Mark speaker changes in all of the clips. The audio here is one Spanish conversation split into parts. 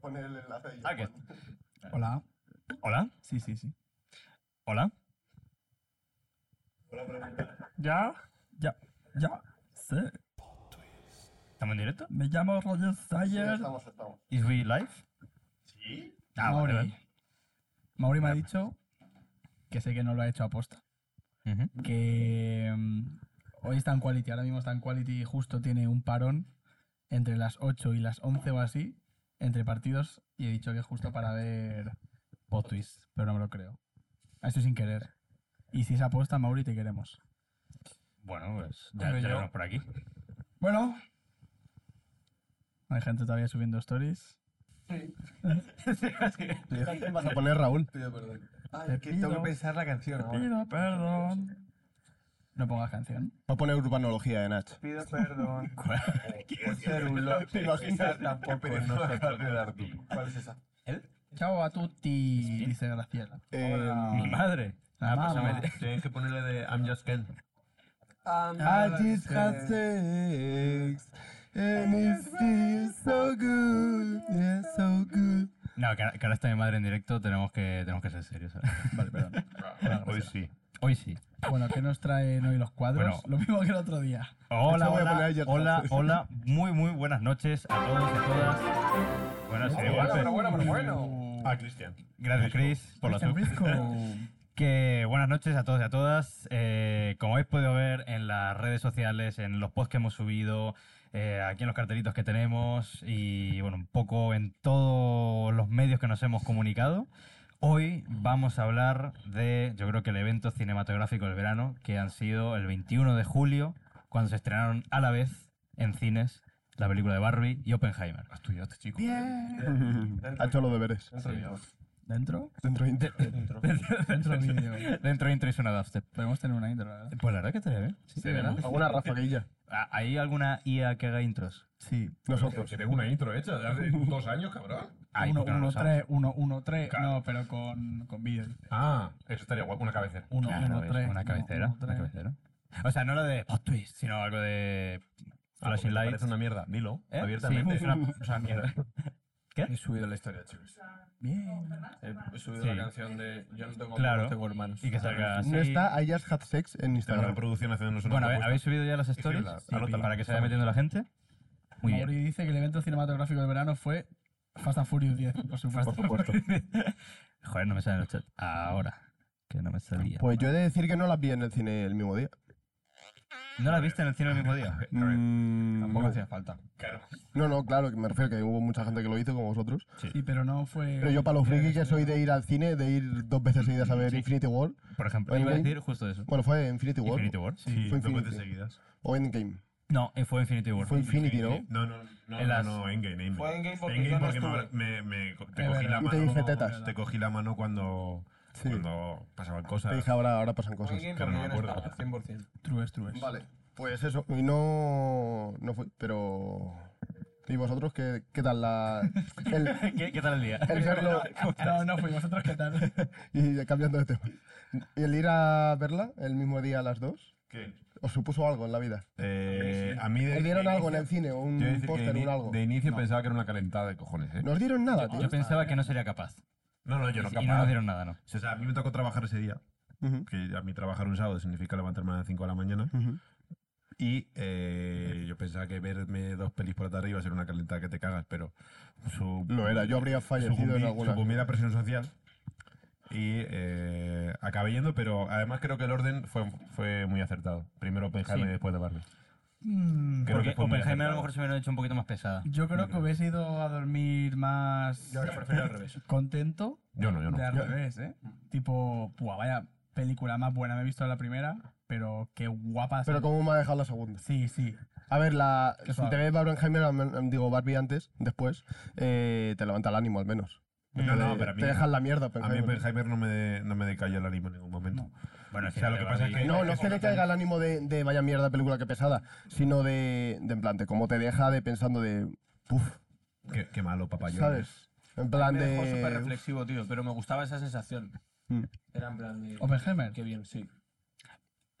Speaker 1: poner el enlace de
Speaker 2: Ah, que-
Speaker 1: Japón.
Speaker 3: Hola.
Speaker 2: ¿Hola?
Speaker 3: Sí, sí, sí.
Speaker 2: ¿Hola?
Speaker 1: Hola, pregunta.
Speaker 3: ¿Ya? Ya. Ya. Sí.
Speaker 2: ¿Estamos en directo?
Speaker 3: Me llamo Roger
Speaker 1: Sí,
Speaker 3: Sayer.
Speaker 1: estamos, estamos.
Speaker 2: ¿Is we live?
Speaker 1: ¿Sí?
Speaker 2: Ah, vale, vale.
Speaker 3: Mauri. Mauri me ha dicho que sé que no lo ha hecho aposta.
Speaker 2: Ujú.
Speaker 3: Que mm, hoy está en Quality, ahora mismo está en Quality y justo tiene un parón entre las 8 y las 11 o así, entre partidos, y he dicho que es justo para ver Potwist, pero no me lo creo. Esto sin querer. Y si es aposta, Mauri, te queremos.
Speaker 2: Bueno, pues ya,
Speaker 3: Hombre,
Speaker 2: ya
Speaker 3: yo-
Speaker 2: lo vemos por aquí.
Speaker 3: Bueno. Hay gente todavía subiendo stories.
Speaker 1: Sí.
Speaker 4: Vas a poner Raúl.
Speaker 1: Pido perdón.
Speaker 4: Ay, que tengo que pensar la canción ahora.
Speaker 3: Pido perdón. No pongas canción.
Speaker 4: Va a poner urbanología de Nach.
Speaker 1: Pido perdón.
Speaker 4: Eh,
Speaker 1: Por ser un
Speaker 4: Te imaginas
Speaker 1: tampoco
Speaker 4: Pepe, no acabas de dar tú.
Speaker 1: ¿Cuál es esa?
Speaker 3: Chao a tutti, dice Graciela.
Speaker 4: Eh,
Speaker 2: Mi madre.
Speaker 3: La
Speaker 2: pues
Speaker 3: mamá.
Speaker 2: a ver,
Speaker 5: Tienes que ponerle de I'm just Ken.
Speaker 3: Ah,
Speaker 4: I just had sex and it feels so good, yeah, so good.
Speaker 2: No, que ahora, que ahora está mi madre en directo, tenemos que, tenemos que ser serios. ¿eh?
Speaker 3: Vale, perdón.
Speaker 2: Hoy sí. Hoy sí.
Speaker 3: pues, Bueno, ¿qué nos traen hoy los cuadros?
Speaker 2: Bueno.
Speaker 3: Lo mismo que el otro día.
Speaker 2: Hola,
Speaker 4: Esto voy a poner
Speaker 2: hola,
Speaker 4: ahí ya
Speaker 2: hola,
Speaker 4: atrás.
Speaker 2: hola, muy, muy buenas noches a todos y a todas. Bueno, sí,
Speaker 1: Bueno,
Speaker 2: golpe.
Speaker 1: pero bueno, pero bueno.
Speaker 5: Ah, Cristian.
Speaker 2: Gracias, Chris, por la
Speaker 3: Christian
Speaker 2: sub.
Speaker 3: Brisco.
Speaker 2: Que buenas noches a todos y a todas. Eh, como habéis podido ver en las redes sociales, en los posts que hemos subido, eh, aquí en los cartelitos que tenemos y bueno, un poco en todos los medios que nos hemos comunicado, hoy vamos a hablar de, yo creo que el evento cinematográfico del verano, que han sido el 21 de julio, cuando se estrenaron a la vez en cines la película de Barbie y Oppenheimer.
Speaker 5: Estudiaste, chico.
Speaker 4: Ha hecho los deberes.
Speaker 1: Dentro de mí.
Speaker 3: ¿Dentro?
Speaker 4: Dentro de inter-
Speaker 3: Dentro vídeo.
Speaker 2: Dentro de intro y suena dubstep.
Speaker 3: Podemos tener una intro, la ¿verdad?
Speaker 2: Pues la verdad que estaría bien. Sí,
Speaker 3: ¿De verdad?
Speaker 4: Alguna rafaguilla.
Speaker 2: ¿Ah, ¿Hay alguna IA que haga intros?
Speaker 3: Sí.
Speaker 4: Nosotros.
Speaker 5: Que tengo una intro hecha de hace dos años, cabrón.
Speaker 2: Ay,
Speaker 3: uno,
Speaker 2: ¿por qué no
Speaker 3: uno,
Speaker 2: lo sabes?
Speaker 3: tres, uno, uno, tres.
Speaker 5: Claro.
Speaker 3: No, pero con, con vídeo.
Speaker 5: Ah, eso estaría guapo. Una cabecera.
Speaker 3: Uno,
Speaker 2: Claro,
Speaker 3: uno,
Speaker 2: ¿ves?
Speaker 3: tres.
Speaker 2: Una
Speaker 3: uno,
Speaker 2: cabecera.
Speaker 3: uno,
Speaker 2: una
Speaker 3: tres.
Speaker 2: cabecera. O sea, no lo de plot twist, sino algo de flashing
Speaker 5: Ah, porque te
Speaker 2: lights.
Speaker 5: Parece una mierda. Dilo.
Speaker 2: ¿Eh? Sí,
Speaker 5: Abiertamente.
Speaker 2: es una, es una mierda.
Speaker 1: He subido la historia, chicos. Oh,
Speaker 3: Bien.
Speaker 1: He subido
Speaker 2: Sí.
Speaker 1: la canción de Yo no tengo
Speaker 2: Claro.
Speaker 1: amigos, tengo hermanos.
Speaker 2: Y que salga así.
Speaker 4: No está I just had sex en
Speaker 5: Esta gran
Speaker 4: Instagram.
Speaker 5: producción haciéndonos una
Speaker 2: Bueno, a ver,
Speaker 5: propuesta.
Speaker 2: ¿habéis subido ya las stories?
Speaker 5: Escríbela,
Speaker 2: Sí,
Speaker 5: anótala.
Speaker 2: para que se vaya metiendo la gente. Muy
Speaker 3: Mauri
Speaker 2: bien.
Speaker 3: dice que el evento cinematográfico del verano fue Fast and Furious 10, por supuesto.
Speaker 2: Joder, no me sale en el chat. Ahora. Que no me salía.
Speaker 4: Pues yo he de decir que no las vi en el cine el mismo día.
Speaker 2: ¿No la viste en el cine el mismo día?
Speaker 4: Mm,
Speaker 1: Tampoco hacía falta.
Speaker 5: Claro.
Speaker 4: no, no, claro, que me refiero que hubo mucha gente que lo hizo como vosotros.
Speaker 3: Sí, pero no fue.
Speaker 4: Pero yo para los frikis que soy de ir al cine, de ir dos veces seguidas a ver Infinity War.
Speaker 2: Por ejemplo,
Speaker 4: Endgame.
Speaker 2: iba a decir justo eso.
Speaker 4: Bueno, fue Infinity War.
Speaker 2: Infinity War.
Speaker 5: Sí,
Speaker 4: Fue
Speaker 5: dos
Speaker 4: Infinity.
Speaker 5: veces seguidas.
Speaker 4: O Endgame.
Speaker 2: No, eh, fue Infinity War.
Speaker 4: Fue Infinity, ¿no?
Speaker 5: No, no, no,
Speaker 2: En las-
Speaker 5: no, no, Endgame, Endgame.
Speaker 1: Fue Endgame porque
Speaker 5: Endgame
Speaker 1: yo no
Speaker 5: porque me-
Speaker 1: estuve.
Speaker 5: me, me- te
Speaker 3: Es
Speaker 5: cogí
Speaker 3: verdad.
Speaker 5: la
Speaker 4: Y
Speaker 5: mano.
Speaker 4: te dije tetas.
Speaker 5: te cogí la mano cuando,
Speaker 4: Sí.
Speaker 5: cuando pasaban
Speaker 4: Te
Speaker 5: cosas.
Speaker 4: dije, ahora, ahora pasan cosas.
Speaker 1: Alguien
Speaker 5: que
Speaker 1: porque
Speaker 5: no me
Speaker 1: yo no
Speaker 5: acuerdo.
Speaker 1: estaba, 100%.
Speaker 3: True es, true es.
Speaker 4: Vale, pues eso. Y no, no fui, pero... ¿Y vosotros qué, qué tal la...? el-
Speaker 2: ¿Qué, qué tal el día?
Speaker 4: el verlo...
Speaker 3: Ah, No, no fui. ¿Vosotros qué tal?
Speaker 4: Y cambiando de tema. ¿Y el ir a verla el mismo día a las dos?
Speaker 5: ¿Qué?
Speaker 4: ¿Os supuso algo en la vida?
Speaker 5: Eh, a mí de,
Speaker 4: ¿Os dieron
Speaker 5: de
Speaker 4: algo en
Speaker 5: inicio-
Speaker 4: el cine?
Speaker 5: Yo iba a
Speaker 4: ¿Un
Speaker 5: decir que
Speaker 4: póster?
Speaker 5: de,
Speaker 4: ¿Un
Speaker 5: ini-
Speaker 4: algo?
Speaker 5: de inicio pensaba que era una calentada de cojones, ¿eh?
Speaker 4: ¿No os dieron nada, tío?
Speaker 2: Yo pensaba que no sería capaz.
Speaker 5: No, no, yo no
Speaker 2: Y no
Speaker 5: capaz.
Speaker 2: nos dieron nada, ¿no?
Speaker 5: O sea, a mí me tocó trabajar ese día,
Speaker 4: Ujú.
Speaker 5: que a mí trabajar un sábado significa levantarme a las 5 de la mañana.
Speaker 4: Ujú.
Speaker 5: Y eh, yo pensaba que verme dos pelis por la tarde iba a ser una calentada que te cagas, pero su-
Speaker 4: Lo era, yo habría fallecido en
Speaker 5: sucumbí,
Speaker 4: alguna.
Speaker 5: sucumbí a la presión social y eh, acabé yendo, pero además creo que el orden fue, fue muy acertado. Primero Oppenheimer
Speaker 2: Sí.
Speaker 5: y después de Barbie.
Speaker 3: Mm,
Speaker 5: Creo
Speaker 2: Porque
Speaker 5: que fue muy
Speaker 2: Oppenheimer a lo
Speaker 5: acertado.
Speaker 2: mejor se hubiera hecho un poquito más pesada.
Speaker 3: Yo creo que hubiese ido a dormir más
Speaker 2: prefiero al revés.
Speaker 3: contento
Speaker 5: Yo no, yo no.
Speaker 3: de al revés, ¿eh? Tipo, "Buah, vaya película más buena me he visto la primera, pero qué guapa. ha
Speaker 4: Pero
Speaker 3: sido".
Speaker 4: ¿cómo me ha dejado la segunda?
Speaker 3: Sí, sí.
Speaker 4: A ver, la,
Speaker 3: Qué
Speaker 4: si
Speaker 3: suave.
Speaker 4: te ves Barbenheimer, al men- digo Barbie antes, después, eh, te levanta el ánimo al menos.
Speaker 5: No,
Speaker 4: Te-
Speaker 5: no, pero a mí-
Speaker 4: Te dejan la mierda,
Speaker 5: A mí
Speaker 4: Oppenheimer.
Speaker 5: Oppenheimer no me, no me decayó el ánimo en ningún momento.
Speaker 2: Bueno,
Speaker 5: O sea, lo que pasa es que-
Speaker 4: No, no es que le caiga el ánimo de, de vaya mierda película que pesada, sino de, de en plan, de cómo te deja de pensando de, puf,
Speaker 5: Qué, qué malo, papá. yo-
Speaker 4: ¿sabes? En plan
Speaker 1: Me dejó súper
Speaker 4: de...
Speaker 1: reflexivo,
Speaker 6: Mm.
Speaker 1: tío, pero me gustaba esa sensación. Era en plan de...
Speaker 3: Oppenheimer.
Speaker 1: Qué bien, sí.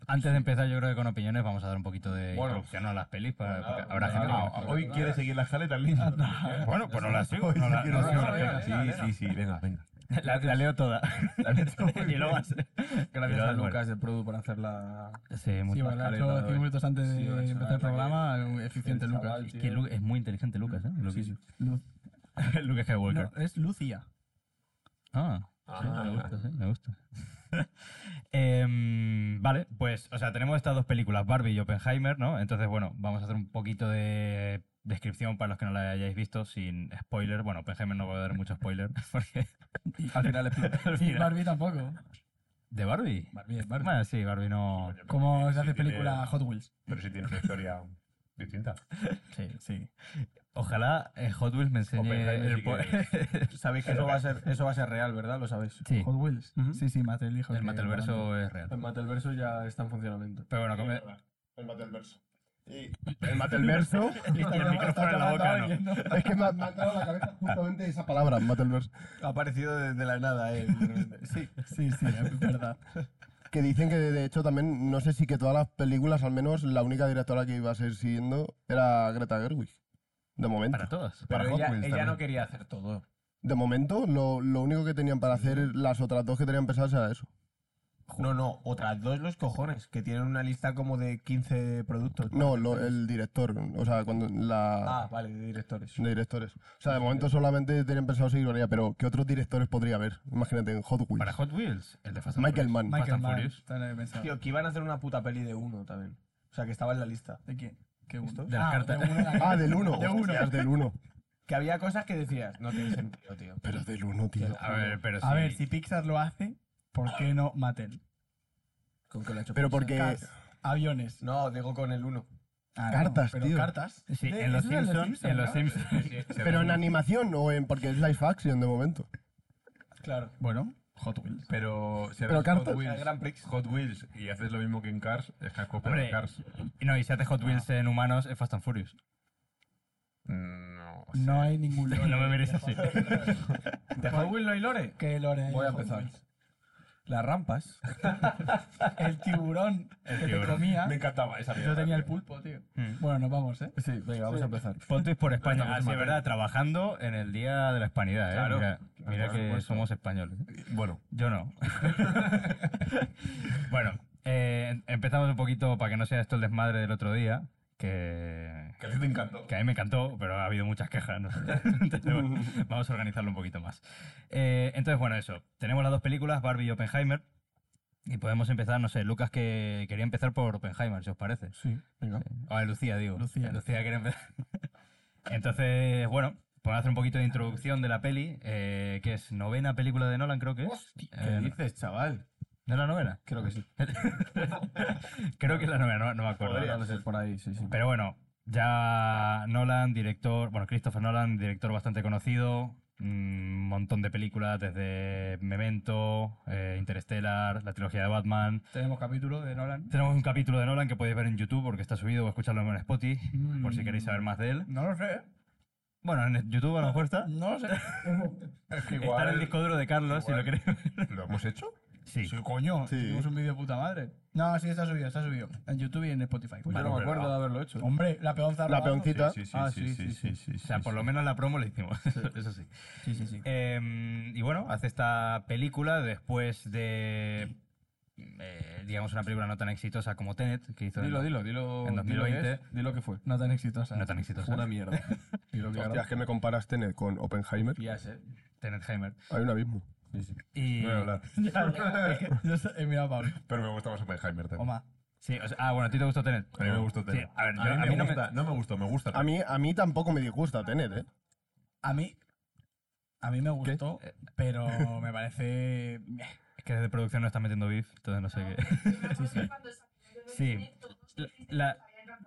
Speaker 2: Antes de empezar, yo creo que con opiniones vamos a dar un poquito de
Speaker 5: Bueno,
Speaker 2: introducción a las pelis. Para,
Speaker 6: nada,
Speaker 2: porque habrá
Speaker 6: pues
Speaker 2: gente que
Speaker 6: nada,
Speaker 2: no-
Speaker 5: Ah, hoy quiere seguir la escaleta, Lin.
Speaker 2: Bueno, pues no la sigo. No la, no
Speaker 6: seguir
Speaker 2: sigo
Speaker 6: la
Speaker 2: las
Speaker 6: escaleta.
Speaker 2: pelis.
Speaker 6: venga,
Speaker 5: Sí,
Speaker 6: venga.
Speaker 5: sí, sí, venga, venga.
Speaker 2: La, la leo toda. y luego vas-
Speaker 6: Gracias
Speaker 2: Pero,
Speaker 6: a
Speaker 2: bueno.
Speaker 6: Lucas de Produ por hacerla.
Speaker 2: Sí,
Speaker 3: Sí,
Speaker 2: mucho.
Speaker 3: bueno, lo ha
Speaker 6: caleta,
Speaker 3: hecho
Speaker 6: doy.
Speaker 3: cinco minutos antes
Speaker 6: Sí,
Speaker 3: de
Speaker 6: es
Speaker 3: empezar el
Speaker 6: una-
Speaker 3: programa. Eficiente
Speaker 6: el
Speaker 3: Lucas.
Speaker 6: chaval,
Speaker 2: Es
Speaker 6: tío.
Speaker 2: que Lu- es muy inteligente Lucas, ¿eh? Lo que-
Speaker 6: Sí, sí.
Speaker 3: Lu-
Speaker 2: Lucas Skywalker.
Speaker 3: No, es Lucía.
Speaker 2: Ah, sí,
Speaker 5: Ah.
Speaker 2: me gusta, sí, me gusta. Em, vale, pues, o sea, tenemos estas dos películas, Barbie y Oppenheimer, ¿no? Entonces, bueno, vamos a hacer un poquito de descripción para los que no la hayáis visto, sin spoiler. Bueno, Oppenheimer no voy a dar mucho spoiler, porque...
Speaker 6: Al final explota.
Speaker 2: al
Speaker 3: Y
Speaker 2: final-
Speaker 3: Barbie tampoco.
Speaker 2: ¿De Barbie?
Speaker 3: Barbie, Barbie.
Speaker 2: Bueno, sí, Barbie no...
Speaker 3: Como se hace
Speaker 5: Sí, tiene-
Speaker 6: eh,
Speaker 3: película Hot Wheels.
Speaker 5: Pero sí tiene una historia distinta.
Speaker 3: Sí, sí.
Speaker 2: Ojalá eh, Hot Wheels me enseñe
Speaker 5: Oppenheimer sí
Speaker 2: el, po-
Speaker 6: Sabéis que eso va, a ser, eso va a ser real, ¿verdad? Lo sabéis.
Speaker 2: Sí,
Speaker 3: Hot Wheels.
Speaker 6: Ujú.
Speaker 3: Sí, sí, Mate, el hijo.
Speaker 2: el
Speaker 3: que-
Speaker 2: Matelverso es real.
Speaker 6: El Matelverso ya está en funcionamiento.
Speaker 2: Pero bueno, come-
Speaker 4: El Matelverso. Y el Matelverso.
Speaker 2: Y con el micrófono en la boca, ¿no?
Speaker 4: es que me ha me ha entrado en la cabeza justamente esa palabra, Matelverso.
Speaker 6: Ha aparecido desde la nada, ¿eh? Sí.
Speaker 3: Sí, sí, es verdad.
Speaker 4: Que dicen que de hecho también, no sé si que todas las películas, al menos la única directora que iba a seguir siguiendo era Greta Gerwig. De momento.
Speaker 2: para todos.
Speaker 6: Pero
Speaker 4: Hot
Speaker 6: ella,
Speaker 4: Wheels
Speaker 6: ella no
Speaker 4: también.
Speaker 6: quería hacer todo.
Speaker 4: De momento, lo, lo único que tenían para hacer las otras dos que tenían pensadas era eso.
Speaker 6: No, no, otras dos los cojones, que tienen una lista como de 15 productos.
Speaker 4: No, lo- el director, o sea, cuando la...
Speaker 6: Ah, vale, de directores.
Speaker 4: De directores. O sea, de momento solamente tenían pensado seguir con ella, pero ¿qué otros directores podría haber? Imagínate, en Hot Wheels.
Speaker 2: Para Hot Wheels, el de Fast and
Speaker 4: Michael
Speaker 2: Furious.
Speaker 4: Mann.
Speaker 2: Fast
Speaker 3: Michael
Speaker 2: and
Speaker 3: Mann.
Speaker 2: Furious.
Speaker 3: está en el pensado.
Speaker 6: Tío, que iban a hacer una puta peli de uno también. O sea, que estaba en la lista.
Speaker 3: ¿De quién? ¿Qué
Speaker 6: ¿Esto?
Speaker 3: gusto?
Speaker 2: De las cartas.
Speaker 4: Ah, del 1.
Speaker 3: De uno.
Speaker 4: del 1.
Speaker 6: Que había cosas que decías, no tiene sentido, tío.
Speaker 4: Pero del 1, tío.
Speaker 2: A ver, pero sí.
Speaker 3: A ver, si Pixar lo hace, ¿por qué no Mattel?
Speaker 6: ¿Con qué lo ha hecho?
Speaker 4: Pero porque...
Speaker 3: Cars, aviones.
Speaker 6: No, digo con el uno.
Speaker 3: Ah,
Speaker 4: Cartas,
Speaker 3: pero
Speaker 4: tío.
Speaker 3: Cartas.
Speaker 2: Sí,
Speaker 3: De-
Speaker 2: en los
Speaker 3: eso era
Speaker 2: Simpsons. en los
Speaker 3: ¿no?
Speaker 2: Simpsons.
Speaker 4: Pero en animación o en... Porque es live action de momento.
Speaker 6: Claro.
Speaker 3: Bueno, Hot Wheels.
Speaker 5: Pero si
Speaker 4: Pero
Speaker 5: haces
Speaker 4: cartas.
Speaker 5: Hot
Speaker 6: O sea,
Speaker 5: Wheels,
Speaker 6: Grand Prix.
Speaker 5: Hot Wheels y haces lo mismo que en Cars, es que has copiado
Speaker 2: Hombre.
Speaker 5: en Cars.
Speaker 2: No, y si hace Hot Wheels en humanos, es Fast and Furious.
Speaker 5: Mm, No, o sea,
Speaker 3: No hay ningún lore.
Speaker 2: No me mires así.
Speaker 6: ¿De Hot Wheels no hay lore?
Speaker 3: ¿Qué lore hay
Speaker 6: Voy a
Speaker 3: en Hot
Speaker 6: empezar.
Speaker 3: Wheels?
Speaker 6: Las rampas.
Speaker 3: El tiburón que te
Speaker 2: tiburón.
Speaker 3: comía.
Speaker 5: me encantaba esa
Speaker 3: Yo
Speaker 5: mierda,
Speaker 3: tenía el
Speaker 5: tío.
Speaker 3: pulpo, tío.
Speaker 2: Hmm.
Speaker 3: Bueno, nos vamos, ¿eh?
Speaker 6: Pues, Sí, venga, vamos a empezar.
Speaker 2: Ponte por España.
Speaker 5: Estamos en
Speaker 2: Así, de
Speaker 5: Madrid.
Speaker 2: verdad, trabajando en el Día de la Hispanidad, ¿eh?
Speaker 5: Claro.
Speaker 2: Mira, mira
Speaker 5: Por
Speaker 2: que
Speaker 5: supuesto. Eh,
Speaker 2: somos españoles. ¿eh?
Speaker 5: Bueno,
Speaker 2: Yo no. bueno, eh, empezamos un poquito para que no sea esto el desmadre del otro día, que,
Speaker 5: que a ti te encantó.
Speaker 2: que a mí me encantó, pero ha habido muchas quejas. ¿no? Entonces, bueno, vamos a organizarlo un poquito más. Eh, entonces, bueno, eso. Tenemos las dos películas, Barbie y Oppenheimer. Y podemos empezar, no sé, Lucas que quería empezar por Oppenheimer, si os parece.
Speaker 6: Sí, venga.
Speaker 2: O a Oh, Lucía, digo.
Speaker 3: Lucía.
Speaker 2: quería empezar. Entonces, bueno, podemos hacer un poquito de introducción de la peli, eh, que es novena película de Nolan, creo que es.
Speaker 6: ¿Qué
Speaker 2: Eh,
Speaker 6: dices, chaval?
Speaker 2: ¿No es la novena?
Speaker 6: Creo que sí.
Speaker 2: Creo que es la novena, no, no me acuerdo.
Speaker 6: Podría ser por ahí, sí, sí.
Speaker 2: Pero bueno, ya Nolan, director, bueno, Christopher Nolan, director bastante conocido, un montón de películas desde Memento, eh, Interstellar, la trilogía de Batman.
Speaker 3: Tenemos capítulo de Nolan.
Speaker 2: Tenemos un capítulo de Nolan que podéis ver en YouTube porque está subido o escucharlo en Spotify, por si
Speaker 3: Mm.
Speaker 2: queréis saber más de él.
Speaker 3: No lo sé. ¿eh?
Speaker 2: Bueno, en YouTube a lo mejor está.
Speaker 3: No lo sé.
Speaker 5: Es que
Speaker 2: Está en el disco duro de Carlos, si lo
Speaker 5: igual.
Speaker 2: queréis. ver.
Speaker 5: ¿Lo hemos hecho?
Speaker 2: Sí.
Speaker 3: Sí, coño.
Speaker 4: Sí.
Speaker 3: Hicimos un vídeo de puta madre. No, sí, está subido, está subido. En YouTube y en Spotify.
Speaker 6: Yo no me
Speaker 5: Vale,
Speaker 6: acuerdo
Speaker 5: verdad.
Speaker 6: de haberlo hecho.
Speaker 3: Hombre, la peonza.
Speaker 4: La
Speaker 3: robando.
Speaker 4: peoncita.
Speaker 5: Sí, sí, sí,
Speaker 6: Ah,
Speaker 5: sí, sí,
Speaker 6: sí, sí,
Speaker 5: sí, sí,
Speaker 2: O sea,
Speaker 5: sí,
Speaker 2: por lo
Speaker 5: sí.
Speaker 2: menos la promo la hicimos, eso sí.
Speaker 3: Sí, sí,
Speaker 6: Pues
Speaker 3: sí.
Speaker 2: Em, y bueno, hace esta película después de, eh, digamos, una película no tan exitosa como Tenet, que hizo en-
Speaker 6: Dilo, dilo, dilo.
Speaker 2: En
Speaker 6: dilo qué
Speaker 2: 2020.
Speaker 6: es, Dilo que fue.
Speaker 3: No tan exitosa.
Speaker 2: no tan exitosa,
Speaker 6: Una mierda. Dilo que
Speaker 4: Hostia, es que me comparas Tenet con Oppenheimer.
Speaker 6: Fías, eh.
Speaker 2: Tenetheimer.
Speaker 4: Hay un abismo.
Speaker 6: Sí, sí.
Speaker 2: Y,
Speaker 5: No voy a hablar.
Speaker 3: Yo sé- he mirado a Pablo.
Speaker 5: Pero me gusta más Oppenheimer también.
Speaker 3: Oma.
Speaker 2: sí, o sea, ah, bueno, ¿a ti te gustó Tenet?
Speaker 5: A mí me gustó
Speaker 2: Sí,
Speaker 5: Tenet.
Speaker 2: a ver, yo-
Speaker 5: mí
Speaker 2: a
Speaker 5: me
Speaker 2: mí no me-
Speaker 5: gusta- no me gustó, me gusta.
Speaker 4: A mí, a mí tampoco me disgusta Tenet, ¿eh?
Speaker 3: A mí. A mí me gustó,
Speaker 5: Eh.
Speaker 3: pero me parece.
Speaker 2: Es que desde producción no está metiendo beef, entonces
Speaker 7: Ah,
Speaker 2: no sé qué. Sí. La,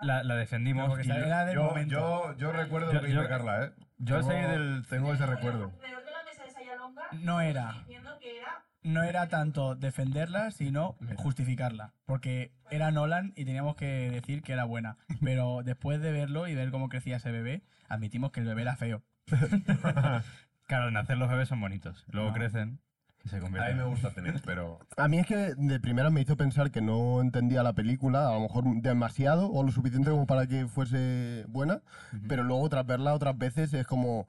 Speaker 2: la, la defendimos.
Speaker 3: Porque
Speaker 2: y yo-
Speaker 3: era del
Speaker 5: Yo,
Speaker 3: momento.
Speaker 5: yo, yo recuerdo
Speaker 2: Yo-
Speaker 5: lo que dice
Speaker 2: yo-
Speaker 5: Carla, ¿eh?
Speaker 2: yo
Speaker 5: Tengo-
Speaker 2: soy del-
Speaker 5: Tengo ese recuerdo.
Speaker 8: Alrededor de la mesa de Sayalonga,
Speaker 3: No era.
Speaker 8: diciendo que era
Speaker 3: No era tanto defenderla, sino
Speaker 6: Mira.
Speaker 3: justificarla. Porque era Nolan y teníamos que decir que era buena. Pero después de verlo y ver cómo crecía ese bebé, admitimos que el bebé era feo.
Speaker 2: Claro, al nacer los bebés son bonitos, luego
Speaker 3: No.
Speaker 2: crecen. Se
Speaker 5: A
Speaker 2: convierte
Speaker 5: mí
Speaker 2: en-
Speaker 5: me gusta tener, pero.
Speaker 4: A mí es que de primera me hizo pensar que no entendía la película, a lo mejor demasiado o lo suficiente como para que fuese buena, pero luego tras verla otras veces es como,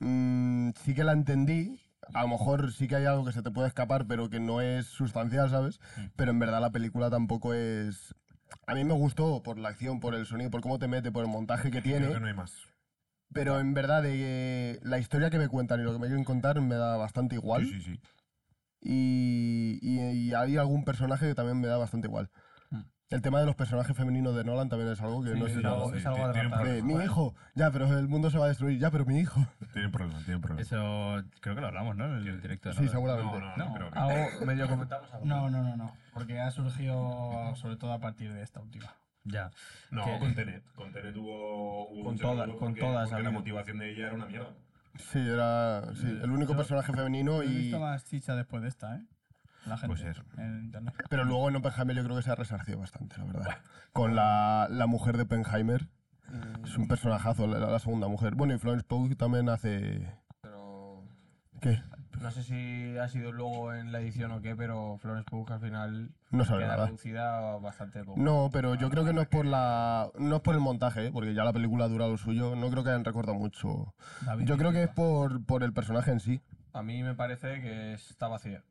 Speaker 4: mm, sí que la entendí, a lo mejor sí que hay algo que se te puede escapar, pero que no es sustancial, ¿sabes?
Speaker 5: Mm.
Speaker 4: Pero en verdad la película tampoco es... A mí me gustó por la acción, por el sonido, por cómo te mete, por el montaje que tiene,
Speaker 5: Creo que no hay más.
Speaker 4: pero en verdad de, eh, la historia que me cuentan y lo que me quieren contar me da bastante igual.
Speaker 5: Sí, sí, sí.
Speaker 4: Y, y, y hay algún personaje que también me da bastante igual. El tema de los personajes femeninos de Nolan también es algo que no
Speaker 3: Sí,
Speaker 4: sé si
Speaker 3: es algo- es algo
Speaker 5: tiene- tiene un
Speaker 3: adelantado.
Speaker 4: Eh,
Speaker 5: problema.
Speaker 4: mi hijo, ya, pero el mundo se va a destruir, ya, pero mi hijo.
Speaker 5: Tienen problemas, tienen problemas.
Speaker 2: Eso creo que lo hablamos, ¿no? En el directo de
Speaker 4: Sí,
Speaker 2: Nada.
Speaker 4: seguramente.
Speaker 5: No, no,
Speaker 2: No,
Speaker 5: no, creo que-
Speaker 3: Algo medio comentamos No, no, no, no. Porque ha surgido sobre todo a partir de esta última.
Speaker 2: Ya.
Speaker 5: No,
Speaker 2: que-
Speaker 5: con Tenet. Con Tenet hubo. hubo
Speaker 6: Con
Speaker 5: mucho
Speaker 6: todas,
Speaker 5: revuelo
Speaker 6: con
Speaker 5: porque-
Speaker 6: todas,
Speaker 5: porque La
Speaker 6: amigo.
Speaker 5: motivación de ella era una mierda.
Speaker 4: Sí, era sí, el único
Speaker 3: Yo-
Speaker 4: personaje
Speaker 3: Yo
Speaker 4: femenino
Speaker 3: He
Speaker 4: y...
Speaker 3: visto más chicha después de esta, ¿eh? La gente.
Speaker 5: Pues eso.
Speaker 3: En internet.
Speaker 4: Pero luego en Oppenheimer yo creo que se ha resarcido bastante, la verdad. Con la, la mujer de Oppenheimer. Es un personajazo, la, la segunda mujer. Bueno, y Florence Pugh también hace...
Speaker 6: Pero
Speaker 4: ¿Qué?
Speaker 6: no sé si ha sido luego en la edición o qué, pero Florence Pugh al final
Speaker 4: No sabe
Speaker 6: queda
Speaker 4: nada.
Speaker 6: reducida bastante poco.
Speaker 4: No, pero yo creo que no es por la no es por el montaje, ¿eh? porque ya la película dura lo suyo, no creo que hayan recortado mucho.
Speaker 3: David
Speaker 4: Yo creo que es
Speaker 3: disculpa.
Speaker 4: por, por el personaje en sí.
Speaker 6: A mí me parece que está vacía.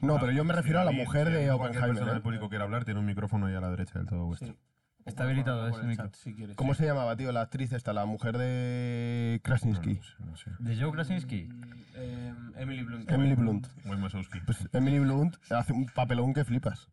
Speaker 4: No, pero yo me refiero a la
Speaker 5: Ah, Sí,
Speaker 4: mujer
Speaker 5: sí,
Speaker 4: de
Speaker 5: Cualquier persona
Speaker 4: Oppenheimer.
Speaker 5: del
Speaker 4: ¿eh?
Speaker 5: público quiera hablar, tiene un micrófono ahí a la derecha del todo vuestro.
Speaker 6: Sí.
Speaker 2: Está habilitado
Speaker 6: Por el
Speaker 2: ese micro.
Speaker 6: chat, si quieres.
Speaker 4: ¿Cómo se llamaba, tío, la actriz esta, la mujer de
Speaker 5: No,
Speaker 4: Krasinski?
Speaker 5: no sé, no sé.
Speaker 2: De Joe Krasinski.
Speaker 6: Eh, Emily Blunt.
Speaker 4: Emily Blunt.
Speaker 5: Muy Masowski.
Speaker 4: Pues Emily Blunt hace un papelón que flipas.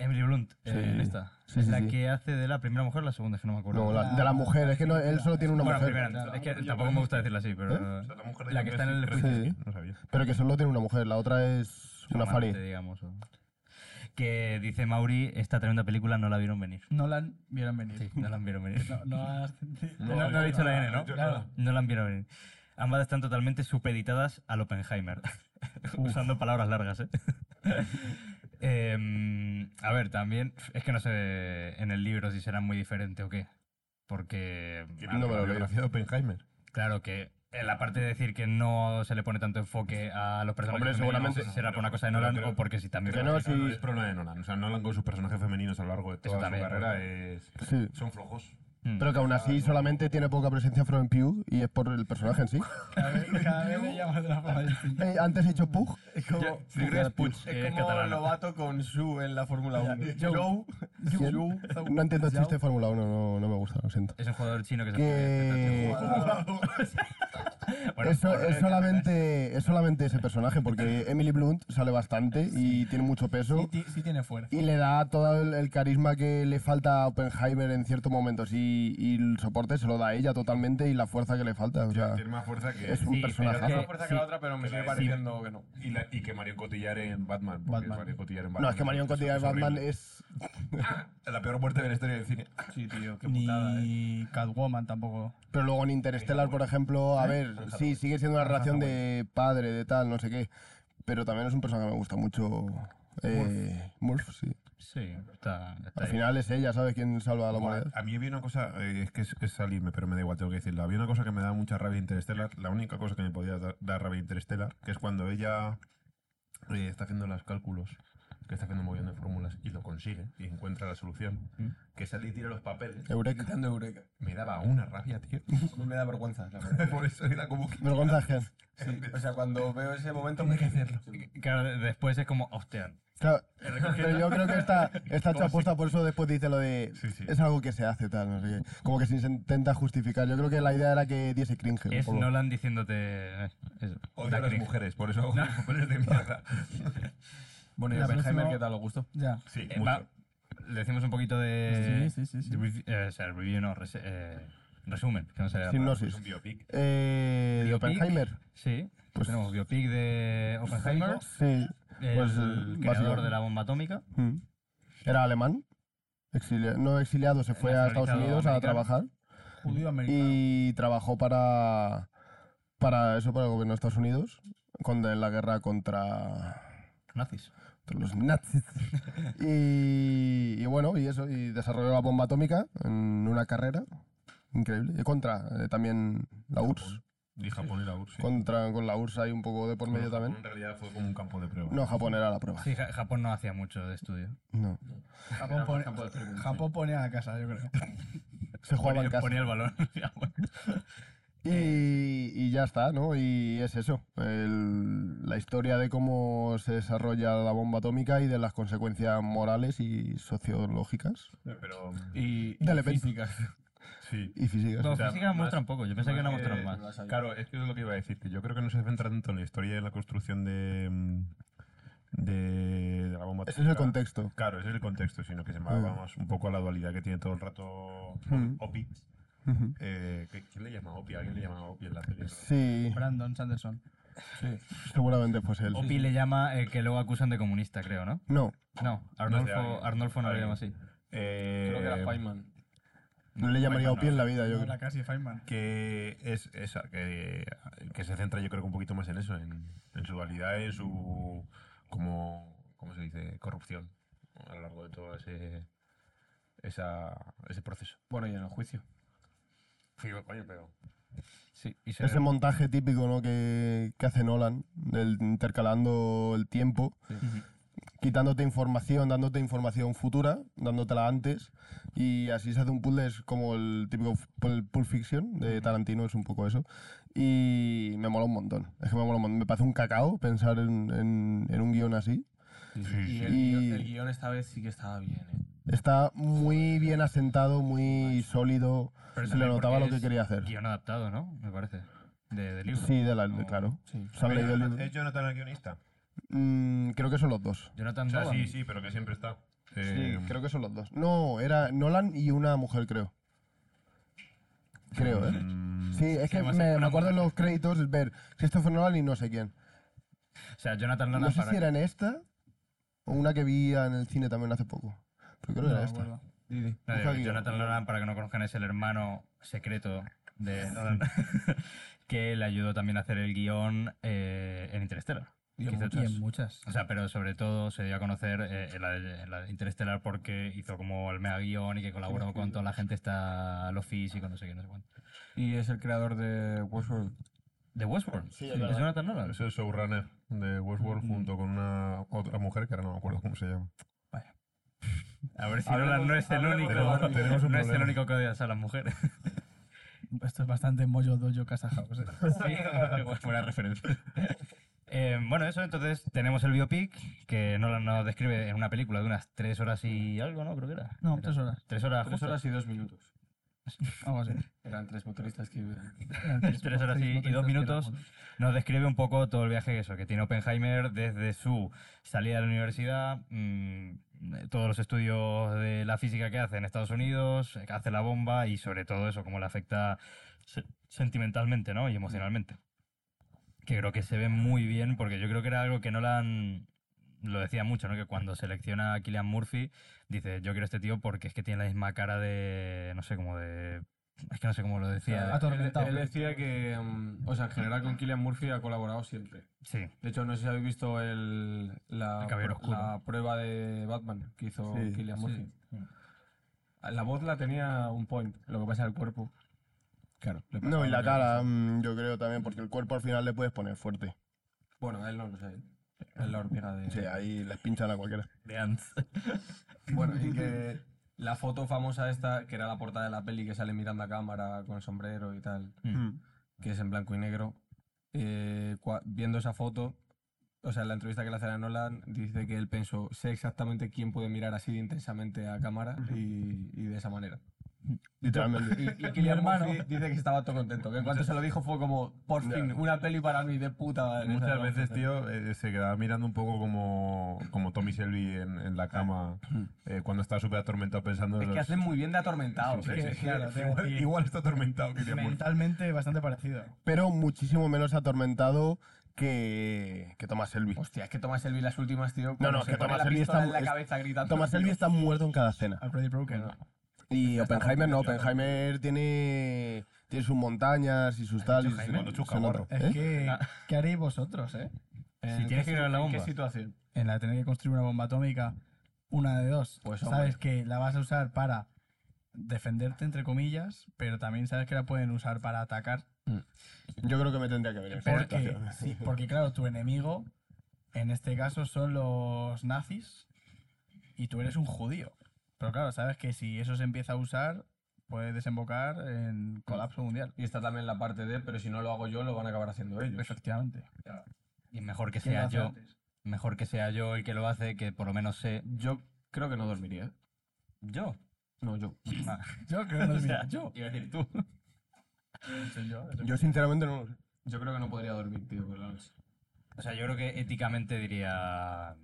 Speaker 2: Emily Blunt, eh,
Speaker 4: Sí.
Speaker 2: en esta.
Speaker 4: Sí,
Speaker 2: es
Speaker 4: sí,
Speaker 2: la
Speaker 4: sí.
Speaker 2: que hace de la primera mujer la segunda, es que no me acuerdo.
Speaker 4: No, la- de la mujer, es que no, él solo tiene una
Speaker 2: bueno,
Speaker 4: mujer.
Speaker 2: primera, es que tampoco me gusta decirla
Speaker 4: ¿Eh?
Speaker 2: así, pero.
Speaker 5: O sea, la mujer de
Speaker 2: La que está en el
Speaker 5: Krasinski-
Speaker 4: juicio.
Speaker 5: Krasinski, No sabía.
Speaker 4: Pero que solo tiene una mujer, la otra es una
Speaker 2: amante,
Speaker 4: Fari.
Speaker 2: digamos. o- Que dice Mauri, esta tremenda película no la vieron venir.
Speaker 3: Nolan vieron venir.
Speaker 2: Sí, no la vieron venir.
Speaker 3: No, no has.
Speaker 2: No, no, he dicho la N, ¿no?
Speaker 5: yo
Speaker 3: Claro.
Speaker 5: nada.
Speaker 2: No la han visto venir. Ambas están totalmente supeditadas al Oppenheimer. Usando palabras largas, ¿eh? Em, a ver, también. Es que no sé en el libro si será muy diferente o qué. Porque.
Speaker 5: Tiene
Speaker 4: No me
Speaker 5: una
Speaker 4: lo leo.
Speaker 5: biografía de Oppenheimer.
Speaker 2: Claro que. En la parte de decir que no se le pone tanto enfoque a los personajes
Speaker 4: Hombre,
Speaker 2: femeninos,
Speaker 4: seguramente-
Speaker 2: no sé si será por una cosa de
Speaker 5: Pero
Speaker 2: Nolan
Speaker 5: creo-
Speaker 2: o porque sí también.
Speaker 4: Que
Speaker 2: pero
Speaker 4: no,
Speaker 2: sí.
Speaker 5: No, no,
Speaker 4: sí,
Speaker 5: es problema de Nolan. O sea, Nolan con sus personajes femeninos a lo largo de toda
Speaker 2: también,
Speaker 5: su carrera es...
Speaker 4: sí.
Speaker 5: son flojos.
Speaker 2: Mm.
Speaker 4: Pero que aún así solamente tiene poca presencia Florence Pugh y es por el personaje en sí.
Speaker 3: Cada vez, cada vez me llamas de la forma distinta.
Speaker 4: Eh, antes he dicho Pug.
Speaker 2: Yo
Speaker 6: Yo-
Speaker 2: creo que es Puig,
Speaker 6: Es
Speaker 2: que es
Speaker 6: como
Speaker 2: catalán.
Speaker 6: Lobato con Su en la Fórmula 1. Joe,
Speaker 4: ¿Quién? No entiendo el chiste de Fórmula 1, no, no me gusta, lo siento.
Speaker 2: Es un jugador chino que se
Speaker 4: Que
Speaker 2: Bueno, ¿eh?
Speaker 4: es, so-
Speaker 2: por-
Speaker 4: es solamente, es solamente ese personaje, porque Emily Blunt sale bastante y tiene mucho
Speaker 3: Sí,
Speaker 4: peso
Speaker 3: ti- sí tiene fuerza.
Speaker 4: y le da todo el, el carisma que le falta a Oppenheimer en ciertos momentos y, y el soporte se lo da a ella totalmente y la fuerza que le falta. o sea,
Speaker 5: Tiene más fuerza que...
Speaker 4: es un
Speaker 2: Sí, pero
Speaker 4: personaje.
Speaker 6: Tiene más
Speaker 2: que-
Speaker 6: fuerza que
Speaker 2: sí.
Speaker 6: la otra, pero
Speaker 5: Que la
Speaker 6: me sigue
Speaker 5: de-
Speaker 6: pareciendo que no.
Speaker 5: Y, la- y que Marion Cotillard en Batman. porque
Speaker 3: Batman.
Speaker 5: Marion Cotillard en
Speaker 4: No, es que Marion
Speaker 5: Batman
Speaker 4: Cotillard de Batman
Speaker 5: horrible.
Speaker 4: es...
Speaker 5: La peor muerte de la historia del cine.
Speaker 6: Sí, tío, qué putada, eh.
Speaker 3: Ni Catwoman tampoco.
Speaker 4: Pero luego en Interstellar, por ejemplo, a ver, sí, sigue siendo una relación de padre, de tal, no sé qué. Pero también es un personaje que me gusta mucho. Eh, Murph, sí.
Speaker 2: Sí, está, está
Speaker 4: Al
Speaker 2: ahí.
Speaker 4: final es ella, ¿sabes? Quien salva a la humanidad.
Speaker 5: A mí había una cosa, eh, es que es, es salirme, pero me da igual, tengo que decirlo. Había una cosa que me da mucha rabia Interstellar, la única cosa que me podía da- dar rabia Interstellar, que es cuando ella eh, está haciendo los cálculos, que está haciendo un mogollón de fórmulas y lo consigue y encuentra la solución,
Speaker 4: Mm.
Speaker 5: que sale y tira los papeles.
Speaker 4: Eureka.
Speaker 6: Gritando Eureka.
Speaker 5: Me daba una rabia, tío.
Speaker 6: Me da vergüenza, la verdad.
Speaker 5: Por eso era como que...
Speaker 4: Vergüenza ajena.
Speaker 6: Sí, o sea, cuando veo ese momento me que hacerlo.
Speaker 2: Claro, de- después es como, hostia.
Speaker 4: Claro, pero yo creo que está, está hecha
Speaker 5: Clásico.
Speaker 4: apuesta, por eso después dice lo de.
Speaker 5: Sí, sí.
Speaker 4: Es algo que se hace, tal, no sé qué. Como que se intenta justificar. Yo creo que la idea era que diese cringe. un
Speaker 2: Es
Speaker 4: poco.
Speaker 2: Nolan diciéndote. eh, Eso,
Speaker 5: Odio a
Speaker 2: da
Speaker 5: las
Speaker 2: cringe.
Speaker 5: mujeres, por eso hago papeles de mierda.
Speaker 6: Bueno, y
Speaker 3: La
Speaker 6: Oppenheimer,
Speaker 3: próxima-
Speaker 6: ¿qué tal? ¿Os gustó?
Speaker 3: Ya.
Speaker 5: Sí,
Speaker 2: Eh,
Speaker 5: mucho.
Speaker 2: va, le decimos un poquito de.
Speaker 3: Sí, sí, sí, sí.
Speaker 2: de revi- eh, o sea, review no, rese- eh, resumen. Que no sería
Speaker 4: Sinopsis.
Speaker 5: Es un biopic.
Speaker 4: Eh, de
Speaker 2: Biopic.
Speaker 4: Oppenheimer.
Speaker 2: Sí,
Speaker 4: Pues-
Speaker 2: tenemos biopic de Oppenheimer,
Speaker 4: Sí.
Speaker 2: el
Speaker 4: Pues, eh,
Speaker 2: creador
Speaker 4: básicamente.
Speaker 2: de la bomba atómica.
Speaker 4: Mm. Era alemán. Exilia- no exiliado, se fue a Estados
Speaker 2: Nacionalizado
Speaker 4: Unidos a
Speaker 2: americano.
Speaker 4: trabajar.
Speaker 3: Judío americano.
Speaker 4: y trabajó para para eso para el gobierno de Estados Unidos cuando en la guerra contra,
Speaker 2: Nazis.
Speaker 4: contra los nazis y, y bueno y eso y desarrolló la bomba atómica en una carrera increíble y contra eh, también la URSS
Speaker 5: Y Japón era URSS. sí.
Speaker 4: Contra, con la URSS hay un poco de por
Speaker 5: Bueno,
Speaker 4: medio
Speaker 5: Japón
Speaker 4: también.
Speaker 5: En realidad fue como un campo de prueba.
Speaker 4: No, Japón era la prueba.
Speaker 2: Sí, Ja- Japón no hacía mucho de estudio.
Speaker 4: No.
Speaker 3: Japón pone,
Speaker 5: campo de preguntas.
Speaker 3: Japón pone a la casa, yo creo.
Speaker 4: Se jugaba
Speaker 2: Ponía,
Speaker 4: en casa.
Speaker 2: ponía el balón. digamos.
Speaker 4: Y, y ya está, ¿no? Y es eso, el- la historia de cómo se desarrolla la bomba atómica y de las consecuencias morales y sociológicas
Speaker 5: Pero
Speaker 6: Y, y
Speaker 4: Dale, Pep.
Speaker 6: físicas.
Speaker 5: sí.
Speaker 4: y físicas.
Speaker 2: No,
Speaker 5: O sea,
Speaker 2: física
Speaker 5: más-
Speaker 2: muestran poco. Yo pensé que no
Speaker 5: más
Speaker 2: mostraron
Speaker 5: que-
Speaker 2: más.
Speaker 5: Claro, es que eso es lo que iba a decir, que yo creo que no se centra tanto en la historia y en la construcción de, mm, de, de la bomba
Speaker 4: Ese es el
Speaker 5: atómica.
Speaker 4: contexto.
Speaker 5: Claro, ese es el contexto, sino que se me va
Speaker 4: Mm.
Speaker 5: más un poco a la dualidad que tiene todo el rato
Speaker 4: Mm.
Speaker 5: Opi.
Speaker 4: Ujú.
Speaker 5: Eh, ¿qué- ¿Quién le llama Opi? ¿Alguien le llama Opi en la serie?
Speaker 4: Sí,
Speaker 3: Brandon Sanderson.
Speaker 4: seguramente fuese él.
Speaker 2: Opi le llama el que luego acusan de comunista, creo, ¿no?
Speaker 4: No,
Speaker 2: No,
Speaker 5: alguien.
Speaker 2: Arnolfo, Arnolfo no le llama así.
Speaker 5: Eh,
Speaker 6: Creo que era Feynman.
Speaker 4: no le llamaría Opi en la vida, yo
Speaker 3: No
Speaker 4: creo.
Speaker 3: era casi Feynman.
Speaker 5: que es esa, que, que se centra yo creo que un poquito más en eso, en, en su dualidad, en su, como, ¿cómo se dice? Corrupción a lo largo de todo ese, esa, ese proceso.
Speaker 6: Bueno, y en el juicio.
Speaker 5: Sí, coño, pero...
Speaker 2: Sí, y se-
Speaker 4: Ese montaje típico ¿no? que, que hace Nolan, del intercalando el tiempo, quitándote información, dándote información futura, dándotela antes, y así se hace un puzzle, es como el típico f- el Pulp Fiction de Tarantino, es un poco eso, y me mola un montón, es que me mola un montón, me parece un cacao pensar en, en- en un guión así,
Speaker 6: Y el,
Speaker 4: Y-
Speaker 6: guión, el guión esta vez sí que estaba bien, ¿eh?
Speaker 4: está muy bien asentado, muy sólido,
Speaker 2: pero
Speaker 4: se le
Speaker 2: también
Speaker 4: notaba
Speaker 2: porque
Speaker 4: lo que
Speaker 2: es
Speaker 4: quería hacer.
Speaker 2: Guión adaptado, ¿no? Me parece. De, de libro.
Speaker 4: Sí, de la,
Speaker 2: No.
Speaker 4: claro.
Speaker 6: Sí.
Speaker 4: ¿Se han leído el libro?
Speaker 5: ¿Es Jonathan el guionista?
Speaker 4: Mm, creo que son los dos.
Speaker 2: Jonathan
Speaker 5: O sea,
Speaker 2: Dolan.
Speaker 5: sí, sí, pero que siempre está.
Speaker 4: Sí,
Speaker 5: Eh,
Speaker 4: creo que son los dos. No, era Nolan y una mujer, creo. Creo, ¿eh?
Speaker 5: mm,
Speaker 4: Sí, es que
Speaker 2: además
Speaker 4: me,
Speaker 2: es una
Speaker 4: me acuerdo en
Speaker 2: mujer.
Speaker 4: los créditos ver Christopher Nolan y no sé quién.
Speaker 2: O sea, Jonathan Dolan
Speaker 4: No sé
Speaker 2: para-
Speaker 4: si era en esta o una que vi en el cine también hace poco. Pero creo que
Speaker 3: No
Speaker 4: era
Speaker 3: me
Speaker 4: esta.
Speaker 3: acuerdo.
Speaker 6: Didi.
Speaker 2: No,
Speaker 4: Busca
Speaker 2: de-
Speaker 4: guión.
Speaker 2: Jonathan Nolan, para que no conozcan, es el hermano secreto de Nolan, que le ayudó también a hacer el guión eh, en Interstellar.
Speaker 6: Y en
Speaker 2: Hizo
Speaker 3: Y
Speaker 2: otras-
Speaker 3: en muchas.
Speaker 2: O sea, pero sobre todo se dio a conocer eh, en la, de- en la de Interstellar porque hizo como el mega guión y que colaboró con toda la gente, está lo físico, no sé qué, no sé cuánto.
Speaker 6: Y es el creador de Westworld.
Speaker 2: ¿De Westworld?
Speaker 4: Sí, es
Speaker 2: ¿Es
Speaker 4: verdad.
Speaker 2: Jonathan Nolan?
Speaker 5: Es el showrunner de Westworld
Speaker 2: Mm.
Speaker 5: junto con una otra mujer que ahora no me acuerdo cómo se llama.
Speaker 2: A ver si
Speaker 6: Hablemos-
Speaker 2: Nolan no es el
Speaker 6: hablemos
Speaker 2: único.
Speaker 6: de
Speaker 5: Barbie. Tenemos un
Speaker 2: No es el
Speaker 5: problema.
Speaker 2: único que odia a las mujeres.
Speaker 3: Esto es bastante mollo dojo casa house. ¿eh?
Speaker 2: Sí, buena referencia. Eh, bueno, eso entonces tenemos el biopic que Nolan nos describe en una película de unas tres horas y algo, ¿no? Creo que era.
Speaker 3: No,
Speaker 2: Era
Speaker 3: tres horas.
Speaker 2: Tres horas,
Speaker 6: Tres
Speaker 2: justo.
Speaker 6: horas y dos minutos.
Speaker 3: Algo así.
Speaker 6: Eran tres motoristas que iban.
Speaker 3: Eran
Speaker 2: Tres horas y- y dos
Speaker 3: motoristas que
Speaker 2: minutos.
Speaker 3: eran-
Speaker 2: Nos describe un poco todo el viaje eso, que tiene Oppenheimer desde su salida de la universidad, mm, todos los estudios de la física que hace en Estados Unidos, que hace la bomba y sobre todo eso, cómo le afecta se- sentimentalmente ¿no? y emocionalmente. Que creo que se ve muy bien, porque yo creo que era algo que Nolan lo decía mucho, ¿no? que cuando selecciona a Killian Murphy, dice, yo quiero este tío porque es que tiene la misma cara de, no sé, como de... Es que no sé cómo lo
Speaker 4: eh,
Speaker 2: decía.
Speaker 3: Atormentado.
Speaker 6: Él decía que, mm, o sea, en general con Killian Murphy ha colaborado siempre.
Speaker 2: Sí,
Speaker 6: De hecho, no sé si habéis visto el, la,
Speaker 2: El Caballero
Speaker 6: pr- la prueba de Batman que hizo
Speaker 4: Sí,
Speaker 6: Killian Murphy. La voz la tenía un point, lo que pasa el cuerpo. Claro. le pasaba
Speaker 4: No, y
Speaker 6: lo
Speaker 4: la
Speaker 6: que
Speaker 4: cara,
Speaker 6: le pasaba.
Speaker 4: mm, yo creo también, porque el cuerpo al final le puedes poner fuerte.
Speaker 6: Bueno, a él no lo sé. Es la hormiga de.
Speaker 4: Sí, ahí les pinchan a cualquiera.
Speaker 2: de Ants.
Speaker 6: Bueno, y que la foto famosa esta, que era la portada de la peli que sale mirando a cámara con el sombrero y tal,
Speaker 4: Mm.
Speaker 6: que es en blanco y negro, eh, cua- viendo esa foto, o sea, en la entrevista que le hacen a Nolan, dice que él pensó, sé exactamente quién puede mirar así de intensamente a cámara y, y de esa manera.
Speaker 4: Literalmente.
Speaker 6: Y, y Killian Murphy dice que estaba todo contento, que en cuanto se lo dijo fue como, por fin, una peli para mí de puta madre.
Speaker 5: Muchas
Speaker 6: ¿sabes?
Speaker 5: veces, tío, eh, se quedaba mirando un poco como, como Tommy Shelby en, en la cama eh, cuando está súper atormentado pensando... en
Speaker 6: Es que
Speaker 5: los-
Speaker 6: hacen muy bien de atormentado. ¿eh?
Speaker 5: Sí, sí, sí.
Speaker 3: claro, tengo
Speaker 5: igual,
Speaker 3: aquí-
Speaker 5: igual está atormentado que tiene muerte.
Speaker 3: Mentalmente bastante parecido.
Speaker 4: Pero muchísimo menos atormentado que, que Thomas Shelby.
Speaker 6: Hostia, es que Thomas Elvi las últimas, tío. cuando
Speaker 4: no,
Speaker 6: se
Speaker 4: que
Speaker 6: pone
Speaker 4: Thomas
Speaker 6: la
Speaker 4: Shelby
Speaker 6: pistola
Speaker 4: está-
Speaker 6: en la
Speaker 4: es-
Speaker 6: cabeza gritando.
Speaker 4: Thomas Shelby está muerto en cada escena.
Speaker 3: Alfred Broken.
Speaker 6: Bueno,
Speaker 4: Y
Speaker 6: está
Speaker 4: Oppenheimer no,
Speaker 6: complicado.
Speaker 4: Oppenheimer tiene, tiene sus montañas y sus tal. y
Speaker 5: Jaime, cuando chusca,
Speaker 4: nota.
Speaker 5: gorro.
Speaker 3: Es
Speaker 4: ¿Eh?
Speaker 3: que, ¿qué haréis vosotros, eh?
Speaker 6: ¿en
Speaker 2: Si tienes
Speaker 6: qué
Speaker 2: que crear la
Speaker 6: situ-
Speaker 2: bomba.
Speaker 6: ¿En qué situación?
Speaker 3: En la de tener que construir una bomba atómica, una de dos.
Speaker 6: Pues, hombre.
Speaker 3: sabes que la vas a usar para defenderte, entre comillas, pero también sabes que la pueden usar para atacar.
Speaker 4: Yo creo que me tendría que ver. esa
Speaker 3: Porque,
Speaker 4: adaptación.
Speaker 3: sí, porque claro, tu enemigo en este caso son los nazis y tú eres un judío. Pero claro, sabes que si eso se empieza a usar, puede desembocar
Speaker 2: Mm.
Speaker 3: en colapso mundial.
Speaker 6: Y está también la parte de, pero si no lo hago yo, lo van a acabar haciendo ellos.
Speaker 3: Efectivamente.
Speaker 2: Y mejor que
Speaker 3: ¿Quién lo
Speaker 2: sea
Speaker 3: hace
Speaker 2: yo.
Speaker 3: antes?
Speaker 2: Mejor que sea yo el que lo hace, que por lo menos sé.
Speaker 6: Yo creo que no dormiría. ¿eh?
Speaker 2: Yo.
Speaker 6: No, yo.
Speaker 2: Ah,
Speaker 3: Yo creo que no
Speaker 2: o
Speaker 3: es
Speaker 2: sea,
Speaker 3: mira, yo.
Speaker 2: Iba a decir tú.
Speaker 3: Soy yo.
Speaker 4: Yo sinceramente no lo sé.
Speaker 6: Yo creo que no podría dormir, tío, por la noche.
Speaker 2: O sea, yo creo que éticamente diría.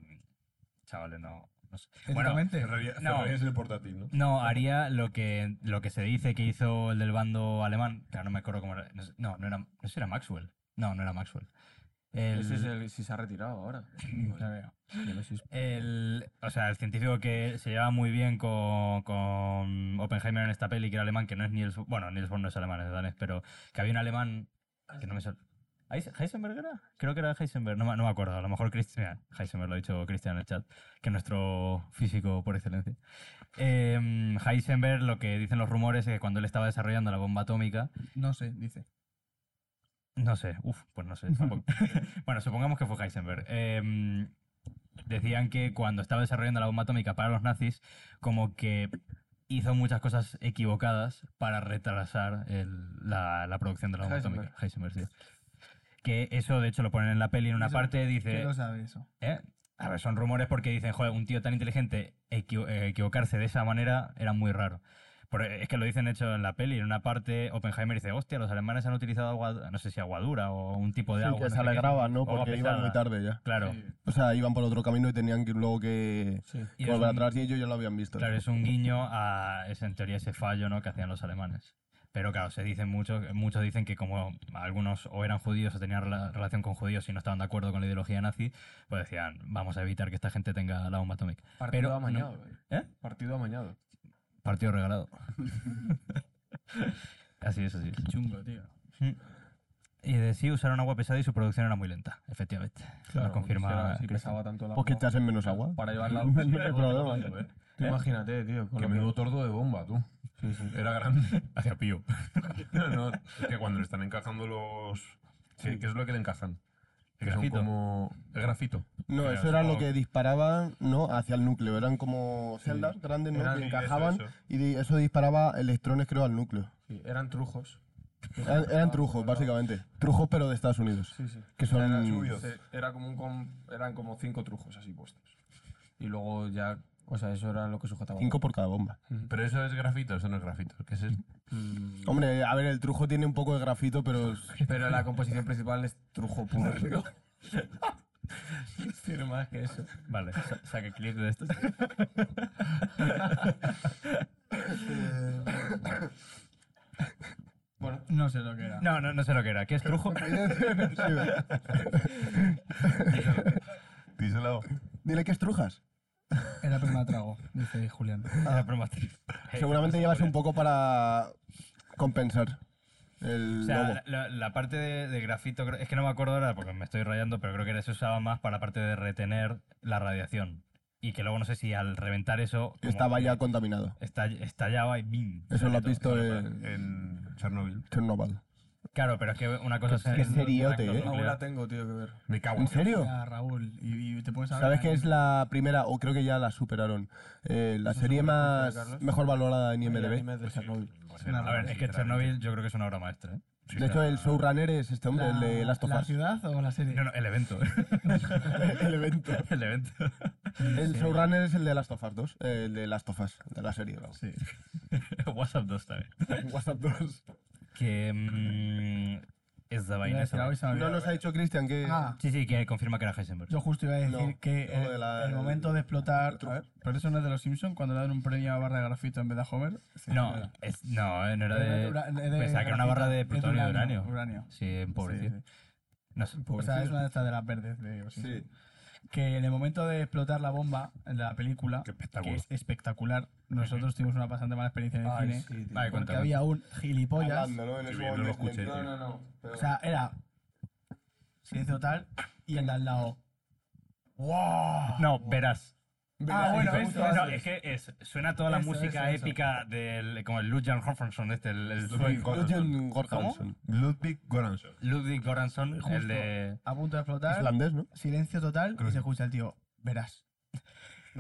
Speaker 2: Chavales, no. No, sé. Bueno,
Speaker 3: Éticamente,
Speaker 5: Cerraría-
Speaker 2: No.
Speaker 5: cerrarías el portátil, ¿no?
Speaker 2: no, haría lo que, lo que se dice que hizo el del bando alemán. Claro, no me acuerdo cómo era. No, sé- no, no era, no sé si era Maxwell. No, no era Maxwell. El-
Speaker 6: Ese es el si se ha retirado ahora.
Speaker 3: ya veo.
Speaker 6: Ya ves, si es-
Speaker 2: El, o sea, el científico que se llevaba muy bien con, con Oppenheimer en esta peli, que era alemán, que no es Niels... Bueno, Niels Bohr no es alemán, es danés, pero que había un alemán que no me sal- ¿Heis- ¿Heisenberg era? Creo que era Heisenberg, no, me- no me acuerdo. A lo mejor Christian, Heisenberg lo ha dicho Christian en el chat, que es nuestro físico por excelencia. Em, Heisenberg, lo que dicen los rumores es que cuando él estaba desarrollando la bomba atómica,
Speaker 3: No sé, dice.
Speaker 2: no sé, uff, pues no sé. tampoco. bueno, supongamos que fue Heisenberg. Em, decían que cuando estaba desarrollando la bomba atómica para los nazis, como que hizo muchas cosas equivocadas para retrasar el- la, la producción de la bomba
Speaker 6: Heisenberg.
Speaker 2: atómica. Heisenberg, sí. Que eso, de hecho, lo ponen en la peli en una
Speaker 3: Eso-
Speaker 2: parte,
Speaker 3: ¿Qué
Speaker 2: dice...
Speaker 3: lo sabe eso?
Speaker 2: ¿eh? A ver, son rumores porque dicen, joder, un tío tan inteligente, equivo- eh, equivocarse de esa manera era muy raro. Pero es que lo dicen hecho en la peli. En una parte, Oppenheimer dice, hostia, los alemanes han utilizado agua, no sé si agua dura o un tipo de
Speaker 4: Sí,
Speaker 2: agua.
Speaker 4: que
Speaker 2: no
Speaker 4: se
Speaker 2: sé qué".
Speaker 4: alegraban, ¿no?
Speaker 2: Agua
Speaker 4: Porque iban
Speaker 2: pesada.
Speaker 4: muy tarde ya.
Speaker 2: Claro.
Speaker 4: O sea, iban por otro camino y tenían que luego que
Speaker 6: Sí.
Speaker 2: Y es
Speaker 4: volver
Speaker 2: un-
Speaker 4: atrás y ellos ya lo habían visto.
Speaker 2: Claro, es un guiño a, es, en teoría, ese fallo ¿no? que hacían los alemanes. Pero claro, se dicen muchos, muchos dicen que como algunos o eran judíos o tenían rela- relación con judíos y no estaban de acuerdo con la ideología nazi, pues decían, vamos a evitar que esta gente tenga la bomba atómica.
Speaker 6: Partido
Speaker 2: Pero no-
Speaker 6: amañado, eh.
Speaker 2: ¿Eh?
Speaker 6: Partido amañado.
Speaker 2: Partido regalado. así es, así es.
Speaker 3: Chungo, tío.
Speaker 2: Y de sí usaron agua pesada y su producción era muy lenta, efectivamente. Lo confirma.
Speaker 6: Si era- si pesaba tanto la
Speaker 4: Pues que
Speaker 6: bomba.
Speaker 4: echasen menos agua.
Speaker 6: Para llevarla
Speaker 4: No hay problema.
Speaker 6: eh. Tú imagínate, tío. Con
Speaker 5: Que
Speaker 6: lo que-
Speaker 5: menudo tordo de bomba, tú. Era grande.
Speaker 2: Hacia Pío.
Speaker 5: No, no, es que cuando le están encajando los... ¿Qué, qué es lo que le encajan?
Speaker 2: El
Speaker 5: Que son
Speaker 2: grafito.
Speaker 5: como... El grafito.
Speaker 4: No, eso era lo que disparaban, ¿no? Hacia el núcleo. Eran como celdas grandes, ¿no?
Speaker 6: Eran-
Speaker 4: que
Speaker 5: sí,
Speaker 4: encajaban
Speaker 5: eso, eso.
Speaker 4: y di- eso disparaba electrones, creo, al núcleo.
Speaker 6: sí, eran trujos.
Speaker 4: Eran, eran trujos, básicamente. Trujos, pero de Estados Unidos.
Speaker 6: Sí, sí.
Speaker 4: Que son...
Speaker 5: chubios.
Speaker 6: Se- era como un com- eran como cinco trujos así puestos. Y luego ya, o sea, eso era lo que sujetaba.
Speaker 4: Cinco por cada bomba.
Speaker 5: Pero eso es grafito, eso no es grafito. ¿Qué es eso?
Speaker 6: Mm,
Speaker 4: Hombre, a ver, el trujo tiene un poco de grafito, pero... es-
Speaker 6: Pero la composición principal es trujo puro. tío. Tiene más que eso.
Speaker 2: Vale, sa- saca clip de esto.
Speaker 3: No sé lo que era.
Speaker 2: No, no, no sé lo que era. ¿Qué es trujo?
Speaker 5: Díselo.
Speaker 4: Dile que es trujas.
Speaker 3: Era permatrago, dice Julián.
Speaker 2: Era Ah, broma. Hey, pues,
Speaker 4: Seguramente llevas un poco para compensar el
Speaker 2: O sea,
Speaker 4: logo.
Speaker 2: la, la- la parte de, de grafito, creo- es que no me acuerdo ahora porque me estoy rayando, pero creo que era- se usaba más para la parte de retener la radiación. Y que luego no sé si al reventar eso. como
Speaker 4: Estaba
Speaker 2: que
Speaker 4: ya contaminado.
Speaker 2: estall- Estallaba y ¡bim!
Speaker 4: Eso lo has
Speaker 2: Todo.
Speaker 4: visto en
Speaker 5: En Chernobyl.
Speaker 4: Chernobyl.
Speaker 2: Claro, pero es que una cosa
Speaker 4: Qué
Speaker 2: es.
Speaker 4: seriote, ¿eh?
Speaker 6: Una abuela tengo, tío, que ver.
Speaker 5: Me cago
Speaker 4: ¿En
Speaker 5: en Dios.
Speaker 4: serio?
Speaker 3: Ah, Raúl, y, y te pones a ver
Speaker 4: ¿Sabes que
Speaker 3: ahí.
Speaker 4: es la primera, o creo que ya la superaron, eh, la
Speaker 6: ¿Eso
Speaker 4: serie
Speaker 6: sobre Juan
Speaker 4: más
Speaker 6: Felipe Carlos?
Speaker 4: mejor valorada en IMDb?
Speaker 6: Anime de Chernobyl.
Speaker 5: Pues
Speaker 3: una
Speaker 5: era
Speaker 2: A ver, es que
Speaker 5: literalmente.
Speaker 2: Chernobyl yo creo que es una obra maestra. ¿eh?
Speaker 4: De hecho, el showrunner es este hombre, el de Last of
Speaker 3: ¿La
Speaker 4: Us.
Speaker 3: ciudad o la serie?
Speaker 2: No, no, el evento.
Speaker 4: El evento.
Speaker 2: el evento.
Speaker 4: El showrunner es el de Last of Us 2, eh, el de Last of Us, de la serie. vamos.
Speaker 2: Sí. WhatsApp 2 también.
Speaker 4: WhatsApp 2.
Speaker 2: Que. mm, es la
Speaker 3: Iba a
Speaker 2: vaina.
Speaker 3: decir
Speaker 2: esa.
Speaker 3: algo y se me
Speaker 4: No
Speaker 3: olvidó.
Speaker 4: nos ha dicho Cristian que...
Speaker 3: Ah,
Speaker 2: Sí, sí, que confirma que era Heisenberg.
Speaker 3: yo justo iba a decir
Speaker 4: No,
Speaker 3: que
Speaker 4: no,
Speaker 3: el,
Speaker 4: de la-
Speaker 3: el momento de explotar.
Speaker 4: truco.
Speaker 3: A ver, pero eso no es de los Simpsons, cuando le dan un premio a barra de grafito en vez de a Homer. Sí,
Speaker 2: No,
Speaker 3: era.
Speaker 2: es- no, eh, no era
Speaker 3: Pero no es
Speaker 2: de.
Speaker 3: ura- es de
Speaker 2: pensaba que era una barra de
Speaker 3: grafito, es
Speaker 2: plutonio y de uranio.
Speaker 3: uranio.
Speaker 2: Sí, empobrecido.
Speaker 3: Sí, sí.
Speaker 2: No sé.
Speaker 3: O sea, es una de estas de las verdes de los
Speaker 4: Sí.
Speaker 3: Simpson. Que en el momento de explotar la bomba, en la película,
Speaker 5: Qué
Speaker 3: que
Speaker 5: espectáculo.
Speaker 3: es espectacular, nosotros tuvimos una bastante mala experiencia
Speaker 6: Ah,
Speaker 3: en el cine.
Speaker 6: ¿eh?
Speaker 2: Vale,
Speaker 3: Porque
Speaker 2: cuéntame.
Speaker 3: había un gilipollas.
Speaker 4: Hablando, Ah, ¿no? En
Speaker 5: Sí,
Speaker 4: ese
Speaker 5: bien,
Speaker 4: momento
Speaker 5: no lo
Speaker 4: de
Speaker 5: escuché,
Speaker 4: silencio.
Speaker 5: tío.
Speaker 6: No, no, no. pero-
Speaker 3: O sea, era silencio total y el de al lado. ¡Wow!
Speaker 2: No, verás.
Speaker 3: Ah, bueno,
Speaker 2: Sí,
Speaker 3: esto,
Speaker 2: no,
Speaker 3: eso
Speaker 2: es que es- suena toda la
Speaker 3: Eso,
Speaker 2: música
Speaker 3: eso, eso.
Speaker 2: épica del. como el Ludjan Hofferson, este, el, el
Speaker 5: Ludwig
Speaker 2: sueco.
Speaker 5: Göransson.
Speaker 4: Gorhamson.
Speaker 5: Ludwig Göransson.
Speaker 2: Ludwig Göransson,
Speaker 3: Justo.
Speaker 2: el de.
Speaker 3: A punto de explotar,
Speaker 4: Islandés, ¿no?
Speaker 3: silencio total y
Speaker 5: Creo-
Speaker 3: se escucha el tío, verás.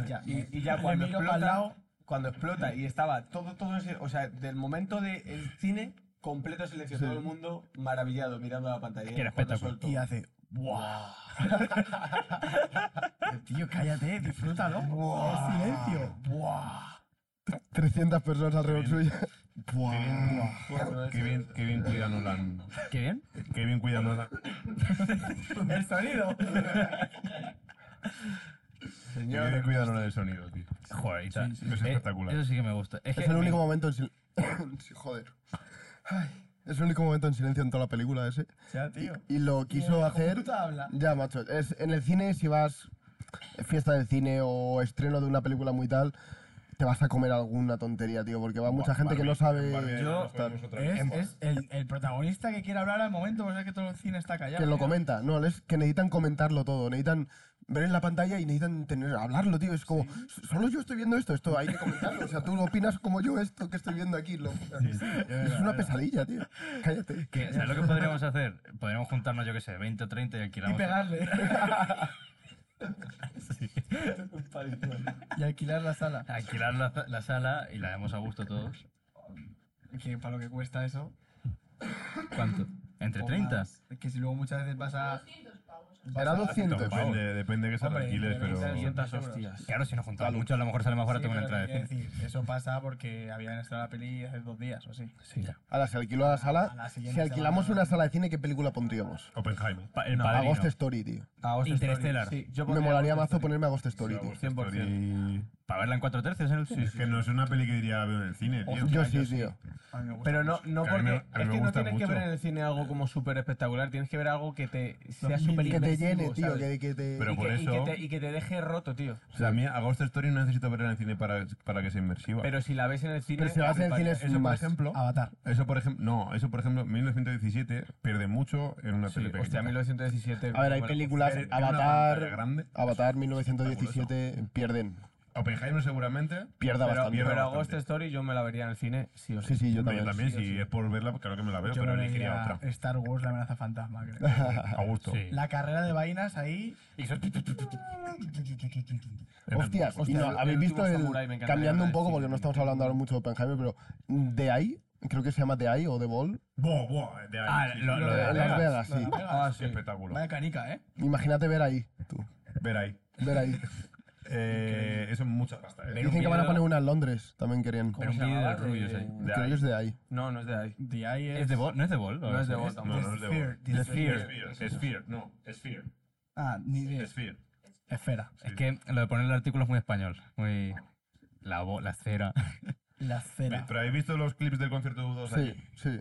Speaker 3: Ya, me-
Speaker 9: Y, y ya
Speaker 3: me
Speaker 9: cuando
Speaker 3: miro pa'l
Speaker 9: explota,
Speaker 3: lado,
Speaker 9: cuando explota y estaba todo, todo ese, o sea, del momento del cine, completo silencio, todo el mundo maravillado mirando la pantalla.
Speaker 2: que era
Speaker 9: Cuando
Speaker 2: espectacular.
Speaker 9: soltó.
Speaker 3: y hace ¡Wow! Tío, cállate, disfrútalo. El silencio. ¡Wow!
Speaker 4: 300 personas alrededor suyo.
Speaker 5: Qué bien- Qué bien, qué bien cuida Nolan.
Speaker 2: ¿Qué bien?
Speaker 5: Qué bien cuida Nolan.
Speaker 3: El sonido.
Speaker 5: Qué bien cuida Nolan del sonido, tío.
Speaker 2: Joder, y tal.
Speaker 5: sí. Es espectacular.
Speaker 2: Eh, Eso sí que me gusta. Es,
Speaker 4: Es
Speaker 2: que
Speaker 4: el
Speaker 2: me-
Speaker 4: único momento en silencio. Joder. Ay, es el único momento en silencio en toda la película ese.
Speaker 3: Ya, tío.
Speaker 4: Y lo quiso hacer.
Speaker 3: Puta habla.
Speaker 4: Ya, macho. Es, en el cine, si vas fiesta del cine o estreno de una película muy tal, te vas a comer alguna tontería, tío, porque va mucha gente que no sabe.
Speaker 5: Yo,
Speaker 3: Es, es el, el protagonista que quiere hablar al momento, pues es que todo el cine está callado.
Speaker 4: que lo
Speaker 3: tío.
Speaker 4: comenta. No, es que necesitan comentarlo todo. Necesitan ver en la pantalla y necesitan tener, hablarlo, tío. Es como, solo yo estoy viendo esto, esto hay que comentarlo. O sea, tú no opinas como yo esto que estoy viendo aquí, loco. es una pesadilla, tío. Cállate.
Speaker 2: que- ¿sabes lo que podríamos hacer? Podríamos juntarnos, yo qué sé, 20 o 30 y
Speaker 3: Y
Speaker 2: alquilamos.
Speaker 3: pegarle. y alquilar la sala.
Speaker 2: Alquilar la, la sala y la damos a gusto todos.
Speaker 3: Que para lo que cuesta eso.
Speaker 2: ¿Cuánto? ¿Entre
Speaker 3: o
Speaker 2: 30?
Speaker 3: más. Que si luego muchas veces vas a.
Speaker 10: 200 pavos.
Speaker 4: Era 200.
Speaker 5: Depende, depende que se
Speaker 3: Hombre,
Speaker 5: alquiles,
Speaker 3: pero
Speaker 5: pero.
Speaker 3: quizás yo-
Speaker 6: 200 hostias.
Speaker 2: Claro, si nos juntamos mucho, a lo mejor sale más barato
Speaker 3: Sí,
Speaker 2: que una
Speaker 3: pero
Speaker 2: entrada de
Speaker 3: te
Speaker 2: cine.
Speaker 3: quiero decir, Eso pasa porque habían estado la peli hace dos días o así.
Speaker 4: Ahora, si alquiló la
Speaker 3: A
Speaker 4: sala,
Speaker 3: la
Speaker 4: si
Speaker 3: siguiente
Speaker 4: alquilamos
Speaker 3: semana.
Speaker 4: una sala de cine, ¿qué película pondríamos?
Speaker 5: Oppenheimer.
Speaker 2: Pa- el padrino.
Speaker 4: Ghost Story, tío.
Speaker 6: A Ghost Story.
Speaker 2: Interestelar.
Speaker 6: Ah, Sí, yo
Speaker 4: Me
Speaker 6: pondría
Speaker 4: molaría
Speaker 6: Ghost
Speaker 4: mazo
Speaker 6: Story.
Speaker 4: ponerme a Ghost Story, tío.
Speaker 6: 100%.
Speaker 5: Y-
Speaker 2: Para verla en cuatro tercios en el cine.
Speaker 5: Es que no es una peli que diría veo en el cine, tío.
Speaker 4: Yo sí, tío.
Speaker 3: A mí me gusta.
Speaker 6: Pero no, no
Speaker 5: Que a mí me-
Speaker 6: porque.
Speaker 5: a mí
Speaker 6: Es
Speaker 5: me
Speaker 6: que no
Speaker 5: gusta
Speaker 6: tienes que
Speaker 5: mucho.
Speaker 6: ver en el cine algo como súper espectacular. Tienes que ver algo que te sea súper
Speaker 4: Que te llene,
Speaker 6: inmersivo,
Speaker 4: tío.
Speaker 6: ¿sabes?
Speaker 4: Que, que te...
Speaker 5: Pero
Speaker 6: y,
Speaker 5: por
Speaker 6: que, y que
Speaker 5: eso-
Speaker 6: te, y que te deje roto, tío.
Speaker 5: O sea, a mí a Ghost Story no necesito verla en el cine para, para que sea inmersiva.
Speaker 6: Pero si la ves en el cine.
Speaker 4: Pero si la vas en el cine es
Speaker 5: eso, por
Speaker 4: más.
Speaker 5: ejemplo,
Speaker 4: Avatar.
Speaker 5: Eso, por ejemplo, no, eso, por ejemplo, 1917 pierde mucho en una
Speaker 6: Sí,
Speaker 5: tele pequeñita.
Speaker 6: hostia, 1917.
Speaker 4: A ver, hay
Speaker 6: bueno, pues,
Speaker 4: películas.
Speaker 5: Pero en una pantalla
Speaker 4: Avatar.
Speaker 5: grande.
Speaker 4: Avatar 1917 pierden.
Speaker 5: Oppenheimer seguramente.
Speaker 4: Pierda
Speaker 6: Pero,
Speaker 4: bastante.
Speaker 5: mierda
Speaker 6: pero a
Speaker 5: bastante.
Speaker 6: Ghost Story yo me la vería en el cine, sí o sí.
Speaker 4: Sí, sí, yo
Speaker 5: Hombre, Yo
Speaker 4: también.
Speaker 5: también, si es por verla, claro que me la veo,
Speaker 3: Yo
Speaker 5: pero
Speaker 3: me
Speaker 5: elegiría
Speaker 3: vería
Speaker 5: otra.
Speaker 3: Star Wars, la amenaza fantasma, creo.
Speaker 5: A gusto.
Speaker 2: Sí.
Speaker 3: La carrera de vainas ahí.
Speaker 2: Y son-
Speaker 4: Hostias, y no,
Speaker 6: el
Speaker 4: habéis visto
Speaker 6: último
Speaker 4: el.
Speaker 6: samurái, me encantaría
Speaker 4: Cambiando un
Speaker 6: verla,
Speaker 4: poco,
Speaker 6: sí.
Speaker 4: porque no estamos hablando ahora mucho de Oppenheimer, pero. De ahí, creo que se llama The Eye o The Ball.
Speaker 5: Buah, buah, de ahí,
Speaker 2: Ah,
Speaker 5: sí,
Speaker 2: lo-
Speaker 5: sí.
Speaker 2: lo de
Speaker 4: En Las Vegas,
Speaker 3: Las
Speaker 4: sí.
Speaker 3: Vegas.
Speaker 6: Ah, sí.
Speaker 5: Espectáculo.
Speaker 3: Vaya canica, ¿eh?
Speaker 4: Imagínate ver ahí, tú.
Speaker 5: Ver ahí.
Speaker 4: Ver ahí.
Speaker 5: Eh, eso es mucha pasta. eh.
Speaker 2: Ver un
Speaker 4: Dicen que van a
Speaker 2: vídeo-
Speaker 4: poner una en Londres, también querían.
Speaker 2: Pero un
Speaker 6: se
Speaker 2: vídeo de
Speaker 6: llamaba?
Speaker 2: rubios
Speaker 6: Eh,
Speaker 2: ahí.
Speaker 6: de
Speaker 4: Creo que es de ahí.
Speaker 6: No, no es de ahí.
Speaker 3: The Eye es.
Speaker 2: ¿Es de Ball? ¿No es de Ball?
Speaker 6: No es de Ball
Speaker 5: No,
Speaker 6: tampoco.
Speaker 5: no es de
Speaker 3: Sphere,
Speaker 5: Ball.
Speaker 3: The Sphere.
Speaker 5: Sphere, Sphere, no, Sphere.
Speaker 3: Ah, ni idea.
Speaker 5: Sphere.
Speaker 3: Esfera.
Speaker 2: Es que lo de poner el artículo es muy español. Muy... La, bo- la esfera.
Speaker 3: La esfera.
Speaker 5: Pero habéis visto los clips del concierto de U2
Speaker 4: Sí,
Speaker 5: aquí.
Speaker 4: sí.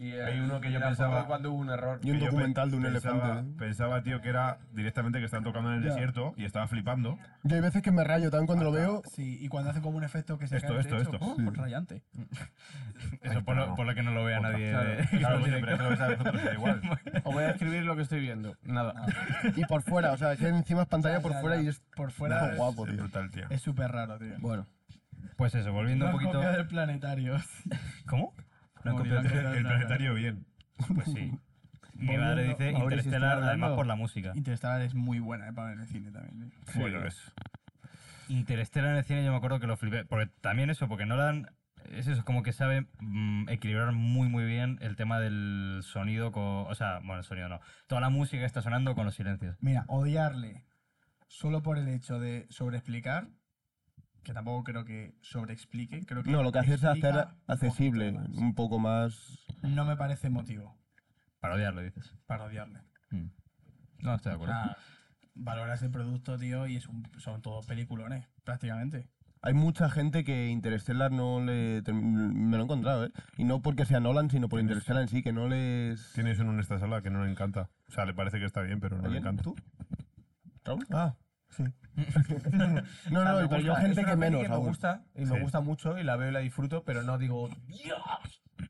Speaker 6: Y
Speaker 5: Hay uno que yo
Speaker 6: la foto
Speaker 5: pensaba-
Speaker 6: de cuando hubo un error.
Speaker 4: Y un
Speaker 5: Que yo
Speaker 4: documental de un
Speaker 5: pe- pensaba-
Speaker 4: elefante.
Speaker 5: Pensaba, tío, que era directamente que están tocando en el
Speaker 4: Ya.
Speaker 5: desierto y estaba flipando.
Speaker 4: Yo hay veces que me rayo también cuando lo veo.
Speaker 3: Sí, y cuando hacen como un efecto que se
Speaker 5: Esto,
Speaker 3: cae el
Speaker 5: esto,
Speaker 3: techo,
Speaker 5: esto.
Speaker 3: ¡oh,
Speaker 5: Sí.
Speaker 3: pues rayante.
Speaker 2: Eso por lo, por lo que no lo vea
Speaker 5: Otra.
Speaker 2: nadie.
Speaker 5: Claro,
Speaker 2: de-
Speaker 5: claro,
Speaker 2: los
Speaker 4: pues
Speaker 5: coño, pero es Eh, que lo ves a vosotros, da igual.
Speaker 6: Os voy a escribir lo que estoy viendo. Nada.
Speaker 4: Y por fuera, o sea, que encima es pantalla por
Speaker 3: Ya, ya,
Speaker 4: fuera
Speaker 3: ya.
Speaker 4: y es
Speaker 3: Por fuera
Speaker 4: Nah,
Speaker 3: es-
Speaker 4: guapo,
Speaker 5: Es
Speaker 4: tío.
Speaker 5: brutal, tío.
Speaker 3: es súper raro, tío.
Speaker 6: Bueno.
Speaker 2: Pues eso, volviendo un
Speaker 3: Una
Speaker 2: poquito.
Speaker 3: copia del planetario.
Speaker 2: ¿Cómo? Lo han
Speaker 3: Mauri,
Speaker 2: copiado
Speaker 3: lo han
Speaker 2: del-
Speaker 3: copiado
Speaker 5: El planetario bien.
Speaker 2: Pues sí. Mi madre
Speaker 3: Volviendo-
Speaker 2: dice
Speaker 6: Mauri, si estoy
Speaker 2: Interstellar, además
Speaker 6: hablando-
Speaker 2: por la música.
Speaker 3: Interstellar es muy buena eh, para ver en el cine también. tío.
Speaker 5: Sí, lo es.
Speaker 2: Interstellar en el cine yo me acuerdo que lo flipé. Porque también eso, porque Nolan es eso, como que sabe mm, equilibrar muy muy bien el tema del sonido con... O sea, bueno, el sonido no. Toda la música que está sonando con los silencios.
Speaker 3: Mira, odiarle solo por el hecho de sobreexplicar, que tampoco creo que sobreexplique, creo que
Speaker 4: No, lo que hace es
Speaker 3: explica
Speaker 4: hacer
Speaker 3: un
Speaker 4: accesible,
Speaker 3: poquito más.
Speaker 4: un poco más.
Speaker 3: No me parece motivo
Speaker 2: Para odiarlo, dices.
Speaker 3: para odiarle.
Speaker 2: Mm. No, estoy de
Speaker 3: O
Speaker 2: acuerdo.
Speaker 3: sea, valoras el producto, tío, y es un- son todos peliculones, prácticamente.
Speaker 4: Hay mucha gente que Interstellar no le. termi- Me lo he encontrado, ¿eh? Y no porque sea Nolan, sino por
Speaker 5: Tienes-
Speaker 4: Interstellar en sí, que no les.
Speaker 5: Tienes uno en esta sala que no le encanta. O sea, le parece que está bien, pero no le
Speaker 4: ¿Alguien?
Speaker 5: encanta.
Speaker 4: ¿Tú? ¿Raúl? Ah, sí. no,
Speaker 6: O sea,
Speaker 4: no,
Speaker 6: me
Speaker 4: pero yo
Speaker 6: gusta.
Speaker 4: gente
Speaker 6: Es una
Speaker 4: que
Speaker 6: peli
Speaker 4: menos.
Speaker 6: me
Speaker 4: aún.
Speaker 6: gusta y me
Speaker 5: Sí.
Speaker 6: gusta mucho y la veo y la disfruto, pero no digo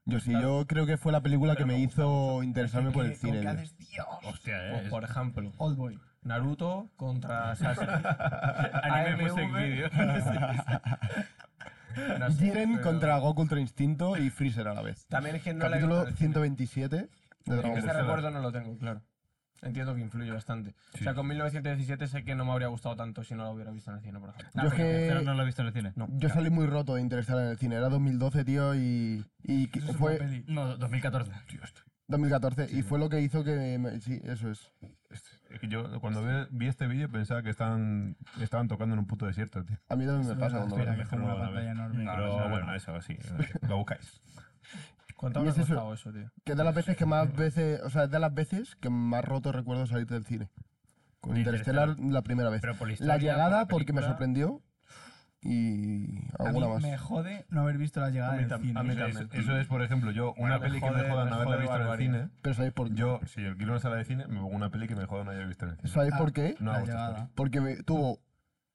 Speaker 4: Yo sí, yo creo que fue la película que me hizo interesarme por el
Speaker 11: ¿Con
Speaker 4: cine.
Speaker 11: qué
Speaker 4: tío.
Speaker 11: haces, Dios?
Speaker 2: Hostia, eh.
Speaker 6: Pues, por ejemplo,
Speaker 3: Old Boy.
Speaker 6: Naruto contra Sasuke.
Speaker 2: Anime
Speaker 6: AMV.
Speaker 2: Music Video.
Speaker 6: No sé,
Speaker 4: Jiren
Speaker 6: pero-
Speaker 4: contra Goku Ultra Instinto y Freezer a la vez.
Speaker 6: También es que no la he
Speaker 4: Capítulo
Speaker 6: visto en el cine.
Speaker 4: 127 de
Speaker 6: Es que
Speaker 4: Dragon
Speaker 6: Ese
Speaker 4: Ball.
Speaker 6: recuerdo no lo tengo, claro. Entiendo que influye bastante. O sea, con 1917 sé que no me habría gustado tanto si no lo hubiera visto en el cine, por ejemplo.
Speaker 4: Yo es
Speaker 2: Pero
Speaker 4: que
Speaker 2: no lo he visto en el cine.
Speaker 4: yo salí muy roto de interesar en el cine. Era 2012, tío, y, y
Speaker 3: Eso es una
Speaker 4: fue
Speaker 3: peli.
Speaker 2: No, 2014.
Speaker 4: 2014 y fue lo que hizo que me- sí, eso es.
Speaker 5: Es que Yo cuando ve- vi, este vídeo pensaba que estaban, estaban tocando en un puto desierto, tío.
Speaker 4: A mí también me pasa cuando
Speaker 3: Espera,
Speaker 4: veo.
Speaker 3: que es como una
Speaker 5: no lo van a
Speaker 3: pantalla
Speaker 5: ver.
Speaker 3: enorme.
Speaker 2: No,
Speaker 3: Ah,
Speaker 5: Pero
Speaker 2: no, no.
Speaker 5: bueno, eso sí, lo buscáis.
Speaker 6: ¿Cuánto
Speaker 4: Y
Speaker 6: me ha
Speaker 4: es eso.
Speaker 6: costado eso, tío?
Speaker 4: Que es de las veces que más veces, o sea, es de las veces que más roto recuerdo salir del cine. Con
Speaker 2: De
Speaker 4: Interstellar
Speaker 2: Interstellar.
Speaker 4: la primera vez.
Speaker 2: Pero por la historia,
Speaker 4: La llegada
Speaker 2: por la
Speaker 4: porque me
Speaker 2: película,
Speaker 4: sorprendió y
Speaker 3: A mí
Speaker 4: alguna más.
Speaker 3: me jode no haber visto la llegada
Speaker 6: A mí
Speaker 3: del
Speaker 6: tam-
Speaker 3: cine.
Speaker 6: a mí
Speaker 5: O sea,
Speaker 6: también.
Speaker 5: es- Eso es, por ejemplo, yo, una
Speaker 6: me
Speaker 5: peli que
Speaker 6: jode-
Speaker 5: me joda
Speaker 6: me
Speaker 5: no haberla
Speaker 6: jode
Speaker 5: visto en el
Speaker 6: barbaridad.
Speaker 5: cine.
Speaker 4: Pero sabéis por qué.
Speaker 5: Yo, si alquilo una sala de cine, me pongo una peli que me joda no haber visto en el cine.
Speaker 4: ¿Sabéis por qué?
Speaker 5: No
Speaker 3: la
Speaker 5: hago estas
Speaker 3: llegada.
Speaker 5: pelis.
Speaker 4: Porque me- tuvo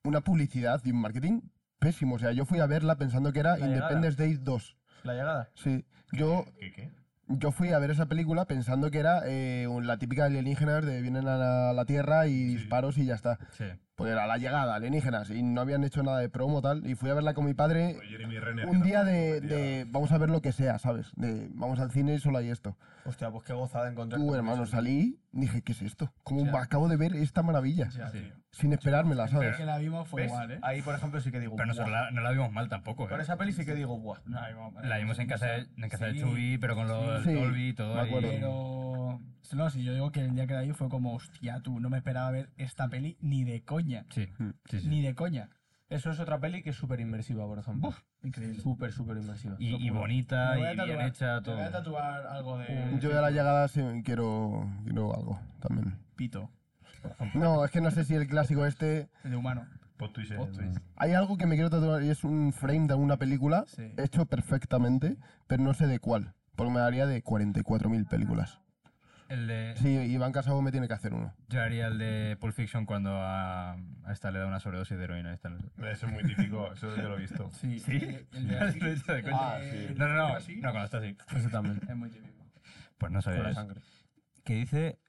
Speaker 4: una publicidad y un marketing pésimo. O sea, yo fui a verla pensando que era
Speaker 6: La
Speaker 4: Independence Day 2.
Speaker 6: ¿La llegada?
Speaker 4: Sí. Yo,
Speaker 5: ¿Qué qué?
Speaker 4: yo fui a ver esa película pensando que era eh, un- la típica alienígena de vienen a la, la Tierra y disparos y ya está.
Speaker 2: Sí.
Speaker 4: Pues era la llegada, alienígenas, y no habían hecho nada de promo tal. Y fui a verla con mi padre
Speaker 5: Jeremy Renner.
Speaker 4: un día de, de vamos a ver lo que sea, ¿sabes? De vamos al cine y solo hay esto.
Speaker 6: Hostia, pues qué gozada encontrar.
Speaker 4: Tú, hermano, salí, dije, ¿qué es esto? ¿Cómo acabo de ver esta maravilla?
Speaker 3: Ya,
Speaker 2: Sí.
Speaker 3: tío.
Speaker 4: Sin esperármela, ¿sabes?
Speaker 3: Que la vimos fue
Speaker 6: ¿Ves?
Speaker 3: igual, ¿eh?
Speaker 6: Ahí, por ejemplo, sí que digo.
Speaker 2: Pero nosotros
Speaker 6: "Buah".
Speaker 2: la- no la vimos mal tampoco.
Speaker 6: Con
Speaker 2: ¿eh?
Speaker 6: esa peli sí que digo, buah.
Speaker 4: eh.
Speaker 3: No, la vimos-
Speaker 2: La vimos en casa de, en casa de
Speaker 3: Sí,
Speaker 2: Chubby, pero con los
Speaker 4: Sí,
Speaker 2: Dolby y todo.
Speaker 4: me acuerdo.
Speaker 2: y-
Speaker 3: Pero. No, si yo digo que el día que la vi fue como, hostia, tú, no me esperaba ver esta peli ni de coña.
Speaker 2: Sí, sí, sí.
Speaker 3: Ni de coña.
Speaker 6: Eso es otra peli que es súper inmersiva, por ejemplo.
Speaker 3: Increíble.
Speaker 6: Súper, súper inmersiva.
Speaker 2: Y, y
Speaker 6: Locura.
Speaker 2: bonita,
Speaker 3: Me voy a
Speaker 2: y bien
Speaker 3: tatuar-
Speaker 2: hecha,
Speaker 3: me voy a
Speaker 2: todo.
Speaker 3: tatuar algo de.
Speaker 6: Un-
Speaker 4: Yo de la llegada sí, quiero, quiero algo también.
Speaker 3: Pito.
Speaker 4: No, es que no sé si el clásico este...
Speaker 3: El de humano.
Speaker 5: Plot twist ¿eh? en-
Speaker 3: Plot twist.
Speaker 4: Hay algo que me quiero tatuar y es un frame de alguna película
Speaker 3: Sí.
Speaker 4: hecho perfectamente, pero no sé de cuál. Porque me daría de 44.000 películas.
Speaker 2: El de,
Speaker 4: Sí, Iván Casado me tiene que hacer uno.
Speaker 2: Yo haría el de Pulp Fiction cuando a, a esta le da una sobredosis de heroína. a Esta, no sé.
Speaker 5: Eso es muy típico, eso yo lo he visto.
Speaker 3: Sí.
Speaker 2: ¿Sí?
Speaker 3: El
Speaker 2: Lo he
Speaker 3: de.
Speaker 2: hecho de coña.
Speaker 3: Ah, sí.
Speaker 2: No, no, no.
Speaker 3: ¿Así?
Speaker 2: No, cuando está así.
Speaker 6: Eso también.
Speaker 3: Es muy típico.
Speaker 2: Pues no
Speaker 6: Con
Speaker 2: sabía
Speaker 6: la
Speaker 2: eso.
Speaker 6: sangre.
Speaker 2: Que dice.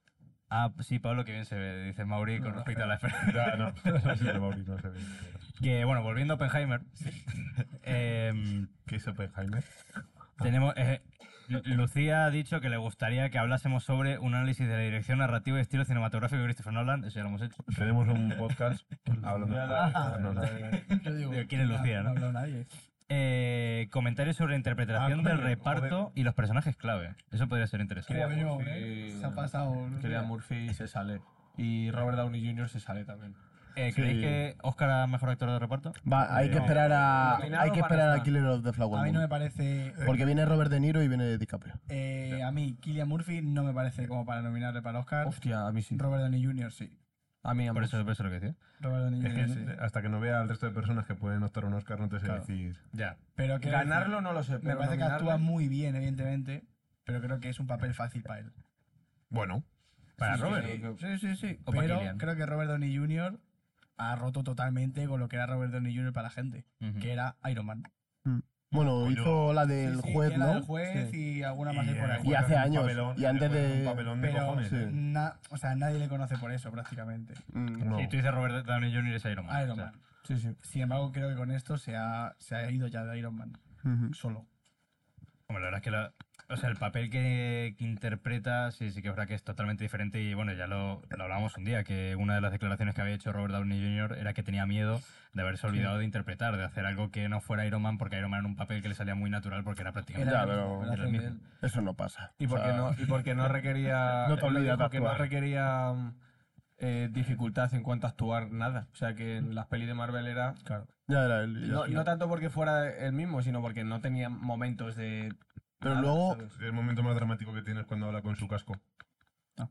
Speaker 2: Ah, sí, Pablo, que bien se ve, dice Mauri con respecto a la esperanza.
Speaker 5: Ya, no, no sé, Mauri, no sé.
Speaker 2: Que bueno, volviendo a Oppenheimer. em,
Speaker 5: ¿Qué es Oppenheimer?
Speaker 2: Tenemos. eh, Lu- Lucía ha dicho que le gustaría que hablásemos sobre un análisis de la dirección narrativa y estilo cinematográfico de Christopher Nolan. Eso ya lo hemos hecho.
Speaker 5: Tenemos un podcast hablando de no, no.
Speaker 3: Yo digo.
Speaker 2: Digo, ¿quién es Lucía,
Speaker 3: No ha
Speaker 2: no?
Speaker 3: hablado nadie.
Speaker 2: Eh, comentarios sobre interpretación
Speaker 5: Ah,
Speaker 2: del
Speaker 5: coño,
Speaker 2: reparto y los personajes clave. Eso podría ser interesante.
Speaker 6: Cillian
Speaker 3: Coño,
Speaker 6: Murphy-
Speaker 3: ¿eh? Se ha pasado, ¿no?
Speaker 6: Cillian Murphy se sale. Y Robert Downey Jr. se sale también.
Speaker 2: Eh, ¿Creéis que Oscar era mejor actor de reparto?
Speaker 4: Va, hay que esperar a,
Speaker 6: Nominado
Speaker 4: hay que
Speaker 6: para
Speaker 4: esperar a
Speaker 6: estar.
Speaker 4: Killer of the Flower
Speaker 3: A mí
Speaker 4: Moon.
Speaker 3: no me parece.
Speaker 4: Porque viene Robert De Niro y viene DiCaprio.
Speaker 3: eh, a mí, Killian Murphy no me parece como para nominarle para Oscar.
Speaker 6: Hostia, a mí sí.
Speaker 3: Robert Downey Jr. sí.
Speaker 6: A mí
Speaker 2: Por
Speaker 6: ambos.
Speaker 2: eso, por eso lo que decía.
Speaker 3: Robert Downey
Speaker 5: Es
Speaker 3: Jr.
Speaker 5: que
Speaker 3: sí.
Speaker 5: hasta que no vea al resto de personas que pueden optar a un Oscar, no te sé
Speaker 2: Claro.
Speaker 5: decir.
Speaker 2: Ya.
Speaker 3: Pero que
Speaker 6: Ganarlo no lo sé.
Speaker 3: Me
Speaker 6: pero
Speaker 3: parece que
Speaker 6: nominarle-
Speaker 3: actúa muy bien, evidentemente, pero creo que es un papel fácil para él.
Speaker 5: Bueno,
Speaker 2: Para Robert.
Speaker 6: Sí,
Speaker 3: Sí,
Speaker 6: que-
Speaker 3: sí, sí.
Speaker 2: O para
Speaker 3: pero
Speaker 2: Killian.
Speaker 3: creo que Robert Downey Jr. ha roto totalmente con lo que era Robert Downey Jr. para la gente,
Speaker 2: Ujú.
Speaker 3: que era Iron Man.
Speaker 4: Bueno, hizo la del
Speaker 3: Sí, sí,
Speaker 4: juez,
Speaker 3: que era
Speaker 4: ¿no?
Speaker 3: El juez y alguna más
Speaker 5: Y eh,
Speaker 3: de por
Speaker 5: el
Speaker 3: ahí.
Speaker 4: Y
Speaker 5: juez
Speaker 4: hace
Speaker 5: es un
Speaker 4: años,
Speaker 5: papelón, eh,
Speaker 4: y antes
Speaker 5: le ponen
Speaker 4: de-
Speaker 5: Un papelón de
Speaker 3: Pero,
Speaker 5: cojones.
Speaker 4: sí.
Speaker 3: na- o sea, nadie le conoce por eso, prácticamente.
Speaker 4: Mm,
Speaker 5: No.
Speaker 2: Y tú dices Robert Downey Jr. es Iron Man.
Speaker 3: Iron
Speaker 2: O sea,
Speaker 3: Man.
Speaker 6: Sí, sí.
Speaker 3: Sin embargo, creo que con esto se ha, se ha ido ya de Iron Man.
Speaker 4: ujú.
Speaker 3: Solo.
Speaker 2: Hombre, la verdad es que la- o sea, el papel que, que interpreta sí, sí que es verdad que es totalmente diferente y bueno, ya lo, lo hablábamos un día, que una de las declaraciones que había hecho Robert Downey Jr. era que tenía miedo de haberse olvidado de interpretar, de hacer algo que no fuera Iron Man, porque Iron Man era un papel que le salía muy natural porque era prácticamente...
Speaker 4: Ya,
Speaker 3: el mismo, era
Speaker 4: pero-
Speaker 2: Era el
Speaker 3: hacer de
Speaker 2: mismo.
Speaker 3: él.
Speaker 4: Eso no pasa.
Speaker 6: Y porque,
Speaker 4: O sea,
Speaker 6: no, y porque no requería.
Speaker 4: No te
Speaker 6: él lo
Speaker 4: olvidas de
Speaker 6: dijo que no
Speaker 4: actuar.
Speaker 6: requería mm, eh, dificultad en cuanto a actuar nada. O sea que en las pelis de Marvel era.
Speaker 4: Ya era él. y ya
Speaker 6: No,
Speaker 4: está.
Speaker 6: no tanto porque fuera el mismo, sino porque no tenía momentos de.
Speaker 4: Pero
Speaker 6: nada,
Speaker 4: luego-
Speaker 6: ¿sabes?
Speaker 5: El momento más dramático que tienes cuando habla con su casco.
Speaker 3: Ah.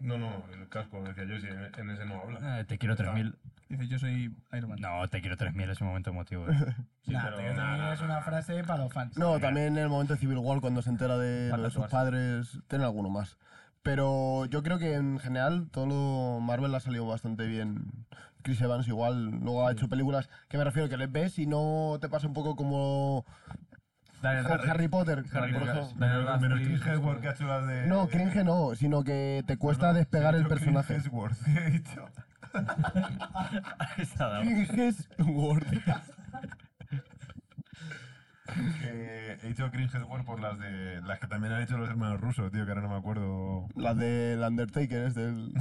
Speaker 5: No, no, el casco, decía yo, si en, en ese no habla.
Speaker 2: Eh, te quiero 3.000.
Speaker 3: Dice, yo soy Iron Man.
Speaker 2: No, te quiero 3.000 es un momento emotivo. eh.
Speaker 5: Sí,
Speaker 3: Nah,
Speaker 5: pero-
Speaker 3: te- es una frase para los fans.
Speaker 4: No, también en el momento de Civil War, cuando se entera de, lo
Speaker 6: Falta
Speaker 4: de sus
Speaker 6: actuarse.
Speaker 4: padres, tiene alguno más. Pero yo creo que en general todo lo Marvel ha salido bastante bien. Chris Evans igual, luego ha hecho películas que me refiero que les ves y no te pasa un poco como
Speaker 2: Daniel
Speaker 4: Harry,
Speaker 2: Radcliffe.
Speaker 4: Potter.
Speaker 2: Harry
Speaker 4: por
Speaker 2: Potter.
Speaker 4: eso.
Speaker 2: Daniel
Speaker 5: Menos, menos
Speaker 2: Radcliffe.
Speaker 5: Chris Hemsworth que ha hecho las de...
Speaker 4: No, cringe no, sino que te cuesta
Speaker 5: Eh, No, no,
Speaker 4: despegar
Speaker 5: he
Speaker 4: el
Speaker 5: dicho Chris
Speaker 4: personaje.
Speaker 5: Hemsworth, he dicho.
Speaker 2: Ahí se ha dado.
Speaker 5: Que eh, he dicho Chris Hemsworth por las de las que también han hecho los hermanos rusos, tío, que ahora no me acuerdo.
Speaker 4: Las del Undertaker, es del.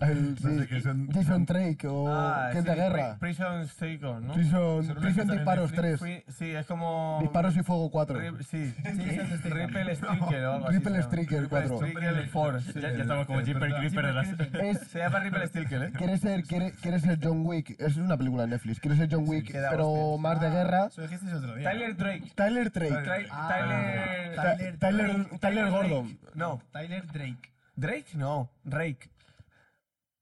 Speaker 4: el-
Speaker 5: No sé
Speaker 4: sí,
Speaker 5: qué son-
Speaker 4: Jason Drake o.
Speaker 6: Ah,
Speaker 4: que es de
Speaker 6: sí,
Speaker 4: Oh, guerra.
Speaker 6: Pri- Prison Takeover, ¿no?
Speaker 4: Prison,
Speaker 5: Son unas
Speaker 4: Prison
Speaker 5: que salen en
Speaker 4: Disparos
Speaker 5: Netflix,
Speaker 4: 3.
Speaker 6: Fui- Sí, es como.
Speaker 4: Disparos y Fuego 4.
Speaker 6: Rip- Sí, Ripple Stricker o algo así.
Speaker 4: Triple
Speaker 6: se llama.
Speaker 4: Stricker 4.
Speaker 6: Stricker 4. sí.
Speaker 2: Ya, ya estamos como Jipper Creeper de las...
Speaker 4: Es,
Speaker 6: ¿eh? Se llama Ripple Stricker, ¿eh?
Speaker 4: quiere, ser, quiere, quiere ser John Wick. Es una película de Netflix. Quiere ser John Wick,
Speaker 6: que da
Speaker 4: pero
Speaker 6: hostias.
Speaker 4: más de guerra.
Speaker 3: Eso dijiste otro día.
Speaker 6: Tyler Drake.
Speaker 4: Tyler Drake.
Speaker 6: Tra- Tyler.
Speaker 4: Ta-
Speaker 3: Tyler-
Speaker 4: Ah, Tyler, Tyler Gordon.
Speaker 6: No,
Speaker 3: Tyler Drake.
Speaker 6: Drake no, Drake.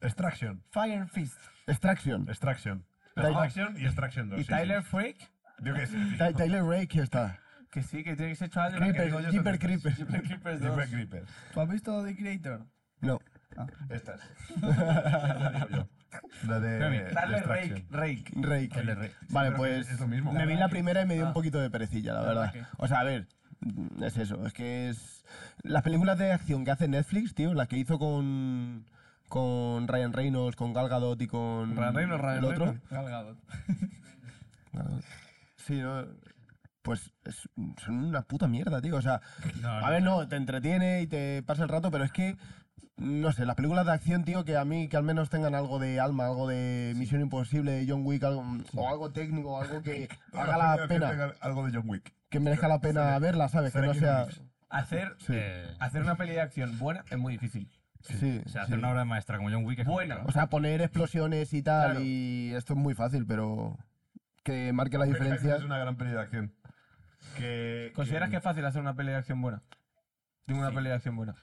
Speaker 5: Extraction.
Speaker 3: Fire Fist.
Speaker 4: Extraction.
Speaker 5: Extraction.
Speaker 4: Tyler-
Speaker 5: Extraction y Extraction 2.
Speaker 6: ¿Y
Speaker 5: sí,
Speaker 6: Tyler
Speaker 5: sí.
Speaker 6: Freak?
Speaker 5: Yo qué sé.
Speaker 4: Ty- Tyler Drake está.
Speaker 6: Que sí, que tiene que ser chaval de
Speaker 4: Creeper,
Speaker 5: yo
Speaker 4: Jeepers
Speaker 5: soy-
Speaker 4: Creepers.
Speaker 6: Jeepers Creepers
Speaker 5: Jipper
Speaker 6: 2.
Speaker 5: Creeper.
Speaker 3: ¿Tú has visto The Creator?
Speaker 4: No.
Speaker 5: Estas. La digo yo. La de. de
Speaker 6: Tyler Drake,
Speaker 5: Extraction.
Speaker 6: Drake.
Speaker 4: Drake. Vale, pues
Speaker 5: es lo mismo.
Speaker 4: me vi la primera y me dio
Speaker 6: Ah.
Speaker 4: un poquito de perecilla, la verdad. O sea, a ver, mm, es eso, es que es... Las películas de acción que hace Netflix, tío, las que hizo con, con Ryan Reynolds, con Gal Gadot y con...
Speaker 6: Ryan Reynolds, Ryan
Speaker 4: el otro.
Speaker 6: Reynolds.
Speaker 3: Galgado.
Speaker 4: Sí, ¿no? Pues es- son una puta mierda, tío. O sea,
Speaker 2: No,
Speaker 4: a ver, no, te entretiene y te pasa el rato, pero es que... No sé, las películas de acción, tío, que a mí que al menos tengan algo de alma, algo de Misión Imposible, John Wick, algo- o algo técnico, algo que haga la
Speaker 5: Que
Speaker 4: pena.
Speaker 5: tenga Algo de John Wick.
Speaker 4: que merezca la pena verla, ¿sabes? Que
Speaker 5: será
Speaker 4: no
Speaker 5: que
Speaker 4: sea.
Speaker 5: Netflix.
Speaker 6: Hacer,
Speaker 4: Sí.
Speaker 2: Eh,
Speaker 6: hacer una peli de acción buena es muy difícil.
Speaker 4: sí,
Speaker 2: o sea,
Speaker 4: sí.
Speaker 2: hacer una obra maestra como John Wick es
Speaker 6: Buena.
Speaker 2: complicado.
Speaker 4: O sea, poner explosiones y tal,
Speaker 6: Claro.
Speaker 4: y esto es muy fácil, pero que marque la
Speaker 5: Esa
Speaker 4: diferencia.
Speaker 5: Es una gran peli de acción. Que,
Speaker 6: ¿Consideras que es fácil hacer una peli de acción buena? Tengo una
Speaker 3: Sí.
Speaker 6: peli de acción buena.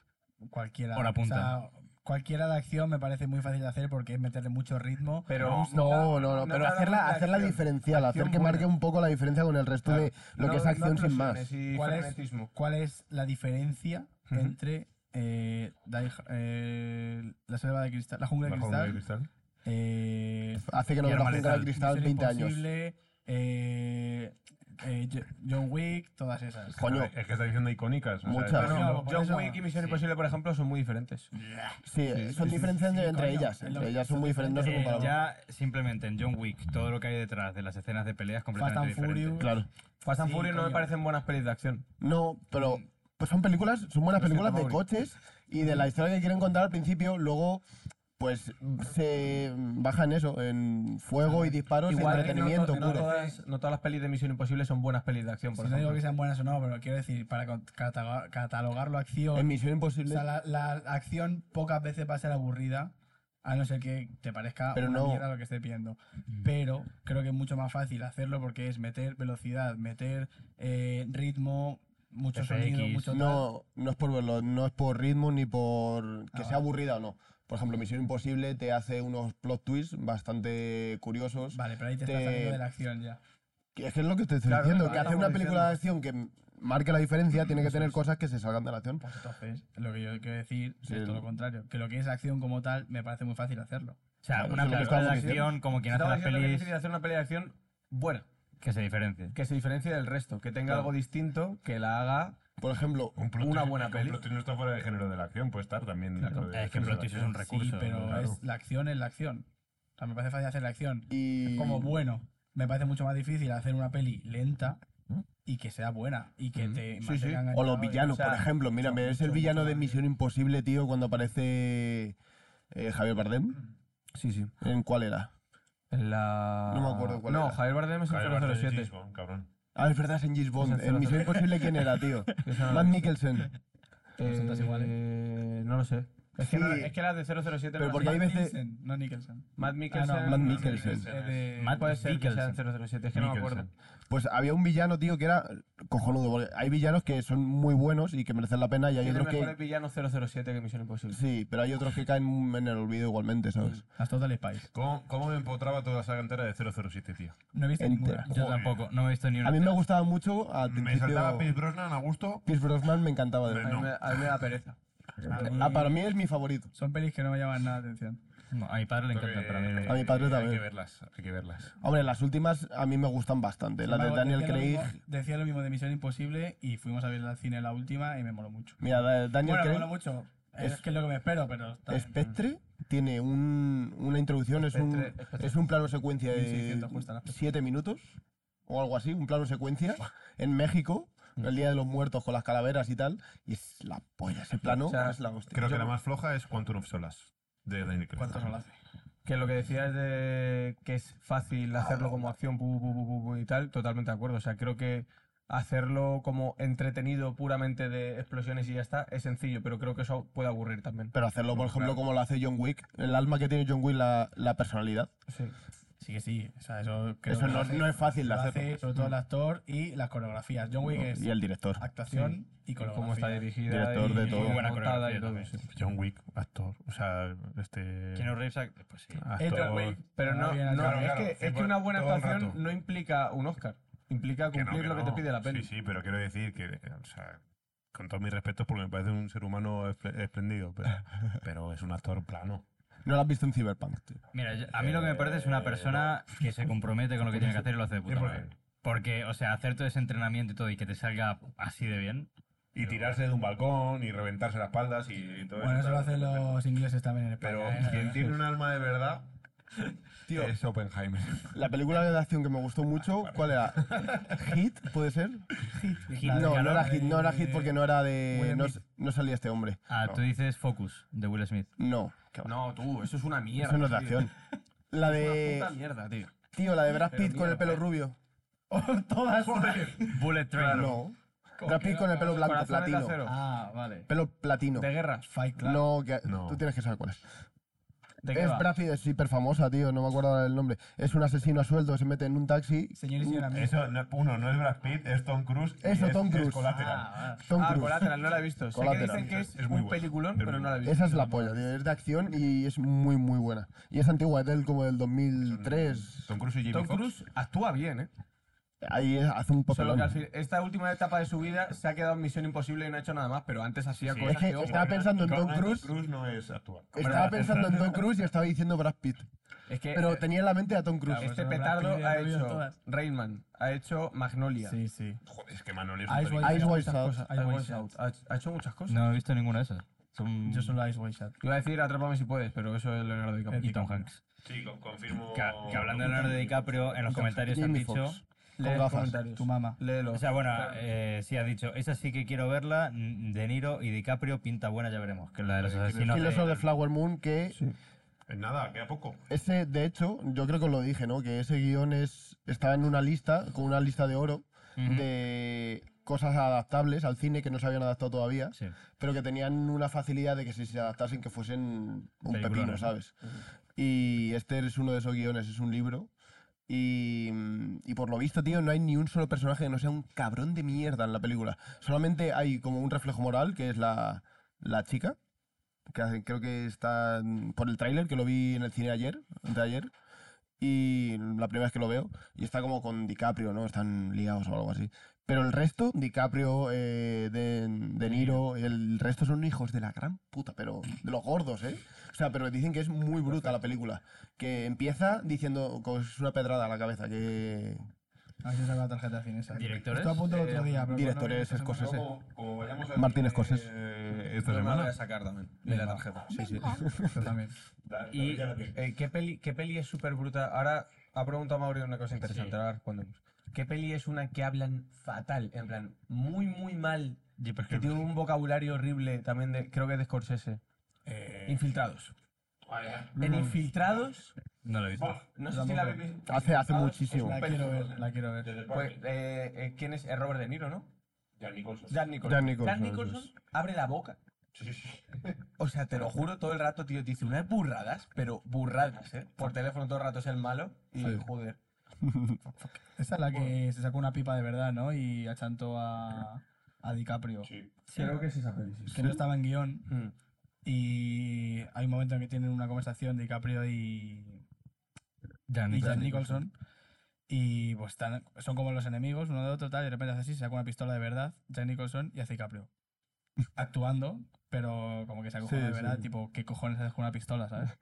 Speaker 3: Cualquiera.
Speaker 2: Hora punta.
Speaker 3: O sea, cualquiera de acción me parece muy fácil de hacer porque es meterle mucho ritmo.
Speaker 6: Pero
Speaker 4: No, no, no, pero
Speaker 6: te
Speaker 4: hacerla,
Speaker 6: hablamos de
Speaker 4: hacerla
Speaker 6: acción.
Speaker 4: diferencial, hacer
Speaker 6: Acción
Speaker 4: que marque
Speaker 6: buena.
Speaker 4: un poco la diferencia con el resto de lo
Speaker 6: No-
Speaker 4: que es
Speaker 6: no
Speaker 4: acción sin más.
Speaker 6: explosiones y
Speaker 3: ¿Cuál es?
Speaker 6: frenetismo.
Speaker 3: ¿Cuál es la diferencia
Speaker 6: Ujú.
Speaker 3: entre eh, Die Hard- eh, la selva de cristal, la jungla de
Speaker 5: Bajo de
Speaker 3: cristal,
Speaker 5: cristal.
Speaker 3: eh,
Speaker 4: Hace que no
Speaker 2: Y
Speaker 4: veas
Speaker 2: Arma
Speaker 4: un gran
Speaker 2: Letal.
Speaker 4: cristal
Speaker 3: Misión
Speaker 4: 20 años.
Speaker 3: Imposible, eh, eh, Jo- John Wick, todas esas.
Speaker 4: Coño,
Speaker 5: Es que está diciendo icónicas. o sea,
Speaker 4: Muchas.
Speaker 5: está-
Speaker 6: No,
Speaker 3: Claro,
Speaker 6: no,
Speaker 3: por
Speaker 6: John
Speaker 3: eso-
Speaker 6: Wick y Misión Imposible, por ejemplo, son muy diferentes.
Speaker 4: sí, eh, son diferencias
Speaker 3: sí,
Speaker 4: entre
Speaker 3: coño,
Speaker 4: ellas.
Speaker 3: es lo
Speaker 4: Entre
Speaker 3: que-
Speaker 4: ellas son
Speaker 3: son
Speaker 4: muy diferentes, no son
Speaker 2: Eh,
Speaker 4: comparables.
Speaker 2: ya simplemente en John Wick, todo lo que hay detrás de las escenas de peleas completamente
Speaker 3: and
Speaker 2: diferente.
Speaker 3: Furious.
Speaker 4: Claro.
Speaker 6: Fast and
Speaker 3: Sí,
Speaker 6: Furious no me
Speaker 3: coño.
Speaker 6: parecen buenas pelis de acción.
Speaker 4: No, pero pues son películas, son buenas
Speaker 6: Lo siento,
Speaker 4: películas de
Speaker 6: Mauri.
Speaker 4: coches y de la historia que quieren contar al principio, luego pues se baja en eso, en fuego y disparos
Speaker 6: Igual
Speaker 4: y
Speaker 6: que no,
Speaker 4: entretenimiento
Speaker 6: to- no
Speaker 4: puro.
Speaker 6: todas, no todas las pelis de Misión Imposible son buenas pelis de acción,
Speaker 3: Si
Speaker 6: por
Speaker 3: no digo
Speaker 6: ejemplo.
Speaker 3: que sean buenas o no, pero quiero decir, para con- catalogar- catalogarlo acción,
Speaker 4: En Misión
Speaker 3: o
Speaker 4: Imposible,
Speaker 3: sea, la, la acción pocas veces va a ser aburrida, a no ser que te parezca
Speaker 4: Pero
Speaker 3: una
Speaker 4: no. Mm.
Speaker 3: mierda lo que esté viendo. Pero creo que es mucho más fácil hacerlo porque es meter velocidad, meter eh, ritmo, mucho
Speaker 2: FX.
Speaker 3: sonido, mucho tal.
Speaker 4: no, no es por verlo, no es por ritmo ni por que
Speaker 3: Ah,
Speaker 4: sea
Speaker 3: vale.
Speaker 4: aburrida o no. Por ejemplo, Misión Imposible te hace unos plot twists bastante curiosos.
Speaker 3: Vale, pero ahí te, estás
Speaker 4: te-
Speaker 3: saliendo de la acción ya.
Speaker 4: Que Es que es lo que te estoy
Speaker 6: Claro,
Speaker 4: diciendo,
Speaker 6: claro,
Speaker 4: que hacer
Speaker 6: estamos
Speaker 4: una película de acción que marque la diferencia tiene que tener cosas que se salgan de la acción.
Speaker 3: Pues entonces, lo que yo quiero decir
Speaker 4: Sí,
Speaker 3: es todo
Speaker 4: el-
Speaker 3: lo contrario. Que lo que es acción como tal me parece muy fácil hacerlo.
Speaker 2: O sea,
Speaker 4: Claro,
Speaker 2: una
Speaker 4: eso es lo que
Speaker 2: película de
Speaker 4: estábamos
Speaker 2: acción como quien hace
Speaker 6: Estaba
Speaker 2: las
Speaker 6: diciendo que es
Speaker 2: pelis
Speaker 6: difícil hacer una peli de acción buena,
Speaker 2: que se diferencie.
Speaker 6: que se diferencie del resto, que tenga algo distinto, que la haga...
Speaker 4: Por ejemplo,
Speaker 5: Un plot
Speaker 6: Una
Speaker 5: twist-
Speaker 6: buena
Speaker 5: es que
Speaker 6: peli.
Speaker 5: Un plot twist no está fuera del género de la acción, puede estar también dentro
Speaker 6: Claro.
Speaker 5: de-
Speaker 2: Es que el
Speaker 5: dentro de
Speaker 2: plot
Speaker 5: la
Speaker 2: twist es
Speaker 5: acción.
Speaker 2: un recurso.
Speaker 3: sí, pero
Speaker 5: claro.
Speaker 3: es, la acción es la acción. O sea, me parece fácil hacer la acción.
Speaker 4: y...
Speaker 3: Como bueno, me parece mucho más difícil hacer una peli lenta y que sea buena y que
Speaker 6: Mm.
Speaker 3: te
Speaker 6: Sí,
Speaker 3: mantenga
Speaker 6: sí.
Speaker 3: enganchado eh,
Speaker 4: O los
Speaker 3: y-
Speaker 4: villanos,
Speaker 6: o sea,
Speaker 4: por ejemplo. Mira,
Speaker 3: mucho,
Speaker 4: es el
Speaker 3: mucho,
Speaker 4: villano
Speaker 3: mucho
Speaker 4: de
Speaker 3: más.
Speaker 4: Misión Imposible, tío, cuando aparece eh, Javier Bardem.
Speaker 6: Sí, sí.
Speaker 3: Mm.
Speaker 4: ¿En cuál era?
Speaker 6: En la...
Speaker 4: No me acuerdo cuál
Speaker 6: No,
Speaker 4: era.
Speaker 6: Javier Bardem es en
Speaker 5: Javier Bardem es
Speaker 6: 007.
Speaker 5: James Bond, cabrón.
Speaker 4: Ah, es verdad, es en James
Speaker 3: Pues
Speaker 4: Bond.
Speaker 6: Es el
Speaker 4: En Misión
Speaker 6: 007.
Speaker 4: Imposible, ¿quién era, tío?
Speaker 6: Esa-
Speaker 4: Matt Mikkelsen.
Speaker 6: Eh,
Speaker 3: Son iguales.
Speaker 6: no lo sé. Es que,
Speaker 4: Sí.
Speaker 6: no- es que la de 007
Speaker 4: Pero
Speaker 6: no
Speaker 4: porque
Speaker 6: sé.
Speaker 4: hay veces-
Speaker 3: Nicholson, no Nicholson.
Speaker 6: Matt Mikkelsen. eh,
Speaker 3: Ah, no,
Speaker 4: Matt
Speaker 3: no,
Speaker 4: Mikkelsen.
Speaker 3: es de-
Speaker 2: Matt
Speaker 6: Puede ser que sea en
Speaker 2: Mikkelsen.
Speaker 6: 007, es que no me acuerdo.
Speaker 5: Mikkelsen.
Speaker 4: Pues había un villano, tío, que era cojonudo. Porque hay villanos que son muy buenos y que merecen la pena, y hay
Speaker 6: Tiene
Speaker 4: otros
Speaker 6: mejores
Speaker 4: que.
Speaker 6: villanos 007 que Misión Imposible.
Speaker 4: Sí, pero hay otros que caen en el olvido igualmente, ¿sabes?
Speaker 3: Las Total Spice.
Speaker 5: ¿Cómo, ¿Cómo me empotraba toda la saga entera de 007, tío?
Speaker 3: No he visto
Speaker 4: Entera.
Speaker 3: ninguna.
Speaker 2: Yo tampoco, no he visto ni una.
Speaker 4: A mí me gustaba mucho. Al
Speaker 5: Me saltaba Pierce
Speaker 4: principio.
Speaker 5: Brosnan a gusto.
Speaker 4: Pierce Brosnan me encantaba de
Speaker 5: Me-
Speaker 6: A mí,
Speaker 5: no.
Speaker 6: me, a mí me da pereza.
Speaker 4: Ah, para mí es mi favorito.
Speaker 3: Son pelis que no me llaman nada la atención.
Speaker 2: No, a mi padre le encanta, pero a mí no.
Speaker 4: A mi padre
Speaker 5: Hay que
Speaker 4: también.
Speaker 5: verlas, hay que verlas.
Speaker 4: Hombre, las últimas a mí me gustan bastante.
Speaker 3: Sin
Speaker 4: Las de
Speaker 3: embargo,
Speaker 4: Daniel
Speaker 3: decía lo
Speaker 4: Craig.
Speaker 3: mismo- decía lo mismo de Misión Imposible y fuimos a ver al cine la última y me moló mucho.
Speaker 4: Mira, la de
Speaker 3: bueno,
Speaker 4: Daniel
Speaker 3: me
Speaker 4: Craig.
Speaker 3: moló mucho. Es,
Speaker 4: es-
Speaker 3: que es lo que me espero, pero... está-
Speaker 4: Spectre tiene un, una introducción, es, un,
Speaker 6: Spectre- Spectre.
Speaker 4: es un plano secuencia
Speaker 3: 1600 cuesta la
Speaker 4: de
Speaker 3: peli.
Speaker 4: 7 minutos o algo así, un plano secuencia en México,
Speaker 3: Mm.
Speaker 4: el Día de los Muertos con las calaveras y tal, y es la polla ese plano.
Speaker 6: O sea,
Speaker 4: es la hostia.
Speaker 5: Creo que
Speaker 4: Yo-
Speaker 5: la más floja es Quantum of Solace, de Daniel Craig.
Speaker 3: ¿Cuántos no lo hace?
Speaker 6: Que lo que decías de que es fácil hacerlo como acción pu, pu, pu, pu, pu, y tal, totalmente de acuerdo. O sea, creo que hacerlo como entretenido puramente de explosiones y ya está es sencillo, pero creo que eso puede aburrir también.
Speaker 4: Pero hacerlo, por ejemplo, como lo hace John Wick, el alma que tiene John Wick, la, la personalidad.
Speaker 6: Sí.
Speaker 3: Sí que sí, o sea, eso creo que
Speaker 4: Eso no,
Speaker 3: lo hace-
Speaker 4: no es fácil de
Speaker 3: lo
Speaker 4: hacer. Mm.
Speaker 3: hace sobre todo el actor y las coreografías. John Wick es
Speaker 4: Y el director.
Speaker 3: actuación y
Speaker 6: Y
Speaker 3: coreografía.
Speaker 6: cómo está dirigida.
Speaker 4: Director
Speaker 6: y,
Speaker 4: de
Speaker 6: y
Speaker 4: todo.
Speaker 2: Muy buena
Speaker 6: montada
Speaker 2: coreografía
Speaker 6: y todo,
Speaker 2: también.
Speaker 6: sí.
Speaker 5: John Wick, actor. O sea, este.
Speaker 2: Keanu Reeves, act- pues sí.
Speaker 3: Edward
Speaker 5: Actor.
Speaker 3: Wayne.
Speaker 6: Pero no,
Speaker 3: Ah, bien,
Speaker 6: no,
Speaker 3: claro,
Speaker 6: es,
Speaker 5: claro,
Speaker 6: que, es
Speaker 5: cien
Speaker 6: que una buena
Speaker 5: por- todo el
Speaker 6: actuación
Speaker 5: rato.
Speaker 6: no implica un Oscar. Implica
Speaker 5: Que no,
Speaker 6: cumplir
Speaker 5: que
Speaker 6: lo que te
Speaker 5: no.
Speaker 6: pide la peli.
Speaker 5: Sí, sí, pero quiero decir que, eh, o sea, con todos mis respetos, porque me parece un ser humano esple- espléndido, pero, pero es un actor plano.
Speaker 4: No lo has visto en Cyberpunk, tío.
Speaker 2: Mira, yo- a mí lo que me parece es una persona
Speaker 3: eh.
Speaker 2: que se compromete con lo que tiene que hacer y lo hace de puta
Speaker 5: ¿Y por qué?
Speaker 2: madre. Porque, o sea, hacer todo ese entrenamiento y todo y que te salga así de bien.
Speaker 5: Y tirarse de un balcón y reventarse las espaldas y, y todo
Speaker 3: Bueno, eso lo
Speaker 5: tal.
Speaker 3: hacen los ingleses también en España.
Speaker 5: Pero
Speaker 3: ¿eh?
Speaker 5: quien tiene un alma de verdad
Speaker 4: Tío.
Speaker 5: es Oppenheimer.
Speaker 4: La película de acción que me gustó
Speaker 3: Ah,
Speaker 4: mucho, ¿cuál era? ¿Hit? ¿Puede ser? No, no era
Speaker 6: eh,
Speaker 4: Hit, no era Hit porque no era de.
Speaker 3: Will
Speaker 4: No,
Speaker 3: Smith.
Speaker 4: no salía este hombre.
Speaker 2: Ah, tú dices Focus, de Will Smith.
Speaker 4: No, qué va.
Speaker 6: No, tú, eso es una mierda.
Speaker 4: eso no es de
Speaker 6: tío.
Speaker 4: acción. La
Speaker 6: Es Una puta
Speaker 4: de.
Speaker 6: mierda, tío.
Speaker 4: Tío, la de Brad
Speaker 6: Pero
Speaker 4: Pitt con el
Speaker 6: mierda,
Speaker 4: pelo
Speaker 6: eh.
Speaker 4: rubio.
Speaker 3: Todas.
Speaker 2: Bullet Train.
Speaker 4: No. Brad Pitt con el pelo blanco,
Speaker 6: Corazones de
Speaker 4: platino.
Speaker 6: acero.
Speaker 3: Ah, vale.
Speaker 4: Pelo platino.
Speaker 6: De guerra.
Speaker 3: Fight Club.
Speaker 4: No, que-
Speaker 5: No.
Speaker 4: tú tienes que saber cuál es.
Speaker 6: ¿De qué
Speaker 4: Es
Speaker 6: va?
Speaker 4: Brad Pitt, es hiper famosa, tío, no me acuerdo ahora el nombre. Es un asesino a sueldo, se mete en un taxi.
Speaker 3: Señor y señora mía.
Speaker 5: Eso, no- uno, no es Brad Pitt, es Tom Cruise. y
Speaker 4: Eso,
Speaker 5: es,
Speaker 4: Tom
Speaker 5: y es
Speaker 4: Cruise.
Speaker 5: Collateral.
Speaker 3: Ah,
Speaker 4: Tom
Speaker 6: ah,
Speaker 4: Cruise.
Speaker 6: Collateral, no la he visto. Sé que
Speaker 4: Collateral.
Speaker 6: dicen que es,
Speaker 5: Es muy
Speaker 6: un
Speaker 5: buena.
Speaker 6: peliculón,
Speaker 5: Es
Speaker 6: pero
Speaker 5: muy
Speaker 6: no la he visto.
Speaker 4: Esa es la polla, tío. Es de acción y es muy, muy buena. Y es antigua, es del como del 2003.
Speaker 5: Tom Cruise y Jimmy
Speaker 6: Tom
Speaker 5: Fox.
Speaker 6: Cruise actúa bien, ¿eh?
Speaker 4: Ahí hace un
Speaker 6: Solo que
Speaker 4: papelón.
Speaker 6: al fin- esta última etapa de su vida se ha quedado en Misión Imposible y no ha hecho nada más, pero antes hacía
Speaker 2: Sí.
Speaker 6: cosas
Speaker 4: Es que
Speaker 6: que, ojo,
Speaker 4: Ah, estaba pensando en
Speaker 5: No,
Speaker 4: Tom
Speaker 5: no,
Speaker 4: Cruise.
Speaker 5: Cruise no es actual.
Speaker 4: Estaba pensando en Tom Cruise y estaba diciendo Brad Pitt.
Speaker 6: es que,
Speaker 4: Pero
Speaker 6: eh,
Speaker 4: tenía en la mente a Tom Cruise.
Speaker 3: Claro,
Speaker 6: este
Speaker 3: Brad
Speaker 6: petardo
Speaker 3: Pitt
Speaker 6: ha
Speaker 3: ha habido
Speaker 6: hecho
Speaker 3: todas.
Speaker 6: Rainman, ha hecho Magnolia,
Speaker 3: Sí, sí.
Speaker 5: Joder, es que Manuel es un
Speaker 3: Ice
Speaker 5: peligro.
Speaker 3: White
Speaker 4: Ice
Speaker 3: Shot,
Speaker 4: White
Speaker 3: muchas
Speaker 4: Shot.
Speaker 3: cosas. Ice
Speaker 6: ha,
Speaker 3: White
Speaker 6: Wish
Speaker 3: Shot.
Speaker 6: Out, ha- ha hecho muchas cosas.
Speaker 2: No he visto ninguna de esas. Son...
Speaker 3: Yo solo Ice White Shot.
Speaker 6: Iba a decir Atrápame si puedes, pero eso es Leonardo
Speaker 2: Y
Speaker 6: DiCaprio.
Speaker 2: Tom Hanks.
Speaker 5: Sí, con- confirmo.
Speaker 2: Que, que hablando de Leonardo DiCaprio, en los comentarios han
Speaker 4: Jamie
Speaker 2: dicho...
Speaker 4: Fox.
Speaker 6: Lee
Speaker 4: Con
Speaker 6: los
Speaker 4: gafas.
Speaker 6: comentarios.
Speaker 3: Tu mamá.
Speaker 6: Léelo.
Speaker 2: O sea, bueno, eh, sí, ha dicho, esa sí que quiero verla, N- De Niro y DiCaprio, pinta buena, ya veremos, que es la de los asesinos.
Speaker 4: Killers
Speaker 2: de-
Speaker 4: of the Flower Moon, que
Speaker 5: Pues nada, queda poco.
Speaker 4: ese, de hecho, yo creo que os lo dije, ¿no? Que ese guión es, estaba en una lista, con una lista de oro,
Speaker 2: Ujú.
Speaker 4: de cosas adaptables al cine que no se habían adaptado todavía,
Speaker 2: Sí.
Speaker 4: pero que tenían una facilidad de que si se adaptasen que fuesen un
Speaker 2: Peliculones,
Speaker 4: pepino,
Speaker 2: ¿no?
Speaker 4: ¿sabes? Y este es uno de esos guiones, es un libro. Y, y por lo visto, tío, no hay ni un solo personaje que no sea un cabrón de mierda en la película. Solamente hay como un reflejo moral, que es la, la chica, que hace- creo que está en- por el tráiler, que lo vi en el cine ayer, antes de ayer. Y la primera vez que lo veo, y está como con DiCaprio, ¿no? Están ligados o algo así. Pero el resto, DiCaprio, eh, de, de Niro, el resto son hijos de la gran puta, pero de los gordos, ¿eh? O sea, pero dicen que es muy bruta la película. Que empieza diciendo que es una pedrada a la cabeza, que
Speaker 3: A ver si saco la tarjeta de cine esa.
Speaker 2: ¿Directores?
Speaker 3: Estuve a punto el otro día, pero
Speaker 4: directores
Speaker 3: bueno,
Speaker 4: escoceses.
Speaker 5: Como, como vayamos a
Speaker 4: Martín Scorsese.
Speaker 5: eh,
Speaker 6: Yo
Speaker 5: esta
Speaker 6: me la voy
Speaker 5: semana.
Speaker 6: a sacar también. Y la tarjeta.
Speaker 3: Sí, sí. Yo también.
Speaker 5: Da-
Speaker 6: Y
Speaker 5: ya la tengo.
Speaker 6: eh, ¿qué, peli, ¿qué peli es súper bruta? Ahora ha preguntado Mauri una cosa interesante, ahora respondemos. ¿Qué peli es una que hablan fatal? En plan, muy, muy mal.
Speaker 2: Jeepers
Speaker 6: Que
Speaker 2: Creepers.
Speaker 6: tiene un vocabulario horrible también, de, creo que es de Scorsese.
Speaker 2: eh,
Speaker 6: Infiltrados. En Infiltrados,
Speaker 2: No lo he visto.
Speaker 6: no sé si la habéis visto.
Speaker 4: hace, hace
Speaker 6: Ah,
Speaker 4: muchísimo.
Speaker 3: La quiero ver, la quiero ver.
Speaker 6: Pues, eh, eh, ¿Quién es? Es Robert De Niro, ¿no? Jack Nicholson.
Speaker 4: eh. Jack Nicholson,
Speaker 6: Jack Nicholson
Speaker 4: eso
Speaker 6: abre la boca. O sea, te lo juro, todo el rato, tío, te dice unas burradas, pero burradas, ¿eh? Por teléfono todo el rato es el malo y joder.
Speaker 3: Esa es la que se sacó una pipa de verdad, ¿no? Y achantó a, a DiCaprio.
Speaker 6: Creo que es esa peli.
Speaker 3: Que no estaba en guión.
Speaker 6: Mm.
Speaker 3: Y hay un momento en que tienen una conversación DiCaprio y,
Speaker 2: Jack
Speaker 3: y Jack
Speaker 2: Nicholson.
Speaker 3: Nicholson. Y pues están- son como los enemigos, uno de otro, tal. Y de repente hace así, saca una pistola de verdad, Jack Nicholson y hace DiCaprio. Actuando, pero como que se acojona
Speaker 4: Sí,
Speaker 3: de verdad,
Speaker 4: sí.
Speaker 3: tipo, ¿qué cojones haces con una pistola, sabes?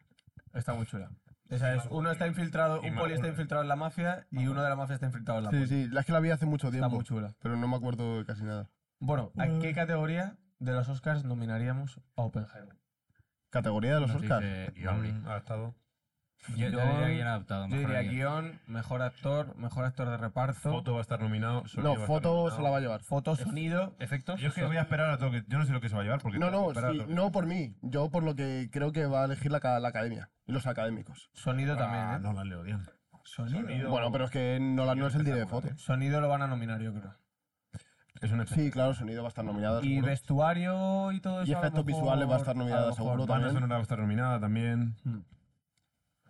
Speaker 6: Está muy chula. Esa es, uno está infiltrado, un poli está infiltrado en la mafia y uno de la mafia está infiltrado en la
Speaker 4: Sí,
Speaker 6: poli.
Speaker 4: sí, la es que la vi hace mucho
Speaker 6: Está
Speaker 4: tiempo,
Speaker 6: muy chula.
Speaker 4: pero no me acuerdo de casi nada.
Speaker 6: Bueno, ¿a qué categoría de los Oscars nominaríamos a Oppenheimer?
Speaker 4: Categoría de los
Speaker 2: Nos
Speaker 4: Oscars.
Speaker 2: dice Iori.
Speaker 5: Guión adaptado,
Speaker 2: Eh, Yo, yo diría guión adaptado.
Speaker 6: Yo
Speaker 2: mejor
Speaker 6: diría
Speaker 2: guión.
Speaker 6: guión, mejor actor, mejor actor de reparto,
Speaker 5: Foto va a estar nominado. sonido
Speaker 4: No,
Speaker 5: va a estar
Speaker 4: foto
Speaker 5: nominado.
Speaker 4: se la va a llevar.
Speaker 6: foto, sonido,
Speaker 2: ¿Efectos?
Speaker 5: Yo es que voy a esperar a todo que. Yo no sé lo que se va a llevar porque.
Speaker 4: No,
Speaker 5: tengo que
Speaker 4: no,
Speaker 5: esperar a
Speaker 4: sí,
Speaker 5: todo que-
Speaker 4: no por mí, yo por lo que creo que va a elegir la, ca- la academia y los académicos.
Speaker 6: sonido
Speaker 5: Ah,
Speaker 6: también, ¿eh?
Speaker 5: No la leo bien.
Speaker 6: Sonido.
Speaker 4: Bueno, pero es que Nolan no es el director de foto.
Speaker 6: Sonido lo van a nominar, yo creo.
Speaker 5: Es un efecto.
Speaker 4: Sí, claro, sonido va a estar nominado.
Speaker 6: Y
Speaker 4: seguro.
Speaker 6: vestuario y todo eso.
Speaker 4: Y
Speaker 6: a lo
Speaker 4: efectos
Speaker 6: mejor-
Speaker 4: visuales va a estar nominada,
Speaker 6: lo mejor
Speaker 4: seguro.
Speaker 5: Banda
Speaker 4: también.
Speaker 5: sonora va a estar nominada también.
Speaker 2: Mm.
Speaker 6: Hmm.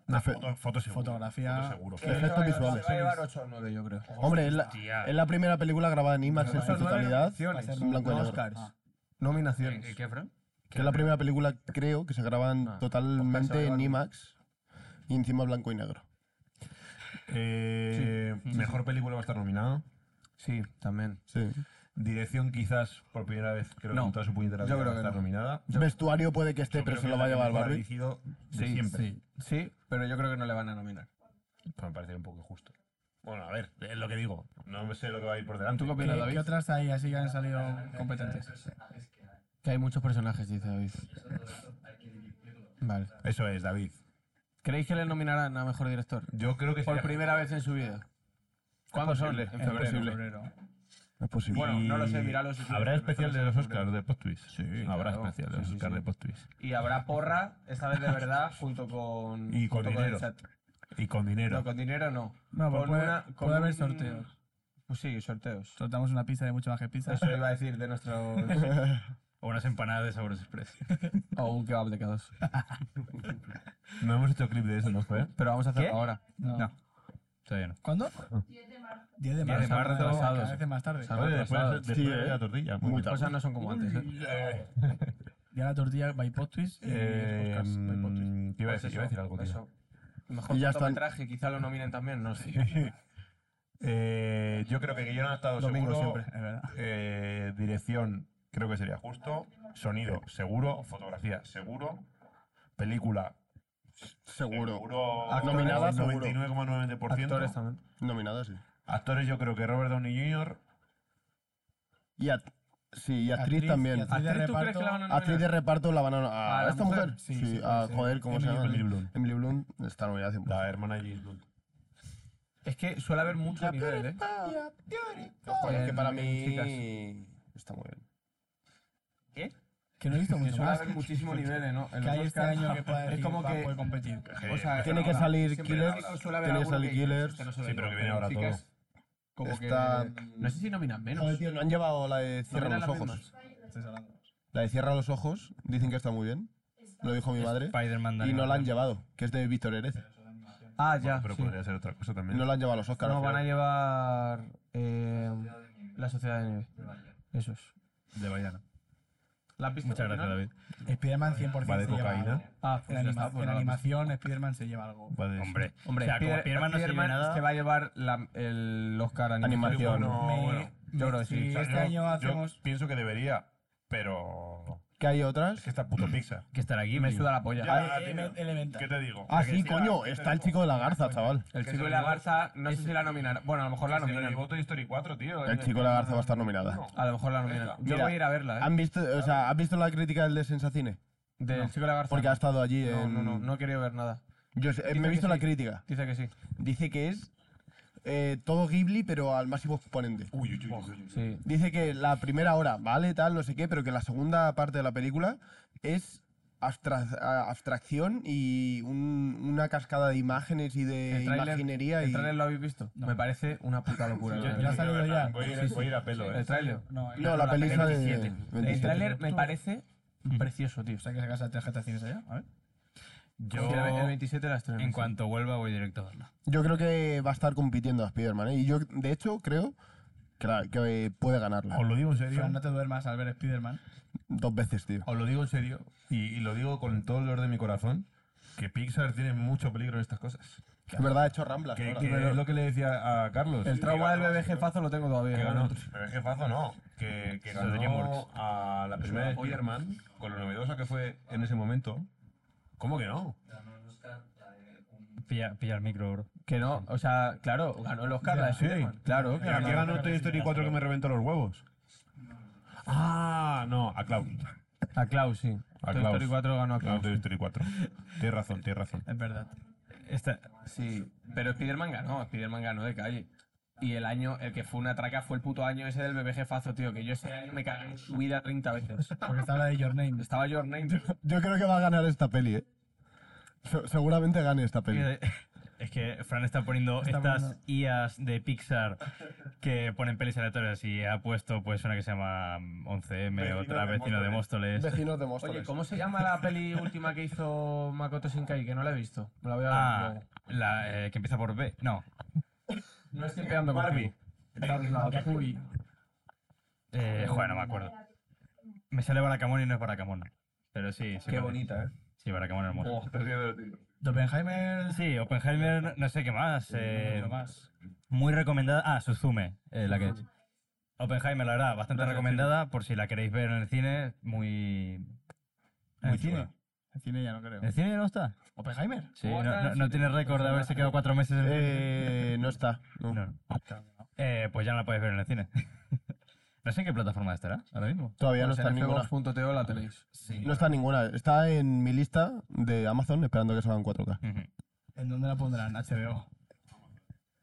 Speaker 5: Nah,
Speaker 4: Efe-
Speaker 5: foto, foto seguro.
Speaker 3: Fotografía.
Speaker 5: Foto seguro.
Speaker 6: Que se
Speaker 4: Efectos
Speaker 6: va a-
Speaker 4: visuales.
Speaker 6: Se va a llevar 8 o 9, yo creo.
Speaker 4: Hombre, es la,
Speaker 2: Hostia.
Speaker 4: es la primera película grabada en IMAX en su
Speaker 6: Son nueve
Speaker 4: totalidad.
Speaker 6: nominaciones.
Speaker 4: en blanco y
Speaker 6: No
Speaker 4: negro.
Speaker 6: Oscars.
Speaker 3: Ah.
Speaker 6: Nominaciones.
Speaker 2: ¿Qué, qué, Fran?
Speaker 4: Que es la primera película, creo, que se graba en-
Speaker 6: Ah, pues casi
Speaker 4: totalmente
Speaker 6: va a
Speaker 4: en
Speaker 6: llevar-
Speaker 4: IMAX y encima blanco y negro.
Speaker 5: Eh, Mejor película va a estar nominada.
Speaker 6: Sí, también.
Speaker 4: Sí.
Speaker 5: Dirección, quizás por primera vez, creo
Speaker 6: No,
Speaker 5: que en toda su puñetera
Speaker 6: yo
Speaker 5: vida va
Speaker 6: creo
Speaker 5: a
Speaker 6: que
Speaker 5: estar
Speaker 6: no.
Speaker 5: nominada.
Speaker 4: Vestuario puede que esté,
Speaker 5: Yo
Speaker 4: pero
Speaker 5: creo
Speaker 4: se
Speaker 5: que
Speaker 4: lo va a
Speaker 5: es la
Speaker 4: llevar
Speaker 5: mejor
Speaker 4: Barbie.
Speaker 5: dirigido de
Speaker 6: Sí,
Speaker 5: siempre.
Speaker 6: sí. Sí, pero yo creo que no le van a nominar.
Speaker 5: Pues me parece un poco injusto. Bueno, a ver, es lo que digo. No me sé lo que va a ir por delante.
Speaker 6: ¿Tú qué
Speaker 3: ¿Qué,
Speaker 6: opinas,
Speaker 3: qué
Speaker 6: David?
Speaker 3: otras hay así que han salido competentes?
Speaker 6: Que hay muchos personajes, dice David. Vale.
Speaker 5: Eso es, David.
Speaker 6: ¿Creéis que le nominarán a mejor director?
Speaker 5: Yo creo que
Speaker 6: Por
Speaker 5: sería-
Speaker 6: primera vez en su vida. ¿Cuándo son? En febrero.
Speaker 4: Es posible.
Speaker 6: Bueno, no lo sé, míralo si quieres,
Speaker 5: ¿Habrá
Speaker 6: pero
Speaker 5: especial
Speaker 6: esto
Speaker 5: de
Speaker 6: no
Speaker 5: los
Speaker 6: se me ocurre.
Speaker 5: Oscars de Post Twist? Sí, habrá
Speaker 6: claro.
Speaker 5: especial de
Speaker 6: Sí,
Speaker 5: los
Speaker 6: sí,
Speaker 5: Oscars
Speaker 6: sí.
Speaker 5: de Post Twist.
Speaker 6: Y habrá porra, esta vez de verdad, junto con.
Speaker 5: Y con
Speaker 6: junto
Speaker 5: dinero.
Speaker 6: el chat.
Speaker 5: Y con dinero.
Speaker 6: No, con dinero no.
Speaker 3: No, pero
Speaker 6: Con
Speaker 3: puede,
Speaker 6: una- con
Speaker 3: puede haber
Speaker 6: un-
Speaker 3: sorteos.
Speaker 6: Pues sí, sorteos.
Speaker 3: Sortamos una pizza de mucho más que pizza.
Speaker 6: Eso iba a decir de nuestro.
Speaker 2: O unas empanadas de sabores express.
Speaker 6: o Oh, un kebab de K2.
Speaker 5: No hemos hecho clip de eso, ¿no fue?
Speaker 6: Pero vamos a hacer ahora.
Speaker 3: No.
Speaker 2: Todavía no.
Speaker 3: ¿Cuándo?
Speaker 8: 10 de marzo.
Speaker 3: 10 de marzo.
Speaker 2: de marzo,
Speaker 3: Cada vez
Speaker 6: sábados.
Speaker 3: hace más tarde.
Speaker 6: Sábado
Speaker 5: Oye, después,
Speaker 6: retrasado.
Speaker 5: después
Speaker 4: Sí,
Speaker 5: de
Speaker 4: ¿eh?
Speaker 5: la tortilla. pues Muy
Speaker 4: Muy
Speaker 5: bien.
Speaker 6: Las cosas no son como antes. ¿eh?
Speaker 3: Ya la tortilla by Pop Twist y
Speaker 5: Eh,
Speaker 3: los Oscars by Pop Twist.
Speaker 5: mm, ¿Qué iba a
Speaker 6: Pues
Speaker 5: decir? Iba a
Speaker 6: eso,
Speaker 5: decir algo, tío.
Speaker 6: eso. Mejor
Speaker 4: Y ya están.
Speaker 6: cortometraje, quizá lo nominen también, no sé.
Speaker 5: Eh, yo creo que Guillón ha estado
Speaker 6: Domingo
Speaker 5: seguro.
Speaker 6: siempre,
Speaker 3: Es verdad.
Speaker 5: Eh, dirección, creo que sería justo. Sonido, seguro. Fotografía, seguro. Película,
Speaker 4: Seguro.
Speaker 5: seguro.
Speaker 4: Actores, Nominada, seguro.
Speaker 5: 99,9%.
Speaker 6: Actores también.
Speaker 4: Nominado, sí.
Speaker 5: Actores, yo creo que Robert Downey Jr.
Speaker 4: Y, act- sí, y actriz,
Speaker 3: Actriz y
Speaker 4: también.
Speaker 3: actriz.
Speaker 6: ¿Actriz tú crees
Speaker 3: reparto,
Speaker 6: que la van a
Speaker 4: Actriz de
Speaker 6: nominar?
Speaker 4: reparto la van a... ¿A,
Speaker 6: ¿A la
Speaker 4: esta
Speaker 6: mujer?
Speaker 4: mujer?
Speaker 3: Sí,
Speaker 4: Sí,
Speaker 3: sí,
Speaker 4: a,
Speaker 3: sí.
Speaker 4: joder, ¿cómo
Speaker 5: Emily
Speaker 4: se llama?
Speaker 5: Emily Blunt.
Speaker 4: Emily Blunt está nominada 100%.
Speaker 5: La hermana de James Blunt.
Speaker 6: Es que suele haber mucho nivel, ¿eh?
Speaker 4: Joder, es que
Speaker 6: en-
Speaker 4: para
Speaker 6: en chicas.
Speaker 4: mí... Está muy bien.
Speaker 3: Que no he visto
Speaker 6: Que
Speaker 3: mucho
Speaker 6: suele
Speaker 3: más.
Speaker 6: haber muchísimo nivel, ¿eh? ¿no? En
Speaker 3: Que
Speaker 6: los
Speaker 3: hay este
Speaker 6: Oscars.
Speaker 3: año que pueda decir,
Speaker 6: Es como
Speaker 3: va,
Speaker 6: que.
Speaker 3: puede competir.
Speaker 6: O sea,
Speaker 4: Tiene que
Speaker 6: ahora,
Speaker 4: salir
Speaker 6: siempre
Speaker 4: Killers,
Speaker 6: en los Oscars suele haber
Speaker 4: tiene que
Speaker 6: alguno
Speaker 4: salir
Speaker 6: que dices,
Speaker 4: Killers.
Speaker 6: "Este no se lo
Speaker 5: Sí, pero
Speaker 6: lleva",
Speaker 5: que viene ahora
Speaker 6: chicas,
Speaker 5: todo.
Speaker 6: Como
Speaker 4: Está-
Speaker 6: que. No sé si nominan menos.
Speaker 4: Joder, tío, no han llevado la de Cierra
Speaker 6: Nominan
Speaker 4: los
Speaker 6: las
Speaker 4: ojos.
Speaker 6: mismas.
Speaker 4: La de Cierra los ojos, dicen que está muy bien. Lo dijo mi madre.
Speaker 2: Spider-Man de
Speaker 4: Y no la han
Speaker 2: animación.
Speaker 4: llevado, que es de Víctor Erez.
Speaker 6: Ah, ya.
Speaker 5: Pero
Speaker 6: sí.
Speaker 5: podría ser otra cosa también.
Speaker 4: No la han llevado a los Oscars.
Speaker 6: No,
Speaker 4: al
Speaker 6: van a
Speaker 4: final.
Speaker 6: llevar. eh, la Sociedad de Nieve. Eso es.
Speaker 2: De Bayana.
Speaker 6: ¿La has visto?
Speaker 2: Muchas gracias,
Speaker 6: ¿No?
Speaker 2: David.
Speaker 3: Spider-Man 100%
Speaker 5: Va de
Speaker 3: se lleva
Speaker 5: cocaína.
Speaker 3: algo.
Speaker 6: Ah, pues
Speaker 3: En, anima-
Speaker 6: ya
Speaker 3: en
Speaker 6: está, pues no la has visto.
Speaker 3: animación, Spider-Man se lleva algo.
Speaker 5: Va de-
Speaker 2: Hombre.
Speaker 6: Hombre,
Speaker 2: o sea, como
Speaker 6: Spider-
Speaker 2: Spider-Man no se lleva
Speaker 6: Spider-Man
Speaker 2: nada.
Speaker 6: se va a llevar la- el Oscar a
Speaker 4: Animación.
Speaker 5: No,
Speaker 3: Me-
Speaker 5: bueno,
Speaker 6: yo creo que
Speaker 3: si
Speaker 6: sí.
Speaker 5: O sea,
Speaker 3: este
Speaker 5: yo-
Speaker 3: año
Speaker 5: yo
Speaker 3: hacemos.
Speaker 5: pienso que debería, pero.
Speaker 4: Que hay otras.
Speaker 5: Es que está puto pizza.
Speaker 2: Que estar aquí
Speaker 6: Me suda la polla.
Speaker 3: eh,
Speaker 5: Ya, tío.
Speaker 3: Element- Elemental.
Speaker 5: ¿Qué te digo?
Speaker 4: Ah,
Speaker 5: Que
Speaker 4: sí,
Speaker 5: si-
Speaker 4: coño,
Speaker 5: que te
Speaker 4: está el
Speaker 5: digo.
Speaker 4: chico de la garza, chaval.
Speaker 6: El chico y la garza, no sé si la nominan. Bueno, a lo mejor la
Speaker 5: Se lo
Speaker 6: nominan.
Speaker 5: llevó Toy Story 4, tío.
Speaker 4: El chico de la garza va a estar nominada.
Speaker 6: A lo mejor la nominan. Yo
Speaker 4: Mira,
Speaker 6: voy a ir a verla, ¿eh?
Speaker 4: ¿Han visto, o sea, ¿has visto la crítica del de Sensacine?
Speaker 6: Del chico y la garza.
Speaker 4: Porque ha estado allí
Speaker 6: no,
Speaker 4: en...
Speaker 6: no, no, no he querido ver nada.
Speaker 4: Yo sé-
Speaker 6: Dice
Speaker 4: me he visto
Speaker 6: que
Speaker 4: la
Speaker 6: sí.
Speaker 4: crítica.
Speaker 6: Dice que sí.
Speaker 4: Dice que es eh, todo Ghibli, pero al máximo exponente.
Speaker 5: Uy, uy, uy, uy, uy.
Speaker 6: Sí.
Speaker 4: Dice que la primera hora, vale, tal, no sé qué, pero que la segunda parte de la película es abstra- a- abstracción y un- una cascada de imágenes y de
Speaker 6: El tráiler-
Speaker 4: imaginería.
Speaker 6: ¿El
Speaker 4: y...
Speaker 6: tráiler lo habéis visto? Me parece una puta locura. la
Speaker 3: Ya ha
Speaker 6: verdad.
Speaker 3: salido ya.
Speaker 5: Voy a ir, voy a ir a pelo, eh.
Speaker 6: el tráiler.
Speaker 3: No, eh,
Speaker 4: No, la, película de... 27.
Speaker 6: El tráiler me parece precioso, tío.
Speaker 3: O sea, que sacas la tarjeta de cines allá. A ver.
Speaker 2: Yo,
Speaker 6: Sí, el 27 la estreno.
Speaker 2: en
Speaker 6: sí.
Speaker 2: cuanto vuelva, voy directo a verla.
Speaker 4: Yo creo que va a estar compitiendo a Spider-Man, ¿eh? Y yo, de hecho, creo que, la- que eh, puede ganarla.
Speaker 5: Os lo digo en serio.
Speaker 3: Fran, no te duermas al ver Spider-Man.
Speaker 4: Dos veces, tío.
Speaker 5: Os lo digo en serio. Y, y lo digo con todo el dolor de mi corazón. Que Pixar tiene mucho peligro en estas cosas.
Speaker 4: Es verdad, ha hecho Rambla.
Speaker 5: Que, que es lo que le decía a Carlos.
Speaker 6: El trauma del
Speaker 5: Que ganó-
Speaker 6: bebé jefazo lo tengo todavía.
Speaker 5: Que
Speaker 6: ¿no?
Speaker 5: ganó. Bebé jefazo no. Que, que
Speaker 2: Eso de DreamWorks.
Speaker 5: ganó a la primera de Spider-Man con lo novedosa que fue en ese momento. ¿Cómo que no?
Speaker 2: Pilla, pilla el micro, bro.
Speaker 6: Que no, o sea, claro, ganó el Oscar la de Spiderman, Claro,
Speaker 5: ¿A qué
Speaker 6: claro.
Speaker 5: ganó Toy Story 4 que me reventó los huevos? Ah, no, a Klaus.
Speaker 6: A Klaus, sí.
Speaker 5: A
Speaker 6: Toy
Speaker 5: Klaus.
Speaker 6: Story 4 ganó a
Speaker 5: Claro,
Speaker 6: Klaus.
Speaker 5: Toy Story 4. Tienes razón, tienes razón.
Speaker 3: Es verdad.
Speaker 2: Esta,
Speaker 6: Sí, pero Spiderman ganó, Spiderman ganó de calle. Y el año, el que fue una traca fue el puto año ese del bebé jefazo, tío, que yo ese año me cagué en su vida 30 veces.
Speaker 3: Porque está la de Your Name.
Speaker 6: Estaba Your Name, tío.
Speaker 4: Yo creo que va a ganar esta peli, ¿eh? Se- seguramente gane esta peli.
Speaker 2: Eh, Es que Fran está poniendo
Speaker 3: Está
Speaker 2: estas
Speaker 3: poniendo-
Speaker 2: IAs de Pixar que ponen pelis aleatorias y ha puesto pues una que se llama mm, 11M,
Speaker 1: Vecino
Speaker 2: otra
Speaker 1: de
Speaker 2: Vecino de Móstoles.
Speaker 4: Vecinos de
Speaker 6: este? Oye,
Speaker 4: Móstoles.
Speaker 6: ¿cómo se llama la peli última que hizo Makoto Shinkai? Que no la he visto. Me la voy a ver
Speaker 2: Ah,
Speaker 6: luego.
Speaker 2: la eh, que empieza por B. No.
Speaker 6: No estoy pegando
Speaker 1: Barbie.
Speaker 6: contigo. La otra.
Speaker 3: Uy,
Speaker 2: Eh, joder, no me acuerdo. Me sale Baracamón y no es Baracamón. Pero sí, sí.
Speaker 6: Qué
Speaker 2: vale.
Speaker 6: bonita, ¿eh?
Speaker 2: Sí, Baracamón hermoso.
Speaker 1: Oh, estás viendo el título.
Speaker 3: Oppenheimer.
Speaker 2: Sí, Oppenheimer, no- no sé qué más. eh,
Speaker 3: mucho más.
Speaker 2: Muy recomendada. Ah, Suzume, eh, la que es. Oppenheimer, la verdad, bastante recomendada por si la queréis ver en el cine. Muy.
Speaker 3: ¿En
Speaker 2: muy
Speaker 3: el cine?
Speaker 2: chula.
Speaker 3: En cine ya no creo.
Speaker 2: ¿En el cine no está?
Speaker 3: ¿Oppenheimer?
Speaker 2: Sí, no, no- no tiene récord de haberse quedado cuatro meses en el cine.
Speaker 4: Eh, no está. no.
Speaker 2: No, no. Eh, pues ya no la podéis ver en el cine. no sé en qué plataforma estará ahora mismo.
Speaker 4: Todavía
Speaker 6: Pues
Speaker 4: no está
Speaker 6: en
Speaker 4: ninguna.
Speaker 6: fbox.to la tenéis.
Speaker 4: No está ninguna. Está en mi lista de Amazon esperando que salga en 4K.
Speaker 2: Ujú.
Speaker 3: ¿En dónde la pondrán? HBO.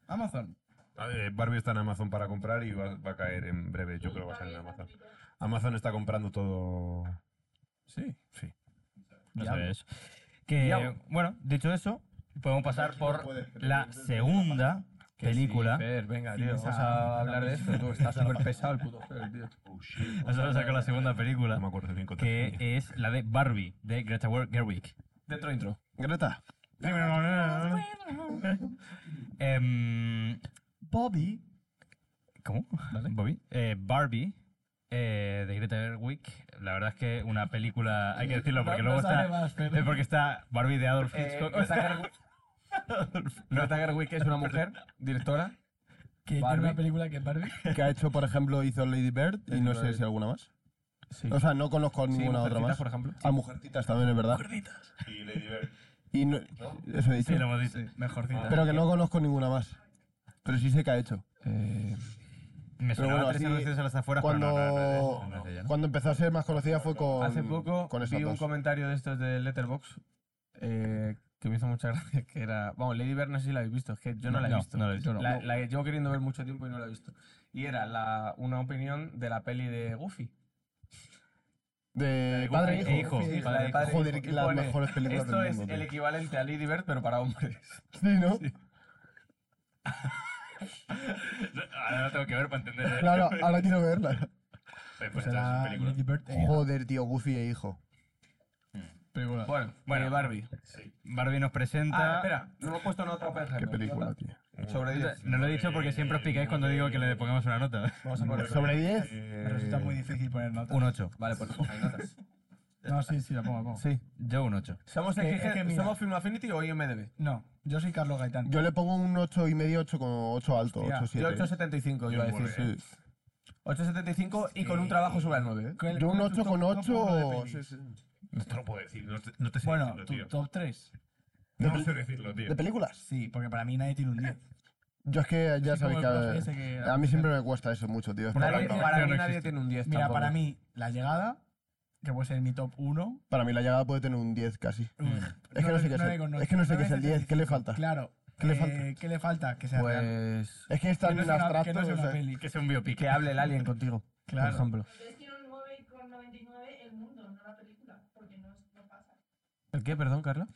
Speaker 3: Amazon.
Speaker 5: A ver, Ah, eh, Barbie está en Amazon para comprar y va, va a caer en breve. Yo creo que va a salir en Amazon. Amazon está comprando todo.
Speaker 3: Sí.
Speaker 5: Sí.
Speaker 2: No
Speaker 3: Diablo.
Speaker 2: sabía eso. Que, bueno, dicho eso, podemos pasar por la segunda película.
Speaker 6: Sí, Fer, venga, tío,
Speaker 3: esa-
Speaker 6: vamos a hablar de esto. Tú estás súper pesado el puto Fer, tío.
Speaker 2: Nosotros sacamos la segunda
Speaker 5: No me
Speaker 2: película,
Speaker 5: acuerdo bien cuántas
Speaker 2: que
Speaker 5: tenía.
Speaker 2: es la de Barbie, de Greta Wer- Gerwig.
Speaker 6: Dentro intro.
Speaker 4: Greta.
Speaker 2: Em,
Speaker 3: Bobby.
Speaker 2: ¿Cómo? Bobby. Eh, Barbie. eh, de Greta Gerwig, la verdad es que una película, hay que decirlo porque
Speaker 3: No- no
Speaker 2: luego
Speaker 3: sale
Speaker 2: está,
Speaker 3: más, pero-
Speaker 2: es porque está Barbie de Adolf
Speaker 6: Eh,
Speaker 2: Hitchcock.
Speaker 6: Greta Gerwig- Greta Gerwig es una mujer, directora.
Speaker 3: Que tiene
Speaker 6: Barbie.
Speaker 3: una película que es Barbie.
Speaker 5: Pues
Speaker 4: Que ha hecho, por ejemplo, hizo Lady Bird y no sé si alguna más.
Speaker 6: Sí.
Speaker 4: O sea, no conozco
Speaker 6: Sí,
Speaker 4: ninguna otra
Speaker 6: Mujercitas,
Speaker 4: más.
Speaker 6: por ejemplo.
Speaker 4: A Mujercitas también, es verdad.
Speaker 5: Y Lady Bird.
Speaker 4: Y no- eso he dicho.
Speaker 2: Sí, lo hemos dicho.
Speaker 3: Mejorcita.
Speaker 4: Pero que no conozco ninguna más. Pero sí sé que ha hecho.
Speaker 2: Me sonaba
Speaker 4: bueno,
Speaker 2: tres
Speaker 4: así,
Speaker 2: anuncios a las afueras,
Speaker 4: Cuando,
Speaker 2: pero no, no, no, no, no, no, no, no.
Speaker 4: cuando empezó a ser más conocida fue con.
Speaker 6: Hace poco
Speaker 4: con esas
Speaker 6: vi un
Speaker 4: dos.
Speaker 6: comentario de estos de Letterbox que me hizo mucha gracia, que era... Vamos, Lady Bird no sé si la habéis visto, es que yo no, la he visto.
Speaker 2: no la he visto, no.
Speaker 6: La, la que llevo queriendo ver mucho tiempo y no la he visto. Y era la, una opinión de la peli de Goofy.
Speaker 4: De
Speaker 6: Goofy
Speaker 4: padre
Speaker 2: e
Speaker 4: e hijo.
Speaker 2: hijo.
Speaker 6: Sí, la de padre e
Speaker 4: Joder,
Speaker 6: hijo. Y
Speaker 4: las
Speaker 6: pone,
Speaker 4: mejores películas
Speaker 6: Esto
Speaker 4: del
Speaker 6: es
Speaker 4: mundo,
Speaker 6: el
Speaker 4: tío".
Speaker 6: equivalente a Lady Bird, pero para hombres.
Speaker 4: Sí, ¿no?
Speaker 2: Ahora la tengo que ver para entender.
Speaker 4: Claro, ahora quiero verla.
Speaker 2: Pues,
Speaker 3: Pues
Speaker 2: esta es
Speaker 3: era
Speaker 2: su película.
Speaker 3: Lady Bird. eh,
Speaker 4: Joder, tío, Goofy e hijo.
Speaker 3: película.
Speaker 6: Bueno,
Speaker 2: Bueno.
Speaker 6: bueno Barbie.
Speaker 2: Barbie nos
Speaker 6: Ah,
Speaker 2: presenta.
Speaker 6: espera, no lo he puesto en otra Oppenheimer.
Speaker 4: Qué película, tío.
Speaker 6: Sobre 10.
Speaker 2: No lo he dicho porque siempre os picáis cuando digo que le pongamos una nota.
Speaker 6: Vamos a poner
Speaker 4: ¿Sobre 10?
Speaker 3: Me resulta
Speaker 5: eh.
Speaker 3: muy difícil poner notas.
Speaker 2: Un 8.
Speaker 6: Vale, pues hay notas.
Speaker 3: No, sí, sí, la pongo, la pongo.
Speaker 6: Sí.
Speaker 2: Yo un 8.
Speaker 6: ¿Somos,
Speaker 3: Es que-
Speaker 6: exigentes-
Speaker 3: es que mira.
Speaker 6: ¿Somos Film Affinity o IMDB?
Speaker 3: No, yo soy Carlos Gaitán.
Speaker 4: Yo le pongo un 8 y medio, 8 con 8 alto,
Speaker 3: Hostia,
Speaker 4: 8,
Speaker 6: Yo
Speaker 4: 7.
Speaker 6: 8.75 iba a decir.
Speaker 4: Sí.
Speaker 6: 8.75 y con un trabajo sobre el 9. ¿eh?
Speaker 4: Yo un 8 con
Speaker 3: Top uno de
Speaker 4: 8.
Speaker 3: pelis.
Speaker 5: Esto no puedo decir, no te, no te sé
Speaker 3: Bueno,
Speaker 5: decirlo,
Speaker 3: tu
Speaker 5: tío.
Speaker 3: top 3.
Speaker 5: No sé decirlo, tío.
Speaker 4: ¿De películas?
Speaker 3: Sí, porque para mí nadie tiene un 10.
Speaker 4: Yo es que ya
Speaker 3: Es
Speaker 4: sabéis
Speaker 3: como
Speaker 4: que
Speaker 3: el profe ese
Speaker 4: a,
Speaker 3: que-
Speaker 4: a mí siempre me cuesta eso mucho, tío.
Speaker 2: Por
Speaker 4: Está-
Speaker 2: la
Speaker 6: Nadie-
Speaker 2: no,
Speaker 6: para
Speaker 2: no
Speaker 6: mí nadie
Speaker 2: existe.
Speaker 6: tiene un 10.
Speaker 3: Mira,
Speaker 6: tampoco.
Speaker 3: para mí, La Llegada, que puede ser mi top 1.
Speaker 4: Para mí la llegada puede tener un 10 casi. Es que no sé qué es el- es que no sé qué es el 10, ¿qué le falta?
Speaker 3: Claro.
Speaker 4: ¿Qué le
Speaker 3: eh,
Speaker 4: falta?
Speaker 3: ¿Qué le falta? Que sea real.
Speaker 6: Pues.
Speaker 4: Es que
Speaker 3: Que
Speaker 4: están
Speaker 3: no
Speaker 4: en
Speaker 3: sea una, que
Speaker 4: abstractos.
Speaker 3: no sea
Speaker 4: o
Speaker 3: una
Speaker 4: sea,
Speaker 3: peli.
Speaker 2: Que es un biopic.
Speaker 6: Que hable el alien contigo,
Speaker 3: Claro.
Speaker 6: por ejemplo.
Speaker 7: Entonces tiene un 9,99 el mundo, no la película, porque no, es- no pasa.
Speaker 6: ¿El qué, perdón, Carlos?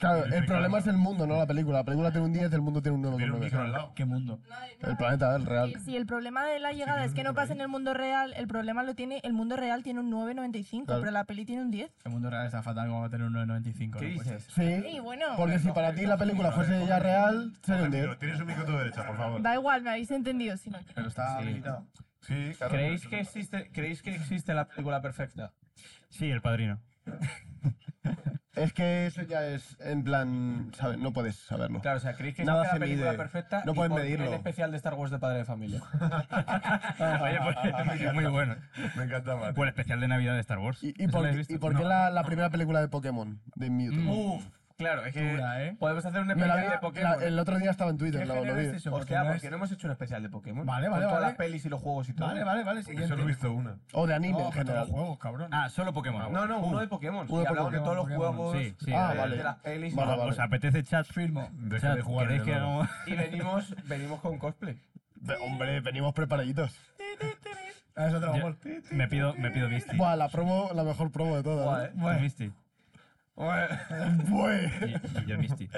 Speaker 4: Claro, el problema es el mundo, no la película. La película tiene un 10, el mundo tiene un
Speaker 5: Tiene un micro al
Speaker 4: 9,9.
Speaker 5: lado.
Speaker 3: ¿Qué mundo?
Speaker 4: El planeta, el real.
Speaker 8: Si el problema de la llegada es que no pasa en el mundo real, el problema lo tiene, el mundo real tiene un 9,95,
Speaker 4: Claro.
Speaker 8: pero la peli tiene un 10.
Speaker 3: El mundo real está fatal como va a tener un 9.95.
Speaker 6: ¿Qué
Speaker 2: Pues
Speaker 3: no puede
Speaker 6: dices?
Speaker 8: Y
Speaker 4: Sí,
Speaker 8: bueno,
Speaker 4: porque si para ti la película fuese ya real, sería un 10.
Speaker 5: Tío, Tienes un micro a tu derecha, por favor.
Speaker 8: da igual, me habéis entendido, si no.
Speaker 3: ser. Pero está
Speaker 6: Sí.
Speaker 3: habilitado.
Speaker 5: Sí, claro.
Speaker 6: ¿Creéis que, existe, ¿Creéis que existe la película perfecta?
Speaker 2: Sí, el padrino.
Speaker 4: Es que eso ya es, en plan, ¿sabes? No puedes saberlo.
Speaker 6: Claro, o sea, ¿creéis que
Speaker 4: Nada
Speaker 6: existe
Speaker 4: se
Speaker 6: la película
Speaker 4: mide.
Speaker 6: perfecta?
Speaker 4: No
Speaker 6: y
Speaker 4: pueden
Speaker 6: pon
Speaker 4: medirlo.
Speaker 6: El especial de Star Wars de Padre de Familia.
Speaker 2: Oye,
Speaker 5: Ah,
Speaker 2: pues, muy bueno.
Speaker 5: Me encantaba.
Speaker 2: O el especial de Navidad de Star Wars.
Speaker 4: ¿Y, y por,
Speaker 2: ¿Eso lo has
Speaker 4: qué-
Speaker 2: visto?
Speaker 4: y por qué
Speaker 2: No.
Speaker 6: Mm.
Speaker 4: la, la primera película de Pokémon, de Mewtwo?
Speaker 6: Uf,
Speaker 12: Claro, es que
Speaker 3: Dura, ¿eh?
Speaker 12: podemos hacer un
Speaker 4: Me la
Speaker 12: especial
Speaker 4: vi-
Speaker 12: de Pokémon.
Speaker 4: la- el otro día estaba en
Speaker 3: ¿Qué
Speaker 4: Twitter, lo, lo
Speaker 3: género
Speaker 4: vi.
Speaker 3: es eso? Porque
Speaker 6: Hostia,
Speaker 3: no
Speaker 6: ¿por
Speaker 3: es-
Speaker 6: qué no hemos hecho un especial de Pokémon?
Speaker 3: Vale,
Speaker 6: Con
Speaker 3: vale,
Speaker 6: todas
Speaker 3: vale.
Speaker 6: las pelis y los juegos y todo.
Speaker 3: Vale, vale, vale.
Speaker 5: Yo solo he
Speaker 3: Siguiente.
Speaker 5: visto una.
Speaker 4: O de anime
Speaker 3: No,
Speaker 4: en
Speaker 3: que todos los
Speaker 4: general.
Speaker 3: juegos, cabrón.
Speaker 2: Ah, solo Pokémon.
Speaker 6: No, no, uno de Pokémon.
Speaker 4: Uno de
Speaker 6: y hablamos de
Speaker 3: Pokémon,
Speaker 6: todos los
Speaker 3: Pokémon.
Speaker 6: juegos,
Speaker 2: Sí, sí.
Speaker 4: Ah,
Speaker 6: de,
Speaker 4: vale.
Speaker 6: de las pelis. y
Speaker 4: Vale,
Speaker 6: tal.
Speaker 4: vale.
Speaker 2: ¿Os apetece chat?
Speaker 3: Firmo.
Speaker 5: Deja
Speaker 2: Chat,
Speaker 5: de jugar.
Speaker 2: ¿queréis
Speaker 5: en
Speaker 2: que
Speaker 5: el LOL.
Speaker 2: hagamos-
Speaker 6: Y venimos, venimos con cosplay.
Speaker 4: Ve- Hombre, venimos preparaditos.
Speaker 3: Ah, es otro
Speaker 2: Yo-
Speaker 3: gol.
Speaker 2: Me pido, me pido Misty.
Speaker 4: Buah, la promo, la mejor promo de todas.
Speaker 6: Buah,
Speaker 4: ¿no?
Speaker 6: eh.
Speaker 2: Tú Misty.
Speaker 4: Bueh.
Speaker 2: Y- y yo Misty.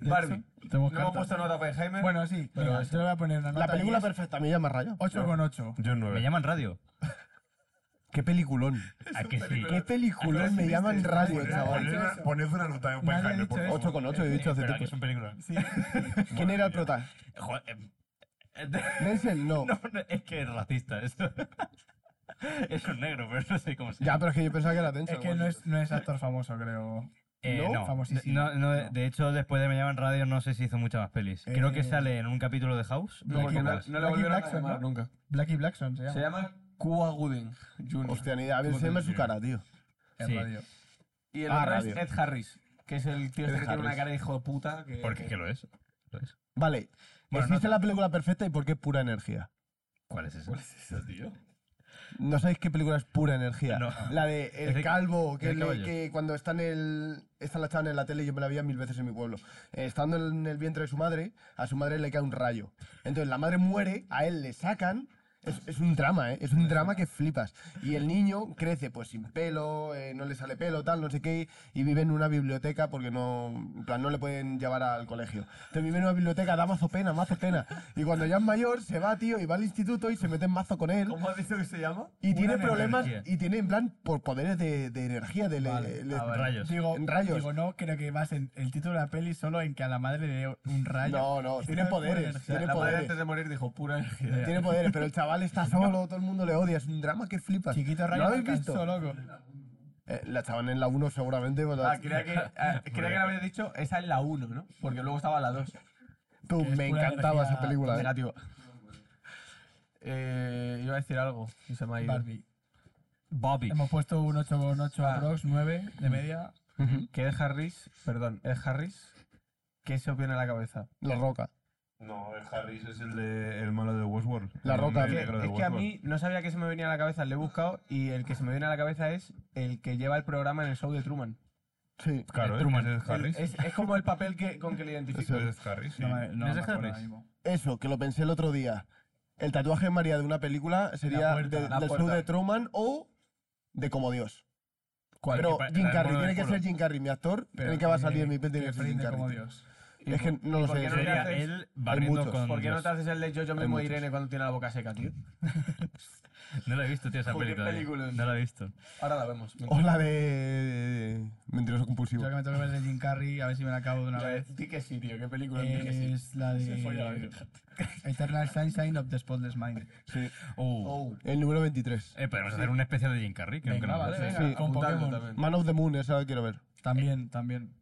Speaker 6: Barbi,
Speaker 3: Tenemos
Speaker 6: no
Speaker 3: cartas.
Speaker 6: hemos puesto nota pues, Oppenheimer.
Speaker 3: Bueno, sí,
Speaker 6: Pero
Speaker 3: venga,
Speaker 6: eso-
Speaker 3: yo le voy a poner una nota.
Speaker 4: La película perfecta, a mí ya me ha rayado.
Speaker 3: 8 con 8.
Speaker 5: Yo
Speaker 2: Me
Speaker 5: nueve.
Speaker 2: llaman radio.
Speaker 4: Qué peliculón.
Speaker 2: ¿A que sí?
Speaker 4: Qué peliculón, me llaman radio, chaval.
Speaker 5: Poned- Poned una nota
Speaker 3: Nadie
Speaker 5: de
Speaker 3: ha
Speaker 5: Oppenheimer,
Speaker 3: dicho
Speaker 5: por
Speaker 3: eso.
Speaker 5: favor.
Speaker 4: 8 con 8, he dicho hace
Speaker 2: Pero aquí
Speaker 4: tiempo.
Speaker 2: es un película.
Speaker 3: Sí.
Speaker 4: ¿Quién era el prota?
Speaker 2: Joder, eh, eh,
Speaker 4: Denzel, no.
Speaker 2: no, no, es que es racista eso. Es un negro, pero no sé cómo se
Speaker 4: Ya, pero es que yo pensaba que era Denzel.
Speaker 3: Es que no es, no es actor famoso, creo.
Speaker 2: Eh,
Speaker 3: ¿No?
Speaker 2: no,
Speaker 3: Famosísimo.
Speaker 2: No, no, de-
Speaker 3: No.
Speaker 2: de hecho, después de Me llaman radio, no sé si hizo muchas más pelis. Creo
Speaker 3: Eh,
Speaker 2: que sale en un capítulo de House.
Speaker 6: no, porque no,
Speaker 3: Black-
Speaker 6: no le
Speaker 3: Black
Speaker 6: volvieron a
Speaker 3: Jackson,
Speaker 6: llamar
Speaker 3: ¿no?
Speaker 6: nunca.
Speaker 3: Blackie Blackson se llama.
Speaker 6: Se llama Cuba Gooding Jr.
Speaker 4: Hostia, ni idea. A ver, enséñame su cara, tío.
Speaker 3: El
Speaker 2: Sí.
Speaker 3: radio.
Speaker 6: Y el
Speaker 4: Ah,
Speaker 6: otro
Speaker 4: radio.
Speaker 6: es Ed Harris, que es el tío este
Speaker 4: Ed
Speaker 6: que tiene una
Speaker 4: Harris.
Speaker 6: cara de hijo de puta. Que...
Speaker 2: Porque es que lo es. Lo es.
Speaker 4: Vale.
Speaker 2: Bueno,
Speaker 4: Existe
Speaker 2: nota.
Speaker 4: la película perfecta y por qué pura energía.
Speaker 2: ¿Cuál es ese? Ah,
Speaker 6: ¿Cuál es eso, tío?
Speaker 4: ¿No sabéis qué película es pura energía?
Speaker 2: No.
Speaker 4: La de El
Speaker 2: Es de-
Speaker 4: Calvo, que,
Speaker 2: de
Speaker 4: le-
Speaker 2: caballo.
Speaker 4: que cuando está en el. Esta la echaban en la tele y yo me la veía mil veces en mi pueblo. Eh, Estando en el vientre de su madre, a su madre le cae un rayo. Entonces la madre muere, a él le sacan. Es, es un drama, ¿eh? Es un drama que flipas. Y el niño crece, pues sin pelo, eh, no le sale pelo, tal, no sé qué, y vive en una biblioteca porque no. En plan, no le pueden llevar al colegio. Entonces vive en una biblioteca, da mazo pena, mazo pena. Y cuando ya es mayor, se va, tío, y va al instituto y se mete en mazo con él.
Speaker 6: ¿Cómo has dicho que se llama?
Speaker 4: Y tiene problemas,
Speaker 2: energía. Ah,
Speaker 4: y tiene en plan por poderes de, de energía, de le- le-
Speaker 2: Rayos.
Speaker 3: Digo,
Speaker 4: En rayos.
Speaker 3: digo, no, creo que vas en el título de la peli solo en que a la madre le dé un rayo.
Speaker 4: No, no, tiene
Speaker 3: Está
Speaker 4: poderes,
Speaker 3: fuerte.
Speaker 4: tiene
Speaker 6: la madre
Speaker 4: poderes.
Speaker 6: antes de morir dijo pura energía. Ah,
Speaker 4: Tiene poderes, pero el chaval está solo, todo el mundo le odia, es un drama que flipas.
Speaker 3: Chiquito rayo
Speaker 4: ¿No lo habéis
Speaker 3: me
Speaker 4: visto?
Speaker 3: cansó, loco.
Speaker 4: Eh, la echaban en la 1 seguramente, pues,
Speaker 6: Ah, creía que, ah, creía que habías dicho esa es la 1, ¿no? Porque luego estaba la 2.
Speaker 4: tú,
Speaker 3: que es
Speaker 4: me
Speaker 3: pura
Speaker 4: encantaba
Speaker 3: energía
Speaker 4: esa película. eh.
Speaker 6: Negativo. Eh, iba a decir algo y se me ha ido.
Speaker 3: Barbie.
Speaker 2: Bobby.
Speaker 3: Hemos puesto un 8 con 8
Speaker 6: Ah.
Speaker 3: a Brox, 9 de media.
Speaker 6: Que Ed Harris, perdón, Ed Harris, ¿qué se os viene a la cabeza?
Speaker 4: La Roca.
Speaker 5: No, el Harris es el, de, el malo de Westworld.
Speaker 4: La
Speaker 5: El
Speaker 4: Roca.
Speaker 5: negro
Speaker 6: Que-
Speaker 5: de
Speaker 6: es que a
Speaker 5: Westworld.
Speaker 6: mí no sabía que se me venía a la cabeza, le he buscado y el que se me viene a la cabeza es el que lleva el programa en el show de Truman.
Speaker 4: Sí.
Speaker 5: Claro,
Speaker 2: Es
Speaker 5: ¿eh?
Speaker 2: Truman.
Speaker 5: Ese es Harris.
Speaker 6: Es, es como el papel que, con que le identifico.
Speaker 5: Ese es Harris, sí.
Speaker 3: No, me- no
Speaker 2: ¿No
Speaker 3: me
Speaker 2: es de
Speaker 3: acuerdo
Speaker 2: Harris?
Speaker 3: ahora mismo.
Speaker 4: Eso, que lo pensé el otro día. El tatuaje de María de una película sería
Speaker 3: La puerta,
Speaker 4: de-
Speaker 6: la
Speaker 4: del show
Speaker 6: puerta.
Speaker 4: de Truman o de Como Dios.
Speaker 2: ¿Cuál?
Speaker 4: Pero
Speaker 2: Que pa-
Speaker 4: Jim
Speaker 2: la del
Speaker 4: Carrey,
Speaker 2: mono del
Speaker 4: tiene que
Speaker 2: culo.
Speaker 4: ser Jim Carrey, mi actor.
Speaker 3: Pero
Speaker 4: el que va a salir
Speaker 3: que-
Speaker 4: en mi peli tiene
Speaker 3: que
Speaker 4: que ser Jim
Speaker 3: prende como
Speaker 4: Carrey.
Speaker 3: Dios.
Speaker 6: ¿Y
Speaker 4: Es que
Speaker 6: por-
Speaker 4: no
Speaker 6: y
Speaker 4: lo
Speaker 6: por
Speaker 4: sé.
Speaker 6: qué no
Speaker 4: eso-
Speaker 6: le
Speaker 2: Sería
Speaker 6: haces-
Speaker 2: él barriendo
Speaker 4: muchos.
Speaker 2: con
Speaker 6: ¿Por qué no te
Speaker 2: Dios.
Speaker 6: haces el de yo, yo mismo
Speaker 4: muchos.
Speaker 6: Irene cuando tiene la boca seca, tío?
Speaker 2: No la he visto, tío, esa
Speaker 6: Joder,
Speaker 2: peli
Speaker 6: qué
Speaker 2: todavía.
Speaker 6: película es.
Speaker 2: No la he visto.
Speaker 6: Ahora la vemos.
Speaker 4: O la de. Mentiroso compulsivo.
Speaker 3: Yo que me tengo que ver el de Jim Carrey, a ver si me la acabo de una
Speaker 6: La de-
Speaker 3: vez.
Speaker 6: Di que sí, tío, qué película. di que sí.
Speaker 3: Es la
Speaker 6: Se fue la
Speaker 3: de
Speaker 6: verga.
Speaker 3: Eternal Sunshine of the Spotless Mind.
Speaker 2: Uh.
Speaker 6: Oh.
Speaker 4: El número 23.
Speaker 2: Eh, podemos hacer un especial de Jim Carrey. que nunca
Speaker 3: Venga,
Speaker 2: lo
Speaker 3: vale,
Speaker 2: hemos hecho.
Speaker 3: venga,
Speaker 4: Sí.
Speaker 3: con
Speaker 6: Apuntadlo
Speaker 3: Pokémon.
Speaker 6: también.
Speaker 4: Man of the Moon, esa la quiero ver.
Speaker 3: También, también.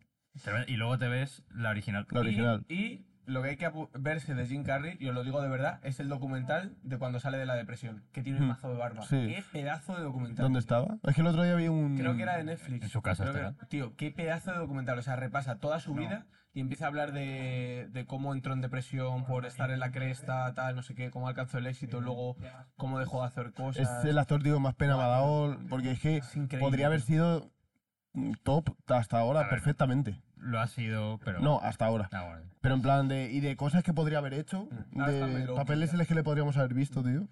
Speaker 2: Tremendo. Y luego te ves la original.
Speaker 4: La original.
Speaker 6: Y, y lo que hay que apu- verse de Jim Carrey, y os lo digo de verdad, es el documental de cuando sale de la depresión, que tiene un
Speaker 4: Mm.
Speaker 6: mazo de barba.
Speaker 4: Sí.
Speaker 6: Qué pedazo de documental.
Speaker 4: ¿Dónde estaba? Es que el otro día vi un.
Speaker 6: Creo que era de Netflix.
Speaker 2: En su casa
Speaker 6: Creo que
Speaker 2: estará.
Speaker 6: era- Tío, qué pedazo de documental. O sea, repasa toda su vida y empieza a hablar de, de cómo entró en depresión por estar en la cresta, tal, no sé qué, cómo alcanzó el éxito, luego cómo dejó de hacer
Speaker 4: Es
Speaker 6: cosas.
Speaker 4: el actor, digo, más pena me ha dado. Porque es que
Speaker 6: Es increíble.
Speaker 4: podría haber sido mm, top hasta ahora
Speaker 2: A ver.
Speaker 4: perfectamente.
Speaker 2: Lo ha sido, pero.
Speaker 4: No, hasta ahora.
Speaker 2: Ah, bueno.
Speaker 4: Pero en plan de. Y de cosas que podría haber hecho.
Speaker 6: Ahora está
Speaker 4: De
Speaker 6: medio
Speaker 4: papeles
Speaker 6: loco,
Speaker 4: en los que le podríamos haber visto, tío.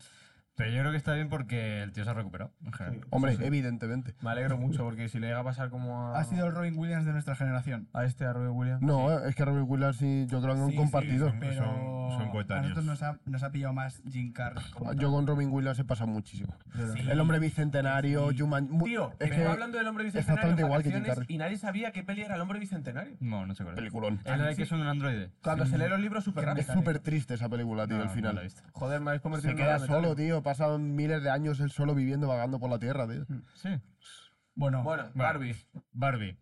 Speaker 2: Pero yo creo que está bien porque el tío se ha recuperado. en general.
Speaker 4: Hombre, evidentemente.
Speaker 6: Me alegro mucho porque si le llega a pasar como a,
Speaker 3: Ha sido el Robin Williams de nuestra generación.
Speaker 6: a este, a Robin Williams.
Speaker 4: No, eh, es que Robin Williams sí, yo creo que han
Speaker 3: Sí,
Speaker 4: compartido.
Speaker 5: sí,
Speaker 3: Pero
Speaker 5: Son- son
Speaker 3: a
Speaker 5: coetáneos.
Speaker 3: nosotros nos ha, nos ha pillado más Jim Carrey. como
Speaker 4: Yo con Robin Williams he pasado muchísimo.
Speaker 3: Sí.
Speaker 4: El hombre bicentenario,
Speaker 3: Sí.
Speaker 4: Juman. mu-
Speaker 6: Tío,
Speaker 4: es que
Speaker 6: estaba hablando del hombre bicentenario
Speaker 4: exactamente
Speaker 6: en
Speaker 4: igual que Jim
Speaker 6: vacaciones
Speaker 4: Carrey.
Speaker 6: y nadie sabía qué peli era el hombre bicentenario.
Speaker 2: No, no sé cuál es.
Speaker 4: peliculón.
Speaker 2: ¿Es la de que es un androide?
Speaker 6: Cuando se lee los libros súper
Speaker 4: Es
Speaker 6: rápido.
Speaker 4: súper triste esa película, tío,
Speaker 2: No,
Speaker 4: al
Speaker 2: no la he
Speaker 4: final.
Speaker 2: visto.
Speaker 6: Joder, me habéis convertido
Speaker 4: Se
Speaker 6: en
Speaker 4: queda
Speaker 6: una
Speaker 4: solo,
Speaker 6: metáfora.
Speaker 4: tío. Pasan miles de años él solo viviendo, vagando por la tierra, tío.
Speaker 2: Sí.
Speaker 3: Bueno,
Speaker 6: Bueno, Barbie.
Speaker 2: Barbie.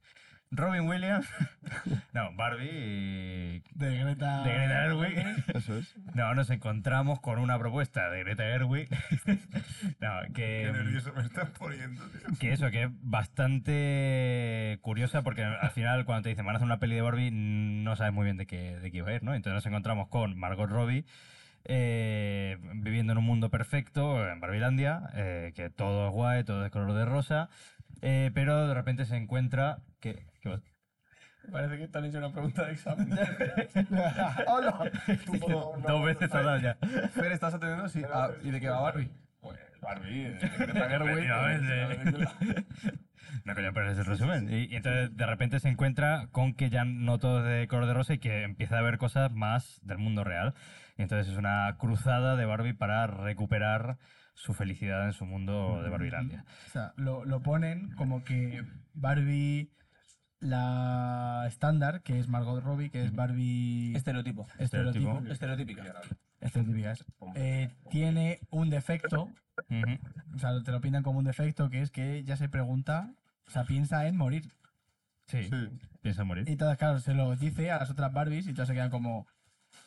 Speaker 2: Robin Williams. no, Barbie. y-
Speaker 3: De Greta.
Speaker 2: De Greta Gerwig.
Speaker 4: Eso es.
Speaker 2: No, nos encontramos con una propuesta de Greta Gerwig. no,
Speaker 5: Qué
Speaker 2: que, mm,
Speaker 5: nervioso me estás poniendo, tío.
Speaker 2: que eso, que es bastante curiosa porque al final cuando te dicen van a hacer una peli de Barbie no sabes muy bien de qué, de qué iba a ir, ¿no? Entonces nos encontramos con Margot Robbie eh, viviendo en un mundo perfecto, en Barbilandia, eh, que todo es guay, todo es color de rosa, eh, pero de repente se encuentra que... que
Speaker 6: Parece que te han hecho una pregunta de examen.
Speaker 4: ¡Hola!
Speaker 2: dos veces ha dado ya.
Speaker 6: Fer, ¿estás atendiendo? Sí. Ah, ¿Y de qué va Barbie?
Speaker 5: Barbie, eh,
Speaker 2: Efectivamente. No, coño, pero es el resumen. Y, y entonces de repente se encuentra con que ya no todo es de color de rosa y que empieza a ver cosas más del mundo real. Y entonces es una cruzada de Barbie para recuperar su felicidad en su mundo de Barbilandia.
Speaker 3: O sea, lo, lo ponen como que Barbie, la estándar, que es Margot Robbie, que es Barbie
Speaker 6: Estereotipo.
Speaker 3: estereotipo,
Speaker 6: Estereotípica.
Speaker 3: estereotípica es, eh, tiene un defecto,
Speaker 2: Ujú.
Speaker 3: o sea, te lo pintan como un defecto, que es que ya se pregunta, o sea, piensa en morir.
Speaker 2: Sí, piensa morir.
Speaker 3: Y todas, claro, se lo dice a las otras Barbies y todas se quedan como,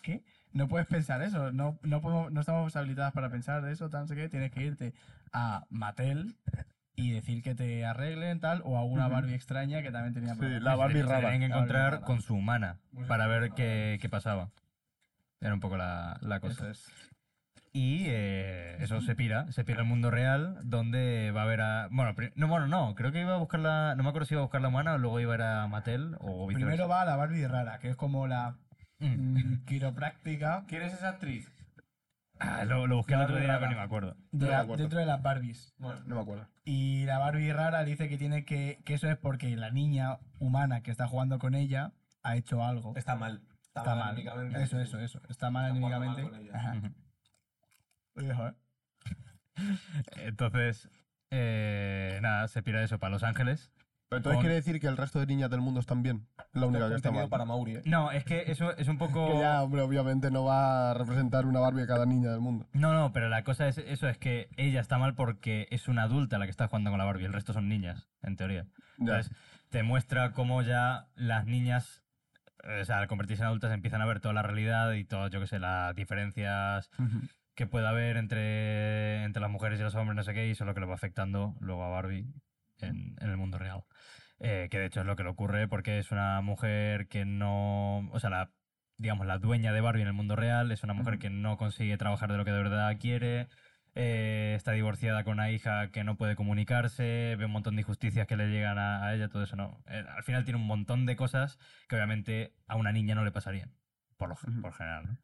Speaker 3: ¿qué? No puedes pensar eso, no, no, podemos, no estamos habilitadas para pensar eso, tal, no sé qué, tienes que irte a Mattel y decir que te arreglen, tal, o a una Barbie extraña que también tenía
Speaker 4: Sí,
Speaker 3: problemas.
Speaker 4: la Barbie
Speaker 2: Se- se
Speaker 4: rara.
Speaker 2: Tenían que
Speaker 3: La Barbie
Speaker 2: encontrar
Speaker 3: rara.
Speaker 2: con su humana para ver qué, qué pasaba. Era un poco la, la cosa.
Speaker 3: Eso es.
Speaker 2: Y eh, eso se pira, se pira al mundo real, donde va a haber a. Bueno, pri- no, bueno, no, creo que iba a buscar la. No me acuerdo si iba a buscar la humana o luego iba a ir a Mattel o viceversa.
Speaker 3: Primero va la Barbie rara, que es como la
Speaker 2: Mm.
Speaker 3: mm, quiropráctica
Speaker 6: ¿Quién es esa actriz?
Speaker 2: Ah, lo, lo busqué el
Speaker 6: La
Speaker 2: otro día,
Speaker 6: rara.
Speaker 2: pero ni me acuerdo.
Speaker 3: de
Speaker 4: No me
Speaker 3: la-
Speaker 4: acuerdo.
Speaker 3: dentro de las Barbies.
Speaker 4: No me acuerdo.
Speaker 3: Y la Barbie rara le dice que tiene que. que eso es porque la niña humana que está jugando con ella ha hecho algo.
Speaker 6: Está mal. Está,
Speaker 3: Está
Speaker 6: mal.
Speaker 3: mal.
Speaker 6: anímicamente.
Speaker 3: Eso, eso, eso. Está mal
Speaker 6: Está jugando mal
Speaker 3: anímicamente.
Speaker 6: con ella.
Speaker 3: Ajá.
Speaker 2: Ujú.
Speaker 3: Oye, joder.
Speaker 2: Entonces, eh, nada, se pira eso para Los Ángeles.
Speaker 4: Pero entonces
Speaker 2: Con-
Speaker 4: quiere decir que el resto de niñas del mundo están bien. Es la única que está
Speaker 6: Contenido
Speaker 4: mal.
Speaker 6: para Mauri, ¿eh?
Speaker 2: No, es que eso es un
Speaker 4: Que
Speaker 2: poco.
Speaker 4: ya, hombre, obviamente no va a representar una Barbie a cada niña del mundo.
Speaker 2: No, no, pero la cosa es eso, es que ella está mal porque es una adulta la que está jugando con la Barbie, el resto son niñas, en teoría.
Speaker 4: Ya.
Speaker 2: Entonces, te muestra cómo ya las niñas, eh, o sea, al convertirse en adultas, empiezan a ver toda la realidad y todo, yo qué sé, las diferencias que pueda haber entre, entre las mujeres y los hombres, no sé qué, y eso es lo que le va afectando luego a Barbie en, en el mundo real. Eh, que de hecho es lo que le ocurre porque es una mujer que no. O sea, la, digamos, la dueña de Barbie en el mundo real es una mujer que no consigue trabajar de lo que de verdad quiere. eh, está divorciada con una hija que no puede comunicarse, ve un montón de injusticias que le llegan a, a ella, todo eso no. Eh, al final tiene un montón de cosas que obviamente a una niña no le pasarían, por, lo, gen- por general. ¿no?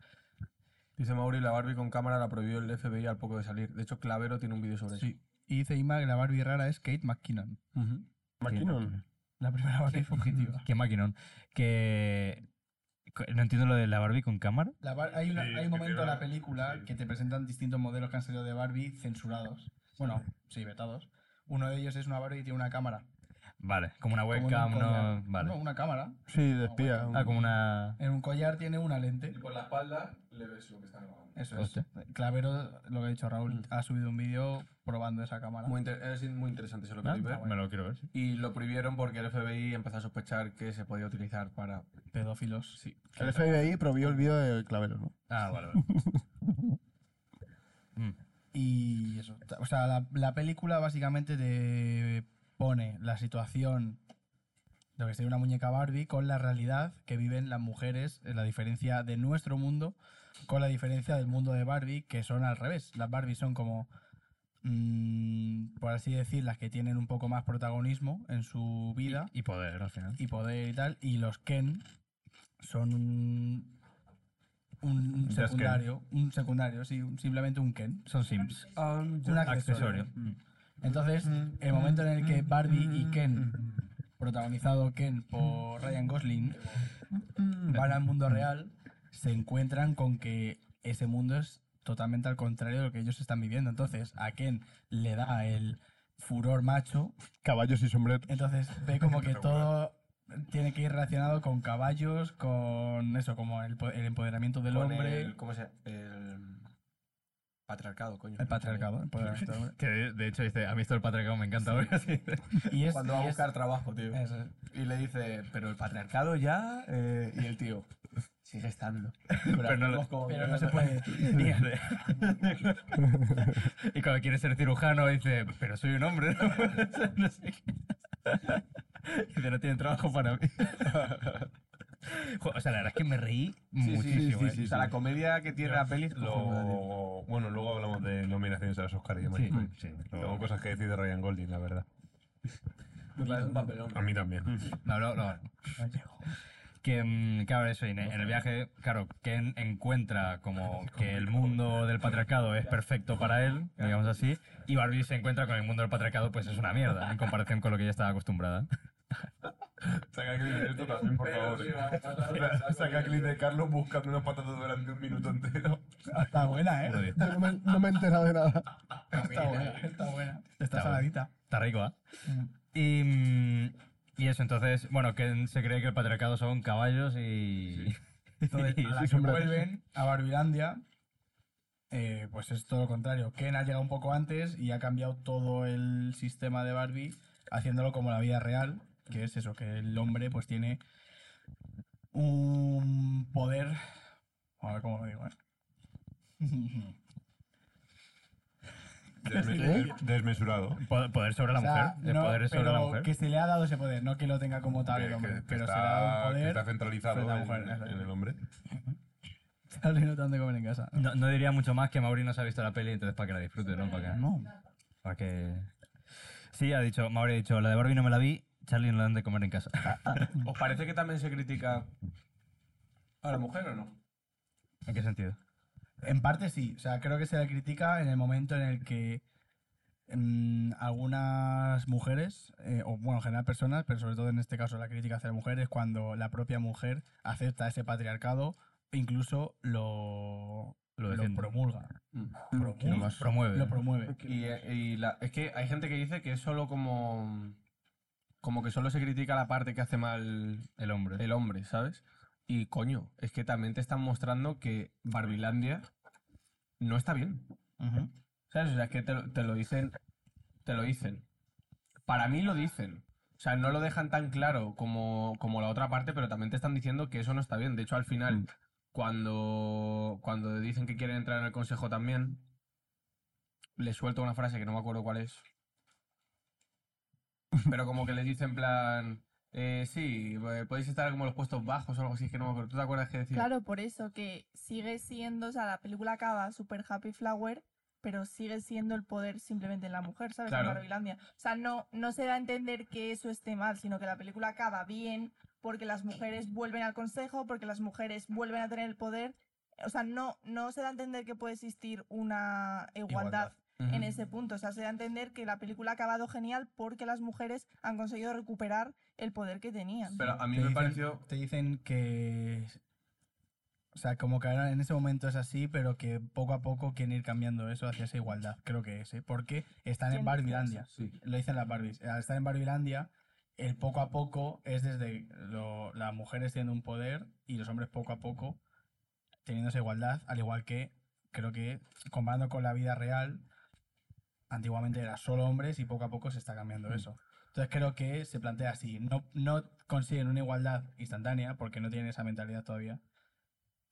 Speaker 6: Dice Mauri, la Barbie con cámara la prohibió el FBI al poco de salir. De hecho, Clavero tiene un vídeo sobre eso.
Speaker 3: Sí. Y dice Ima que la Barbie rara es Kate McKinnon.
Speaker 6: Ujú.
Speaker 4: Maquinon.
Speaker 3: La primera Barbie fugitiva.
Speaker 2: Qué maquinón. Que. co- No entiendo lo de la Barbie con cámara.
Speaker 3: La bar- hay, una-
Speaker 5: Sí,
Speaker 3: hay
Speaker 5: que
Speaker 3: un momento en
Speaker 5: tiene
Speaker 3: la
Speaker 5: una-
Speaker 3: película
Speaker 5: sí.
Speaker 3: que te presentan distintos modelos que han salido de Barbie censurados. Bueno, sí, vetados. Uno de ellos es una Barbie que tiene una cámara.
Speaker 2: Vale, como una
Speaker 3: Como en un
Speaker 2: webcam, no.
Speaker 3: collar.
Speaker 2: Vale.
Speaker 3: No, una cámara.
Speaker 4: Sí, de espía.
Speaker 2: Ah, como una.
Speaker 3: En un collar tiene una lente.
Speaker 6: por la espalda le ves lo que está grabando.
Speaker 3: Eso
Speaker 2: Hostia.
Speaker 3: es. Clavero, lo que ha dicho Raúl, ha subido un vídeo probando esa cámara.
Speaker 6: Mm. Muy inter- es muy interesante eso lo que
Speaker 2: Ah,
Speaker 6: vi ver.
Speaker 2: me lo quiero ver. sí.
Speaker 6: Y lo prohibieron porque el FBI empezó a sospechar que se podía utilizar para...
Speaker 3: Pedófilos.
Speaker 6: Sí.
Speaker 4: El FBI prohibió el vídeo de Clavero, ¿no?
Speaker 2: Ah, vale, vale. Mm.
Speaker 3: Y eso. O sea, la, la película básicamente te pone la situación de lo que sería una muñeca Barbie con la realidad que viven las mujeres, eh, la diferencia de nuestro mundo con la diferencia del mundo de Barbie, que son al revés. Las Barbie son como, mm, por así decir, las que tienen un poco más protagonismo en su vida.
Speaker 2: Y poder al final.
Speaker 3: y poder y tal. Y los Ken son un, un- un
Speaker 5: Just
Speaker 3: secundario. Un secundario, sí, un- simplemente un Ken.
Speaker 2: Son Sims.
Speaker 3: Un accesorio. Entonces,
Speaker 6: Mm.
Speaker 3: el momento en el que Barbie y Ken, protagonizado Ken por Ryan Gosling,
Speaker 6: Mm.
Speaker 3: van al mundo real, se encuentran con que ese mundo es totalmente al contrario de lo que ellos están viviendo. Entonces, a Ken le da el furor macho
Speaker 4: Caballos y sombrero.
Speaker 3: entonces ve como que todo tiene que ir relacionado con caballos, con eso, como el, po- el empoderamiento del
Speaker 6: Con
Speaker 3: hombre.
Speaker 6: el- ¿Cómo se llama? El... Patriarcado, coño.
Speaker 3: El patriarcado. el poder del hombre.
Speaker 2: Que de, de hecho dice, a mí esto del patriarcado me encanta. porque así-
Speaker 3: Y es,
Speaker 6: Cuando va a
Speaker 3: y es-
Speaker 6: buscar trabajo, tío.
Speaker 3: eso es.
Speaker 6: Y le dice, pero el patriarcado ya. eh, y el tío, sigue estando. Pero,
Speaker 2: no
Speaker 6: hacemos
Speaker 2: lo-
Speaker 6: como-
Speaker 3: Pero no se puede.
Speaker 2: Mierda. y cuando quiere ser cirujano dice, pero soy un hombre, no puedo ser no sé qué. Dice, no tienen trabajo para mí. Jo, o sea, la verdad es que me reí
Speaker 6: Sí, sí,
Speaker 2: muchísimo.
Speaker 6: sí,
Speaker 2: ¿eh?
Speaker 6: sí, sí, O sea, la comedia que tiene la peli es cojonuda, tío.
Speaker 5: Lo... Bueno, luego hablamos de nominaciones a los Oscars y demás. Pues,
Speaker 2: Sí, sí.
Speaker 5: Tengo cosas que decir de Ryan Golding, la verdad.
Speaker 6: Me parece un papelón.
Speaker 5: A mí también.
Speaker 2: No, no, no. Que, mm, claro, eso, y en, en el viaje, claro, que en- encuentra como que el mundo del patriarcado es perfecto para él, digamos así, y Barbie se encuentra con el mundo del patriarcado, pues es una mierda, en comparación con lo que ella estaba acostumbrada.
Speaker 5: Saca clip de esto también, por favor. Saca clip de Carlos buscando unas patatas durante un minuto entero.
Speaker 3: Está buena, ¿eh?
Speaker 2: Joder,
Speaker 1: Yo no me, no me he enterado de nada.
Speaker 3: Está buena, está buena. Está,
Speaker 2: buena.
Speaker 3: saladita.
Speaker 2: Está rico, ¿ah?
Speaker 3: Mm.
Speaker 2: Y, mm, y eso, entonces, bueno, que se cree que el patriarcado son caballos y...
Speaker 3: Entonces,
Speaker 2: y
Speaker 3: a la
Speaker 2: sus
Speaker 3: que
Speaker 2: hombres.
Speaker 3: vuelven a Barbilandia, eh, pues es todo lo contrario. Ken ha llegado un poco antes y ha cambiado todo el sistema de Barbie, haciéndolo como la vida real, que es eso, que el hombre pues tiene un poder... A ver cómo lo digo, ¿eh?
Speaker 5: Desme- Desmesurado.
Speaker 2: Po- Poder sobre la
Speaker 3: O sea,
Speaker 2: mujer, el
Speaker 3: no,
Speaker 2: poder sobre la
Speaker 3: pero
Speaker 2: mujer.
Speaker 3: Que se le ha dado ese poder, no que lo tenga como tal
Speaker 5: Que-
Speaker 3: el hombre,
Speaker 5: que- que
Speaker 3: pero
Speaker 5: está,
Speaker 3: se le ha dado un
Speaker 5: que
Speaker 3: poder.
Speaker 5: está centralizado
Speaker 3: sobre la
Speaker 5: en,
Speaker 3: mujer,
Speaker 5: en
Speaker 3: exacto.
Speaker 5: el hombre.
Speaker 3: Charlie no tanto comer en casa.
Speaker 2: No, no diría mucho más que Mauri no se ha visto la peli, entonces para que la disfrute, ¿no? Para que,
Speaker 3: No.
Speaker 2: para que... Sí, ha dicho, Mauri ha dicho, la de Barbie no me la vi, Charlie no la dan de comer en casa.
Speaker 6: ¿Os parece que también se critica a la mujer o no?
Speaker 2: ¿En qué sentido?
Speaker 3: En parte sí, o sea, creo que se la critica en el momento en el que mm, algunas mujeres, eh, o bueno, en general personas, pero sobre todo en este caso la crítica hacia la mujer es cuando la propia mujer acepta ese patriarcado e incluso lo,
Speaker 2: Lo
Speaker 3: lo
Speaker 2: defiende.
Speaker 3: promulga.
Speaker 6: Mm.
Speaker 3: Promulga.
Speaker 2: Promueve.
Speaker 3: Lo promueve.
Speaker 6: Y, eh, y la- es que hay gente que dice que es solo como. Como que solo se critica la parte que hace mal
Speaker 2: el hombre.
Speaker 6: el hombre, ¿sabes? Y coño, es que también te están mostrando que Barbilandia no está bien.
Speaker 3: Ujú.
Speaker 6: ¿Sabes? O sea, es que te, lo- te lo dicen. Te lo dicen. Para mí lo dicen. O sea, no lo dejan tan claro como, como la otra parte, pero también te están diciendo que eso no está bien. De hecho, al final, cuando, cuando dicen que quieren entrar en el consejo también, les suelto una frase que no me acuerdo cuál es. Pero como que les dicen en plan. eh, sí, eh, podéis estar como en los puestos bajos o algo así, es que no me acuerdo. ¿Tú te acuerdas que decía?
Speaker 8: Claro, por eso que sigue siendo, o sea, la película acaba super happy flower, pero sigue siendo el poder simplemente en la mujer, ¿sabes?
Speaker 6: Claro.
Speaker 8: En Barbilandia. O sea, no, no se da a entender que eso esté mal, sino que la película acaba bien porque las mujeres vuelven al consejo, porque las mujeres vuelven a tener el poder. O sea, no, no se da a entender que puede existir una igualdad
Speaker 6: Ujú.
Speaker 8: en ese punto. O sea, se da a entender que la película ha acabado genial porque las mujeres han conseguido recuperar el poder que tenían.
Speaker 6: Pero a mí
Speaker 3: Te
Speaker 6: me
Speaker 3: dicen-
Speaker 6: pareció.
Speaker 3: Te dicen que. O sea, como que ahora en ese momento es así, pero que poco a poco quieren ir cambiando eso hacia esa igualdad. Creo que es, ¿eh? Porque están en
Speaker 8: Tiene
Speaker 3: Barbilandia.
Speaker 6: Sí.
Speaker 3: Lo dicen las Barbies. Al estar en Barbilandia, el poco a poco es desde lo- las mujeres teniendo un poder y los hombres poco a poco teniendo esa igualdad, al igual que creo que comparando con la vida real, antiguamente era solo hombres y poco a poco se está
Speaker 6: Mm.
Speaker 3: cambiando eso. Entonces creo que se plantea así, no, no consiguen una igualdad instantánea porque no tienen esa mentalidad todavía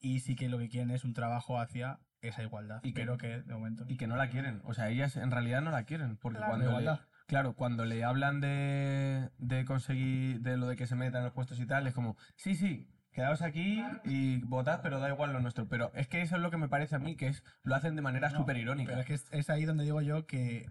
Speaker 3: y sí que lo que quieren es un trabajo hacia esa igualdad,
Speaker 6: Y que-
Speaker 3: pero que de momento...
Speaker 6: Y que no la quieren. O sea, ellas en realidad no la quieren. Porque
Speaker 8: Claro.
Speaker 6: cuando le,
Speaker 3: Igualdad.
Speaker 6: claro, cuando le hablan de, de conseguir, de lo de que se metan en los puestos y tal, es como, sí, sí, quedaos aquí y votad, pero da igual lo nuestro. Pero es que eso es lo que me parece a mí, que es, lo hacen de manera
Speaker 3: No,
Speaker 6: súper irónica.
Speaker 3: Pero es que es, es ahí donde digo yo que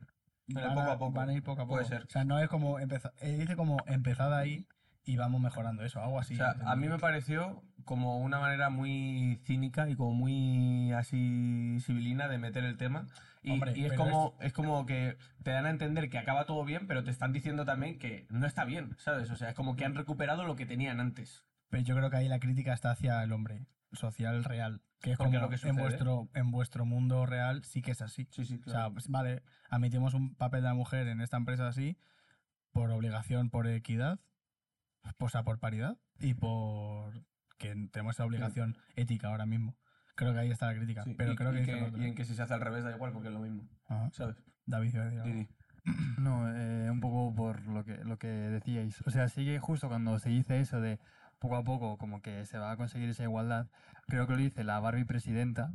Speaker 6: Pero
Speaker 3: van,
Speaker 6: poco
Speaker 3: a,
Speaker 6: a poco.
Speaker 3: van a ir poco a poco.
Speaker 6: Puede ser.
Speaker 3: O sea, no es como empezar. dice como empezad ahí y vamos mejorando eso, algo así.
Speaker 6: o sea,
Speaker 3: entiendo.
Speaker 6: a mí me pareció como una manera muy cínica y como muy así sibilina de meter el tema. Y,
Speaker 3: Hombre,
Speaker 6: y es,
Speaker 3: pero
Speaker 6: como, es como que te dan a entender que acaba todo bien, pero te están diciendo también que no está bien, ¿sabes? O sea, es como que han recuperado lo que tenían antes.
Speaker 3: Pero yo creo que ahí la crítica está hacia el hombre social real. Que es
Speaker 6: Porque
Speaker 3: como
Speaker 6: lo que sucede-
Speaker 3: en, vuestro, en vuestro mundo real sí que es así.
Speaker 6: Sí, sí,
Speaker 3: O sea, pues, vale, admitimos un papel de la mujer en esta empresa así por obligación, por equidad, pues, o sea, por paridad y por que tenemos esa obligación ética ahora mismo. Creo que ahí está la crítica.
Speaker 6: Sí,
Speaker 3: pero
Speaker 6: y,
Speaker 3: creo
Speaker 6: y
Speaker 3: que, dice lo otro.
Speaker 6: y en que si se hace al revés da igual porque es lo mismo,
Speaker 3: Ajá.
Speaker 6: ¿sabes?
Speaker 3: David iba a decir algo.
Speaker 6: Didi.
Speaker 13: No, eh, un poco por lo que, lo que decíais. O sea, sí que justo cuando se dice eso de poco a poco como que se va a conseguir esa igualdad, creo que lo dice la Barbie presidenta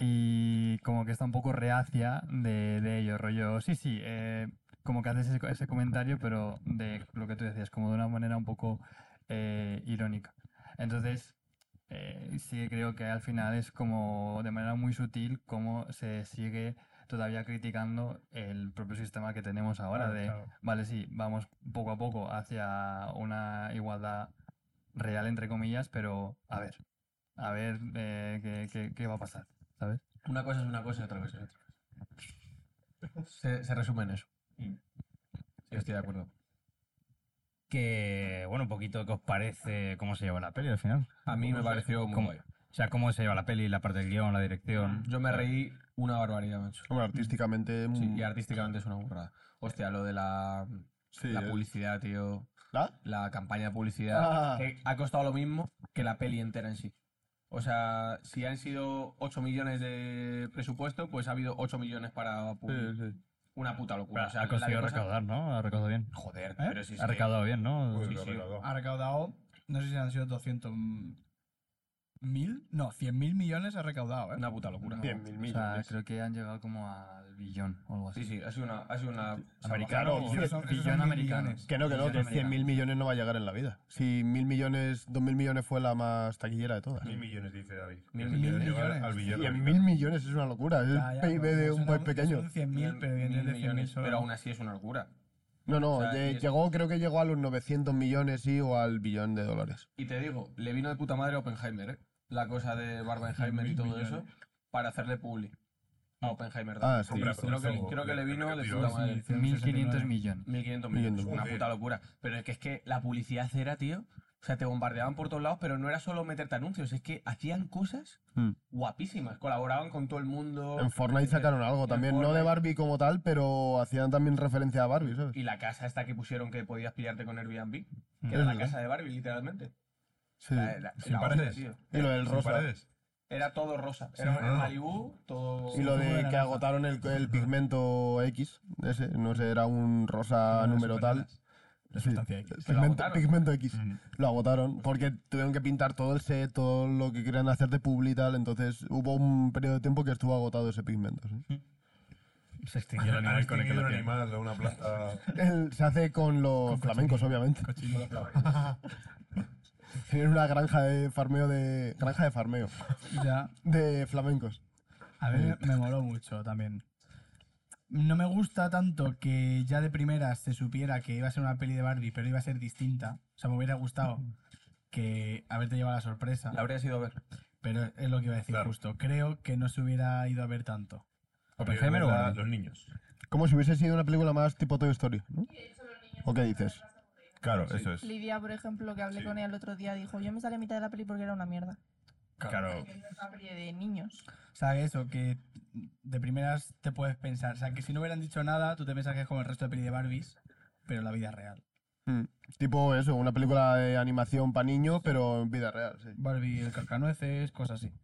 Speaker 13: y como que está un poco reacia de, de ello, rollo, sí, sí, eh, como que haces ese, co- ese comentario, pero de lo que tú decías, como de una manera un poco eh, irónica. Entonces, eh, sí que creo que al final es como de manera muy sutil cómo se sigue todavía criticando el propio sistema que tenemos ahora
Speaker 3: Claro,
Speaker 13: de,
Speaker 3: claro.
Speaker 13: vale, sí, vamos poco a poco hacia una igualdad real, entre comillas, pero a ver, a ver eh, qué, qué- qué va a pasar, ¿sabes?
Speaker 6: Una cosa es una cosa y otra cosa es otra. Se, se resume en eso. Sí, estoy de acuerdo.
Speaker 2: Que, bueno, un poquito que os parece cómo se lleva la peli al final.
Speaker 6: A mí me pareció muy
Speaker 2: ¿Cómo?
Speaker 6: guay.
Speaker 2: O sea, cómo se lleva la peli, la parte del guión, la
Speaker 3: Mm.
Speaker 2: dirección.
Speaker 6: Yo me reí una barbaridad, macho.
Speaker 1: Hombre, artísticamente...
Speaker 6: Sí,
Speaker 1: mm,
Speaker 6: y artísticamente es una burrada. Hostia, lo de la,
Speaker 1: sí,
Speaker 6: la
Speaker 1: eh.
Speaker 6: publicidad, tío.
Speaker 1: ¿La?
Speaker 6: La campaña de publicidad.
Speaker 1: Ah,
Speaker 6: que ha costado lo mismo que la peli entera en sí. O sea, si han sido 8 millones de presupuesto, pues ha habido 8 millones para publi- una puta locura.
Speaker 2: Pero
Speaker 6: O sea,
Speaker 2: ha
Speaker 6: la
Speaker 2: conseguido
Speaker 6: cosa-
Speaker 2: recaudar, ¿no? Ha recaudado bien.
Speaker 6: Joder,
Speaker 2: ¿Eh?
Speaker 6: pero si es
Speaker 2: ha
Speaker 6: que-
Speaker 2: recaudado bien, ¿no?
Speaker 5: Uy,
Speaker 6: sí,
Speaker 5: lo
Speaker 6: sí.
Speaker 5: regaló.
Speaker 3: Ha recaudado, no sé si han sido 200 mil, no, 100 mil millones ha recaudado, ¿eh?
Speaker 6: Una puta locura.
Speaker 1: Bien, mil
Speaker 13: O sea,
Speaker 1: millones.
Speaker 13: creo que han llegado como al billón o algo así.
Speaker 6: Sí, sí, ha sido una. Ha sido una
Speaker 2: Americano.
Speaker 1: Claro,
Speaker 3: Esos
Speaker 1: cien-
Speaker 3: son- esos son
Speaker 13: billón
Speaker 3: mil
Speaker 13: americano.
Speaker 3: millones.
Speaker 1: Que no, que no, que
Speaker 13: Millones
Speaker 1: 100 mil millones no va a llegar en la vida. Si mil millones, dos mil millones fue la más taquillera de todas.
Speaker 5: Mil millones, dice David.
Speaker 6: Mil
Speaker 5: Que quieren
Speaker 3: millones.
Speaker 5: llegar Al billón.
Speaker 1: Cien mil millones es una locura, es
Speaker 3: Ya,
Speaker 1: el
Speaker 3: ya,
Speaker 1: PIB
Speaker 3: no,
Speaker 1: de
Speaker 3: no
Speaker 1: un
Speaker 3: son-
Speaker 1: país
Speaker 3: no
Speaker 1: pequeño.
Speaker 3: Son 100 mil, pero viene de 100 mil
Speaker 6: millones.
Speaker 3: solo.
Speaker 6: Pero aún así es una locura.
Speaker 1: No, no,
Speaker 6: O sea,
Speaker 1: lle-
Speaker 6: y es-
Speaker 1: llegó, creo que llegó a los 900 millones sí, o al billón de dólares.
Speaker 6: Y te digo, le vino de puta madre a Oppenheimer, ¿eh? La cosa de Barbenheimer y
Speaker 3: Mil
Speaker 6: todo
Speaker 3: millones.
Speaker 6: eso, para hacerle publi a Oppenheimer.
Speaker 1: Ah,
Speaker 6: también.
Speaker 1: sí.
Speaker 5: Compra,
Speaker 6: creo, que,
Speaker 5: pero-
Speaker 6: creo que le vino de
Speaker 5: Dios.
Speaker 6: puta madre.
Speaker 13: 1.500 millones.
Speaker 6: 1500 millones, una
Speaker 5: Joder.
Speaker 6: puta locura. Pero es que es que la publicidad era, tío. O sea, te bombardeaban por todos lados, pero no era solo meterte anuncios, es que hacían cosas
Speaker 1: Mm.
Speaker 6: guapísimas. Colaboraban con todo el mundo.
Speaker 1: En Fortnite sacaron algo
Speaker 6: Oh, en
Speaker 1: también, no de
Speaker 6: Fortnite.
Speaker 1: Barbie como tal, pero hacían también referencia a Barbie, ¿sabes?
Speaker 6: Y la casa esta que pusieron que podías pillarte con Airbnb, que
Speaker 1: Es
Speaker 6: era la
Speaker 1: verdad.
Speaker 6: casa Ah, de Barbie, literalmente.
Speaker 1: Hmm. ¿eh? Sí.
Speaker 6: La- la-
Speaker 5: Sin
Speaker 6: la hostia,
Speaker 5: paredes.
Speaker 6: tío.
Speaker 1: Y lo del
Speaker 5: Sin
Speaker 1: rosa.
Speaker 5: paredes.
Speaker 6: Era todo rosa. Era
Speaker 5: Ah.
Speaker 6: un Malibu, todo.
Speaker 1: Y lo
Speaker 3: Jugo de
Speaker 1: de que
Speaker 3: naranja.
Speaker 1: agotaron el, el pigmento X, ese, no sé, era un rosa número tal.
Speaker 3: La
Speaker 1: Sí.
Speaker 3: sustancia X.
Speaker 6: Pero lo
Speaker 1: Pigmento,
Speaker 6: agotaron.
Speaker 1: pigmento X.
Speaker 5: Mm.
Speaker 1: Lo agotaron porque tuvieron que pintar todo el set, todo lo que querían hacer de publi y tal. Entonces hubo un periodo de tiempo que estuvo agotado ese pigmento. ¿sí?
Speaker 2: Se extinguió el
Speaker 5: Han
Speaker 2: animal con el que lo
Speaker 5: extinguido un
Speaker 2: hacían.
Speaker 5: animal de una planta.
Speaker 1: Él se hace con los flamencos, obviamente. Tienen una granja de farmeo de. Granja de farmeo.
Speaker 3: Ya,
Speaker 1: De flamencos.
Speaker 3: a mí me- me moló mucho también. No me gusta tanto que ya de primeras se supiera que iba a ser una peli de Barbie, pero iba a ser distinta. O sea, me hubiera gustado que haberte llevado la sorpresa.
Speaker 6: La habría sido ver.
Speaker 3: Pero es lo que iba a decir
Speaker 5: Claro.
Speaker 3: justo. Creo que no se hubiera ido a ver tanto.
Speaker 2: ¿Oppenheimer o
Speaker 5: Para
Speaker 2: Barbie?
Speaker 5: Los niños.
Speaker 1: Como si hubiese sido una película más tipo Toy Story, ¿no? ¿O qué dices?
Speaker 5: Claro, eso es.
Speaker 8: Lidia, por ejemplo, que hablé
Speaker 5: Sí.
Speaker 8: con ella el otro día, dijo, yo me salí a mitad de la peli porque era una mierda.
Speaker 2: Claro.
Speaker 8: Porque es una peli de niños.
Speaker 3: O sea, eso, que de primeras te puedes pensar. O sea, que si no hubieran dicho nada, tú te piensas que es como el resto de peli de Barbies, pero la vida real.
Speaker 1: Tipo eso, una película de animación para niños, pero en vida real, sí.
Speaker 3: Barbie el carcanueces, cosas así.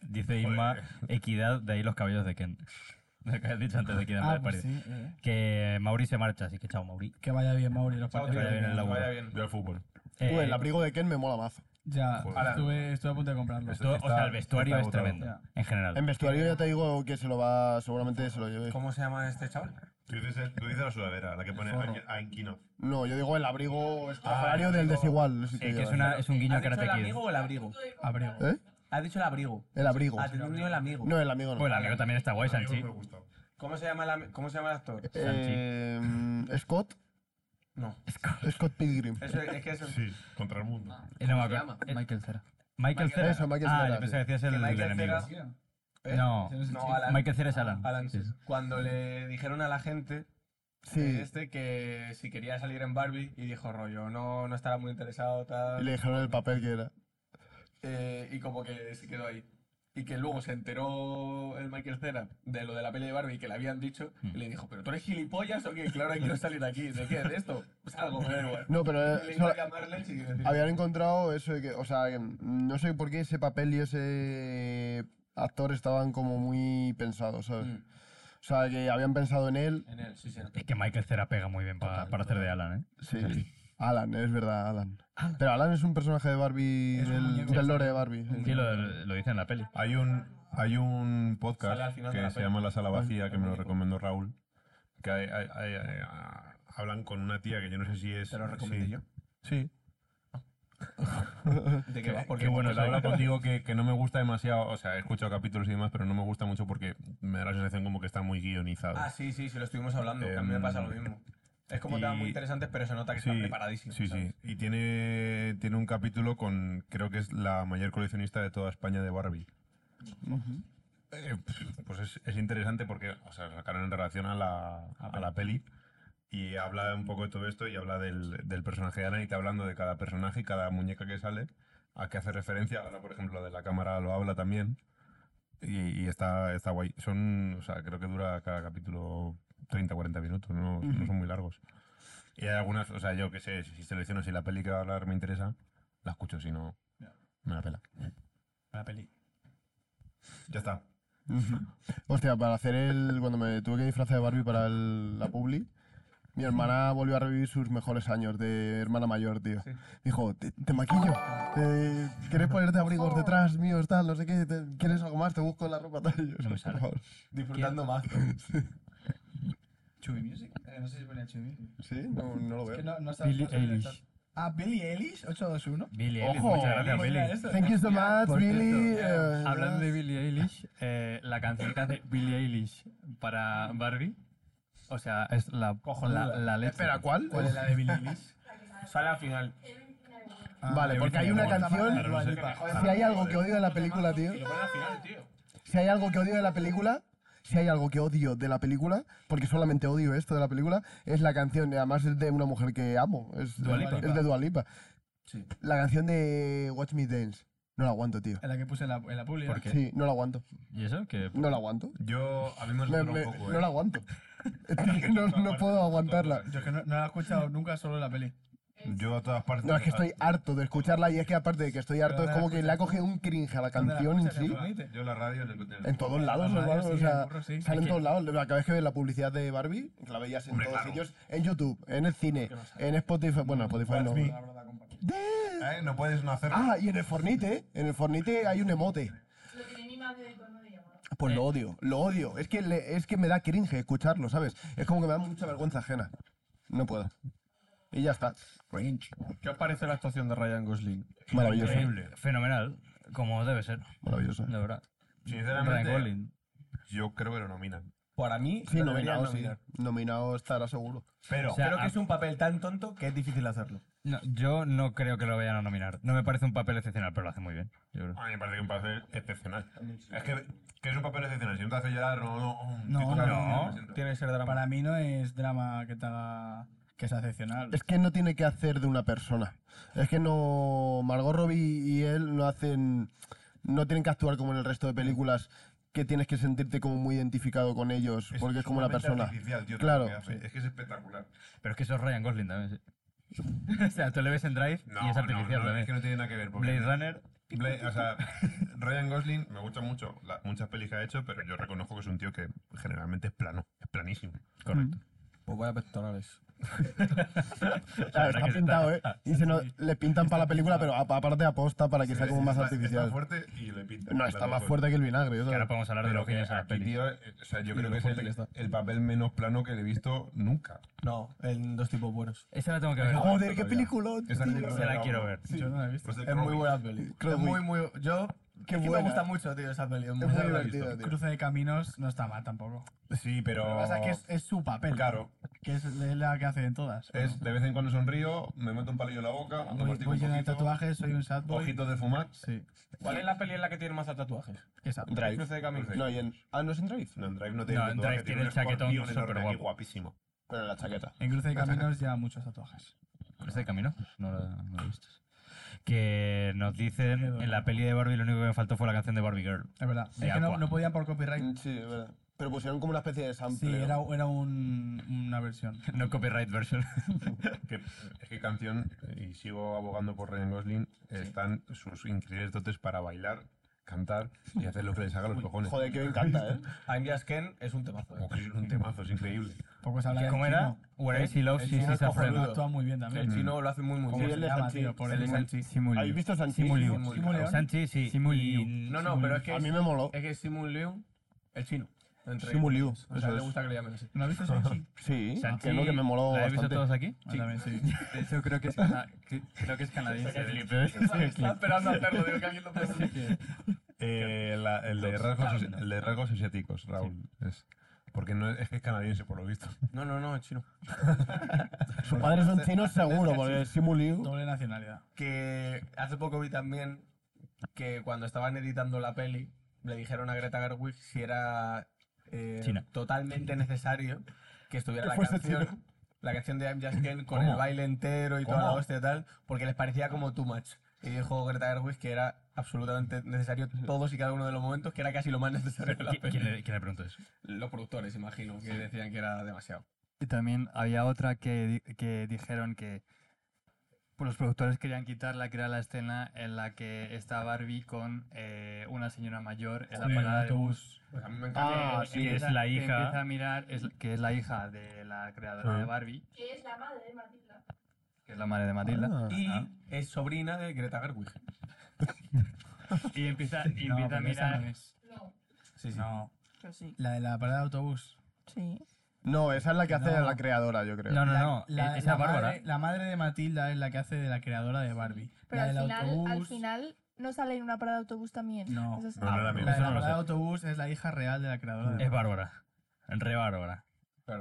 Speaker 2: Dice Isma, equidad, de ahí los cabellos de Ken. Lo que has dicho antes
Speaker 1: Ah,
Speaker 2: de equidad, me
Speaker 3: pues
Speaker 2: parece.
Speaker 3: sí, eh.
Speaker 2: Que Mauri se marcha, así que chao, Mauri.
Speaker 3: Que vaya bien, Mauri, los
Speaker 6: Chao,
Speaker 3: partidos.
Speaker 2: vaya
Speaker 6: tío,
Speaker 2: bien el laburo.
Speaker 6: vaya bien.
Speaker 5: Yo al fútbol.
Speaker 1: Tú,
Speaker 2: Eh,
Speaker 1: el abrigo de Ken me mola mazo.
Speaker 3: Ya,
Speaker 5: Joder.
Speaker 3: estuve, estuve a punto de comprarlo.
Speaker 5: Esto-
Speaker 2: todo- o sea,
Speaker 5: está-
Speaker 2: el vestuario es
Speaker 5: está agotado.
Speaker 2: tremendo, en general.
Speaker 1: En vestuario ya te digo que se lo va, seguramente se lo lleve.
Speaker 6: ¿Cómo se llama este chaval?
Speaker 5: Tú dices, tú dices la sudadera, la que pone
Speaker 1: Forro.
Speaker 5: a Inquino.
Speaker 1: No, yo digo el abrigo estrafalario del desigual. sí que
Speaker 2: Sí, que
Speaker 1: lleva.
Speaker 2: es, una, es un guiño a
Speaker 6: ¿Has dicho
Speaker 2: Karate
Speaker 6: el
Speaker 2: Kid.
Speaker 6: amigo o el abrigo?
Speaker 3: Abrigo.
Speaker 1: ¿Eh?
Speaker 6: Has dicho el abrigo.
Speaker 1: El abrigo.
Speaker 6: Ah, te he entendido el amigo.
Speaker 1: No, el amigo
Speaker 2: Pues
Speaker 1: no.
Speaker 2: el amigo también está guay, Sanchi.
Speaker 5: Me gusta.
Speaker 6: ¿Cómo, se llama el, ami- ¿Cómo se llama el actor?
Speaker 1: Eh, mm, Scott.
Speaker 6: No.
Speaker 1: Scott Pilgrim.
Speaker 6: Eso, es que eso.
Speaker 5: Sí, contra el mundo.
Speaker 2: Eh, no me
Speaker 6: ¿Cómo se
Speaker 2: acuerdo.
Speaker 6: llama?
Speaker 2: Eh,
Speaker 13: Michael Cera.
Speaker 2: Michael Cera.
Speaker 1: Eso, Michael
Speaker 2: ah,
Speaker 1: Cera,
Speaker 2: yo pensaba que decías el,
Speaker 6: Que Michael
Speaker 2: del enemigo.
Speaker 6: Cera- ¿Eh?
Speaker 2: No,
Speaker 3: Ese no es el
Speaker 6: No,
Speaker 3: chico.
Speaker 6: Alan.
Speaker 2: Michael Cera es Alan.
Speaker 6: Alan,
Speaker 2: Sí, sí.
Speaker 6: Cuando le dijeron a la gente de
Speaker 1: Sí.
Speaker 6: este que si quería salir en Barbie y dijo rollo, no, no estará muy interesado,
Speaker 1: Y
Speaker 6: tal.
Speaker 1: le dijeron el papel que era.
Speaker 6: eh, y como que se quedó ahí.
Speaker 4: y que luego se enteró el Michael Cera de lo de la peli de Barbie que le habían dicho
Speaker 6: Mm.
Speaker 4: y le dijo, pero tú eres gilipollas o qué, claro, quiero salir de aquí, ¿de qué? ¿De esto? Salgo, me da igual.
Speaker 1: No, pero,
Speaker 4: Y
Speaker 1: eh,
Speaker 4: le hizo
Speaker 1: solo-
Speaker 4: llamar Lynch y decir,
Speaker 1: Habían encontrado eso de que, o sea, que no sé por qué ese papel y ese actor estaban como muy pensados, ¿sabes?
Speaker 4: Mm.
Speaker 1: O sea, que habían pensado en él.
Speaker 4: En él, sí, sí.
Speaker 2: Es que Michael Cera pega muy bien para, para hacer de Alan, ¿eh?
Speaker 1: Sí. Alan, es verdad, Alan. Pero Alan es un personaje de Barbie, del, del lore de Barbie. sí.
Speaker 2: Sí, lo, lo dice en la peli.
Speaker 5: Hay un, hay un
Speaker 4: Sale al
Speaker 5: podcast
Speaker 4: final de
Speaker 5: que
Speaker 4: la
Speaker 5: se
Speaker 4: peli.
Speaker 5: llama La Sala Vacía, que me lo recomendó Raúl. Que hay- hay- hay- hay- ah, hablan con una tía que yo no sé si es.
Speaker 4: Te lo recomendé
Speaker 5: sí.
Speaker 4: yo.
Speaker 5: Sí.
Speaker 4: ¿De qué va? pues,
Speaker 5: Porque bueno, Pues habla contigo que, que no me gusta demasiado. O sea, he escuchado capítulos y demás, pero no me gusta mucho porque me da la sensación como que está muy guionizado.
Speaker 4: Ah, sí, sí, sí, lo estuvimos hablando, que a mí me
Speaker 6: Mm.
Speaker 5: Em,
Speaker 4: pasa lo mismo. Es como temas muy
Speaker 5: y-
Speaker 4: interesantes, pero se nota que están preparadísimos.
Speaker 5: Sí,
Speaker 4: ¿sabes?
Speaker 5: sí. Y tiene, tiene un capítulo con, creo que es la mayor coleccionista de toda España de Barbie. Eh, pues es, es interesante porque, o sea, sacaron en relación a la, a la peli y habla un poco de todo esto y habla del, del personaje de Alan y te hablando de cada personaje y cada muñeca que sale, a qué hace referencia. Ahora, por ejemplo, de la cámara lo habla también. Y, y está, está guay. Son, o sea, creo que dura cada capítulo 30, 40 minutos, no, no son muy largos. Y hay algunas, o sea, yo que sé, si selecciono si la peli que va a hablar me interesa, la escucho, si no, me la pela.
Speaker 14: La peli.
Speaker 5: Ya está.
Speaker 1: Hostia, para hacer el. Cuando me tuve que disfrazar de Barbie para el- la publi, mi hermana volvió a revivir sus mejores años de hermana mayor, tío. Dijo, te, te maquillo. eh, ¿Quieres ponerte abrigos detrás míos, tal? No sé qué. te- ¿Quieres algo más? Te busco la ropa, tal. Y yo,
Speaker 2: No me sale.
Speaker 1: "Por favor".
Speaker 4: Disfrutando más.
Speaker 14: Chubby Music. Eh, no sé si ponía Chubby Music.
Speaker 1: Sí, no, no lo
Speaker 14: Es que
Speaker 1: veo.
Speaker 14: no, no sabes
Speaker 13: Billie
Speaker 14: más sobre el
Speaker 13: Eilish.
Speaker 14: chat. Ah, Billie Eilish, 821.
Speaker 2: Billy,
Speaker 1: Ojo,
Speaker 2: Ellis, muchas gracias,
Speaker 14: Billie
Speaker 2: Billy.
Speaker 14: Eilish.
Speaker 1: Thank you so much,
Speaker 13: Por cierto,
Speaker 1: Billy.
Speaker 13: eh,
Speaker 1: eh,
Speaker 13: hablando de Billie Eilish, eh, la canción que hace Billie Eilish para Barbie, o sea, es la, la, la leche.
Speaker 1: Espera, ¿cuál?
Speaker 14: ¿Cuál es la de Billie Eilish?
Speaker 4: Sale al final.
Speaker 1: vale, porque hay una canción.
Speaker 14: Dua
Speaker 1: Si
Speaker 14: Lipa.
Speaker 1: hay algo que odio de la película, tío.
Speaker 4: Y lo ponen al final, tío.
Speaker 1: Si hay algo que odio de la película, si hay algo que odio de la película, porque solamente odio esto de la película, es la canción, y además es de una mujer que amo, es,
Speaker 2: Dua Lipa.
Speaker 1: es de Dua Lipa.
Speaker 4: Sí.
Speaker 1: La canción de Watch Me Dance, no la aguanto, tío.
Speaker 14: En la que puse en la, en la publi.
Speaker 2: ¿Por qué?
Speaker 1: Sí, no la aguanto,
Speaker 2: ¿Y eso? Que
Speaker 1: no la aguanto.
Speaker 5: Yo, a mí me
Speaker 1: Me-
Speaker 5: resulta
Speaker 1: me-
Speaker 5: un poco,
Speaker 1: no
Speaker 5: ¿eh?
Speaker 1: la aguanto. no, no puedo aguantarla.
Speaker 14: Yo es que no, no la he escuchado nunca solo en la peli.
Speaker 5: Yo a todas partes...
Speaker 1: No, es que estoy harto de escucharla y es que aparte de que estoy harto, es como que le ha cogido un cringe a la
Speaker 14: ¿Dónde la
Speaker 1: canción en
Speaker 14: escuchas?
Speaker 1: sí.
Speaker 14: Fortnite?
Speaker 5: Yo la radio en el hotel.
Speaker 1: En todos lados,
Speaker 14: Ah,
Speaker 1: hermano,
Speaker 14: sí,
Speaker 1: o sea,
Speaker 14: el burro, sí.
Speaker 1: salen en todos lados. La cada vez que ves la publicidad de Barbie, que la veías en
Speaker 5: Hombre,
Speaker 1: todos
Speaker 5: claro.
Speaker 1: ellos, en YouTube, en el cine, en Spotify, bueno, Spotify no.
Speaker 5: Eh, No puedes no hacerlo.
Speaker 1: Ah, y en el Fornite, ¿eh? en el Fornite hay un emote.
Speaker 15: Lo tiene mi madre de cuando me llamaba.
Speaker 1: Pues lo odio, lo odio. Es que, le- es que me da cringe escucharlo, ¿sabes? Es como que me da mucha vergüenza ajena. No puedo. Y ya está. Cringe.
Speaker 6: ¿Qué os parece la actuación de Ryan Gosling?
Speaker 1: Maravilloso,
Speaker 2: increíble. Fenomenal, como debe ser,
Speaker 1: maravilloso.
Speaker 2: la verdad. Ryan
Speaker 5: Sinceramente,
Speaker 2: Gosling.
Speaker 5: yo creo que lo nominan.
Speaker 4: Para mí,
Speaker 1: Sí,
Speaker 4: lo
Speaker 1: nominado,
Speaker 4: deberían
Speaker 1: sí.
Speaker 4: nominar.
Speaker 1: Nominado estará seguro.
Speaker 2: O sea,
Speaker 4: Creo
Speaker 2: a-
Speaker 4: que es un papel tan tonto que es difícil hacerlo.
Speaker 2: no, yo no creo que lo vayan a nominar. No me parece un papel excepcional, pero lo hace muy bien. yo creo.
Speaker 5: A mí me parece que un papel excepcional. Es que, que es un papel excepcional. Si no te hace llorar, no... No,
Speaker 14: No,
Speaker 5: estoy tocando,
Speaker 2: no.
Speaker 5: lo siento.
Speaker 4: Tiene que ser drama.
Speaker 14: Para mí no es drama que te haga- que sea excepcional.
Speaker 1: Es que no tiene que hacer de una persona. Es que no. Margot Robbie y él no hacen. No tienen que actuar como en el resto de películas que tienes que sentirte como muy identificado con ellos, porque es como una
Speaker 5: sumamente
Speaker 1: persona.
Speaker 5: artificial, tío, todo
Speaker 1: Claro,
Speaker 5: lo que hace. Es que es espectacular.
Speaker 2: Pero es que eso es Ryan Gosling también, sí. o sea, tú le ves en Drive y es artificial
Speaker 5: no, no,
Speaker 2: también.
Speaker 5: es que no tiene nada que ver. porque-
Speaker 2: Blade Runner,
Speaker 5: Blade- o sea, Ryan Gosling me gusta mucho, la- muchas pelis que ha hecho, pero yo reconozco que es un tío que generalmente es plano, es planísimo.
Speaker 2: correcto.
Speaker 6: Pues vaya pectorales.
Speaker 1: Claro, está pintado, ¿eh? Y se no- le pintan para la película, pero apa- aparte aposta para que sea como más
Speaker 5: Está- Está
Speaker 1: artificial.
Speaker 5: fuerte y le pinta.
Speaker 1: No, está más fuerte que el vinagre. yo
Speaker 2: Que ahora
Speaker 1: creo.
Speaker 2: podemos hablar de
Speaker 5: Pero
Speaker 2: los
Speaker 5: que
Speaker 2: genios en las
Speaker 5: aquí,
Speaker 2: pelis.
Speaker 5: tío, eh, o sea, yo
Speaker 6: de
Speaker 5: creo
Speaker 6: lo
Speaker 5: que es
Speaker 6: fuerte
Speaker 5: el,
Speaker 6: que está.
Speaker 5: el papel menos plano que le he visto nunca.
Speaker 6: No, en dos tipos buenos.
Speaker 2: Esa la tengo que ver.
Speaker 1: Joder, qué película.
Speaker 5: Esa
Speaker 1: tío.
Speaker 5: película
Speaker 2: Se la
Speaker 5: no,
Speaker 2: quiero
Speaker 5: no.
Speaker 2: ver.
Speaker 14: Yo no la he visto.
Speaker 5: Russell
Speaker 6: Es muy
Speaker 5: Crowe.
Speaker 6: buena peli.
Speaker 1: Creo
Speaker 6: es
Speaker 1: que-
Speaker 6: muy, muy... Yo...
Speaker 1: Qué
Speaker 6: es que
Speaker 1: buena.
Speaker 6: me gusta mucho, tío, esa peli. Es muy
Speaker 1: Es muy
Speaker 6: buena.
Speaker 1: divertido, tío.
Speaker 14: Cruce de caminos no está mal tampoco.
Speaker 5: Sí, pero.
Speaker 14: Lo que pasa es que es, es su papel.
Speaker 5: Claro.
Speaker 14: Que es es la que hace en todas.
Speaker 5: Es de vez en cuando sonrío, me meto un palillo en la boca,
Speaker 14: Voy-
Speaker 5: mastico
Speaker 14: voy
Speaker 5: un
Speaker 14: lleno de
Speaker 5: poquito,
Speaker 14: tatuajes, soy un sad boy.
Speaker 5: ojitos de fumar.
Speaker 14: Sí.
Speaker 6: ¿Cuál es la peli en la que tiene más tatuajes?
Speaker 14: Esa.
Speaker 1: Drive.
Speaker 6: Cruce de camino.
Speaker 1: No, y en... Ah, ¿no es en Drive?
Speaker 5: No, en Drive no tiene
Speaker 2: No, en
Speaker 5: tatuaje,
Speaker 2: Drive tiene
Speaker 5: un
Speaker 2: el chaquetón
Speaker 5: escorpión enorme
Speaker 2: superguapo.
Speaker 5: aquí, guapísimo.
Speaker 1: Pero en la chaqueta.
Speaker 14: En cruce de caminos lleva muchos tatuajes.
Speaker 2: ¿Cruce de camino? No la no la he visto. que nos dicen en la peli de Barbie lo único que me faltó fue la canción de Barbie Girl.
Speaker 14: Es verdad.
Speaker 2: De
Speaker 14: es que no,
Speaker 2: Aqua.
Speaker 14: no podían por copyright.
Speaker 1: Sí, es verdad. Pero pusieron como una especie de sample.
Speaker 14: Sí,
Speaker 1: ¿no?
Speaker 14: era, era un- una versión.
Speaker 2: No copyright version.
Speaker 5: Que- es que canción, y sigo abogando por Ryan Gosling, están sus increíbles dotes para bailar, cantar y hacer lo que les haga los cojones.
Speaker 1: Joder, que me encanta, ¿eh?
Speaker 6: I'm Just Ken es un temazo. eh.
Speaker 5: Como que es un temazo, es increíble.
Speaker 14: Poco se habla del
Speaker 2: ¿Cómo era?
Speaker 14: chino.
Speaker 2: Where is he loves, she sees a friend.
Speaker 14: Pero actúa muy bien
Speaker 6: El
Speaker 14: también.
Speaker 6: chino lo hace muy, muy
Speaker 14: ¿Cómo
Speaker 1: Sí,
Speaker 14: se
Speaker 1: el de
Speaker 14: llama,
Speaker 1: Sanchi.
Speaker 14: tío? Por
Speaker 6: El de Sanchi.
Speaker 13: Simuliu.
Speaker 1: ¿Habéis visto Sanchi?
Speaker 13: Simuliu.
Speaker 14: León.
Speaker 2: Sanchi, sí.
Speaker 13: Simuliu.
Speaker 2: Y-
Speaker 6: No, no, pero es que
Speaker 1: A mí
Speaker 6: es,
Speaker 1: me moló.
Speaker 6: es que es Simon Liu, el chino. Entre
Speaker 1: Simu Liu,
Speaker 6: ellos. O
Speaker 1: eso
Speaker 6: sea, le
Speaker 1: es.
Speaker 6: gusta que le llamen así.
Speaker 14: ¿No has visto Sanchi?
Speaker 1: Sí,
Speaker 2: Sanchi,
Speaker 1: que no, que me moló
Speaker 2: ¿La habéis visto
Speaker 1: bastante.
Speaker 2: todos aquí?
Speaker 14: Ah, también, sí.
Speaker 13: De hecho, creo que es, cana- que- creo que es canadiense. de hecho.
Speaker 6: Estaba esperando a hacerlo, digo que alguien lo pregunte.
Speaker 5: Eh, la- el, de rasgos, el de rasgos asiáticos, Raúl. Es, porque no, es que es canadiense, por lo visto.
Speaker 6: No, no, no, el chino.
Speaker 1: Sus padres son chinos seguro, porque Simuliu...
Speaker 14: Doble nacionalidad.
Speaker 6: Que hace poco vi también que cuando estaban editando la peli, le dijeron a Greta Gerwig si era eh,
Speaker 2: China.
Speaker 6: totalmente necesario que estuviera la
Speaker 1: fuese
Speaker 6: canción. La canción de I'm Just Ken con el baile entero y toda la hostia y tal, porque les parecía como too much. Y dijo Greta Gerwig que era absolutamente necesario todos y cada uno de los momentos, que era casi lo más necesario de la
Speaker 2: ¿Qui- ¿Quién
Speaker 6: peli.
Speaker 2: le, quién le preguntó eso?
Speaker 6: Los productores, imagino, que decían que era demasiado.
Speaker 13: Y también había otra que, di- que dijeron que pues, los productores querían quitarla, que era la escena en la que está Barbie con eh, una señora mayor en la
Speaker 14: Sí,
Speaker 13: parada
Speaker 14: el
Speaker 13: de bus.
Speaker 6: Pues a mí me
Speaker 1: Ah,
Speaker 13: Que-
Speaker 1: sí,
Speaker 13: que
Speaker 2: es
Speaker 13: empieza-
Speaker 2: la
Speaker 13: que
Speaker 2: hija.
Speaker 13: empieza a mirar, es, que es la hija de la creadora de Barbie,
Speaker 15: Que es la madre de Matilda.
Speaker 13: que es la madre de Matilda.
Speaker 6: Y
Speaker 2: Ah.
Speaker 6: es sobrina de Greta Gerwig.
Speaker 13: Y empieza, y
Speaker 14: No,
Speaker 13: empieza a
Speaker 14: porque esa
Speaker 13: mirar.
Speaker 14: no es.
Speaker 15: No.
Speaker 6: Sí, sí.
Speaker 14: No.
Speaker 8: Pero sí.
Speaker 14: La de la parada de autobús.
Speaker 8: Sí.
Speaker 1: No, esa es la que hace
Speaker 14: No.
Speaker 1: la creadora, yo creo.
Speaker 2: No, no,
Speaker 14: La-
Speaker 2: no.
Speaker 14: la-
Speaker 2: e- esa
Speaker 14: la
Speaker 2: es Bárbara.
Speaker 14: Madre, la madre de Matilda es la que hace de la creadora de Barbie.
Speaker 8: Pero
Speaker 14: la
Speaker 8: al
Speaker 14: del
Speaker 8: final, al
Speaker 14: autobús.
Speaker 8: final no sale en una parada de autobús también.
Speaker 14: No.
Speaker 8: Eso es-
Speaker 5: No, no era mi-
Speaker 14: La de
Speaker 2: Eso
Speaker 14: la
Speaker 2: Ah, no lo
Speaker 14: parada de
Speaker 2: sé.
Speaker 14: autobús es la hija real de la creadora de
Speaker 2: Es Bárbara. Re Bárbara.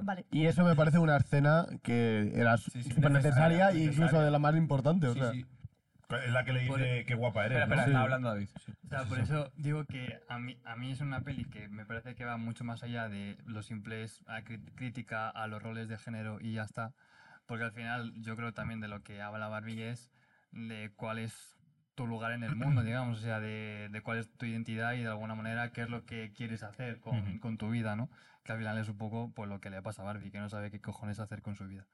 Speaker 8: Vale.
Speaker 1: Y eso me parece una escena que era
Speaker 6: sí,
Speaker 1: súper necesaria e incluso
Speaker 6: necesaria.
Speaker 1: de la más importante. O
Speaker 6: Sí,
Speaker 1: sea.
Speaker 6: sí.
Speaker 5: Es la que le
Speaker 2: Pues,
Speaker 5: dice qué guapa eres.
Speaker 6: Espera,
Speaker 5: ¿no?
Speaker 6: espera, estaba hablando David.
Speaker 13: O sea, por eso digo que a mí, a mí es una peli que me parece que va mucho más allá de los simples a cri- crítica a los roles de género y ya está. Porque al final yo creo también de lo que habla Barbie es de cuál es tu lugar en el mundo, digamos, o sea, de, de cuál es tu identidad y de alguna manera qué es lo que quieres hacer con,
Speaker 2: Ujú.
Speaker 13: con tu vida, ¿no? Que al final es un poco pues, lo que le pasa a Barbie, que no sabe qué cojones hacer con su vida.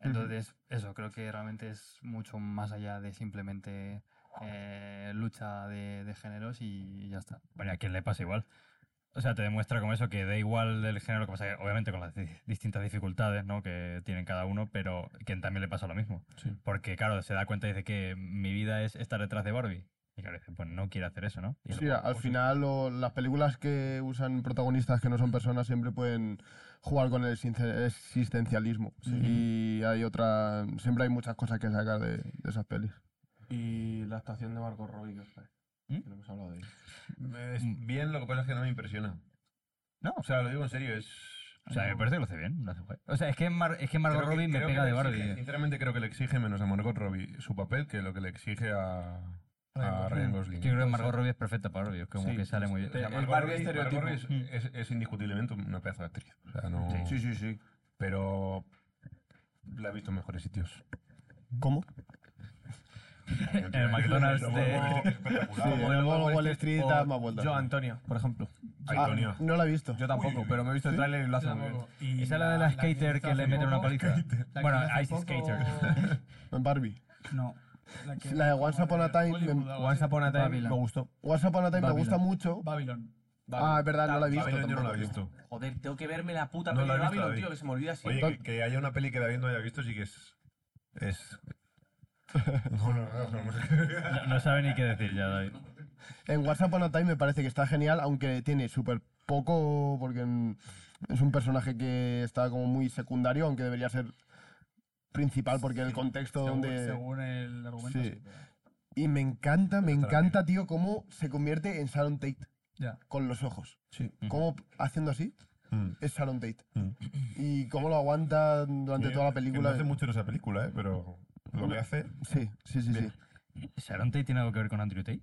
Speaker 13: Entonces, eso, creo que realmente es mucho más allá de simplemente eh, lucha de, de géneros y, ya está.
Speaker 2: Bueno, a quien le pasa igual. O sea, te demuestra como eso que da igual del género, lo que pasa que obviamente con las di- distintas dificultades ¿no? que tienen cada uno, pero que también le pasa lo mismo. Porque claro, se da cuenta y dice que mi vida es estar detrás de Barbie. Y claro, dice, pues no quiere hacer eso, ¿no? Y
Speaker 1: Sí,
Speaker 2: luego,
Speaker 1: al
Speaker 2: pues,
Speaker 1: final lo- las películas que usan protagonistas que no son personas siempre pueden jugar con el since- existencialismo. Y hay otra, siempre hay muchas cosas que sacar de, de esas pelis.
Speaker 6: Y la actuación de Marco Robbie, que os parece?
Speaker 2: ¿Mm?
Speaker 6: Que no hemos hablado de ella.
Speaker 5: Es bien, lo que pasa es que no me impresiona.
Speaker 2: No.
Speaker 5: O sea, lo digo en serio, es...
Speaker 2: O sea, me parece que lo hace bien. lo hace guay. O sea, es que, Mar- es que Margot
Speaker 5: Creo que-
Speaker 2: Robbie me
Speaker 5: creo que
Speaker 2: pega
Speaker 5: le
Speaker 2: de
Speaker 5: exige-
Speaker 2: Barbie. eh.
Speaker 5: sinceramente creo que le exige menos a Margot Robbie su papel que lo que le exige a, a Ryan Gosling.
Speaker 2: Yo creo que Margot Robbie es perfecta para Barbie, es como
Speaker 6: Sí,
Speaker 2: que sale muy bien.
Speaker 6: te-
Speaker 5: O sea,
Speaker 6: el
Speaker 5: Margot
Speaker 6: Eh, Barbie
Speaker 5: Robbie-
Speaker 6: estereotipo.
Speaker 5: Margot Robbie es, es- es indiscutiblemente una pedazo de actriz. O sea, no...
Speaker 2: Sí,
Speaker 6: sí, sí.
Speaker 5: Pero la he visto en mejores sitios.
Speaker 1: ¿Cómo?
Speaker 2: En el McDonald's de...
Speaker 1: Sí,
Speaker 5: Espectacular.
Speaker 1: en el Wall Street
Speaker 6: O
Speaker 1: da más vueltas.
Speaker 6: Yo, Antonio, por ejemplo.
Speaker 5: Ay,
Speaker 1: Ah,
Speaker 5: Antonio.
Speaker 1: no la he visto.
Speaker 6: Yo tampoco, pero me he visto el tráiler y lo hace muy bien.
Speaker 14: Y
Speaker 2: Esa es la de la skater que le meten una paliza. Bueno, Ice Skater.
Speaker 1: En Barbie.
Speaker 14: No. La, que-
Speaker 1: La de Once Upon a Time,
Speaker 14: Hollywood,
Speaker 1: me-
Speaker 14: algo así.
Speaker 6: Once Upon a Time
Speaker 13: Babylon.
Speaker 6: me gustó.
Speaker 1: Once Upon a Time me
Speaker 13: Babylon.
Speaker 1: gusta mucho.
Speaker 14: Babylon.
Speaker 1: Ah, es verdad, no la he visto.
Speaker 5: Babylon yo no la he
Speaker 1: tampoco.
Speaker 5: visto.
Speaker 6: Joder, tengo que verme la puta
Speaker 5: No
Speaker 6: peli
Speaker 5: la he
Speaker 6: de
Speaker 5: visto,
Speaker 6: Babylon,
Speaker 5: David.
Speaker 6: tío, que se me olvida así.
Speaker 5: Oye, que, que haya una peli que David no haya visto sí que es... Es... No, no, no, no, no.
Speaker 2: No, no sabe ni qué decir ya, David.
Speaker 1: En WhatsApp on a Time me parece que está genial, aunque tiene súper poco, porque en- es un personaje que está como muy secundario, aunque debería ser principal, porque el contexto
Speaker 14: Según,
Speaker 1: donde...
Speaker 14: según el argumento.
Speaker 1: Sí.
Speaker 14: sí, pero-
Speaker 1: Y me encanta, me
Speaker 5: Está
Speaker 1: encanta, tío, cómo se convierte en Sharon Tate
Speaker 14: Ya.
Speaker 1: con los ojos.
Speaker 5: Sí.
Speaker 1: Cómo haciendo así
Speaker 5: Mm.
Speaker 1: es Sharon Tate.
Speaker 5: Mm.
Speaker 1: Y cómo lo aguanta durante
Speaker 5: Eh,
Speaker 1: toda la
Speaker 5: que
Speaker 1: película.
Speaker 5: No hace mucho en esa película, ¿eh? pero lo que hace.
Speaker 1: Sí, sí, sí, sí.
Speaker 2: ¿Sharon Tate tiene algo que ver con Andrew Tate?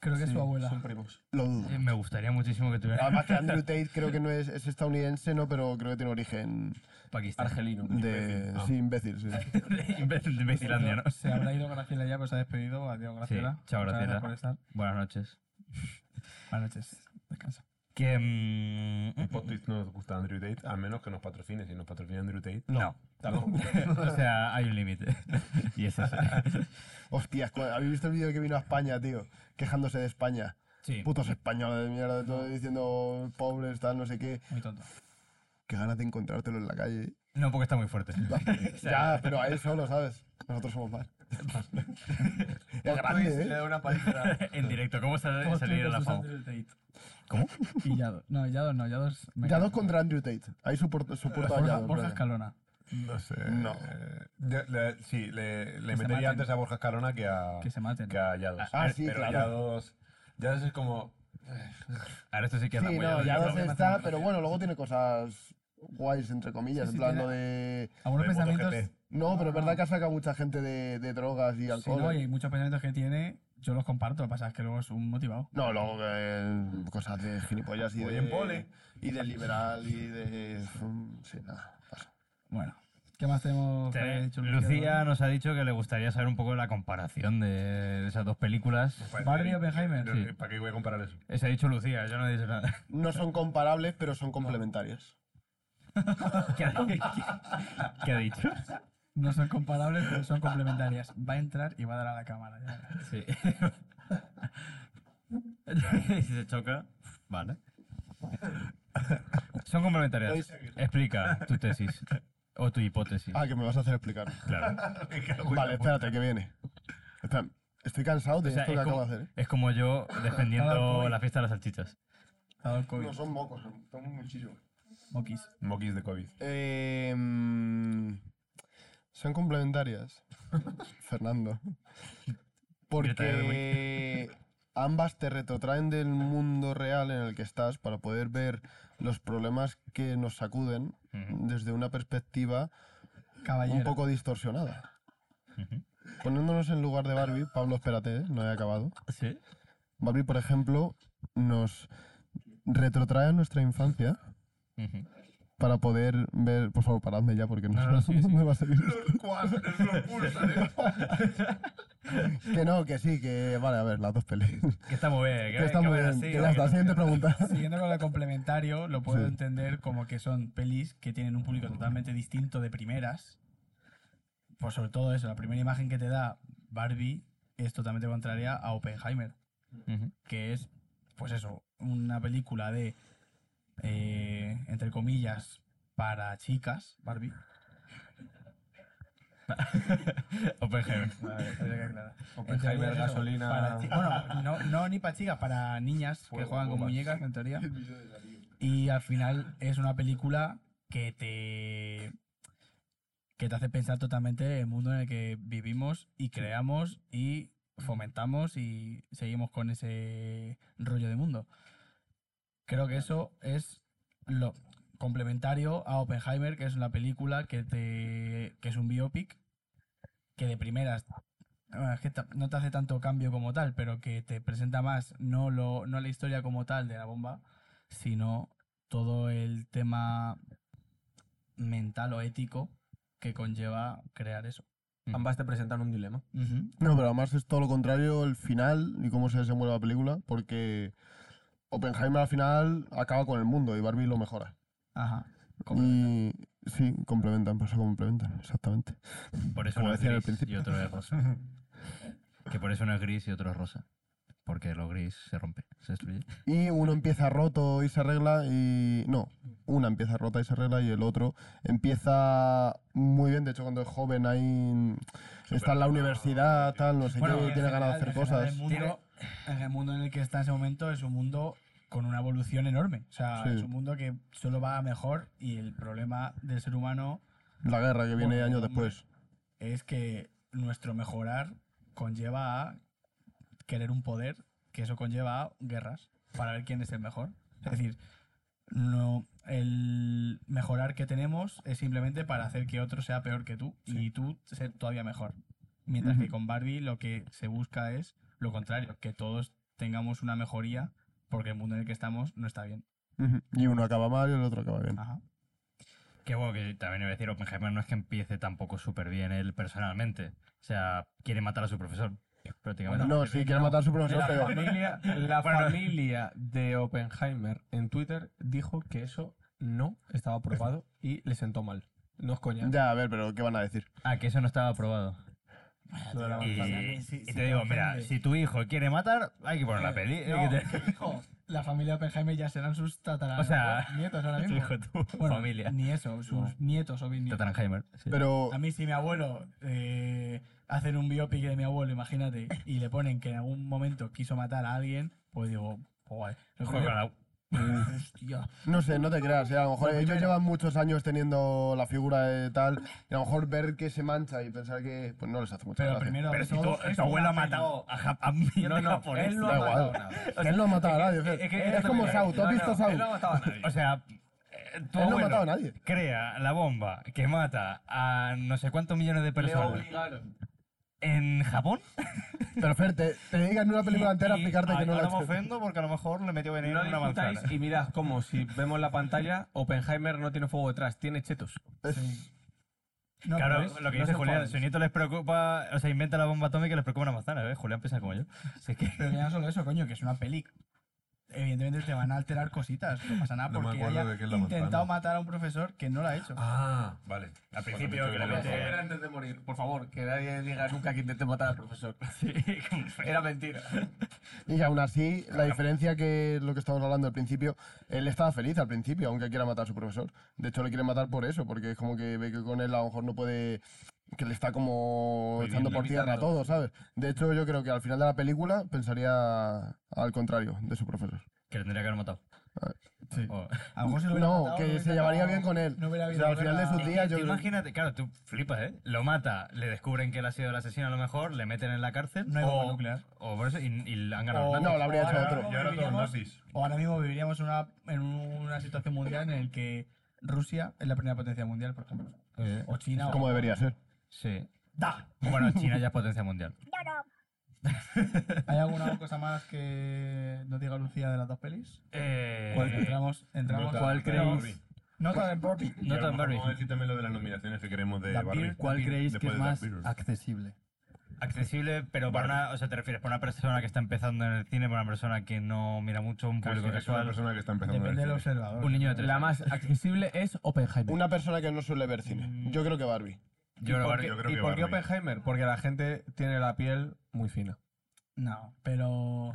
Speaker 3: Creo que es
Speaker 6: Sí,
Speaker 3: su abuela.
Speaker 6: Son primos.
Speaker 1: Lo dudo.
Speaker 2: Eh, Me gustaría muchísimo que
Speaker 13: Ah,
Speaker 2: tuviera
Speaker 1: Además que Andrew Tate creo que no es, es estadounidense, ¿no? Pero creo que tiene origen
Speaker 2: Pakistán.
Speaker 6: Argelino.
Speaker 1: de...
Speaker 5: Ah.
Speaker 1: Sí, imbécil, sí.
Speaker 2: Imbécil de Islandia, ¿no?
Speaker 3: Se habrá ido Graciela ya, pero se ha despedido. Adiós, Graciela.
Speaker 2: Sí, chao,
Speaker 3: Muchas
Speaker 2: Graciela.
Speaker 3: por estar.
Speaker 2: Buenas noches.
Speaker 3: Buenas noches. Descansa.
Speaker 2: Que. mm,
Speaker 5: El post no nos gusta Andrew Tate, a menos que nos patrocine. Si nos patrocina Andrew Tate,
Speaker 2: no. o sea, hay un límite. y es eso.
Speaker 1: Hostias, cu- ¿habéis visto el vídeo que vino a España, tío? Quejándose de España.
Speaker 2: Sí.
Speaker 1: Putos españoles de mierda, todo diciendo pobres, tal, no sé qué.
Speaker 3: Muy tonto.
Speaker 1: Qué ganas de encontrártelo en la calle.
Speaker 2: No, porque está muy fuerte.
Speaker 1: Ya, pero a él solo, ¿sabes? Nosotros somos más. es
Speaker 5: Pues,
Speaker 1: grande, ¿eh?
Speaker 6: Le da una paliza.
Speaker 2: en directo, ¿cómo sal- salir a la fama?
Speaker 3: ¿Cómo? Y Yado. No, Yado no, Yado es... me
Speaker 1: Ya dos
Speaker 3: encanta.
Speaker 1: contra Andrew Tate. Ahí soporta, soporta
Speaker 3: Borja,
Speaker 1: a Yados,
Speaker 3: Borja
Speaker 1: vale.
Speaker 3: Escalona.
Speaker 5: no sé.
Speaker 1: No.
Speaker 5: Eh, de- le- sí, le, le
Speaker 3: se
Speaker 5: metería
Speaker 3: maten.
Speaker 5: antes a Borja Escalona que a,
Speaker 3: Que se maten.
Speaker 5: que a Yados.
Speaker 1: Ah, sí,
Speaker 5: pero
Speaker 1: claro.
Speaker 5: Yados, Yados es como.
Speaker 2: Ahora esto sí ¿eh? que es la
Speaker 1: Sí,
Speaker 2: polla,
Speaker 1: no,
Speaker 2: ¿no?
Speaker 1: ya
Speaker 2: Pero-
Speaker 1: dos está, pero bueno, luego tiene cosas guays, entre comillas,
Speaker 3: Sí, sí,
Speaker 1: en plan
Speaker 3: tiene-
Speaker 1: lo de...
Speaker 3: Algunos
Speaker 5: de
Speaker 3: pensamientos...
Speaker 5: MotoGP.
Speaker 1: No, pero es verdad que ha sacado mucha gente de, de drogas y
Speaker 3: Sí,
Speaker 1: alcohol.
Speaker 3: no,
Speaker 1: ¿eh?
Speaker 3: y hay muchos pensamientos que tiene, yo los comparto, lo que pasa es que luego es un motivado.
Speaker 1: No, luego que cosas de gilipollas y
Speaker 5: Voy
Speaker 1: de,
Speaker 5: en pole.
Speaker 1: y de liberal y de... mm, Sí, nada. pasa.
Speaker 3: Bueno, ¿qué más tenemos? que haya
Speaker 2: Te-
Speaker 3: dicho Luis
Speaker 2: Lucía
Speaker 3: Eduardo?
Speaker 2: nos ha dicho que le gustaría saber un poco la comparación de, de esas dos películas.
Speaker 5: pues,
Speaker 3: Barbie y Oppenheimer.
Speaker 5: No,
Speaker 2: Sí.
Speaker 5: ¿Para qué voy a comparar eso?
Speaker 2: Eso ha dicho Lucía, yo no he dicho nada.
Speaker 1: No son comparables, pero son complementarias.
Speaker 2: ¿Qué ha, qué- qué ha dicho?
Speaker 3: No son comparables, pero son complementarias. Va a entrar y va a dar a la cámara. ya verás.
Speaker 2: Sí. si se choca, vale. Son complementarias. Explica tu tesis o tu hipótesis.
Speaker 1: Ah, que me vas a hacer explicar.
Speaker 2: Claro.
Speaker 1: Vale, espérate, que viene. Espera, estoy cansado de
Speaker 2: O sea,
Speaker 1: esto
Speaker 2: es
Speaker 1: que acabo
Speaker 2: como-
Speaker 1: de hacer. ¿eh?
Speaker 2: Es como yo
Speaker 1: Ah,
Speaker 2: defendiendo la fiesta de las salchichas.
Speaker 3: Ha dado el COVID.
Speaker 1: No, son mocos, son muchísimos.
Speaker 3: Moquis.
Speaker 5: Moquis de COVID.
Speaker 1: Eh, mm, son complementarias, Fernando. Porque ambas te retrotraen del mundo real en el que estás para poder ver los problemas que nos sacuden
Speaker 2: Ujú.
Speaker 1: desde una perspectiva
Speaker 3: Caballero.
Speaker 1: un poco distorsionada. Poniéndonos en lugar de Barbie, Pablo, espérate, ¿eh? no he acabado.
Speaker 2: Sí.
Speaker 1: Barbie, por ejemplo, nos retrotrae a nuestra infancia
Speaker 2: Ujú.
Speaker 1: para poder ver. Por favor, paradme ya porque no,
Speaker 2: No, no, sí, sí.
Speaker 1: me va a seguir. que no, que sí, que. Vale, a ver, las dos pelis.
Speaker 3: Eh,
Speaker 2: Que está muy bien.
Speaker 1: que está muy bien. que ya está, siguiente pregunta.
Speaker 3: Siguiendo con lo complementario, lo puedo
Speaker 1: Sí.
Speaker 3: entender como que son pelis que tienen un público totalmente distinto de primeras. Pues sobre todo eso, la primera imagen que te da Barbie es totalmente contraria a Oppenheimer, que es, pues eso, una película de, eh, entre comillas, para chicas, Barbie.
Speaker 2: Oppenheimer.
Speaker 6: Oppenheimer,
Speaker 3: Entre comillas, eso,
Speaker 6: gasolina.
Speaker 3: para chi- bueno, no, no ni para chicas, para niñas que
Speaker 6: Fuego,
Speaker 3: juegan con
Speaker 6: bombas.
Speaker 3: muñecas, en teoría. Y al final es una película que te. que te hace pensar totalmente el mundo en el que vivimos y creamos y fomentamos y seguimos con ese rollo de mundo. Creo que eso es lo complementario a Oppenheimer, que es una película que te. que es un biopic, que de primeras bueno, es que ta- no te hace tanto cambio como tal, pero que te presenta más no, lo, no la historia como tal de la bomba, sino todo el tema mental o ético que conlleva crear eso.
Speaker 6: Ambas te presentan un dilema.
Speaker 1: No, pero además es todo lo contrario el final y cómo se desenvuelve la película, porque Oppenheimer al final acaba con el mundo y Barbie lo mejora.
Speaker 3: Ajá.
Speaker 1: Y sí, complementan, por eso complementan, exactamente.
Speaker 2: Por eso
Speaker 1: Como
Speaker 2: uno es
Speaker 1: decía en el
Speaker 2: gris y
Speaker 1: principio.
Speaker 2: otro es rosa. que por eso uno es gris y otro es rosa. Porque lo gris se rompe, se destruye.
Speaker 1: Y uno empieza roto y se arregla y... No, una empieza rota y se arregla y el otro empieza muy bien. De hecho, cuando es joven ahí está en la universidad, tal, no sé
Speaker 3: Bueno,
Speaker 1: qué,
Speaker 3: en
Speaker 1: tiene ganas de
Speaker 3: general-
Speaker 1: hacer cosas.
Speaker 3: en general El mundo, en el mundo en el que está en ese momento es un mundo con una evolución enorme. O sea,
Speaker 1: Sí.
Speaker 3: es un mundo que solo va a mejor y el problema del ser humano
Speaker 1: La guerra que viene
Speaker 3: Bueno,
Speaker 1: años
Speaker 3: hombre.
Speaker 1: después.
Speaker 3: es que nuestro mejorar conlleva a querer un poder, que eso conlleva a guerras para ver quién es el mejor. Es decir, no el mejorar que tenemos es simplemente para hacer que otro sea peor que tú y tú ser todavía mejor. Mientras que con Barbie lo que se busca es lo contrario, que todos tengamos una mejoría, porque el mundo en el que estamos no está bien.
Speaker 1: Ujú. Y uno acaba mal y el otro acaba bien.
Speaker 3: Ajá.
Speaker 2: Que bueno, que también iba a decir, Oppenheimer no es que empiece tampoco súper bien él personalmente. O sea, quiere matar a su profesor, prácticamente.
Speaker 1: no, sí, quiere matar a su profesor,
Speaker 6: La
Speaker 1: pero...
Speaker 6: familia, la
Speaker 2: Bueno, no.
Speaker 6: familia de Oppenheimer en Twitter dijo que eso no estaba aprobado y le sentó mal. No es coña.
Speaker 1: Ya, a ver, pero ¿qué van a decir?
Speaker 2: Ah, que eso no estaba aprobado.
Speaker 6: Lo de la
Speaker 2: Y,
Speaker 6: manzana.
Speaker 3: si-
Speaker 2: y
Speaker 3: si
Speaker 2: te
Speaker 3: te
Speaker 2: digo, mira,
Speaker 3: ofende.
Speaker 2: si tu hijo quiere matar, hay que poner la peli. hay
Speaker 3: No,
Speaker 2: que te-
Speaker 3: hijo, la familia Oppenheimer ya serán sus tataranietos
Speaker 2: O sea,
Speaker 3: nietos ahora mismo.
Speaker 2: hijo, tu
Speaker 3: Bueno,
Speaker 2: familia.
Speaker 3: Ni eso, sus nietos o bisnietos.
Speaker 2: Tatanheimer. sí.
Speaker 1: Pero
Speaker 3: A mí si mi abuelo eh, hacen un biopic de mi abuelo, imagínate, y le ponen que en algún momento quiso matar a alguien, pues digo, joder, lo
Speaker 2: Joder, con la-
Speaker 3: que- hostia.
Speaker 1: No sé, no te creas. eh, A lo mejor
Speaker 3: No,
Speaker 1: ellos
Speaker 3: yo no.
Speaker 1: llevan muchos años teniendo la figura de tal. Y a lo mejor ver que se mancha y pensar que pues no les hace mucha
Speaker 3: Pero
Speaker 1: gracia.
Speaker 3: primero,
Speaker 2: Pero si
Speaker 3: todos
Speaker 2: tu,
Speaker 3: es
Speaker 2: tu abuelo
Speaker 3: una
Speaker 2: ha
Speaker 3: peli.
Speaker 2: matado a, Jap- a un millón
Speaker 6: No,
Speaker 2: de
Speaker 6: no,
Speaker 2: japoneses.
Speaker 6: él no ha
Speaker 1: Da
Speaker 6: matado
Speaker 1: igual.
Speaker 6: nada.
Speaker 1: Que él no ha matado a nadie. Fer.
Speaker 2: es
Speaker 1: Es,
Speaker 2: que- es que-
Speaker 1: como Sau, ¿tú has visto Sau?
Speaker 6: Él no ha matado a nadie.
Speaker 2: O sea, eh, tu
Speaker 1: Él no ha
Speaker 2: abuelo
Speaker 1: matado a nadie.
Speaker 2: crea la bomba que mata a no sé cuántos millones de
Speaker 6: Le
Speaker 2: personas
Speaker 6: obligaron.
Speaker 2: en Japón.
Speaker 1: Pero Fer, te, te dedican una película entera a
Speaker 2: y-
Speaker 1: explicarte que
Speaker 2: ay,
Speaker 1: no la
Speaker 2: ahora
Speaker 1: has
Speaker 2: me
Speaker 1: hecho.
Speaker 2: ofendo porque a lo mejor le metió veneno
Speaker 6: No
Speaker 2: en una manzana.
Speaker 6: discutáis y mirad cómo, si vemos la pantalla, Oppenheimer no tiene fuego detrás, tiene chetos.
Speaker 3: No,
Speaker 2: claro,
Speaker 3: pero es-
Speaker 2: lo que
Speaker 3: no
Speaker 2: dice
Speaker 3: se
Speaker 2: Julián,
Speaker 3: enfaden.
Speaker 2: su nieto les preocupa, o sea, inventa la bomba atómica y les preocupa una manzana, ¿eh? Julián piensa como yo. Así que...
Speaker 3: Pero que ya no solo eso, coño, que es una peli. Evidentemente te van a alterar cositas, no pasa nada
Speaker 5: No me
Speaker 3: porque
Speaker 5: acuerdo
Speaker 3: haya
Speaker 5: de qué es la
Speaker 3: intentado
Speaker 5: manzana.
Speaker 3: matar a un profesor que no lo ha hecho.
Speaker 5: Ah, vale.
Speaker 2: Al principio que le
Speaker 5: Cuando me
Speaker 2: mete-
Speaker 5: toque
Speaker 6: Era antes de morir, por favor, que nadie diga nunca que intenté matar al profesor.
Speaker 2: Sí, como fue.
Speaker 6: Era mentira.
Speaker 1: Y aún así, la diferencia que es lo que estamos hablando al principio, él estaba feliz al principio, aunque quiera matar a su profesor. De hecho, le quiere matar por eso, porque es como que ve que con él a lo mejor no puede. que le está como
Speaker 5: Muy bien,
Speaker 1: echando por tierra
Speaker 6: limitando.
Speaker 1: todo, ¿sabes? De hecho, yo creo que al final de la película pensaría al contrario de su profesor.
Speaker 2: Que le tendría que haber matado.
Speaker 3: Sí.
Speaker 2: O-
Speaker 3: A lo mejor si lo hubiera
Speaker 1: No,
Speaker 3: matado,
Speaker 1: que
Speaker 3: hubiera
Speaker 1: se llevaría
Speaker 3: matado.
Speaker 1: bien con él.
Speaker 3: No hubiera
Speaker 1: O sea,
Speaker 3: habido
Speaker 1: al final de
Speaker 3: guerra.
Speaker 1: sus días, yo
Speaker 2: Tú
Speaker 1: creo-
Speaker 2: Imagínate, claro, tú flipas, ¿eh? Lo mata, le descubren que él ha sido el asesino a lo mejor, le meten en la cárcel.
Speaker 3: No hay bomba
Speaker 2: o,
Speaker 3: nuclear.
Speaker 2: O por eso, y, y le han ganado.
Speaker 3: O-
Speaker 2: los
Speaker 1: No,
Speaker 2: nazis.
Speaker 1: lo habría hecho
Speaker 3: Ahora-
Speaker 1: otro.
Speaker 5: Y ahora todos nazis.
Speaker 3: O ahora mismo viviríamos en una, en una situación mundial en la que Rusia es la primera potencia mundial, por ejemplo. O China. o-
Speaker 1: Como debería ser.
Speaker 2: Eh, Sí. Bueno, China ya es potencia mundial.
Speaker 3: ¿Hay alguna cosa más que no diga Lucía de las dos pelis?
Speaker 2: Eh,
Speaker 3: entramos, entramos.
Speaker 5: ¿Cuál creéis?
Speaker 3: Nota de Barbie.
Speaker 5: Y a
Speaker 2: Nota
Speaker 5: lo
Speaker 2: en
Speaker 5: mejor
Speaker 2: Barbie.
Speaker 5: Vamos a decir también lo de las nominaciones que queremos de
Speaker 3: La
Speaker 5: Barbie.
Speaker 3: Beer,
Speaker 13: ¿Cuál
Speaker 3: También,
Speaker 13: creéis que
Speaker 5: después
Speaker 13: es
Speaker 5: de Black
Speaker 13: más
Speaker 5: Mirror.
Speaker 13: accesible?
Speaker 2: Accesible, pero para una. O sea, te refieres para una persona que está empezando en el cine, para una persona que no mira mucho, un
Speaker 5: Claro,
Speaker 2: público
Speaker 5: Pues es una
Speaker 2: casual.
Speaker 5: persona que está empezando.
Speaker 3: Depende
Speaker 5: en
Speaker 3: del
Speaker 5: el cine.
Speaker 3: observador.
Speaker 2: Un niño de tres.
Speaker 6: La más accesible es Oppenheimer.
Speaker 1: Una persona que no suele ver
Speaker 3: Mm.
Speaker 1: cine. Yo creo que Barbie.
Speaker 2: Yo creo
Speaker 6: ¿Y
Speaker 2: que
Speaker 6: por
Speaker 2: Barbie-
Speaker 6: qué-
Speaker 5: yo creo
Speaker 6: ¿Y
Speaker 5: que
Speaker 6: por qué
Speaker 5: Barbie.
Speaker 6: Oppenheimer? Porque la gente tiene la piel muy fina.
Speaker 3: No, pero.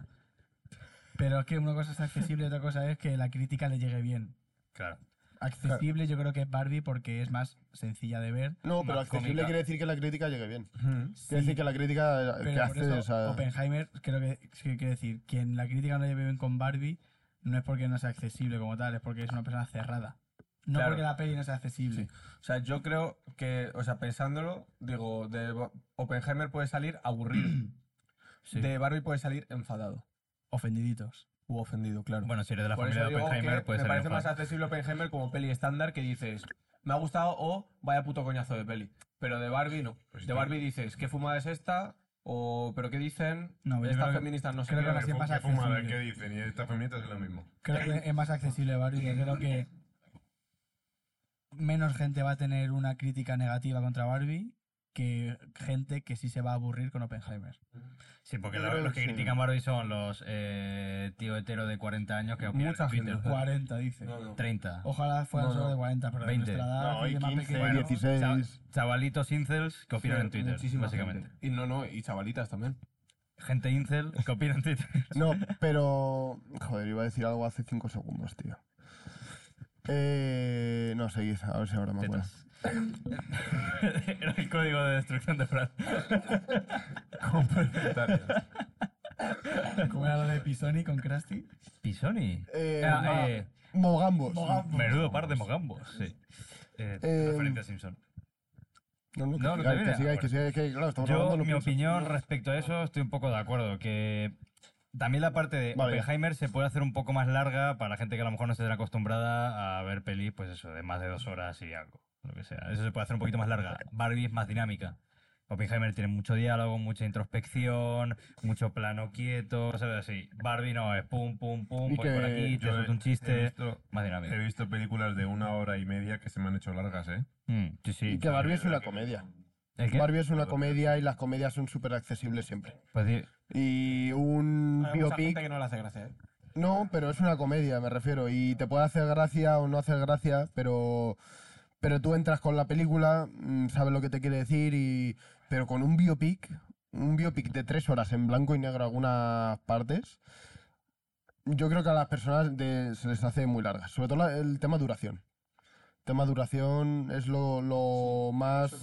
Speaker 3: Pero es que una cosa es accesible y otra cosa es que la crítica le llegue bien.
Speaker 2: Claro.
Speaker 3: Accesible yo creo que es Barbie porque es más sencilla de ver.
Speaker 1: No, pero
Speaker 2: Más
Speaker 1: accesible
Speaker 2: cómica.
Speaker 1: quiere decir que la crítica llegue bien.
Speaker 3: Sí,
Speaker 1: Quiere decir que la crítica eh, que
Speaker 3: pero por
Speaker 1: hace
Speaker 3: eso,
Speaker 1: esa-
Speaker 3: Oppenheimer, creo que, sí que quiere decir, quien la crítica no lleve bien con Barbie no es porque no sea accesible como tal, es porque es una persona cerrada. No
Speaker 6: Claro.
Speaker 3: porque la peli no sea accesible.
Speaker 6: O sea, yo creo que, o sea, pensándolo, digo, de Bo- Oppenheimer puede salir aburrido.
Speaker 2: Sí.
Speaker 6: De Barbie puede salir enfadado.
Speaker 3: Ofendiditos.
Speaker 6: U ofendido, claro.
Speaker 2: Bueno, si eres de la
Speaker 6: Por
Speaker 2: familia
Speaker 6: eso
Speaker 2: de
Speaker 6: digo
Speaker 2: Oppenheimer,
Speaker 6: que
Speaker 2: puedes
Speaker 6: me
Speaker 2: ser
Speaker 6: parece más
Speaker 2: enfadado.
Speaker 6: accesible Oppenheimer como peli estándar que dices, me ha gustado o vaya puto coñazo de peli. Pero de Barbie no.
Speaker 5: Pues
Speaker 6: de
Speaker 5: sí.
Speaker 6: Barbie dices, ¿qué fumada es esta? O, ¿pero qué dicen?
Speaker 3: No, yo
Speaker 6: Estas
Speaker 3: creo que-
Speaker 6: feministas no sé
Speaker 3: creo
Speaker 6: qué.
Speaker 3: que va a
Speaker 5: Que
Speaker 3: ser más
Speaker 5: fu- que fuma,
Speaker 3: accesible.
Speaker 5: ¿Qué dicen? Y estas feministas es lo mismo.
Speaker 3: Creo que es más accesible Barbie, yo creo que menos gente va a tener una crítica negativa contra Barbie que gente que sí se va a aburrir con Oppenheimer.
Speaker 2: Sí, porque
Speaker 1: Yo
Speaker 2: lo-
Speaker 1: creo
Speaker 2: los
Speaker 1: que
Speaker 2: que
Speaker 1: sí.
Speaker 2: critican Barbie son los eh, tío hetero de 40 años que opinan
Speaker 6: Mucha
Speaker 2: en
Speaker 6: gente.
Speaker 2: Twitter.
Speaker 3: 40, dice.
Speaker 6: No, no.
Speaker 2: 30.
Speaker 3: Ojalá fueran
Speaker 6: No, no.
Speaker 3: solo de 40, pero de
Speaker 2: 20.
Speaker 3: nuestra edad,
Speaker 1: No, hoy
Speaker 3: gente más
Speaker 1: 15,
Speaker 3: pequeña,
Speaker 1: 16.
Speaker 2: Chava- Chavalitos incels que opinan en Twitter,
Speaker 6: Muchísima
Speaker 2: básicamente.
Speaker 6: gente. Y no, no, y chavalitas también.
Speaker 2: Gente incel que opina en Twitter.
Speaker 1: No, pero. Joder, iba a decir algo hace 5 segundos, tío. Eh, no, seguid, a ver si ahora me acuerdo.
Speaker 2: Tetas. Era el código de destrucción de Fran.
Speaker 5: Complementarias.
Speaker 3: Como era lo de Pisoni con Krusty.
Speaker 2: Pisoni.
Speaker 1: Eh,
Speaker 2: Ah,
Speaker 1: ma-
Speaker 2: eh,
Speaker 1: Mogambos.
Speaker 2: menudo par de mogambos, sí. Eh,
Speaker 1: Eh,
Speaker 2: referencia a Simpson.
Speaker 1: No, no, que
Speaker 2: No, no
Speaker 1: sigáis,
Speaker 2: termina.
Speaker 1: que sigáis,
Speaker 2: Bueno.
Speaker 1: que sigáis, que claro, estamos
Speaker 2: Yo,
Speaker 1: hablando
Speaker 2: mi
Speaker 1: lo pienso.
Speaker 2: opinión respecto a eso, estoy un poco de acuerdo. Que también la parte de
Speaker 1: Vale.
Speaker 2: Oppenheimer se puede hacer un poco más larga para la gente que a lo mejor no esté tan acostumbrada a ver pelis, pues eso, de más de dos horas y algo. Lo que sea. Eso se puede hacer un poquito más larga. Barbie es más dinámica. Oppenheimer tiene mucho diálogo, mucha introspección, mucho plano quieto, ¿sabes? Así. Barbie no, es pum, pum, pum,
Speaker 1: Y
Speaker 2: voy por
Speaker 1: que
Speaker 2: aquí, te
Speaker 5: yo
Speaker 2: suelto un
Speaker 5: He
Speaker 2: chiste.
Speaker 5: visto,
Speaker 2: Más dinámico.
Speaker 5: he visto películas de una hora y media que se me han hecho largas, ¿eh?
Speaker 2: Mm, sí, sí.
Speaker 1: Y que Barbie es una comedia.
Speaker 2: ¿El qué?
Speaker 1: Barbie es una comedia y las comedias son súper accesibles siempre.
Speaker 2: Pues di-
Speaker 1: Y un
Speaker 6: Hay mucha gente
Speaker 1: biopic...
Speaker 6: que no le hace gracia, ¿eh?
Speaker 1: No, pero es una comedia, me refiero. Y te puede hacer gracia o no hacer gracia, pero... Pero tú entras con la película, mm, sabes lo que te quiere decir y... Pero con un biopic, un biopic de tres horas en blanco y negro algunas partes, yo creo que a las personas de- se les hace muy largas. Sobre todo la- el tema duración. Tema duración es lo, lo más...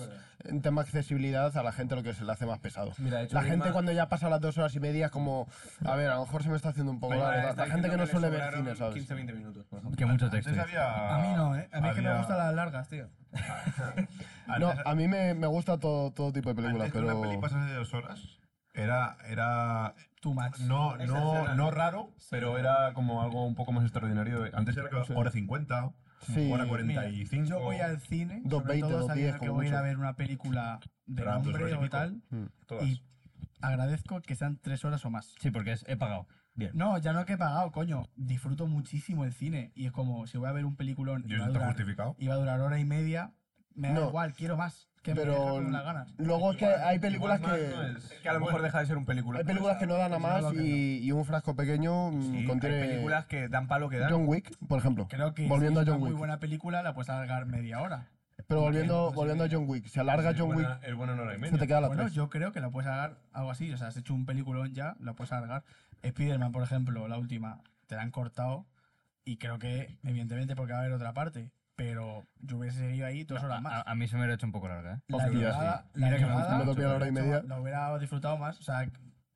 Speaker 1: En tema accesibilidad, a la gente lo que se le hace más pesado.
Speaker 6: Mira, de hecho,
Speaker 1: La
Speaker 6: Big
Speaker 1: gente
Speaker 6: Mac-
Speaker 1: cuando ya pasa las dos horas y media es como, a ver, a lo mejor se me está haciendo un poco
Speaker 6: Big Mac
Speaker 1: largo.
Speaker 6: está
Speaker 1: La gente que
Speaker 6: diciendo
Speaker 1: no suele
Speaker 6: le
Speaker 1: ver
Speaker 6: sobraron
Speaker 1: cine, ¿sabes?
Speaker 6: 15-20 minutos, por ejemplo.
Speaker 2: que mucho texto.
Speaker 5: Antes había...
Speaker 3: A mí no, ¿eh? A mí es que me
Speaker 5: había-
Speaker 3: gustan las largas, tío.
Speaker 1: No,
Speaker 5: antes-
Speaker 1: a mí me, me gusta todo, todo tipo de películas,
Speaker 5: antes que
Speaker 1: pero...
Speaker 5: una peli pasase de dos horas era... era
Speaker 3: Too much.
Speaker 5: no, no,
Speaker 6: Excepcional.
Speaker 5: no raro, pero era como algo un poco más extraordinario. Antes era
Speaker 1: Sí.
Speaker 5: hora 50,
Speaker 1: Sí,
Speaker 5: hora
Speaker 3: Mira,
Speaker 5: 45...
Speaker 3: Yo voy al cine,
Speaker 1: Dos
Speaker 3: sobre
Speaker 1: veinte,
Speaker 3: todo
Speaker 1: dos
Speaker 3: sabiendo
Speaker 1: diez,
Speaker 3: que
Speaker 1: como
Speaker 3: voy a ir a
Speaker 1: mucho.
Speaker 3: ver una película de
Speaker 5: Pero antes
Speaker 3: hombre
Speaker 5: horas y
Speaker 3: o
Speaker 5: pico.
Speaker 3: tal,
Speaker 1: Mm.
Speaker 5: todas.
Speaker 3: y agradezco que sean tres horas o más.
Speaker 2: Sí, porque es- he pagado. Bien.
Speaker 3: No, ya no que he pagado, coño. Disfruto muchísimo el cine. Y es como, si voy a ver un peliculón y va
Speaker 5: Yo
Speaker 3: a
Speaker 5: esto está
Speaker 3: durar,
Speaker 5: justificado.
Speaker 3: y va a durar hora y media, me da
Speaker 1: No.
Speaker 3: igual, quiero más. Que
Speaker 1: Pero-
Speaker 3: me deja con las ganas.
Speaker 1: Luego es que hay películas que...
Speaker 6: Que a lo mejor deja de ser un película.
Speaker 1: Hay películas que no dan a más
Speaker 3: algo que
Speaker 1: y, y un frasco pequeño mm,
Speaker 6: Sí,
Speaker 1: contiene...
Speaker 6: Hay películas que dan palo que dan.
Speaker 1: John Wick, por ejemplo.
Speaker 3: Creo que
Speaker 1: Volviendo
Speaker 3: si es
Speaker 1: a
Speaker 3: una
Speaker 1: John
Speaker 3: muy
Speaker 1: Wick.
Speaker 3: buena película la puedes alargar media hora.
Speaker 1: Pero volviendo,
Speaker 3: no sé
Speaker 1: volviendo a
Speaker 3: qué-
Speaker 1: John Wick. Si alarga
Speaker 5: Es
Speaker 1: John Wick,
Speaker 5: buena- Es buena en hora y
Speaker 1: se te
Speaker 5: media.
Speaker 1: queda la
Speaker 3: bueno,
Speaker 1: tres.
Speaker 3: yo creo que la puedes alargar algo así. O sea, has hecho un peliculón ya, la puedes alargar. Spider-Man, por ejemplo, la última, te la han cortado. Y creo que, evidentemente, porque va a haber otra parte. Pero yo hubiese seguido ahí dos horas más.
Speaker 2: A, a mí se me hubiera hecho un poco larga, ¿eh?
Speaker 3: La
Speaker 1: Hostia,
Speaker 3: llegada,
Speaker 2: sí.
Speaker 3: la
Speaker 2: Mira que me
Speaker 3: llegada,
Speaker 2: gusta
Speaker 1: mucho, Me lo la hora y
Speaker 3: macho,
Speaker 1: media.
Speaker 3: la hubiera disfrutado más, o sea,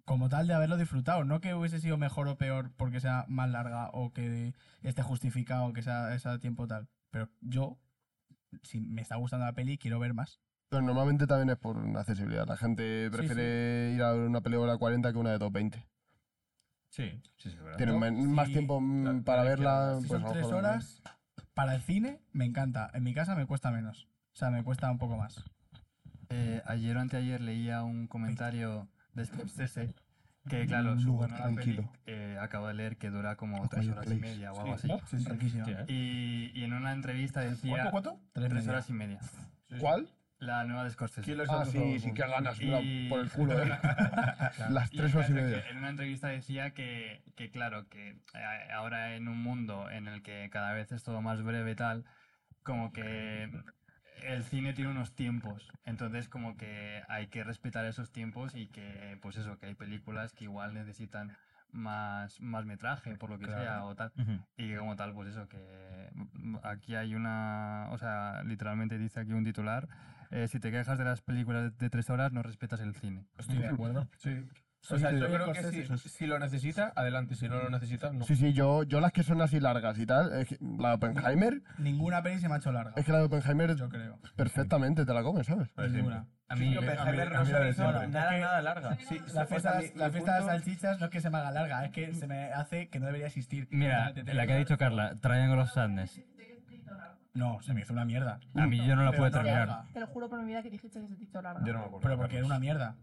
Speaker 3: como tal de haberlo disfrutado, no que hubiese sido mejor o peor porque sea más larga o que esté justificado, que sea ese tiempo tal, pero yo, si me está gustando la peli, quiero ver más.
Speaker 1: Pero normalmente también es por accesibilidad. La gente
Speaker 3: Sí,
Speaker 1: prefiere ir a ver una peli de hora 40 que una de 220.
Speaker 2: Sí, sí, sí, es verdad.
Speaker 1: Tienen
Speaker 3: Yo,
Speaker 1: men- más
Speaker 3: sí,
Speaker 1: tiempo mm,
Speaker 6: claro,
Speaker 1: para
Speaker 6: claro,
Speaker 1: verla.
Speaker 3: Si
Speaker 1: pues, a
Speaker 3: son
Speaker 1: lo
Speaker 3: tres
Speaker 1: mejor,
Speaker 3: horas, para el cine me encanta, en mi casa me cuesta menos, o sea, me cuesta un poco más.
Speaker 13: Eh, ayer o anteayer leía un comentario de Scorsese que, claro,
Speaker 1: Un
Speaker 13: su
Speaker 1: lugar
Speaker 13: buena la peli,
Speaker 1: tranquilo.
Speaker 13: eh, acabo de leer que dura como
Speaker 1: A
Speaker 13: tres
Speaker 1: quiet
Speaker 13: horas y
Speaker 1: place.
Speaker 13: media o algo así.
Speaker 3: Riquísima.
Speaker 2: Sí, ¿eh?
Speaker 13: Y, y en una entrevista decía
Speaker 1: ¿Cuánto?
Speaker 3: Tres
Speaker 13: tres
Speaker 3: media.
Speaker 13: horas y media.
Speaker 1: ¿Cuál?
Speaker 13: La nueva de Scorsese.
Speaker 1: Ah, sí, sí, que ganas mira,
Speaker 13: Y-
Speaker 1: por el culo, ¿eh? Las
Speaker 13: Y
Speaker 1: tres horas
Speaker 13: el
Speaker 1: y
Speaker 13: caso es que
Speaker 1: media.
Speaker 13: En una entrevista decía que, que claro, que eh, ahora en un mundo en el que cada vez es todo más breve y tal, como que el cine tiene unos tiempos. Entonces, como que hay que respetar esos tiempos y que, pues eso, que hay películas que igual necesitan más, más metraje, por lo que sea, o tal.
Speaker 2: Ujú.
Speaker 13: Y como tal, pues eso, que mm, aquí hay una, o sea, literalmente dice aquí un titular, eh, si te quejas de las películas de tres horas, no respetas el cine.
Speaker 3: Estoy de acuerdo.
Speaker 6: O sea, yo
Speaker 3: Soy
Speaker 6: creo que
Speaker 3: Scorsese.
Speaker 6: si, si lo necesita, adelante. Si no lo necesita, no.
Speaker 1: Sí, sí, yo, yo las que son así largas y tal. es que la de Oppenheimer,
Speaker 3: Ninguna peli se me ha hecho larga,
Speaker 1: es que la de Oppenheimer
Speaker 3: yo creo.
Speaker 1: perfectamente te la comes, ¿sabes?
Speaker 2: Pues
Speaker 3: Ninguna.
Speaker 2: A mí,
Speaker 6: Pero Oppenheimer
Speaker 5: a mí- a
Speaker 6: no
Speaker 5: mí
Speaker 6: se
Speaker 5: la
Speaker 6: le
Speaker 5: de
Speaker 6: hizo
Speaker 5: siempre.
Speaker 6: nada,
Speaker 3: Es que-
Speaker 6: nada larga.
Speaker 3: Sí, la fiesta,
Speaker 6: mi-
Speaker 3: la
Speaker 6: mi
Speaker 3: fiesta de las
Speaker 6: punto-
Speaker 3: salchichas no es que se me haga larga, es que se me hace que no debería existir.
Speaker 2: mira, la que ha dicho Carla, Triangle of Sadness.
Speaker 3: No, se me hizo una mierda.
Speaker 2: A mí yo no la
Speaker 3: Pero
Speaker 2: pude
Speaker 3: no
Speaker 2: terminar.
Speaker 3: larga,
Speaker 8: Te lo juro por mi vida que dijiste que se te hizo larga.
Speaker 5: Yo no me acuerdo.
Speaker 3: Pero porque era una mierda.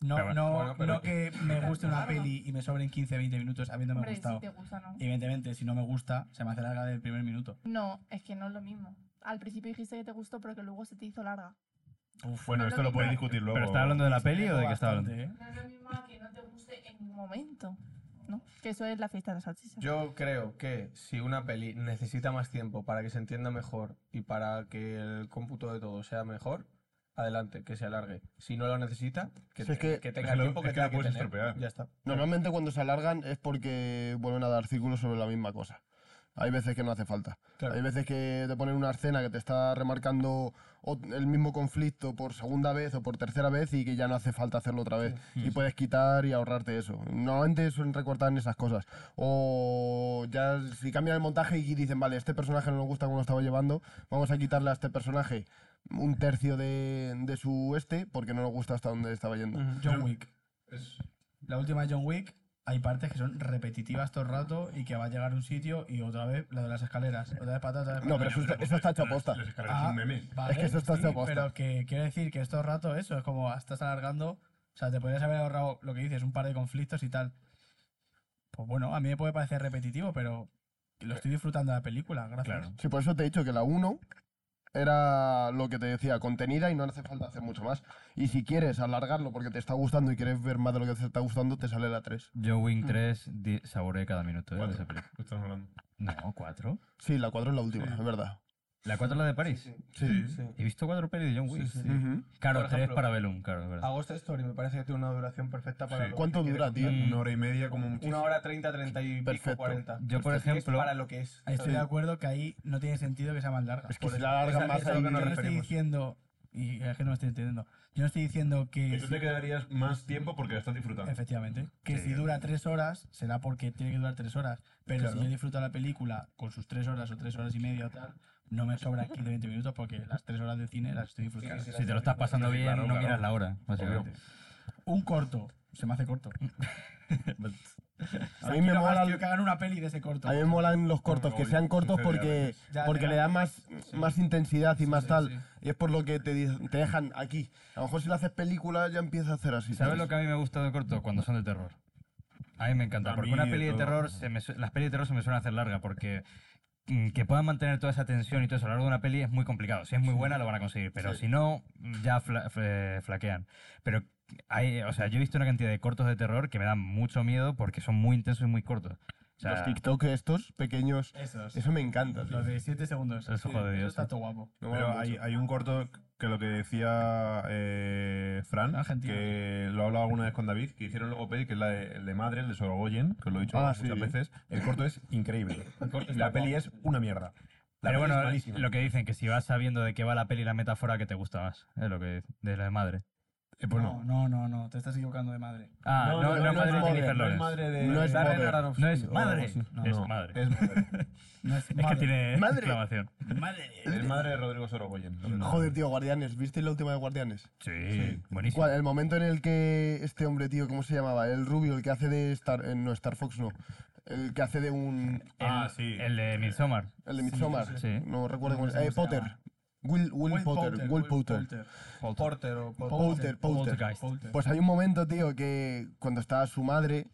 Speaker 3: No,
Speaker 2: Pero
Speaker 3: no,
Speaker 6: bueno, pero
Speaker 3: no que me guste una peli y me sobren 15, 20 minutos habiéndome
Speaker 8: Hombre, si
Speaker 3: gustado.
Speaker 8: te gusta, ¿no?
Speaker 3: Evidentemente, si no me gusta, se me hace larga del primer minuto.
Speaker 8: No, es que no es lo mismo. Al principio dijiste que te gustó, pero que luego se te hizo larga.
Speaker 5: Bueno, esto lo podéis discutir luego.
Speaker 2: ¿Pero está hablando de la peli o de qué está hablando?
Speaker 3: Bastante, ¿eh?
Speaker 15: No es lo mismo a que no te guste en
Speaker 8: Un momento, ¿no? Que eso es la fiesta de las salchichas.
Speaker 6: Yo creo que si una peli necesita más tiempo para que se entienda mejor y para que el cómputo de todo sea mejor, adelante, que se alargue. Si no lo necesita, que,
Speaker 1: Si es
Speaker 6: te-
Speaker 1: que-
Speaker 6: que tenga
Speaker 5: es que
Speaker 6: el
Speaker 5: lo-
Speaker 6: tiempo que,
Speaker 5: es que
Speaker 6: tenga
Speaker 5: la
Speaker 6: que
Speaker 5: puedes
Speaker 6: tener.
Speaker 5: estropear.
Speaker 6: Ya está.
Speaker 1: Normalmente cuando se alargan es porque vuelven a dar círculos sobre la misma cosa. Hay veces que no hace falta.
Speaker 6: Claro.
Speaker 1: Hay veces que te ponen una escena que te está remarcando ot- el mismo conflicto por segunda vez o por tercera vez y que ya no hace falta hacerlo otra vez. Y puedes quitar y ahorrarte eso. Normalmente suelen recortar en esas cosas. O ya si cambian el montaje y dicen, vale, este personaje no nos gusta cómo lo estaba llevando, vamos a quitarle a este personaje un tercio de, de
Speaker 6: Mm.
Speaker 1: su este porque no nos gusta hasta dónde estaba yendo.
Speaker 3: John Wick.
Speaker 5: Es-
Speaker 3: La última de John Wick hay partes que son repetitivas todo el rato y que va a llegar a un sitio y otra vez la de las escaleras, otra vez patata, otra vez
Speaker 1: No,
Speaker 3: patata.
Speaker 1: pero eso, está- eso está hecho a posta.
Speaker 5: Las escaleras son memes.
Speaker 3: Vale,
Speaker 1: Es que eso está
Speaker 3: sí,
Speaker 1: hecho a posta.
Speaker 3: Pero que quiero decir que esto rato eso, es como estás alargando. O sea, te podrías haber ahorrado lo que dices, un par de conflictos y tal. Pues bueno, a mí me puede parecer repetitivo, pero lo estoy disfrutando de la película, gracias.
Speaker 5: Claro.
Speaker 1: Sí, por eso te he dicho que la 1 era lo que te decía, contenida y no hace falta hacer mucho más. Y si quieres alargarlo porque te está gustando y quieres ver más de lo que te está gustando, te sale la 3.
Speaker 2: Yo Wing 3 di- saboreé cada minuto ¿eh? de
Speaker 5: Cuatro.
Speaker 2: esa película.
Speaker 5: ¿Qué estás hablando?
Speaker 2: No, cuatro.
Speaker 1: Sí, la 4 es la última, es verdad.
Speaker 2: ¿La 4 es la de París?
Speaker 1: Sí.
Speaker 2: He visto cuatro pelis de John Wick.
Speaker 1: Ujú.
Speaker 2: Claro,
Speaker 6: Por
Speaker 2: 3
Speaker 6: ejemplo,
Speaker 2: para Bellum, claro, es
Speaker 5: ah,
Speaker 2: verdad.
Speaker 6: Agosto Story me parece que tiene una duración perfecta para.
Speaker 5: Sí.
Speaker 6: lo que
Speaker 1: ¿Cuánto
Speaker 6: quiere
Speaker 1: dura,
Speaker 6: contar.
Speaker 1: tío?
Speaker 5: Una hora y media como muchísimo.
Speaker 6: Una hora treinta, treinta y pico,
Speaker 1: Perfecto.
Speaker 6: cuarenta.
Speaker 2: Yo, por
Speaker 6: Es que es
Speaker 2: ejemplo-
Speaker 6: para lo que es.
Speaker 3: Ahí Estoy de
Speaker 6: ¿sabes?
Speaker 3: acuerdo que ahí no tiene sentido que sea más larga.
Speaker 1: Es que
Speaker 3: Por
Speaker 1: si
Speaker 3: eso-
Speaker 1: la alargan
Speaker 3: esa-
Speaker 1: más
Speaker 3: eso es
Speaker 1: ahí-
Speaker 3: lo que nos
Speaker 1: Yo no
Speaker 3: estoy
Speaker 6: referimos.
Speaker 3: diciendo, y es que no me estoy entendiendo. Yo no estoy diciendo que.
Speaker 5: Que tú te quedarías más tiempo porque la estás disfrutando.
Speaker 3: Efectivamente. Que si dura tres horas, será porque tiene que durar tres horas. Pero si yo disfruto la película con sus tres horas o tres horas y media o tal, no me sobra aquí de 20 minutos porque las tres horas de cine las estoy disfrutando.
Speaker 2: Si te lo estás pasando
Speaker 5: Sí,
Speaker 2: bien,
Speaker 5: claro,
Speaker 2: no
Speaker 5: claro.
Speaker 2: miras la hora, básicamente.
Speaker 5: Obvio.
Speaker 3: Un corto. Se me hace corto.
Speaker 1: A mí me
Speaker 3: Quiero más,
Speaker 1: mola...
Speaker 3: quiero que hagan una peli de ese corto.
Speaker 1: A mí me molan los cortos,
Speaker 5: Porque
Speaker 1: que
Speaker 5: voy,
Speaker 1: sean cortos
Speaker 5: sucede a
Speaker 1: porque,
Speaker 5: veces.
Speaker 3: Ya,
Speaker 1: porque
Speaker 3: te
Speaker 1: le
Speaker 3: da-
Speaker 1: dan más, más intensidad y más
Speaker 3: sí,
Speaker 1: tal.
Speaker 3: sí.
Speaker 1: Y es por lo que te, di- te dejan aquí. A lo mejor si lo haces película ya empieza a hacer así.
Speaker 2: ¿Sabes lo que a mí me gusta de corto? Cuando son de terror. A mí me encanta,
Speaker 5: A
Speaker 2: porque
Speaker 5: mí
Speaker 2: una
Speaker 5: de
Speaker 2: peli de
Speaker 5: todo.
Speaker 2: terror, se me su- las pelis de terror se me suelen hacer largas, porque mm, que puedan mantener toda esa tensión y todo eso a lo largo de una peli es muy complicado. Si es muy buena, lo van a conseguir, pero si no, ya fla- fle- flaquean. Pero hay, o sea, yo he visto una cantidad de cortos de terror que me dan mucho miedo porque son muy intensos y muy cortos. O sea,
Speaker 1: Los TikTok estos pequeños,
Speaker 3: Esos.
Speaker 1: eso me encanta. tío.
Speaker 3: Los de 7 segundos.
Speaker 2: Eso, joder,
Speaker 3: eso
Speaker 2: Dios,
Speaker 3: está
Speaker 2: sí.
Speaker 3: todo guapo.
Speaker 1: Me mola
Speaker 5: Pero
Speaker 1: mucho.
Speaker 5: hay, hay un corto que lo que decía eh, Fran,
Speaker 3: Argentino.
Speaker 5: que lo he hablado alguna vez con David, que hicieron luego peli, que es la de, el de Madre, el de Sorogoyen, que os lo he dicho
Speaker 1: Ah,
Speaker 5: muchas
Speaker 1: sí.
Speaker 5: veces. El corto es increíble. la peli es una mierda.
Speaker 2: pero
Speaker 5: La peli
Speaker 2: bueno,
Speaker 5: es malísima.
Speaker 2: lo que dicen, que si vas sabiendo de qué va la peli y la metáfora que te gusta más, es lo que de la de madre.
Speaker 5: Eh, pues no.
Speaker 3: no, no, no. Te estás equivocando de madre.
Speaker 2: Ah, no, no, es madre de
Speaker 1: Mother,
Speaker 2: Jennifer
Speaker 5: no es
Speaker 2: Lawrence.
Speaker 5: madre de...
Speaker 1: No es
Speaker 5: Darren
Speaker 1: Mother.
Speaker 5: Aronofsky
Speaker 2: No es
Speaker 5: o algo
Speaker 2: madre,
Speaker 5: así.
Speaker 2: no, es madre.
Speaker 5: Es madre.
Speaker 3: No es,
Speaker 2: Es que
Speaker 3: madre.
Speaker 2: tiene
Speaker 1: Madre.
Speaker 2: exclamación.
Speaker 5: Es madre de Rodrigo Sorogoyen. lo que no-
Speaker 1: Joder, tío, Guardianes. ¿Viste la última de Guardianes?
Speaker 2: Sí, buenísimo.
Speaker 1: ¿Cuál? El momento en el que este hombre, tío, ¿cómo se llamaba? El rubio, el que hace de Star... eh, no, Star Fox no. El que hace de un...
Speaker 2: El,
Speaker 5: Ah, sí.
Speaker 2: El de Midsommar.
Speaker 1: El de Midsommar.
Speaker 2: sí.
Speaker 1: No recuerdo cómo
Speaker 3: No sé
Speaker 1: se eh,
Speaker 3: cómo se
Speaker 1: Potter.
Speaker 3: llama.
Speaker 1: Will, Will, Potter. Will Potter.
Speaker 6: Porter o Porter.
Speaker 1: Potter, Potter.
Speaker 2: Poltergeist.
Speaker 1: Pues hay un momento, tío, que cuando está su madre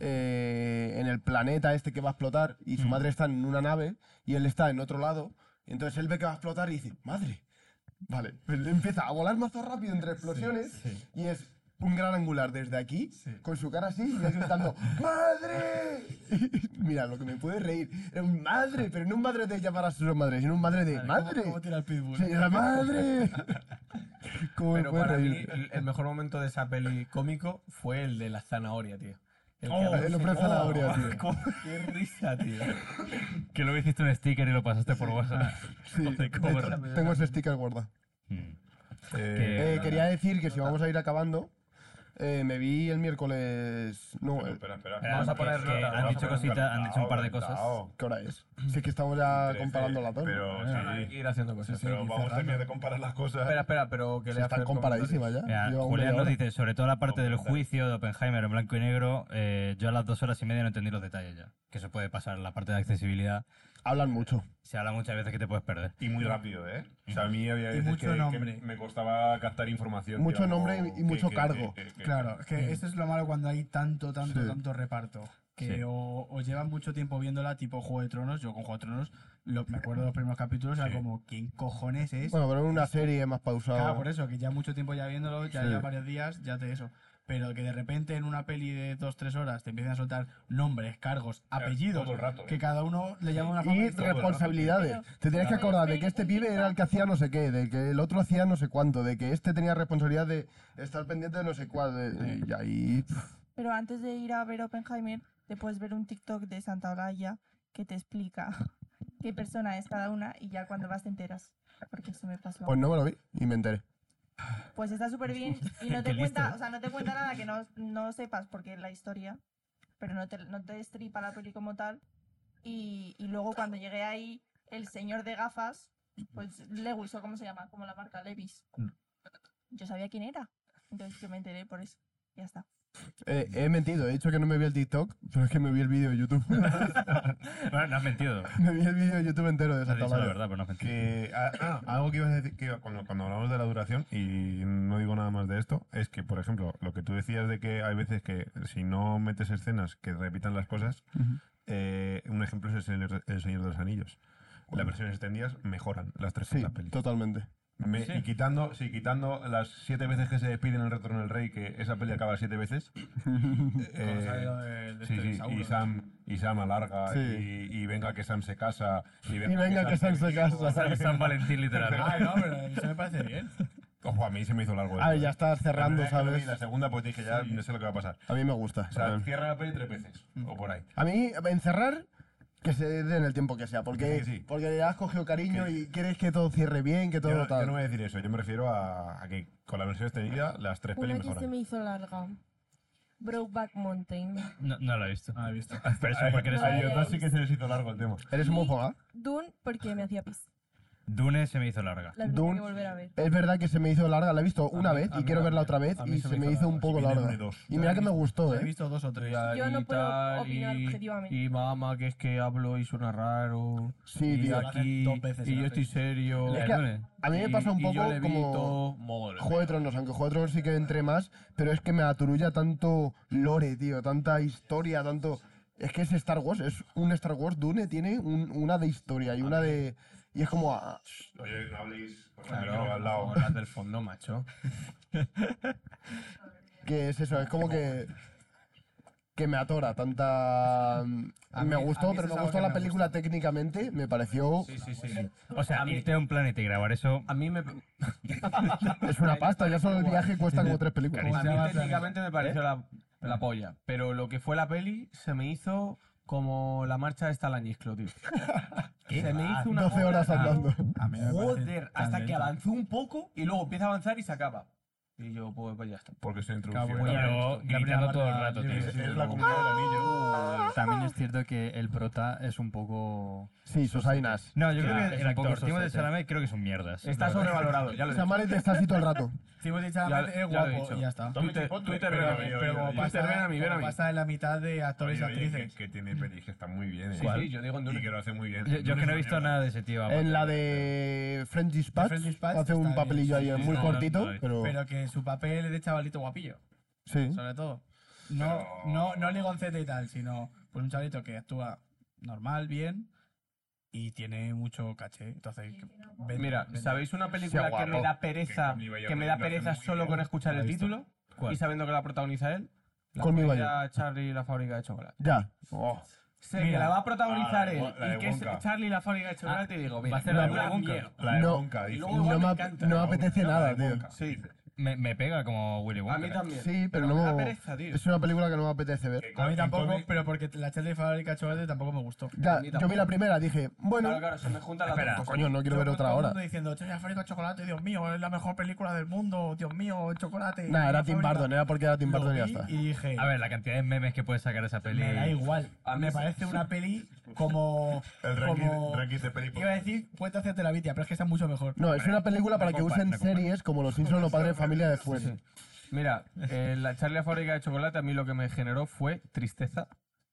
Speaker 1: eh, en el planeta este que va a explotar y
Speaker 6: Mm.
Speaker 1: su madre está en una nave y él está en otro lado, y entonces él ve que va a explotar y dice, madre, vale, Él empieza a volar mazo rápido entre explosiones y es un gran angular desde aquí, con su cara así y él gritando, madre. Mira, lo que me puede reír, es un madre, pero no un madre de llamar a sus madres, sino un madre de madre.
Speaker 3: ¿Cómo tira el pitbull?
Speaker 1: Sí, la madre. ¿Cómo me
Speaker 6: Pero
Speaker 1: puede
Speaker 6: para mí,
Speaker 1: reír?
Speaker 6: el, el mejor momento de esa peli cómico fue el de la zanahoria, tío. El que
Speaker 1: Oh,
Speaker 6: hace-
Speaker 1: el hombre
Speaker 6: Oh,
Speaker 1: zanahoria, tío.
Speaker 6: cómo- Qué risa, tío.
Speaker 2: Que luego hiciste un sticker y lo pasaste por WhatsApp.
Speaker 1: Sí,
Speaker 2: Joder,
Speaker 1: de
Speaker 2: cómo
Speaker 1: hecho,
Speaker 2: era.
Speaker 1: tengo ese sticker guardado.
Speaker 2: Mm.
Speaker 5: Eh,
Speaker 1: Eh,
Speaker 2: Que-
Speaker 1: quería decir que si vamos a ir acabando, eh, me vi el miércoles. No,
Speaker 5: espera,
Speaker 1: eh,
Speaker 5: espera, espera.
Speaker 2: Vamos a poner nota,
Speaker 5: vamos
Speaker 2: han
Speaker 5: a
Speaker 2: dicho
Speaker 5: poner
Speaker 2: cositas,
Speaker 5: nota.
Speaker 2: han dicho un par de
Speaker 5: Nota,
Speaker 2: cosas.
Speaker 5: nota.
Speaker 1: ¿qué hora es? Sí, que estamos ya
Speaker 5: Trece,
Speaker 1: comparando la dos. ¿no?
Speaker 5: Pero
Speaker 6: Hay que
Speaker 5: Ah, sí,
Speaker 6: ir haciendo cosas.
Speaker 5: pero vamos a terminar de comparar las cosas.
Speaker 6: Espera, espera, pero que
Speaker 1: Sí,
Speaker 6: le hace
Speaker 1: están
Speaker 6: el
Speaker 1: comparadísimas ya.
Speaker 2: Mira,
Speaker 1: lleva una
Speaker 2: Julián
Speaker 1: media
Speaker 2: nos
Speaker 1: hora.
Speaker 2: dice, sobre todo la parte del
Speaker 5: Hombre,
Speaker 2: juicio de Oppenheimer en blanco y negro, eh, yo a las dos horas y media no entendí los detalles ya. Que se puede pasar la parte de accesibilidad.
Speaker 1: Hablan mucho.
Speaker 2: Se habla muchas veces que te puedes perder.
Speaker 5: Y muy rápido, ¿eh? O sea, a mí había veces
Speaker 3: mucho
Speaker 5: que, que
Speaker 3: nombre.
Speaker 5: me costaba captar información.
Speaker 1: Mucho
Speaker 5: tío,
Speaker 1: nombre
Speaker 5: como
Speaker 1: y mucho cargo.
Speaker 3: Claro, es que eso es lo malo cuando hay tanto, tanto,
Speaker 1: Sí.
Speaker 3: tanto reparto. Que
Speaker 2: Sí.
Speaker 3: o, o llevan mucho tiempo viéndola, tipo Juego de Tronos. Yo con Juego de Tronos lo- me acuerdo de los primeros capítulos, era
Speaker 5: Sí.
Speaker 3: como, ¿quién cojones es?
Speaker 1: Bueno, pero en una serie más pausada.
Speaker 3: claro, por eso, que ya mucho tiempo ya viéndolo, ya
Speaker 1: Sí.
Speaker 3: lleva varios días, ya te eso. Pero que de repente en una peli de dos, tres horas te empiezan a soltar nombres, cargos, apellidos,
Speaker 5: todo el rato, ¿eh?
Speaker 3: que cada uno le llama una forma
Speaker 1: Y
Speaker 3: distinta.
Speaker 1: responsabilidades. Te tenías que acordar de que este pibe era el que hacía no sé qué, de que el otro hacía no sé cuánto, de que este tenía responsabilidad de estar pendiente de no sé cuál. de- y ahí. pff,
Speaker 8: Pero antes de ir a ver Oppenheimer, te puedes ver un TikTok de Santa Olaya que te explica qué persona es cada una y ya cuando vas te enteras. Porque eso me pasó.
Speaker 1: Pues no me lo vi y me enteré.
Speaker 8: Pues está súper bien y no
Speaker 2: Qué
Speaker 8: te
Speaker 2: listo,
Speaker 8: cuenta,
Speaker 2: ¿eh?
Speaker 8: o sea, no te cuenta nada que no, no sepas porque es la historia, pero no te, no te estripa la peli como tal. Y, y luego cuando llegué ahí, el señor de gafas, pues le gustó
Speaker 2: Mm.
Speaker 8: cómo se llama, como la marca Levis. Yo sabía quién era, entonces yo me enteré por eso. Ya está.
Speaker 1: Eh, he mentido, he dicho que no me vi el TikTok, pero es que me vi el vídeo de YouTube.
Speaker 2: Bueno, no has mentido.
Speaker 1: me vi el vídeo de YouTube entero de
Speaker 2: Has
Speaker 1: Santa
Speaker 2: dicho la
Speaker 1: María.
Speaker 2: verdad, pero no has mentido.
Speaker 5: Que, ah, ah, algo que ibas a decir, que cuando, cuando hablamos de la duración, y no digo nada más de esto, es que, por ejemplo, lo que tú decías de que hay veces que si no metes escenas que repitan las cosas, eh, un ejemplo es el, Señor- el Señor de los Anillos. Las versiones extendidas mejoran las tres
Speaker 1: Sí,
Speaker 5: la peli.
Speaker 1: totalmente.
Speaker 5: Me-
Speaker 2: Sí.
Speaker 5: Y quitando, sí, quitando las siete veces que se despiden en el Retorno del Rey, que esa peli acaba siete veces. eh, sí,
Speaker 3: este
Speaker 5: sí, y Sam, y Sam alarga,
Speaker 1: Sí.
Speaker 5: y, y venga que Sam se casa, y
Speaker 1: Y venga que Sam se casa.
Speaker 2: San, San Valentín, literal.
Speaker 3: Ay, no, pero eso me parece bien.
Speaker 5: Ojo, a mí se me hizo largo.
Speaker 1: A ver,
Speaker 5: eso,
Speaker 1: ya
Speaker 5: eh.
Speaker 1: estás cerrando,
Speaker 5: La primera vez que lo vi,
Speaker 1: ¿sabes?
Speaker 5: La segunda, pues dije, ya no sé lo que va a pasar.
Speaker 1: A mí me gusta.
Speaker 5: O sea, cierra la peli tres veces, o por ahí.
Speaker 1: A mí, encerrar, que se den el tiempo que sea, porque,
Speaker 5: Sí, sí.
Speaker 1: porque le has cogido cariño y quieres que todo cierre bien, que
Speaker 5: Yo,
Speaker 1: todo
Speaker 5: no- yo
Speaker 1: tal.
Speaker 5: no voy a decir eso, yo me refiero a, a que con la versión extendida las tres
Speaker 16: Una
Speaker 5: pelis
Speaker 16: que se
Speaker 5: mejoran.
Speaker 16: me hizo larga. Brokeback Mountain.
Speaker 2: No, no lo he visto.
Speaker 3: Ah, he visto.
Speaker 2: Pero eso es porque eres
Speaker 16: Ay,
Speaker 5: A
Speaker 2: un-
Speaker 5: ellos dos sí que se les hizo largo el tema.
Speaker 1: ¿Eres homófoba?
Speaker 16: Dune porque me hacía pis.
Speaker 2: Dune se me hizo larga.
Speaker 16: La tengo
Speaker 1: Dune.
Speaker 16: que volver a ver.
Speaker 1: Es verdad que se me hizo larga, la he visto una
Speaker 6: mí-
Speaker 1: vez
Speaker 6: a
Speaker 1: y
Speaker 6: mí
Speaker 1: quiero verla
Speaker 6: también.
Speaker 1: otra vez
Speaker 6: A mí
Speaker 1: y
Speaker 6: se
Speaker 1: se,
Speaker 6: me
Speaker 1: me
Speaker 6: hizo
Speaker 1: hizo un
Speaker 6: larga.
Speaker 1: poco
Speaker 5: Viene
Speaker 1: larga.
Speaker 5: de dos.
Speaker 1: Y mira que me gustó,
Speaker 3: He
Speaker 1: ¿eh?
Speaker 3: visto dos o tres.
Speaker 16: Yo no
Speaker 6: y
Speaker 16: puedo
Speaker 6: tal,
Speaker 16: opinar
Speaker 6: y-
Speaker 16: objetivamente.
Speaker 6: Y mamá, que es que hablo y suena raro.
Speaker 1: Sí,
Speaker 6: y
Speaker 1: tío.
Speaker 3: la-
Speaker 6: aquí,
Speaker 3: Dos veces
Speaker 6: y
Speaker 3: en
Speaker 6: yo
Speaker 3: la
Speaker 6: estoy
Speaker 3: peli.
Speaker 6: serio.
Speaker 1: Es que a- a mí me
Speaker 6: y-
Speaker 1: pasa un
Speaker 6: y yo
Speaker 1: poco
Speaker 6: le
Speaker 1: como-
Speaker 6: evito mogollón.
Speaker 1: Juego de Tronos, aunque Juego de Tronos sí que entré más, pero es que me aturulla tanto lore, tío, tanta historia, tanto... Es que es Star Wars, es un Star Wars, Dune tiene un- una de historia y una de... Y es como... ah,
Speaker 5: Oye, no habléis, por favor,
Speaker 6: Claro,
Speaker 5: al lado.
Speaker 6: como las del fondo, macho.
Speaker 1: que es eso? Es como que... Que me atora tanta... me
Speaker 3: mí- a
Speaker 1: gustó,
Speaker 3: mí
Speaker 1: pero me
Speaker 3: eso es algo
Speaker 1: gustó
Speaker 3: que
Speaker 1: la
Speaker 3: me
Speaker 1: película técnicamente, me pareció...
Speaker 6: Sí, sí, sí.
Speaker 2: O sea,
Speaker 6: A mí-
Speaker 2: irte a un planeta y grabar eso.
Speaker 6: A mí me.
Speaker 1: Es una pasta, ya solo el viaje cuesta como tres películas.
Speaker 6: A mí
Speaker 3: llama el
Speaker 6: técnicamente me pareció la, la polla, pero lo que fue la peli se me hizo como la marcha de Stalañisclo, tío. Se me hizo una
Speaker 1: 12 horas
Speaker 6: bola.
Speaker 1: andando.
Speaker 3: A mí me parece
Speaker 6: Joder,
Speaker 3: tan
Speaker 6: hasta que
Speaker 3: lenta.
Speaker 6: avanzó un poco y luego empieza a avanzar y se acaba. Y yo, pues, pues ya está.
Speaker 5: Porque se
Speaker 3: Cabrón.
Speaker 5: introducción.
Speaker 3: Bueno,
Speaker 2: Pero
Speaker 3: la
Speaker 2: gritando
Speaker 3: primera
Speaker 2: todo el
Speaker 3: barra
Speaker 2: rato,
Speaker 3: libre,
Speaker 2: tío.
Speaker 5: Es, es la comunidad del anillo.
Speaker 13: También es cierto que el prota es un poco...
Speaker 1: Sí, Susainas.
Speaker 2: No, yo creo
Speaker 13: Ya,
Speaker 2: que
Speaker 13: es
Speaker 2: el
Speaker 13: un poco
Speaker 2: actor, Timo de
Speaker 13: sosete.
Speaker 2: Chalamet, creo que es un mierdas.
Speaker 6: Está sobrevalorado, ya lo he dicho.
Speaker 1: Samaret está así todo el rato.
Speaker 3: Timothée
Speaker 6: Ya,
Speaker 3: Chalamet es
Speaker 6: ya lo he
Speaker 3: pues, guapo
Speaker 6: dicho.
Speaker 3: y ya está.
Speaker 6: Twitter, Twitter, ven a
Speaker 3: Pero,
Speaker 6: mí.
Speaker 5: oye,
Speaker 3: pero
Speaker 5: oye,
Speaker 3: como
Speaker 5: oye.
Speaker 3: pasa,
Speaker 6: Twitter, ven a mí, ven a
Speaker 3: como
Speaker 6: mí.
Speaker 3: pasa en la mitad de actores
Speaker 5: Oye,
Speaker 3: y
Speaker 5: oye,
Speaker 3: actrices.
Speaker 5: que, que tiene pelis que están muy bien. ¿eh?
Speaker 6: Sí, sí, yo digo en
Speaker 5: Y que
Speaker 6: Dune.
Speaker 5: lo hace muy bien.
Speaker 2: Yo, yo es que no he visto
Speaker 5: Mierda.
Speaker 2: nada de ese tío. vamos.
Speaker 1: En la de French Dispatch,
Speaker 3: French Dispatch
Speaker 1: hace un
Speaker 3: está
Speaker 1: papelillo ahí
Speaker 3: bien,
Speaker 2: sí,
Speaker 1: muy
Speaker 2: sí, sí.
Speaker 1: cortito,
Speaker 2: No, no,
Speaker 1: pero,
Speaker 3: Pero que su papel es de chavalito guapillo,
Speaker 1: sí.
Speaker 3: sobre todo. No, no, no ligoncete y tal, sino pues un chavalito que actúa normal, bien y tiene mucho caché. Entonces, que- vende,
Speaker 6: Mira,
Speaker 3: vende.
Speaker 6: ¿sabéis una película que me
Speaker 1: guapo.
Speaker 6: da pereza,
Speaker 5: Que Conmigo
Speaker 6: que me
Speaker 5: lo
Speaker 6: da
Speaker 5: hacen
Speaker 6: pereza
Speaker 5: muy
Speaker 6: solo
Speaker 5: bien.
Speaker 6: con escuchar
Speaker 3: La
Speaker 6: el
Speaker 3: he visto.
Speaker 6: título y sabiendo que la protagoniza él? La
Speaker 1: Call me by
Speaker 6: película Charlie y la fábrica de chocolate.
Speaker 1: Ya.
Speaker 6: Sé que la va a protagonizar
Speaker 5: Ah, la de
Speaker 6: él
Speaker 5: Wo- la de
Speaker 6: y que es
Speaker 5: Wonka.
Speaker 6: Charlie y la fábrica de chocolate y digo, mira,
Speaker 2: va a hacer la de
Speaker 6: una
Speaker 2: Wonka.
Speaker 6: mierda.
Speaker 5: La de
Speaker 1: No.
Speaker 5: Wonka,
Speaker 6: Y
Speaker 5: dice.
Speaker 6: luego
Speaker 1: No
Speaker 6: igual
Speaker 1: me,
Speaker 6: me
Speaker 1: ap-
Speaker 6: encanta.
Speaker 1: no me apetece nada, tío.
Speaker 6: Sí,
Speaker 2: Me, me pega como Willy Wonka.
Speaker 6: a mí
Speaker 2: ¿eh?
Speaker 6: también.
Speaker 1: Sí, pero
Speaker 6: me da
Speaker 1: no...
Speaker 6: pereza, tío.
Speaker 1: Es una película que no me apetece ver.
Speaker 5: Que
Speaker 3: A mí
Speaker 5: en
Speaker 3: tampoco,
Speaker 5: cómic-
Speaker 3: pero porque la Charlie Fábrica de Chocolate tampoco me gustó.
Speaker 1: Ya,
Speaker 6: A
Speaker 1: yo vi
Speaker 6: mí
Speaker 1: la
Speaker 6: tampoco.
Speaker 1: primera, dije, bueno,
Speaker 6: Claro, claro, se me juntan las dos cosas.
Speaker 1: coño, no quiero
Speaker 3: Yo
Speaker 1: ver
Speaker 3: con
Speaker 1: otra
Speaker 3: todo el
Speaker 1: ahora.
Speaker 3: mundo diciendo, Charlie Fábrica de Chocolate, Dios mío, es la mejor película del mundo, Dios mío, el chocolate.
Speaker 1: Nada, era
Speaker 3: la
Speaker 1: Tim
Speaker 3: fábrica".
Speaker 1: Burton, era porque era Tim
Speaker 3: Lo
Speaker 1: Burton y ya
Speaker 3: vi
Speaker 1: está.
Speaker 3: Y dije,
Speaker 2: A ver, la cantidad de memes que puedes sacar de esa peli.
Speaker 3: me da igual.
Speaker 6: A mí
Speaker 3: me
Speaker 6: sí.
Speaker 3: parece una peli como.
Speaker 5: El ranking,
Speaker 3: como-
Speaker 5: ranking de peli.
Speaker 3: Iba a decir, cuenta hacerte la vida, pero es que está mucho mejor.
Speaker 1: No, es una película para que
Speaker 2: compare,
Speaker 1: usen
Speaker 2: no compare.
Speaker 1: series como Los Simpsons, Los Padres de Familia después.
Speaker 6: Mira, eh, la charla fábrica de chocolate a mí lo que me generó fue tristeza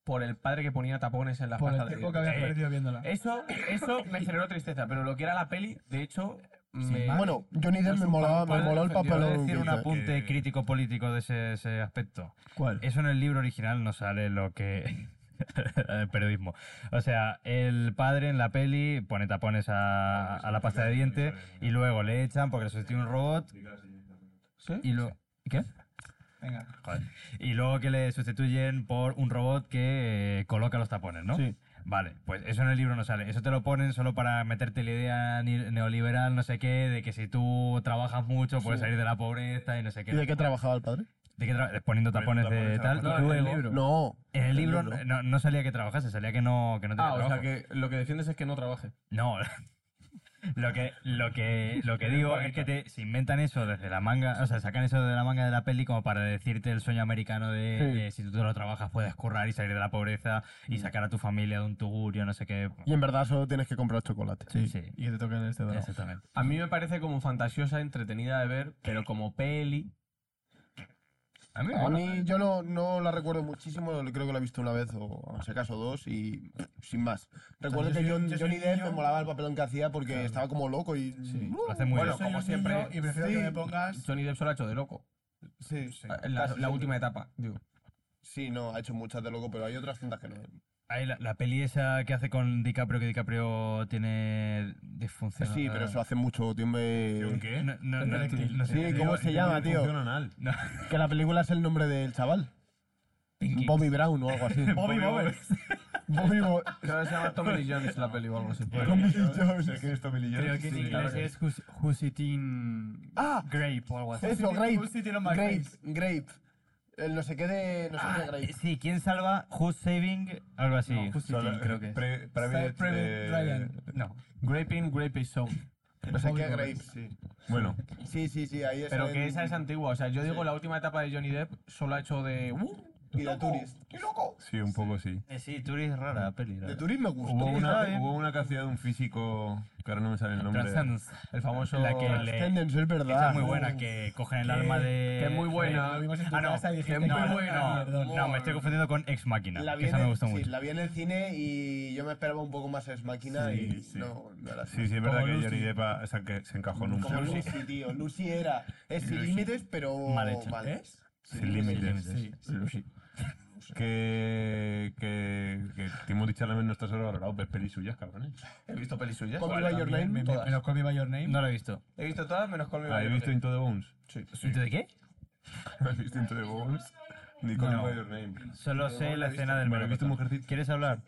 Speaker 6: por el padre que ponía tapones en las
Speaker 3: por el
Speaker 6: pastas de
Speaker 3: tiempo que
Speaker 6: dientes.
Speaker 3: habías perdido viéndola.
Speaker 6: Eso, eso me generó tristeza, pero lo que era la peli, de hecho, me...
Speaker 1: Bueno, Johnny Depp me molaba, me
Speaker 6: padre
Speaker 1: moló el
Speaker 6: defendió
Speaker 1: papel.
Speaker 2: ¿Puedo decir un
Speaker 1: que hizo.
Speaker 2: apunte
Speaker 5: que-
Speaker 2: crítico político de ese, ese aspecto?
Speaker 3: ¿Cuál?
Speaker 2: Eso en el libro original no sale lo que... el periodismo. O sea, el padre en la peli pone tapones a, a la pasta de dientes y luego le echan porque le sustituye un robot
Speaker 6: ¿Sí?
Speaker 2: y luego... ¿Qué?
Speaker 3: Venga.
Speaker 2: Y luego que le sustituyen por un robot que eh, coloca los tapones, ¿no?
Speaker 6: Sí.
Speaker 2: Vale, pues eso en el libro no sale. Eso te lo ponen solo para meterte la idea ni- neoliberal, no sé qué, de que si tú trabajas mucho puedes salir de la pobreza y no sé qué.
Speaker 1: ¿Y de qué trabajaba el padre?
Speaker 2: De que tra- poniendo tapones de
Speaker 5: tapones a la
Speaker 2: tal. y
Speaker 5: puerta.
Speaker 2: luego, en el libro,
Speaker 1: No.
Speaker 2: no, no salía que trabajase, salía que no, que no tenía
Speaker 6: Ah, o sea
Speaker 2: trabajo.
Speaker 6: que lo que defiendes es que no trabaje.
Speaker 2: No. Lo que, lo que, lo que digo es que te, se inventan eso desde la manga, o sea, sacan eso de la manga de la peli como para decirte el sueño americano de
Speaker 1: Sí. Mm.
Speaker 2: eh, si tú te lo trabajas puedes currar y salir de la pobreza y sacar a tu familia de un tugurio, no sé qué.
Speaker 1: Y en verdad solo tienes que comprar chocolate.
Speaker 2: Sí,
Speaker 3: Y que te toca este drama.
Speaker 2: exactamente.
Speaker 6: A mí me parece como fantasiosa, entretenida de ver, pero como peli...
Speaker 2: A mí me
Speaker 1: A
Speaker 2: mola.
Speaker 1: mí yo no, no la recuerdo muchísimo, creo que la he visto una vez o si acaso dos y sin más. Recuerdo
Speaker 3: yo
Speaker 1: que
Speaker 3: soy-
Speaker 1: John-
Speaker 3: yo soy
Speaker 1: Johnny
Speaker 3: un
Speaker 1: Depp
Speaker 3: niño-
Speaker 1: me molaba el papelón que hacía porque estaba como loco y...
Speaker 2: Lo hace muy
Speaker 4: Bueno,
Speaker 2: bien.
Speaker 4: como siempre.
Speaker 3: Y prefiero
Speaker 1: Sí.
Speaker 3: que me pongas.
Speaker 4: Johnny Depp solo ha hecho de loco.
Speaker 1: Sí, sí.
Speaker 6: Eh,
Speaker 4: En La,
Speaker 1: Casi
Speaker 4: la
Speaker 1: siempre.
Speaker 4: última etapa, digo.
Speaker 1: Sí, no, ha hecho muchas de loco, pero hay otras cintas que no.
Speaker 2: Ahí la, la peli esa que hace con DiCaprio, que DiCaprio tiene disfunción.
Speaker 1: Sí, pero eso hace mucho tiempo. eh,
Speaker 5: qué?
Speaker 2: No, no, no, no sé.
Speaker 1: Sí, ¿cómo se llama, tío?
Speaker 5: Funciona anal.
Speaker 2: No.
Speaker 1: Que la película es el nombre del chaval.
Speaker 2: Pinky.
Speaker 1: Bobby Brown o algo así.
Speaker 2: Bobby Bobber.
Speaker 1: Bobby Bo-
Speaker 4: Creo que se llama Tommy Lee Jones la peli o algo así.
Speaker 1: Tommy Jones.
Speaker 5: Es que es Tommy Lee
Speaker 13: Creo
Speaker 5: Jones.
Speaker 13: que en
Speaker 4: sí,
Speaker 13: inglés
Speaker 4: claro que
Speaker 13: es who's, who's Eating
Speaker 1: Ah,
Speaker 13: Grape o algo así.
Speaker 1: eso, Grape.
Speaker 3: Un sitio no más
Speaker 1: Grape,
Speaker 3: gays.
Speaker 1: Grape. El no sé qué de... No sé qué de Grape.
Speaker 2: Ah, eh, Sí, ¿quién salva? Who's saving? Algo así.
Speaker 13: No, who's eating, creo que es.
Speaker 5: Pre- Private,
Speaker 3: Private
Speaker 5: eh,
Speaker 3: Ryan.
Speaker 2: No.
Speaker 4: Graping, Grapey Show.
Speaker 1: No sé qué Grape, sí.
Speaker 5: Bueno,
Speaker 1: Sí, sí, sí, ahí es.
Speaker 4: Pero
Speaker 1: en-
Speaker 4: que esa es antigua. O sea, yo digo la última etapa de Johnny Depp solo ha hecho de. ¡Uh!
Speaker 1: Y de Turis.
Speaker 5: sí, un poco sí.
Speaker 2: Eh, sí, Turi es rara la peli. la
Speaker 1: De
Speaker 2: verdad.
Speaker 1: Turis me gusta.
Speaker 5: Hubo
Speaker 2: estaba
Speaker 5: una,
Speaker 2: bien.
Speaker 5: hubo una que hacía de un físico que ahora no me sale el nombre.
Speaker 2: Transcendence.
Speaker 4: El famoso.
Speaker 2: La que le.
Speaker 1: Tendence, es
Speaker 2: Esa
Speaker 1: verdad.
Speaker 2: es muy buena, que cogen el alma de.
Speaker 4: que es muy buena.
Speaker 3: Lo vimos en tu
Speaker 2: Ah, no.
Speaker 3: casa y dijiste,
Speaker 4: Que ah, es muy
Speaker 3: "No, no,
Speaker 4: buena".
Speaker 3: no, perdón".
Speaker 2: No, me estoy confundiendo con Ex Máquina.
Speaker 1: La vi,
Speaker 2: que esa
Speaker 1: en
Speaker 2: me
Speaker 1: el-
Speaker 2: gustó
Speaker 1: sí,
Speaker 2: mucho.
Speaker 1: la vi en el cine y yo me esperaba un poco más es máquina y
Speaker 5: Sí, sí.
Speaker 1: no, no era así.
Speaker 5: Sí, sí, es verdad
Speaker 3: Como
Speaker 5: que
Speaker 3: Lucy.
Speaker 5: Johnny Depp ha- se, que- se encajó en un
Speaker 1: Como
Speaker 5: poco.
Speaker 1: Lucy, tío. Lucy era. Es sin límites, pero
Speaker 2: Mal hecha.
Speaker 1: mal.
Speaker 3: ¿Eh?
Speaker 5: Sin límites.
Speaker 2: límites. Sí,
Speaker 5: Lucy. Que, que, que Timothy Chalamet no está sobrevalorado, ves pelis suyas, cabrones.
Speaker 4: He visto pelis suyas.
Speaker 1: Call Pues me by your name,
Speaker 3: Me- me-
Speaker 1: todas.
Speaker 3: Menos Call Me By Your Name.
Speaker 2: No la he visto.
Speaker 4: He visto todas menos Call Me By
Speaker 5: ¿Habéis
Speaker 4: Your
Speaker 5: visto
Speaker 4: Name.
Speaker 5: Into the Bones?
Speaker 4: Sí.
Speaker 2: ¿Y tú de qué?
Speaker 5: ¿Habéis visto Into the Bones? Ni Call
Speaker 2: No.
Speaker 5: Me By Your Name.
Speaker 2: Solo sé la escena del
Speaker 5: Bueno, he visto
Speaker 2: melocotón.
Speaker 5: Mujercita.
Speaker 2: ¿Quieres hablar?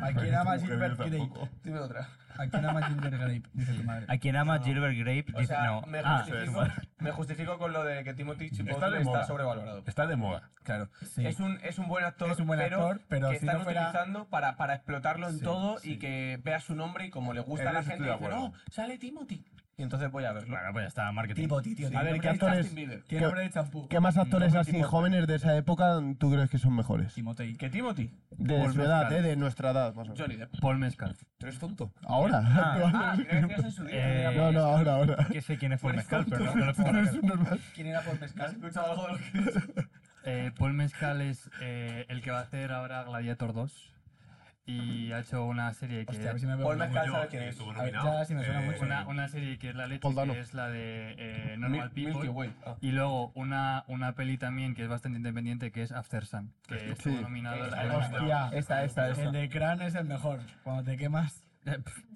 Speaker 3: ¿A quién ama
Speaker 5: Como que
Speaker 3: Gilbert
Speaker 5: yo
Speaker 3: Grape?
Speaker 5: tampoco.
Speaker 4: Dime otra.
Speaker 3: ¿A quién ama Gilbert Grape? Dice tu madre.
Speaker 2: A quien ama Gilbert Grape
Speaker 4: O
Speaker 2: dice
Speaker 4: sea,
Speaker 2: no.
Speaker 4: me,
Speaker 2: Ah,
Speaker 4: justifico, me justifico con lo de que Timothy
Speaker 5: Está
Speaker 4: Chipotle
Speaker 5: de
Speaker 4: está,
Speaker 5: moda. Pues,
Speaker 4: sobrevalorado.
Speaker 5: Está de moda.
Speaker 4: Claro.
Speaker 3: Sí.
Speaker 4: Es, un, es un buen actor,
Speaker 3: Es un buen actor, pero
Speaker 4: que
Speaker 3: si
Speaker 4: están
Speaker 3: no fuera-
Speaker 4: utilizando para, para explotarlo en
Speaker 5: Sí,
Speaker 4: todo
Speaker 5: sí.
Speaker 4: y que vea su nombre y como le gusta a
Speaker 5: En
Speaker 4: la
Speaker 5: eso
Speaker 4: gente,
Speaker 5: estoy de
Speaker 4: dice, no,
Speaker 5: acuerdo.
Speaker 4: sale Timothy. Y entonces voy a verlo.
Speaker 2: bueno, pues ya está, marketing.
Speaker 3: Tipo, tío,
Speaker 4: Sí,
Speaker 3: tiene
Speaker 1: A ver,
Speaker 3: nombre
Speaker 1: ¿qué
Speaker 3: de
Speaker 1: actores-
Speaker 3: Justin Bieber.
Speaker 1: qué-
Speaker 3: Tiene nombre de champú.
Speaker 1: ¿Qué más actores
Speaker 3: Tommy
Speaker 1: así
Speaker 3: Timothy.
Speaker 1: jóvenes de esa época tú crees que son mejores?
Speaker 3: Timotei.
Speaker 4: ¿Que Timothy?
Speaker 1: De su edad, ¿eh? De nuestra edad, más o menos.
Speaker 4: Johnny Depp.
Speaker 13: Paul Mescal.
Speaker 1: ¿Tú eres tonto? ¿Ahora?
Speaker 4: Ah, creía que ibas en su día.
Speaker 2: Eh,
Speaker 1: no, no, ahora, ahora.
Speaker 2: Que sé quién es Paul Mescal, pero no
Speaker 1: Tú
Speaker 2: conozco la
Speaker 1: eres
Speaker 2: cara.
Speaker 1: un normal.
Speaker 3: ¿Quién era por pescar?
Speaker 4: escuchado algo de lo que
Speaker 13: Eh, Paul Mescal es eh, el que va a hacer ahora Gladiator 2 y ha hecho una serie que
Speaker 3: Hostia, a ver si me veo.
Speaker 4: Paul
Speaker 3: bien.
Speaker 4: Mescal sabe quién
Speaker 5: eh,
Speaker 4: es.
Speaker 5: estuvo
Speaker 3: A ver,
Speaker 5: nominado.
Speaker 3: Ah, ya sí me suena
Speaker 5: Eh,
Speaker 3: mucho.
Speaker 13: una, una serie que es la leche,
Speaker 1: Paul Dano.
Speaker 13: que es la de eh,
Speaker 4: Mil-
Speaker 13: Normal
Speaker 4: Milky
Speaker 13: People.
Speaker 4: Way. Ah.
Speaker 13: Y luego una, una peli también que es bastante independiente que es After Sun, que estuvo nominado al Oscar.
Speaker 3: Hostia.
Speaker 4: Esta, esta, esta.
Speaker 3: El de Cran es el mejor. Cuando te quemas.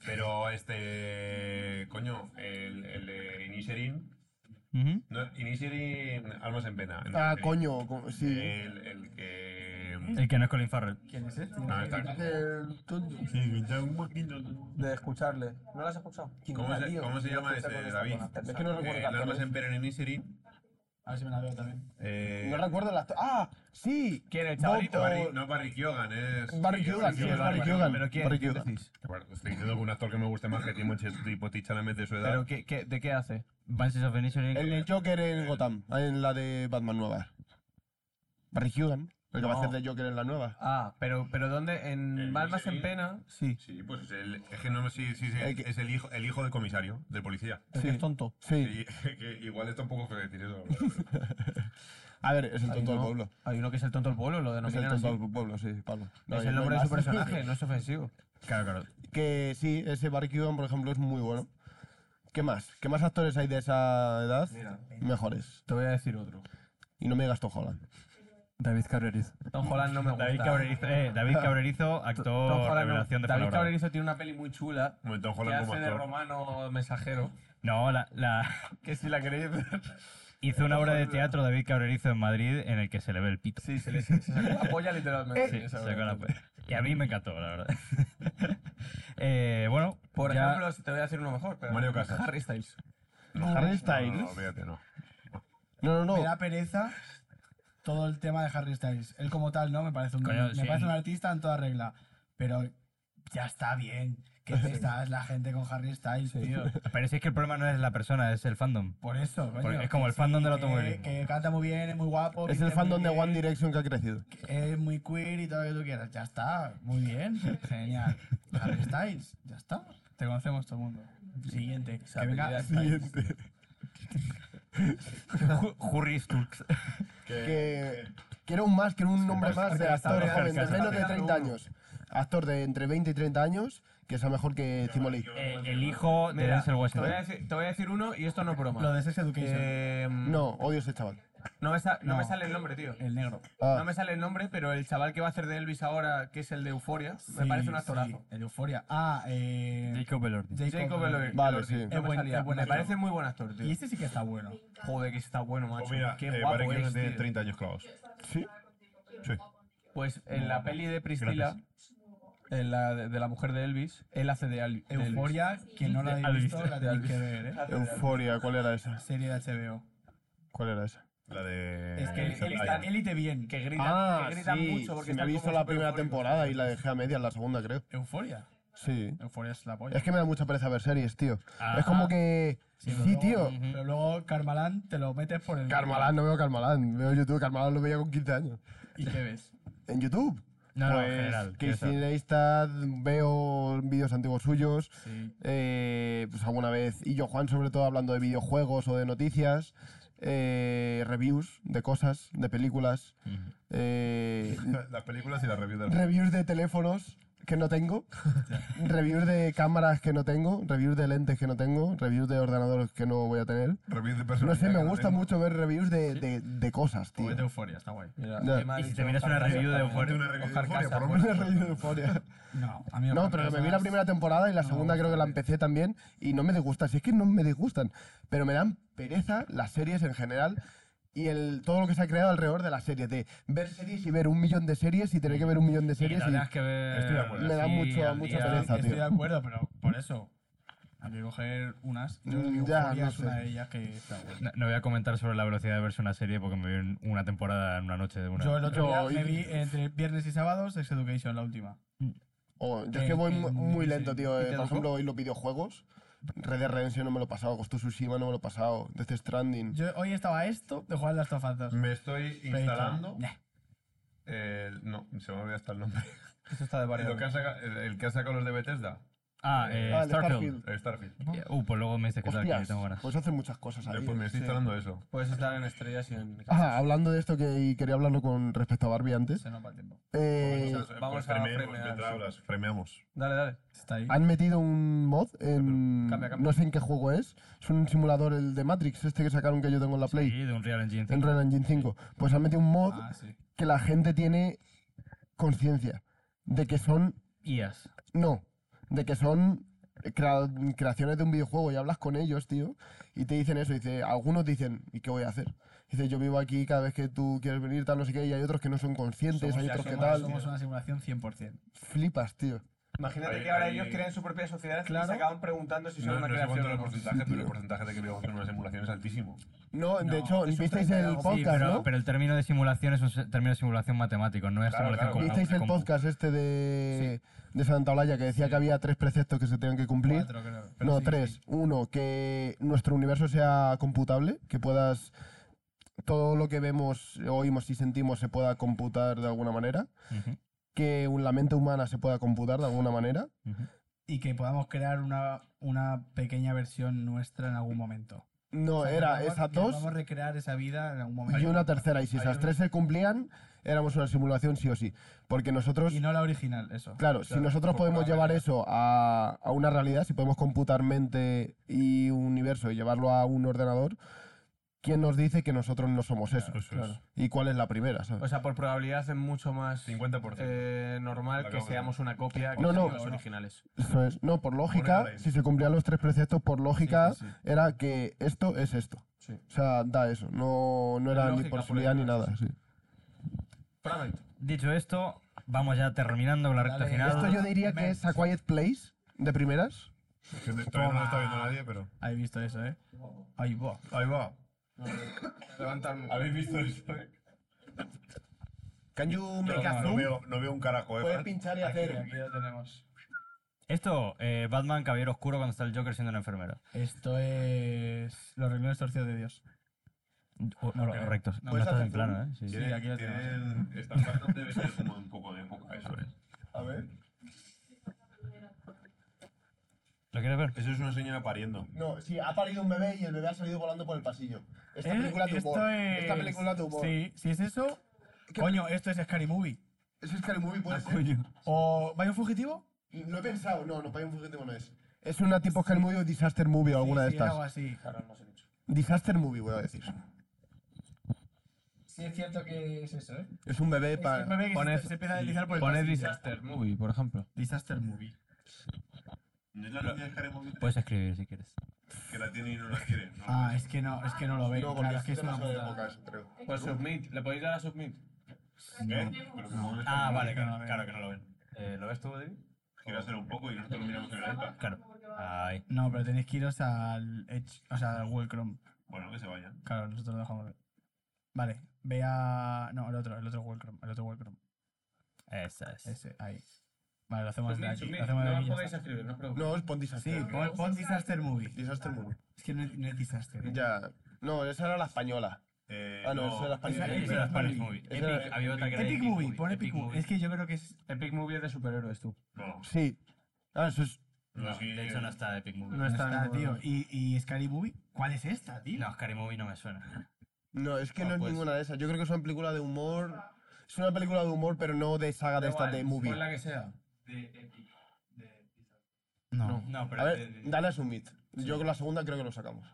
Speaker 5: Pero este. Coño, el, el de Inisherin.
Speaker 2: Ujú.
Speaker 5: No, Inisherin, Almas en Pena. el-
Speaker 1: Ah,
Speaker 5: el-
Speaker 1: coño, co- sí.
Speaker 5: El, el que.
Speaker 2: El que no es Colin Farrell.
Speaker 3: ¿Quién es este?
Speaker 5: Ah, está- Sí, está un poquito-
Speaker 4: De escucharle. ¿No la has escuchado?
Speaker 5: ¿Cómo se- cómo se llama ese, David?
Speaker 4: Es que no
Speaker 5: Eh,
Speaker 4: recuerdo.
Speaker 5: el Almas en Pena en Inisherin.
Speaker 3: A ver si me la veo también.
Speaker 5: Eh,
Speaker 1: No recuerdo las... ¡Ah! ¡Sí!
Speaker 4: ¿Quién, el
Speaker 1: chavalito?
Speaker 5: Barry- no, Barry Keoghan, es.
Speaker 1: Barry Keoghan, sí, es Barry Keoghan.
Speaker 4: ¿Pero quién?
Speaker 1: Barry
Speaker 4: ¿Quién
Speaker 1: Keoghan.
Speaker 4: decís?
Speaker 5: Bueno, pues estoy diciendo que un actor que me guste más que Timothy Timothy Chalamet de su edad.
Speaker 4: ¿Pero qué, qué- de qué hace?
Speaker 2: Banshees of Inisherin.
Speaker 1: El del Joker en Gotham, en la de Batman nueva. Barry Hugan, el que va a
Speaker 4: No.
Speaker 1: hacer de Joker en la nueva.
Speaker 4: Ah, pero, pero ¿dónde?
Speaker 5: El
Speaker 4: ¿En Malmas en
Speaker 5: Misery.
Speaker 4: Pena? Sí.
Speaker 5: Sí, pues es el. Es que no me- sí, sí, sí,
Speaker 1: El que-
Speaker 5: es el hijo, el hijo del comisario, del policía.
Speaker 4: Es que es tonto.
Speaker 1: Sí.
Speaker 5: Y- que igual está un poco feo decir eso. pero-
Speaker 1: A ver, es el tonto
Speaker 4: Ay,
Speaker 1: del
Speaker 4: no.
Speaker 1: pueblo.
Speaker 4: Hay uno que es el tonto del pueblo, lo
Speaker 1: Es el
Speaker 4: denominan
Speaker 1: tonto
Speaker 4: así.
Speaker 1: del pueblo, sí, Pablo. No,
Speaker 4: es
Speaker 1: no
Speaker 4: el
Speaker 1: hay
Speaker 4: nombre de su
Speaker 1: más.
Speaker 4: personaje, no es ofensivo.
Speaker 2: Claro, claro.
Speaker 1: que sí, ese Barry Hugan, por ejemplo, es muy bueno. ¿Qué más? ¿Qué más actores hay de esa edad? Mejores.
Speaker 4: Te voy a decir otro.
Speaker 1: Y no me digas Tom Holland.
Speaker 13: David Cabreriz.
Speaker 4: Tom Holland no me gusta.
Speaker 2: David Cabrerizo, eh, David Cabrerizo,
Speaker 4: Tom
Speaker 2: actor
Speaker 4: Holland no.
Speaker 2: revelación de
Speaker 4: David
Speaker 2: palabra.
Speaker 4: Cabrerizo tiene una peli muy chula
Speaker 5: Bueno, Tom
Speaker 4: que
Speaker 5: Holland como
Speaker 4: hace de
Speaker 5: actor.
Speaker 4: romano mensajero.
Speaker 2: No, la, la-
Speaker 4: Que si la queréis ver...
Speaker 2: hizo una obra de teatro David Cabrerizo en Madrid en el que se le ve el pito.
Speaker 4: Sí, se le se sacó la polla literalmente.
Speaker 2: Sí,
Speaker 4: en esa
Speaker 2: Eh, sacó la
Speaker 4: verdad.
Speaker 2: polla. Y a mí me encantó, la verdad. Eh, bueno,
Speaker 4: Por
Speaker 2: ya-
Speaker 4: ejemplo, si te voy a decir uno mejor, pero eh,
Speaker 5: Mario Casas.
Speaker 4: Harry Styles.
Speaker 1: Harry
Speaker 5: No,
Speaker 1: Styles.
Speaker 5: no, fíjate, no.
Speaker 1: No, no,
Speaker 3: Me
Speaker 1: no.
Speaker 3: da pereza todo el tema de Harry Styles. Él como tal, ¿no? Me parece un,
Speaker 2: Coño,
Speaker 3: me
Speaker 2: sí.
Speaker 3: parece un artista en toda regla. Pero ya está bien. Que estás la gente con Harry Styles, tío.
Speaker 2: pero si es que el problema no es la persona, es el fandom.
Speaker 3: Por eso, coño.
Speaker 2: Porque es como el fandom del
Speaker 3: que-
Speaker 2: automovilismo.
Speaker 3: Que, canta muy bien, es muy guapo.
Speaker 1: Es
Speaker 3: viste
Speaker 1: el
Speaker 3: muy
Speaker 1: fandom de
Speaker 3: bien,
Speaker 1: One Direction que ha crecido.
Speaker 3: que Es muy queer y todo lo que tú quieras. Ya está, muy bien. Genial. Harry Styles, ya está. Te conocemos todo el mundo. Siguiente. Que venga
Speaker 4: habilidad
Speaker 3: Styles.
Speaker 1: Siguiente.
Speaker 2: Ju- Jurris Turks.
Speaker 1: que, que era un más, que era un nombre más de actor
Speaker 2: Oscar,
Speaker 1: joven, de
Speaker 2: Oscar,
Speaker 1: menos de
Speaker 2: Oscar.
Speaker 1: 30 años. Actor de entre 20 y 30 años, que sea mejor que Cimolí.
Speaker 2: El, el hijo de
Speaker 4: Mira, te
Speaker 2: Denzel
Speaker 4: voy, a
Speaker 2: Washington.
Speaker 4: decir, te voy a decir uno y esto no es broma.
Speaker 3: Lo de Sex Education.
Speaker 4: Eh,
Speaker 1: No, odio a ese chaval.
Speaker 4: no me, sa- no me
Speaker 3: No.
Speaker 4: sale el nombre, tío.
Speaker 3: El negro.
Speaker 1: Ah,
Speaker 4: No me sale el nombre, pero el chaval que va a hacer de Elvis ahora, que es el de Euforia, me
Speaker 3: Sí,
Speaker 4: parece un
Speaker 3: sí,
Speaker 4: actorazo.
Speaker 3: el de Euforia. Ah, eh.
Speaker 13: Jacob Elordi.
Speaker 4: Jacob Elordi.
Speaker 1: Vale,
Speaker 4: Elordi,
Speaker 1: sí.
Speaker 4: no
Speaker 1: Es
Speaker 4: me
Speaker 3: buen-
Speaker 4: salía.
Speaker 3: es buen
Speaker 4: Me
Speaker 3: actor.
Speaker 4: parece muy buen actor,
Speaker 3: Y
Speaker 4: tío.
Speaker 3: este sí que está bueno.
Speaker 4: Joder, que está bueno, macho.
Speaker 5: O mira,
Speaker 4: Qué
Speaker 5: eh,
Speaker 4: guapo
Speaker 5: Barry Keoghan
Speaker 4: es,
Speaker 1: este.
Speaker 5: tiene
Speaker 4: tío.
Speaker 5: 30 años clavados.
Speaker 1: sí.
Speaker 5: Sí.
Speaker 4: Pues en la peli de Priscila, en Eh, la de, de la mujer de Elvis, él hace de, Al- de Elvis.
Speaker 3: Euforia, quien no la haya visto, la tenéis que ver, ¿eh?
Speaker 1: Euforia, ¿cuál era esa?
Speaker 3: Serie de HBO.
Speaker 1: ¿Cuál era esa?
Speaker 5: La de.
Speaker 3: Es que
Speaker 5: Elizabeth
Speaker 3: élite-
Speaker 5: Allen.
Speaker 3: élite bien.
Speaker 4: Eh, Que gritan,
Speaker 1: Ah,
Speaker 4: que gritan
Speaker 1: sí.
Speaker 4: mucho porque
Speaker 1: sí, me he
Speaker 4: están
Speaker 1: visto
Speaker 4: como
Speaker 1: la primera
Speaker 4: supereufóricos.
Speaker 1: temporada y la dejé a medias, la segunda creo.
Speaker 3: Euforia.
Speaker 1: Sí.
Speaker 3: Euforia es la polla.
Speaker 1: Es que me da mucha pereza ver series, tío.
Speaker 2: Ajá.
Speaker 1: Es como que... Sí,
Speaker 3: pero luego-
Speaker 1: tío.
Speaker 3: Pero luego Carmalán te lo metes por el.
Speaker 1: Carmalán, no veo Carmalán. Veo YouTube. Carmalán lo veía con 15 años.
Speaker 3: ¿Y qué ves?
Speaker 1: ¿En YouTube?
Speaker 2: No, no, en
Speaker 1: Pues,
Speaker 2: general,
Speaker 1: que
Speaker 2: quiero saber.
Speaker 1: si Neistad, veo vídeos antiguos suyos, eh, pues alguna vez, y yo Juan sobre todo hablando de videojuegos o de noticias, eh, reviews de cosas, de películas, eh,
Speaker 5: Las películas y las reviews de la
Speaker 1: reviews de teléfonos que no tengo, reviews de cámaras que no tengo, reviews de lentes que no tengo, reviews de ordenadores que no voy a tener.
Speaker 5: Reviews de
Speaker 1: No
Speaker 5: personas.
Speaker 1: sé, me gusta mucho ver reviews de, de- de cosas, tío.
Speaker 3: Vete Euforia, está guay.
Speaker 4: Mira,
Speaker 1: Ya.
Speaker 4: ¿qué me ha
Speaker 2: Y si te
Speaker 4: dicho
Speaker 2: miras una
Speaker 4: Oscar
Speaker 2: review de
Speaker 4: Casas?
Speaker 2: Euforia-
Speaker 5: Una review de
Speaker 4: Oscar
Speaker 5: Euforia,
Speaker 4: Casas,
Speaker 5: por lo
Speaker 4: bueno.
Speaker 5: menos.
Speaker 1: Review de euforia.
Speaker 3: No, a mí
Speaker 1: No, pero que me vi la primera temporada y la segunda creo que la empecé también y no me disgusta. Si es que no me disgustan, pero me dan pereza las series en general y el, todo lo que se ha creado alrededor de las series. De ver series y ver un millón de series y tener que ver un millón de
Speaker 2: Y
Speaker 1: series.
Speaker 2: tendrás
Speaker 1: Y,
Speaker 2: que ver.
Speaker 5: Estoy de acuerdo.
Speaker 1: Me da
Speaker 2: así
Speaker 1: mucho-
Speaker 2: al
Speaker 1: mucha
Speaker 2: día.
Speaker 1: pereza.
Speaker 3: Estoy
Speaker 1: tío.
Speaker 3: de acuerdo, pero por eso. Hay que coger unas. Yo creo que
Speaker 1: Mm, ya,
Speaker 3: Euforia
Speaker 1: no
Speaker 3: es una
Speaker 1: sé.
Speaker 3: de ellas que está buena.
Speaker 2: No, no voy a comentar sobre la velocidad de verse una serie porque me vi en una temporada en una noche de una.
Speaker 3: Yo el otro día
Speaker 1: Yo-
Speaker 3: me vi entre viernes y sábado Sex Education, la última.
Speaker 1: o, Oh, yo es que voy mu-
Speaker 3: en-
Speaker 1: muy
Speaker 3: en-
Speaker 1: lento, tío. Eh,
Speaker 4: ¿y te
Speaker 1: Por
Speaker 4: educó?
Speaker 1: ejemplo, hoy los videojuegos. Red Dead Redemption no me lo he pasado, Ghost of Tsushima no me lo he pasado, Death Stranding.
Speaker 3: Yo hoy estaba esto de jugar las Us 2.
Speaker 5: Me estoy
Speaker 3: he dicho,
Speaker 5: instalando.
Speaker 3: "Nah".
Speaker 5: el- no, se me ha olvidado hasta el nombre.
Speaker 4: Eso está de variado.
Speaker 5: Lo que han saca- el, el que ha sacado los de Bethesda,
Speaker 2: Ah, eh,
Speaker 1: Ah, el
Speaker 2: Starfield.
Speaker 5: el Starfield.
Speaker 2: Uh, pues luego me dices que tal, que
Speaker 1: Hostias,
Speaker 2: tengo ganas.
Speaker 1: pues hacen muchas cosas ahí. eh,
Speaker 5: Después Eh, me estoy instalando eso.
Speaker 4: Puedes estar en estrellas y en...
Speaker 1: Ah, hablando de esto que y quería hablarlo con respecto a Barbie antes.
Speaker 3: Se nos va el tiempo.
Speaker 1: eh,
Speaker 5: Pues
Speaker 4: vamos a fremear, sí.
Speaker 5: Fremeamos. fremeamos.
Speaker 4: Dale, dale.
Speaker 3: Está ahí.
Speaker 1: Han metido un mod en.
Speaker 4: Cambia, cambia.
Speaker 1: No sé en qué juego es. Es un simulador el de Matrix, este que sacaron que yo tengo en la Play.
Speaker 2: Sí, de un Real Engine.
Speaker 1: En Real Engine 5. Pues han metido un mod
Speaker 3: Ah, sí.
Speaker 1: que la gente tiene conciencia de que son.
Speaker 2: IAS.
Speaker 1: No. De que son crea- creaciones de un videojuego y hablas con ellos, tío. Y te dicen eso. Dice, algunos dicen, ¿y qué voy a hacer? Dice, yo vivo aquí cada vez que tú quieres venir, tal, no sé qué. Y hay otros que no son conscientes, hay otros que
Speaker 3: somos,
Speaker 1: tal.
Speaker 3: somos una simulación 100%.
Speaker 1: Flipas, tío.
Speaker 4: Imagínate
Speaker 5: Ahí-
Speaker 4: que ahora
Speaker 5: ahí-
Speaker 4: ellos crean su propia sociedad y
Speaker 3: Claro.
Speaker 4: se acaban preguntando si son
Speaker 5: No,
Speaker 4: una
Speaker 5: no sé
Speaker 4: creación
Speaker 5: cuánto
Speaker 4: o
Speaker 5: es el
Speaker 4: no.
Speaker 5: porcentaje, pero el porcentaje de que veo en una simulación es altísimo.
Speaker 1: No, de
Speaker 3: No,
Speaker 1: hecho,
Speaker 4: es un
Speaker 1: visteis
Speaker 4: 30 y
Speaker 1: Este el
Speaker 4: algo. Sí,
Speaker 1: podcast,
Speaker 2: Sí, pero,
Speaker 1: ¿no?
Speaker 2: pero el término de simulación es un se- término de simulación matemático, no es
Speaker 5: Claro,
Speaker 2: simulación
Speaker 5: claro.
Speaker 2: con
Speaker 1: ¿Visteis el
Speaker 2: con-
Speaker 1: podcast este de, de Santa Olaya que decía que había tres preceptos que se tenían que cumplir?
Speaker 3: Cuatro, creo. Pero
Speaker 1: no,
Speaker 3: sí,
Speaker 1: tres.
Speaker 3: sí.
Speaker 1: Uno, que nuestro universo sea computable, que puedas. Todo lo que vemos, oímos y sentimos se pueda computar de alguna manera.
Speaker 2: Ujú,
Speaker 1: Que un- la mente humana se pueda computar de alguna manera.
Speaker 2: ujú.
Speaker 3: Y que podamos crear una, una pequeña versión nuestra en algún momento.
Speaker 1: No,
Speaker 3: O sea, que
Speaker 1: era
Speaker 3: podamos-
Speaker 1: esas
Speaker 3: que
Speaker 1: dos
Speaker 3: Podamos recrear esa vida en algún momento.
Speaker 1: y una tercera. Y si
Speaker 5: hay
Speaker 1: esas
Speaker 5: un-
Speaker 1: tres se cumplían, éramos una simulación sí o sí. Porque nosotros.
Speaker 3: Y no la original, eso.
Speaker 1: Claro, si
Speaker 5: Claro,
Speaker 1: nosotros
Speaker 5: por
Speaker 1: podemos
Speaker 5: probabilidad.
Speaker 1: llevar eso a, a una realidad, si podemos computar mente y universo y llevarlo a un ordenador, ¿quién nos dice que nosotros no somos eso?
Speaker 5: Eso es.
Speaker 1: ¿Y cuál es la primera? sabes?
Speaker 4: O sea, por probabilidad es mucho más
Speaker 5: 50%.
Speaker 4: eh, normal
Speaker 5: La
Speaker 4: que
Speaker 5: acabo de
Speaker 4: seamos una copia que
Speaker 1: No, no.
Speaker 4: los originales.
Speaker 1: Eso es. No, por lógica,
Speaker 5: Por orden.
Speaker 1: si se cumplían los tres preceptos, por lógica era que esto es esto.
Speaker 4: Sí.
Speaker 1: O sea, da eso. No, no era
Speaker 4: lógica,
Speaker 1: ni
Speaker 4: por
Speaker 1: posibilidad ni
Speaker 4: ejemplo,
Speaker 1: nada. sí.
Speaker 4: Probablemente.
Speaker 2: Dicho esto, vamos ya terminando con la recta
Speaker 3: Dale,
Speaker 2: final.
Speaker 1: Esto yo diría que
Speaker 3: Mens.
Speaker 1: es A Quiet Place, de primeras.
Speaker 5: Que Todavía no lo está viendo nadie, pero.
Speaker 3: Habéis visto eso, ¿eh? Ahí va.
Speaker 5: Ahí va.
Speaker 4: Levanta el-
Speaker 5: ¿Habéis visto eso?
Speaker 1: Can you
Speaker 5: No,
Speaker 1: make a
Speaker 5: no
Speaker 1: zoom?
Speaker 5: veo, no veo un carajo, eh.
Speaker 1: Puedes
Speaker 5: Fran.
Speaker 1: pinchar y hacer.
Speaker 3: Aquí lo tenemos.
Speaker 2: Esto, eh, Batman, Caballero Oscuro, cuando está el Joker siendo una enfermera.
Speaker 3: Esto es. Los renglones torcidos de Dios.
Speaker 2: O-
Speaker 3: No
Speaker 2: o-
Speaker 3: creo.
Speaker 2: rectos. No,
Speaker 3: Pues
Speaker 2: estás
Speaker 3: hace
Speaker 2: en plano, ¿eh? Sí, sí.
Speaker 5: Tienen-
Speaker 3: aquí lo tenemos.
Speaker 5: tienen- Están bastante vestidos como ¿eh? un poco de época, eso es. A ver.
Speaker 2: ¿Lo quieres ver?
Speaker 5: Eso es una señora pariendo.
Speaker 1: No, sí, ha parido un bebé y el bebé ha salido volando por el pasillo. Esta
Speaker 3: Eh,
Speaker 1: película tu
Speaker 3: esto
Speaker 1: humor.
Speaker 3: es-
Speaker 1: Esta película tu humor.
Speaker 3: Sí, si es eso. Coño, esto es Scary Movie.
Speaker 1: Eso es Scary Movie,
Speaker 3: Ah,
Speaker 1: puede ser.
Speaker 3: ¿O vaya un fugitivo?
Speaker 1: Lo he pensado, no, no, para un fugitivo no es. Es una tipo Scary Movie o Disaster Movie o alguna
Speaker 3: Sí,
Speaker 1: de
Speaker 3: sí,
Speaker 1: estas.
Speaker 3: algo así.
Speaker 1: Disaster Movie, voy a decir.
Speaker 3: Sí, es cierto que es eso, ¿eh?
Speaker 1: Es un bebé
Speaker 3: Es un
Speaker 1: para.
Speaker 3: bebé que se, se empieza a deslizar por el
Speaker 6: Poned
Speaker 3: pasillo.
Speaker 6: Disaster Movie, por ejemplo. Mm.
Speaker 3: Disaster Movie.
Speaker 5: ¿No es la niña de Harry Potter?
Speaker 2: Puedes escribir si quieres.
Speaker 5: Que la tiene y no la quiere. ¿no?
Speaker 3: Ah, es que no, es que no lo veo.
Speaker 1: No, porque
Speaker 3: claro,
Speaker 1: es
Speaker 3: es que es una
Speaker 1: demasiado de
Speaker 3: putada.
Speaker 1: épocas, creo.
Speaker 6: Pues submit, ¿le podéis dar a submit?
Speaker 5: ¿Eh? Pero como no está-
Speaker 2: Ah, vale,
Speaker 3: no lo
Speaker 2: claro,
Speaker 3: veo.
Speaker 2: claro que no lo ven. Eh, ¿Lo ves tú, David?
Speaker 5: Quiero hacer un poco y nosotros lo miramos en el iPad.
Speaker 2: Claro. Ahí.
Speaker 3: No, pero tenéis que iros al Edge, o sea, al Google Chrome.
Speaker 5: Bueno, que se vayan.
Speaker 3: Claro, nosotros lo dejamos ver. Vale, ve a... No, el otro, el otro Google Chrome, el otro Google Chrome.
Speaker 2: Esa es.
Speaker 3: Ese, ahí. Vale, lo
Speaker 1: Pues
Speaker 5: Pues
Speaker 3: hacemos de
Speaker 6: Submit,
Speaker 3: aquí,
Speaker 6: submit.
Speaker 3: lo hacemos de
Speaker 6: No
Speaker 3: aquí.
Speaker 6: os
Speaker 3: ya
Speaker 6: podéis
Speaker 3: está.
Speaker 6: escribir, no os preocupéis.
Speaker 1: No, es Pon Disaster.
Speaker 3: Sí, pon, pon Disaster Movie.
Speaker 1: Disaster Movie.
Speaker 3: Es que no es, no es Disaster. ¿eh?
Speaker 1: Ya. No, esa era la española.
Speaker 5: Eh,
Speaker 1: Ah, no, esa era la española.
Speaker 3: Esa-
Speaker 2: Esa era Spanish Movie.
Speaker 1: Esa era-
Speaker 2: Epic, había otra que era
Speaker 3: Epic Movie, pon
Speaker 2: Pone
Speaker 3: Epic Movie. Es que yo creo que es...
Speaker 6: Epic Movie es de superhéroes, tú.
Speaker 5: no.
Speaker 1: Sí. Ah, eso es.
Speaker 5: No, sí.
Speaker 2: de hecho, no está Epic Movie.
Speaker 3: No
Speaker 2: No,
Speaker 3: está,
Speaker 6: en
Speaker 3: tío. ¿Y, ¿Y Scary Movie? ¿Cuál es esta, tío?
Speaker 2: Scary Movie no me suena.
Speaker 1: No, es que
Speaker 6: Ah,
Speaker 1: no es
Speaker 6: pues.
Speaker 1: ninguna de esas. Yo creo que es una película de humor. Es una película de humor, pero no de saga de estas de movie.
Speaker 6: Con la que sea.
Speaker 3: No.
Speaker 2: No, pero.
Speaker 1: A ver, dale a Submit. Yo con la segunda creo que lo sacamos.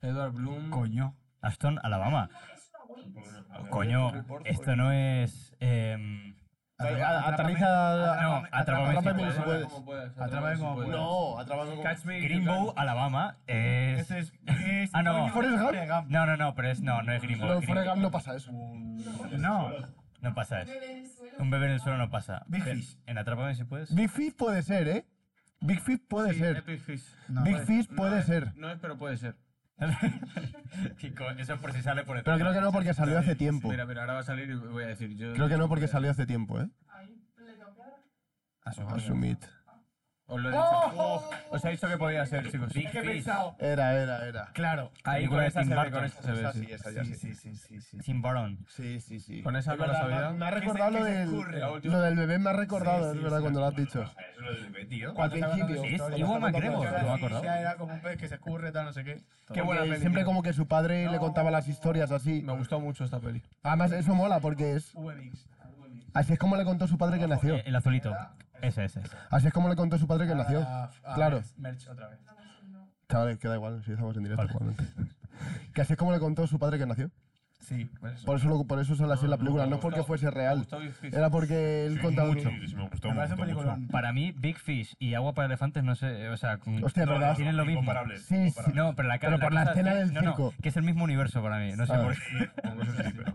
Speaker 6: Edward Bloom.
Speaker 3: Coño.
Speaker 2: Aston, Alabama. Coño, esto no es. em,
Speaker 1: Vale,
Speaker 3: Atrapa-
Speaker 1: a-
Speaker 3: atrápame.
Speaker 1: Aterriza.
Speaker 2: no,
Speaker 3: Atrápame,
Speaker 2: Atrápame
Speaker 1: atrápame
Speaker 2: si
Speaker 1: si
Speaker 2: puedes.
Speaker 1: puedes.
Speaker 6: como puedes.
Speaker 3: Atrápame como puedas.
Speaker 1: No, atrápame como.
Speaker 6: Catch me. if you
Speaker 2: Greenbow,
Speaker 6: can.
Speaker 2: Alabama es.
Speaker 3: Este es... es-
Speaker 2: Ah, no.
Speaker 1: Forrest Gump.
Speaker 3: Forrest Gump.
Speaker 2: No, no, no, pero es. No, no es Greenbow.
Speaker 1: No, en Forrest Gump no pasa eso.
Speaker 3: No.
Speaker 2: No pasa eso. Un bebé en el suelo no pasa.
Speaker 3: Big
Speaker 2: Pero
Speaker 3: Fish.
Speaker 2: En Atrápame si puedes.
Speaker 1: Big Fish puede ser, ¿eh? Big Fish puede
Speaker 6: Sí,
Speaker 1: ser.
Speaker 6: Epic Fish.
Speaker 3: No,
Speaker 1: Big
Speaker 3: puede-
Speaker 1: Fish
Speaker 6: No eh,
Speaker 1: puede
Speaker 6: es-
Speaker 1: ser.
Speaker 6: No es, pero puede ser.
Speaker 2: Chico, eso es por si sale por el.
Speaker 1: Pero creo que no porque salió hace tiempo.
Speaker 6: Mira, pero ahora va a salir y voy a decir yo.
Speaker 1: Creo que no porque salió hace tiempo, ¿eh?
Speaker 3: Asumir.
Speaker 1: Asumid.
Speaker 6: Os lo he dicho.
Speaker 1: ¡Oh!
Speaker 6: Os he dicho que podía ser, chicos.
Speaker 2: Big Fish.
Speaker 1: Era, era, era.
Speaker 3: Claro.
Speaker 6: Ahí con
Speaker 2: Película de
Speaker 6: esa
Speaker 2: Tim
Speaker 6: se ve,
Speaker 2: Burton.
Speaker 6: con esa se ve.
Speaker 1: Esa
Speaker 6: sí.
Speaker 1: sí, esa ya sí.
Speaker 3: sí, sí, sí, sí.
Speaker 2: Tim Burton.
Speaker 1: Sí, sí, sí.
Speaker 6: Con esa
Speaker 1: Es
Speaker 6: me la
Speaker 1: verdad,
Speaker 6: sabía.
Speaker 1: Me ha
Speaker 3: ¿Qué se-
Speaker 1: recordado
Speaker 3: qué
Speaker 1: lo
Speaker 3: se
Speaker 1: del,
Speaker 3: ocurre?
Speaker 6: La última.
Speaker 1: lo del bebé, me ha recordado,
Speaker 3: Sí, sí,
Speaker 1: es verdad,
Speaker 3: sí.
Speaker 1: cuando lo has dicho.
Speaker 5: Eso lo del bebé, tío.
Speaker 1: Al principio.
Speaker 2: Es Ewan McGregor,
Speaker 3: Ahora
Speaker 2: lo
Speaker 3: sí,
Speaker 2: acordado.
Speaker 3: ya era como un pez que se escurre, tal, no sé qué.
Speaker 6: Qué buena
Speaker 1: Porque
Speaker 6: peli.
Speaker 1: Siempre
Speaker 6: tío.
Speaker 1: como que su padre le contaba las historias así.
Speaker 6: Me gustó mucho esta peli.
Speaker 1: Además, eso mola porque es...
Speaker 3: VMix.
Speaker 1: Así es como le contó su padre que nació.
Speaker 2: Eh, El azulito. Ese, ese. ese.
Speaker 1: Así es como le contó su padre que nació.
Speaker 3: Ah, ah,
Speaker 1: Claro.
Speaker 3: merch- Merch otra vez.
Speaker 1: Chavales, queda igual, si estamos en directo
Speaker 2: Vale.
Speaker 1: igualmente. Que así es como le contó su padre que nació.
Speaker 3: Sí, por eso.
Speaker 1: Por eso, lo- por eso sale así en la película, no porque fuese
Speaker 6: Me
Speaker 1: real.
Speaker 6: gustó Big Fish.
Speaker 1: Era porque él contaba mucho.
Speaker 5: Sí, sí, me gustó,
Speaker 3: Me
Speaker 5: me
Speaker 3: parece un
Speaker 5: gustó mucho.
Speaker 3: peliculón.
Speaker 2: Para mí, Big Fish y Agua para Elefantes, no sé, o sea, con-
Speaker 1: Hostia, es verdad.
Speaker 2: tienen lo mismo.
Speaker 5: Incomparables.
Speaker 1: Sí, sí.
Speaker 2: No, pero la cara.
Speaker 1: Pero por la
Speaker 2: cosa
Speaker 1: escena del
Speaker 2: es- no, no,
Speaker 1: circo.
Speaker 2: que es el mismo universo para mí, no sé
Speaker 1: Ah.
Speaker 2: por qué.
Speaker 5: Pongo eso sí, pero-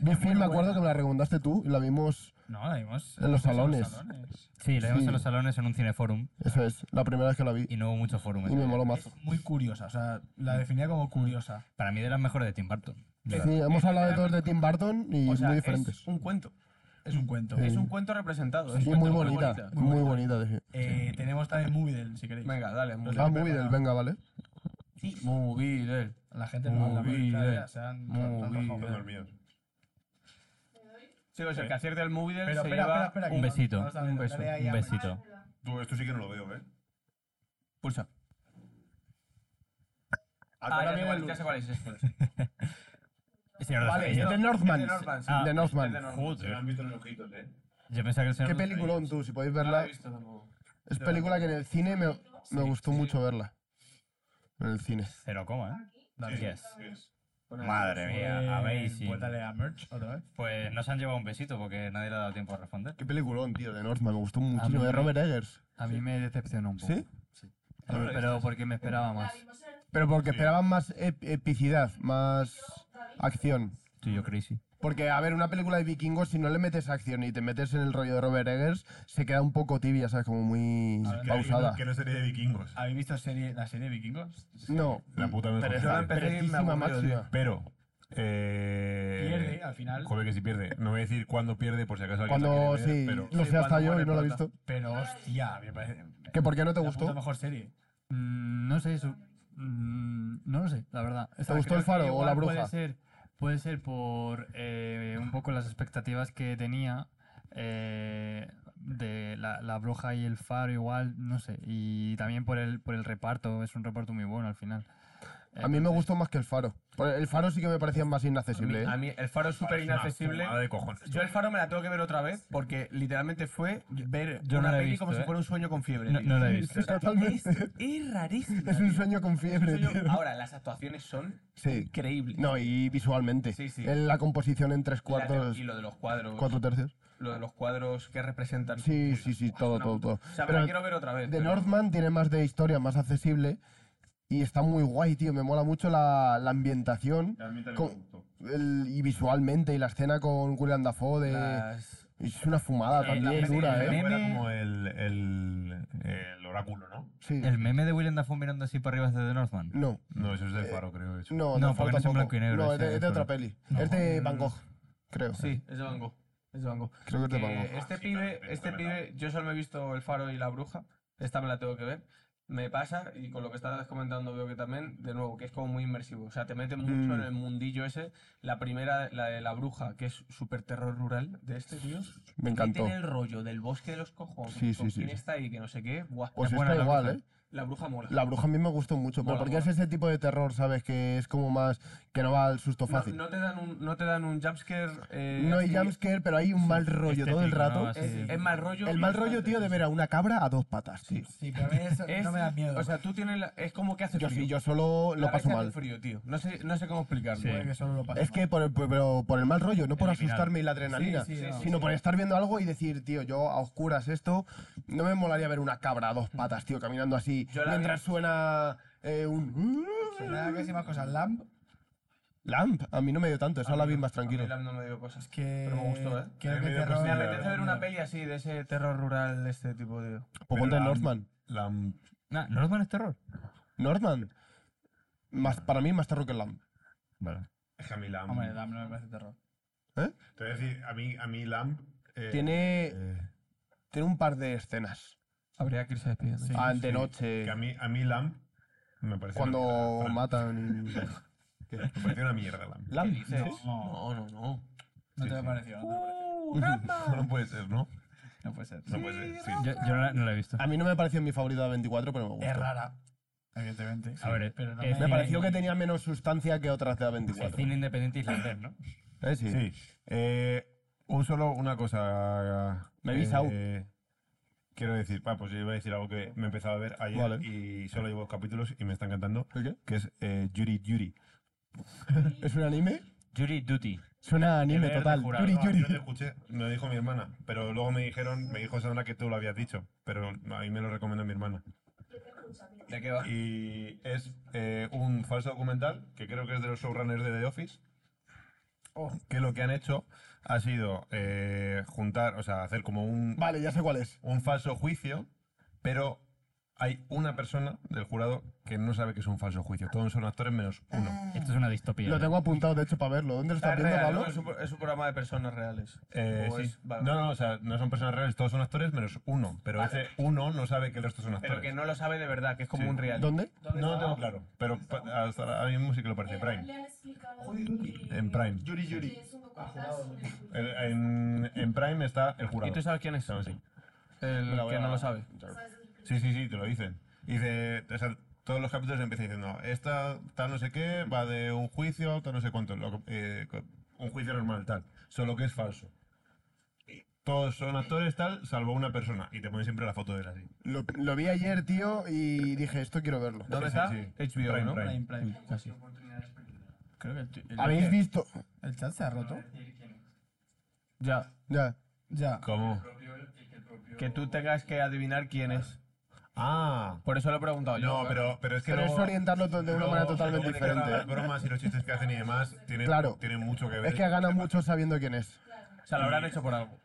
Speaker 1: Big Fish me acuerdo que me la recomendaste tú y la vimos...
Speaker 3: No, la vimos.
Speaker 1: En los
Speaker 3: la vimos
Speaker 1: salones.
Speaker 2: Sí, la vimos
Speaker 1: Sí.
Speaker 2: en los salones en un cineforum
Speaker 1: Eso es, la primera vez que la vi.
Speaker 2: y no hubo mucho forum.
Speaker 1: Y me moló más.
Speaker 3: Muy curiosa, o sea, la definía como curiosa.
Speaker 2: Para mí, de las mejores de Tim Burton.
Speaker 1: Sí, hemos hablado de todos de Tim Burton y
Speaker 6: O sea,
Speaker 1: muy diferentes.
Speaker 6: Es un cuento.
Speaker 3: Es un cuento.
Speaker 1: Sí.
Speaker 2: Eh,
Speaker 6: Es un cuento representado. es
Speaker 1: y
Speaker 6: un
Speaker 1: muy
Speaker 6: cuento
Speaker 1: bonita, muy bonita. de
Speaker 3: Eh, Tenemos también Movie Del, si queréis.
Speaker 6: Venga, dale. Muy
Speaker 1: Ah,
Speaker 6: bien.
Speaker 1: muy del, venga, vale.
Speaker 6: Muy bien.
Speaker 3: La gente no habla
Speaker 6: Movie
Speaker 3: la
Speaker 6: Del.
Speaker 3: ya se han-
Speaker 6: Movie
Speaker 3: han
Speaker 5: Están
Speaker 3: rajado.
Speaker 5: dormidos.
Speaker 6: Chicos, el que acierte el movie del
Speaker 3: Pero
Speaker 6: se
Speaker 3: espera, espera,
Speaker 6: lleva
Speaker 3: espera. que
Speaker 2: un
Speaker 3: no-
Speaker 2: besito,
Speaker 3: no lo saben,
Speaker 6: un beso,
Speaker 3: dale ahí
Speaker 2: Un
Speaker 3: a-
Speaker 2: besito.
Speaker 5: Tú, esto sí que no lo veo, ¿eh?
Speaker 3: Ah,
Speaker 6: Pulsa.
Speaker 1: Ahora
Speaker 6: Ah, ya, sé
Speaker 1: viene
Speaker 6: cuál-
Speaker 1: el-
Speaker 6: ya sé cuál es. es.
Speaker 2: Señor de los
Speaker 1: Vale, este
Speaker 2: Anillos.
Speaker 1: The Northman.
Speaker 6: The Northman, sí.
Speaker 2: Ah,
Speaker 1: The Northman.
Speaker 6: Es de Norman.
Speaker 5: Se lo
Speaker 2: Joder.
Speaker 5: han visto en los ojitos, ¿eh?
Speaker 2: Yo pensaba que el señor.
Speaker 1: Qué
Speaker 2: de los
Speaker 1: peliculón, tú, si podéis
Speaker 6: No la he
Speaker 1: verla.
Speaker 6: visto tampoco.
Speaker 1: Es película que en el cine me, me gustó
Speaker 6: sí.
Speaker 1: mucho verla. En el cine.
Speaker 2: Anillos. Cero coma, ¿eh?
Speaker 3: Dale.
Speaker 2: Yes.
Speaker 5: Es-
Speaker 2: Madre mía,
Speaker 3: Eh,
Speaker 2: amazing.
Speaker 3: Pues dale a merch otra vez.
Speaker 2: Pues nos han llevado un besito porque nadie le ha dado tiempo a responder.
Speaker 1: Qué peliculón, tío, de Northman. Me gustó muchísimo.
Speaker 13: mí
Speaker 1: De
Speaker 13: me-
Speaker 1: Robert Eggers.
Speaker 13: A mí me decepcionó un poco.
Speaker 1: ¿Sí?
Speaker 13: Pero, pero porque me esperaba más.
Speaker 1: Pero porque esperaban más ep- epicidad, más acción.
Speaker 2: Tú y yo, Crazy.
Speaker 1: Porque, a ver, una película de vikingos, si no le metes acción y te metes en el rollo de Robert Eggers, se queda un poco tibia, ¿sabes? Como muy
Speaker 5: que-
Speaker 1: pausada.
Speaker 5: Que no sería de vikingos.
Speaker 3: ¿Habéis visto serie, la serie Vikingos?
Speaker 1: No.
Speaker 5: La puta me
Speaker 1: Pereza-
Speaker 6: Yo la empecé y me
Speaker 1: perezísima
Speaker 6: aburrió,
Speaker 1: máxima.
Speaker 5: Pero. Eh,
Speaker 3: Pierde al final.
Speaker 5: Joder, que si pierde. No voy a decir cuándo pierde, por si acaso alguien la
Speaker 1: Cuando
Speaker 5: quiere ver,
Speaker 1: sí,
Speaker 5: pero-
Speaker 1: lo
Speaker 6: Sí,
Speaker 1: sé hasta
Speaker 6: cuando
Speaker 1: yo
Speaker 6: muere
Speaker 1: y no lo he
Speaker 6: Prota.
Speaker 1: visto.
Speaker 3: Pero hostia, me parece.
Speaker 1: ¿Que por qué no te
Speaker 3: la
Speaker 1: gustó?
Speaker 3: puta mejor serie.
Speaker 13: Mm, no sé, su- mm, no lo sé, la verdad. O sea,
Speaker 1: gustó
Speaker 13: creo
Speaker 1: el faro
Speaker 13: que
Speaker 1: o la
Speaker 13: igual
Speaker 1: bruja?
Speaker 13: Puede ser, puede ser por eh, un poco las expectativas que tenía. eh, de la, la bruja y el faro igual, no sé. Y también por el, por el reparto, es un reparto muy bueno al final.
Speaker 1: A mí me gustó más que el faro. El faro sí que me parecía más inaccesible. ¿eh?
Speaker 6: A mí el faro es súper inaccesible.
Speaker 5: Fumada de cojones.
Speaker 6: Yo el faro me la tengo que ver otra vez porque literalmente fue ver
Speaker 2: Yo no
Speaker 6: una
Speaker 2: la he
Speaker 6: peli
Speaker 2: visto,
Speaker 6: como si
Speaker 2: ¿eh?
Speaker 6: fuera un sueño con fiebre.
Speaker 2: No,
Speaker 6: tío.
Speaker 2: no la he visto.
Speaker 1: ¿eh? Totalmente.
Speaker 6: Es, es rarísimo.
Speaker 1: Es un
Speaker 6: tío.
Speaker 1: sueño con
Speaker 6: Es un
Speaker 1: fiebre.
Speaker 6: sueño-
Speaker 1: tío.
Speaker 6: Ahora, las actuaciones son
Speaker 1: Sí.
Speaker 6: increíbles.
Speaker 1: No, y visualmente.
Speaker 6: Sí, sí.
Speaker 1: En La composición en tres
Speaker 6: Y la-
Speaker 1: cuartos,
Speaker 6: Y lo de los cuadros.
Speaker 1: cuatro tercios.
Speaker 6: Lo de los cuadros que representan.
Speaker 1: Sí, sí, sí, todo,
Speaker 6: no.
Speaker 1: todo, todo.
Speaker 6: O sea, me
Speaker 1: Pero
Speaker 6: la quiero ver otra vez.
Speaker 1: The
Speaker 6: pero-
Speaker 1: Northman tiene más de historia, más accesible. Y está muy guay, tío. Me mola mucho la, la ambientación.
Speaker 5: Realmente
Speaker 1: me Con- el- y visualmente, y la escena con William Dafoe. De,
Speaker 6: Las-
Speaker 1: Es una fumada
Speaker 6: Sí,
Speaker 1: también,
Speaker 6: la-
Speaker 1: dura,
Speaker 5: Era
Speaker 1: ¿eh?
Speaker 2: meme-
Speaker 5: como el, el, el oráculo, ¿no?
Speaker 1: Sí.
Speaker 2: El meme de Willem Dafoe mirando así para arriba es de The Northman.
Speaker 1: No,
Speaker 5: No, eso es del faro, creo. eso.
Speaker 1: no,
Speaker 2: No,
Speaker 1: Dafoe
Speaker 2: porque no es
Speaker 1: tampoco.
Speaker 2: en blanco y negro,
Speaker 1: No,
Speaker 2: ese
Speaker 1: es de, es de
Speaker 2: es
Speaker 1: otra
Speaker 2: color.
Speaker 1: peli. Es de Van Gogh, creo.
Speaker 6: Sí, es de Van Gogh. Es de Van Gogh.
Speaker 1: Creo que es de Van
Speaker 6: Que
Speaker 1: Gogh.
Speaker 6: este
Speaker 5: Ah, sí,
Speaker 6: pibe,
Speaker 5: claro,
Speaker 6: este
Speaker 5: fenomenal.
Speaker 6: pibe, yo solo me he visto El Faro y la Bruja. Esta me la tengo que ver. Me pasa, y con lo que estabas comentando veo que también, de nuevo, que es como muy inmersivo. O sea, te mete mucho
Speaker 1: Mm.
Speaker 6: en el mundillo ese. La primera, la de la bruja, que es súper terror rural de este tío.
Speaker 1: Me encantó.
Speaker 6: Tiene el rollo del bosque de los cojones.
Speaker 1: Sí, sí,
Speaker 6: con
Speaker 1: sí,
Speaker 6: quién
Speaker 1: sí.
Speaker 6: está ahí, que no sé qué. Buah,
Speaker 1: Pues
Speaker 6: es
Speaker 1: está
Speaker 6: buena la
Speaker 1: igual,
Speaker 6: bruja.
Speaker 1: ¿eh?
Speaker 6: La bruja mola.
Speaker 1: La bruja a mí me gustó mucho, pero
Speaker 6: Mola,
Speaker 1: porque es
Speaker 6: mola.
Speaker 1: ese tipo de terror, ¿sabes? Que es como más. que no va al susto
Speaker 6: no,
Speaker 1: fácil. No,
Speaker 6: no te dan un, no te dan un jumpscare. eh,
Speaker 1: hay
Speaker 6: así,
Speaker 1: jumpscare, pero hay un mal rollo todo el
Speaker 2: Estético,
Speaker 1: rato.
Speaker 2: ¿no? Así-
Speaker 6: Es, es mal rollo.
Speaker 1: El mal rollo, tío, de ver a una cabra a dos patas. tío.
Speaker 3: Sí, pero a mí eso
Speaker 6: Es-
Speaker 3: no me da miedo.
Speaker 6: O sea, tú tienes. la- es como que hace
Speaker 1: Yo
Speaker 6: frío.
Speaker 1: sí, yo solo lo
Speaker 6: La
Speaker 1: paso
Speaker 6: verdad que hace
Speaker 1: mal.
Speaker 6: frío, tío. No sé, no sé cómo explicarlo.
Speaker 2: Sí.
Speaker 6: eh.
Speaker 3: que solo lo paso
Speaker 1: Es que por el, por- pero por el mal rollo, no por
Speaker 2: Eliminado.
Speaker 1: asustarme y la adrenalina,
Speaker 3: Sí, sí, no.
Speaker 1: sino por estar viendo algo y decir, tío, yo a oscuras esto, no me molaría ver una cabra a dos patas, tío, caminando así,
Speaker 6: Yo la
Speaker 1: mientras suena eh, un...
Speaker 3: mal. Nada, casi más cosas. Lamp,
Speaker 1: Lamp, a mí no me dio tanto, eso
Speaker 6: A
Speaker 1: la
Speaker 6: mí
Speaker 1: vi
Speaker 6: no-
Speaker 1: más
Speaker 6: a
Speaker 1: tranquilo.
Speaker 6: mí la- no me dio cosas.
Speaker 3: que.
Speaker 6: Pero me gustó, ¿eh?
Speaker 3: Creo
Speaker 5: A mí
Speaker 3: que
Speaker 5: me dio
Speaker 3: terror.
Speaker 6: Me
Speaker 5: cosilla.
Speaker 6: apetece ver una peli así, de ese terror rural, de este tipo, tío.
Speaker 1: Pues
Speaker 5: Pero
Speaker 1: ponte
Speaker 5: la-
Speaker 1: Northman.
Speaker 5: La,
Speaker 2: Ah, ¿Northman es terror?
Speaker 1: Northman. Más, para mí más terror que Lamp.
Speaker 2: Vale.
Speaker 5: es que a mí Lamb.
Speaker 3: Hombre, Lamp no me parece terror.
Speaker 5: Te voy a decir, a mí, a mí Lamb. eh,
Speaker 1: Tiene,
Speaker 5: eh,
Speaker 1: tiene un par de escenas.
Speaker 6: Habría que irse despidiendo.
Speaker 1: Ah, de
Speaker 5: sí.
Speaker 1: noche,
Speaker 5: que a mí, a mí Lamb me parece.
Speaker 1: cuando
Speaker 5: una mierda,
Speaker 1: matan...
Speaker 5: Fran. Me parece una mierda Lamb.
Speaker 1: Lamp.
Speaker 6: No, no, no.
Speaker 3: No
Speaker 5: Sí,
Speaker 3: te me
Speaker 5: sí.
Speaker 3: pareció, no te me pareció.
Speaker 5: No puede ser, ¿no?
Speaker 3: No puede ser.
Speaker 5: No puede ser. sí.
Speaker 2: Yo, yo no, la, no la he visto.
Speaker 1: A mí no me pareció mi favorita de 24, pero me gustó.
Speaker 3: Es rara, evidentemente.
Speaker 2: A ver,
Speaker 3: pero no
Speaker 2: es-
Speaker 3: me
Speaker 1: Me pareció
Speaker 2: Cine-
Speaker 1: que tenía menos sustancia que otras de
Speaker 2: Es
Speaker 1: A24.
Speaker 2: cine independiente islandés, ¿no?
Speaker 1: ¿Eh? Sí.
Speaker 5: Sí. Eh, un solo, una cosa.
Speaker 1: Me he visado.
Speaker 5: eh, quiero decir, ah, pues yo iba a decir algo que me empezaba a ver ayer
Speaker 1: Vale.
Speaker 5: y solo llevo dos capítulos y me está encantando,
Speaker 1: ¿El qué?
Speaker 5: que es eh, Yuri Yuri.
Speaker 1: ¿Es un anime?
Speaker 2: Jury Duty.
Speaker 1: Suena a anime
Speaker 2: Deber de
Speaker 1: total.
Speaker 2: jurar.
Speaker 1: Yuri
Speaker 5: No,
Speaker 1: Yuri.
Speaker 5: yo no te escuché, me lo dijo mi hermana, pero luego me dijeron, me dijo Sandra que tú lo habías dicho, pero a mí me lo recomendó mi hermana.
Speaker 6: ¿De qué va?
Speaker 5: Y es eh, un falso documental que creo que es de los showrunners de The Office.
Speaker 1: Oh.
Speaker 5: Que lo que han hecho ha sido eh, juntar, o sea, hacer como un,
Speaker 1: Vale, ya sé cuál es.
Speaker 5: un falso juicio, pero hay una persona del jurado que no sabe que es un falso juicio. Todos son actores menos uno.
Speaker 2: Esto es una distopía.
Speaker 1: Lo
Speaker 2: ¿eh?
Speaker 1: tengo apuntado, de hecho, para verlo. ¿Dónde lo
Speaker 6: Ah,
Speaker 1: estás
Speaker 6: es,
Speaker 1: viendo,
Speaker 6: real,
Speaker 1: Pablo?
Speaker 6: ¿no? es, un, pro- es un programa de personas reales.
Speaker 5: Eh,
Speaker 6: O
Speaker 5: sí.
Speaker 6: es- vale.
Speaker 5: No, no, o sea, no son personas reales, todos son actores menos uno. Pero
Speaker 6: Vale.
Speaker 5: ese uno no sabe que el resto son actores.
Speaker 6: Pero que no lo sabe de verdad, que es como
Speaker 5: Sí.
Speaker 6: un real.
Speaker 1: ¿Dónde?
Speaker 5: No lo tengo claro, pero pa- hasta ahora mismo sí que lo parece. Prime. En Prime. Yuri Yuri. En, en Prime está el jurado.
Speaker 6: ¿Y tú sabes quién es?
Speaker 5: Estamos así.
Speaker 6: El
Speaker 1: Me la voy
Speaker 6: que
Speaker 1: a-
Speaker 6: no lo sabe.
Speaker 5: Sí, sí, sí, te lo dicen. Y Dice, o sea, todos los capítulos empiezan diciendo, esta tal no sé qué, va de un juicio, tal no sé cuánto, lo que- eh, co- un juicio normal, tal, solo que es falso. Y Todos son actores, tal, salvo una persona. Y te ponen siempre la foto de él así.
Speaker 1: Lo, lo vi ayer, tío, y dije, esto quiero verlo.
Speaker 6: ¿Dónde
Speaker 5: Sí,
Speaker 6: está?
Speaker 5: sí, sí.
Speaker 6: HBO,
Speaker 5: Prime,
Speaker 6: ¿no?
Speaker 5: Prime.
Speaker 3: Prime, Prime.
Speaker 6: Casi.
Speaker 3: Creo que el, tu- el-
Speaker 1: ¿Habéis visto?
Speaker 3: el chat se ha roto.
Speaker 6: Ya.
Speaker 1: Ya.
Speaker 3: Ya.
Speaker 5: ¿Cómo?
Speaker 6: Que tú tengas que adivinar quién es.
Speaker 5: Ah,
Speaker 6: Por eso lo he preguntado yo.
Speaker 5: no, pero, pero es que
Speaker 1: Pero es
Speaker 5: luego-
Speaker 1: orientarlo to- de una
Speaker 5: luego-
Speaker 1: manera totalmente
Speaker 5: luego de cara a Las
Speaker 1: diferente.
Speaker 5: bromas y los chistes que hacen y demás tienen,
Speaker 1: Claro.
Speaker 5: tienen mucho que ver.
Speaker 1: Es que gana mucho sabiendo quién es.
Speaker 6: O sea, lo habrán hecho por algo.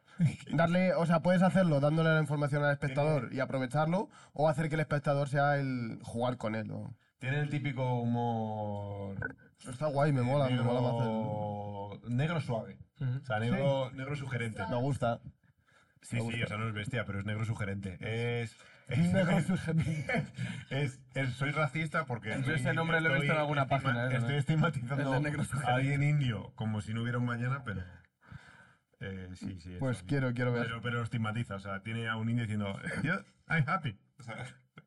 Speaker 1: Darle, o sea, puedes hacerlo dándole la información al espectador y aprovecharlo, o hacer que el espectador sea el jugar con él. o-
Speaker 5: Tienen el típico humor
Speaker 1: Está guay, me mola, me
Speaker 5: negro...
Speaker 1: mola más. el-
Speaker 5: negro suave. O sea, negro, negro sugerente.
Speaker 1: Me gusta.
Speaker 5: Sí, sí, o sea, no es bestia, pero es negro sugerente. Es. es-
Speaker 1: Negro sugerente.
Speaker 5: es- es- soy racista porque.
Speaker 6: Yo ese nombre lo he visto en alguna página, ¿eh?
Speaker 5: Estoy estigmatizando
Speaker 6: El de negro
Speaker 5: a
Speaker 6: sugerente.
Speaker 5: alguien indio como si no hubiera un mañana, pero. Eh, sí, sí.
Speaker 1: Pues
Speaker 5: eso,
Speaker 1: quiero, quiero ver.
Speaker 5: Pero, pero estigmatiza, o sea, tiene a un indio diciendo, yo, I'm happy. O sea,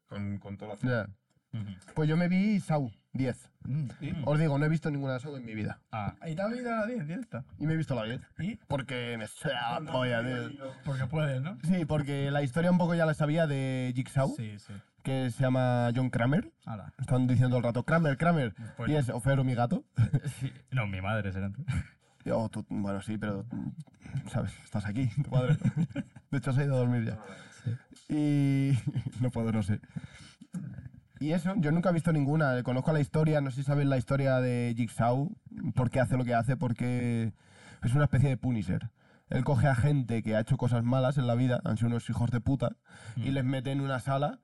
Speaker 5: con, con toda la
Speaker 1: Ya. Pues yo me vi Sau 10.
Speaker 3: Mm,
Speaker 1: Os digo, no he visto ninguna de Sau en mi vida.
Speaker 2: Ah,
Speaker 3: Ahí te ha venido a la 10, directa.
Speaker 1: Y me he visto la 10.
Speaker 3: ¿Y?
Speaker 1: Porque me suena la polla, tío.
Speaker 3: Porque puedes, ¿no?
Speaker 1: Sí, porque la historia un poco ya la sabía de Jigsaw,
Speaker 3: Sí, sí.
Speaker 1: que se llama John Kramer.
Speaker 3: Ahora.
Speaker 1: Están diciendo el rato, Kramer, Kramer.
Speaker 2: Pues-
Speaker 1: y es Ofero, mi gato.
Speaker 2: sí. No, mi madre será.
Speaker 1: Y, oh, tú- bueno, sí, pero, mm, ¿sabes? Estás aquí, tu padre. De hecho, se ha ido a dormir ya. Y no puedo, no sé. Y eso, yo nunca he visto ninguna. Conozco la historia, no sé si sabéis la historia de Jigsaw, por qué hace lo que hace, porque es una especie de Punisher. Él coge a gente que ha hecho cosas malas en la vida, han sido unos hijos de puta, y les mete en una sala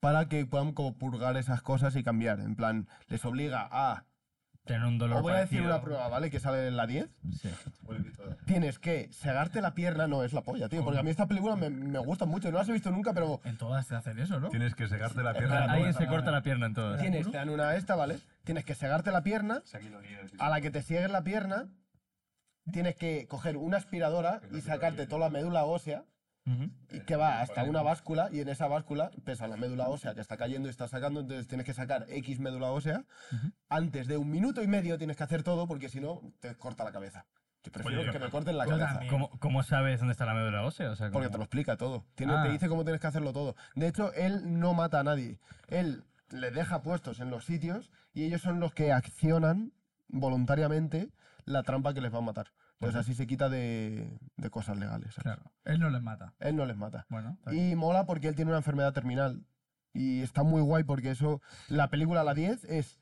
Speaker 1: para que puedan como purgar esas cosas y cambiar. En plan, les obliga a...
Speaker 2: Tener un dolor
Speaker 1: Os voy a decir
Speaker 2: parecido.
Speaker 1: una prueba, ¿vale? Que sale en la 10
Speaker 2: Sí.
Speaker 1: tienes que segarte la pierna, no es la polla, tío. Porque a mí esta película me, me gusta mucho, no las he visto nunca, pero
Speaker 3: En todas se hacen eso, ¿no?
Speaker 5: Tienes que secarte la pierna.
Speaker 1: Espera,
Speaker 5: ¿no?
Speaker 2: Alguien se corta la pierna en todas.
Speaker 1: tienes, te dan una esta, ¿vale? Tienes que segarte la pierna, a la que te ciegues la pierna, tienes que coger una aspiradora y sacarte toda la médula ósea. y que va hasta una báscula y en esa báscula pesa la médula ósea que está cayendo y está sacando, entonces tienes que sacar X médula ósea. Antes de un minuto y medio tienes que hacer todo porque si no te corta la cabeza. Yo prefiero
Speaker 5: Oye,
Speaker 1: que me corten la
Speaker 3: yo
Speaker 1: cabeza.
Speaker 3: también.
Speaker 2: ¿Cómo, cómo sabes dónde está la médula ósea? O sea,
Speaker 1: Porque te
Speaker 2: ¿cómo?
Speaker 1: lo explica todo. Tiene,
Speaker 2: Ah.
Speaker 1: Te dice cómo tienes que hacerlo todo. De hecho, él no mata a nadie. Él le deja puestos en los sitios y ellos son los que accionan voluntariamente la trampa que les va a matar. Entonces así se quita de, de cosas legales. ¿sabes?
Speaker 3: Claro. Él no les mata.
Speaker 1: Él no les mata.
Speaker 3: Bueno, pues, está bien.
Speaker 1: Y mola porque él tiene una enfermedad terminal. Y está muy guay porque eso. La película La 10 es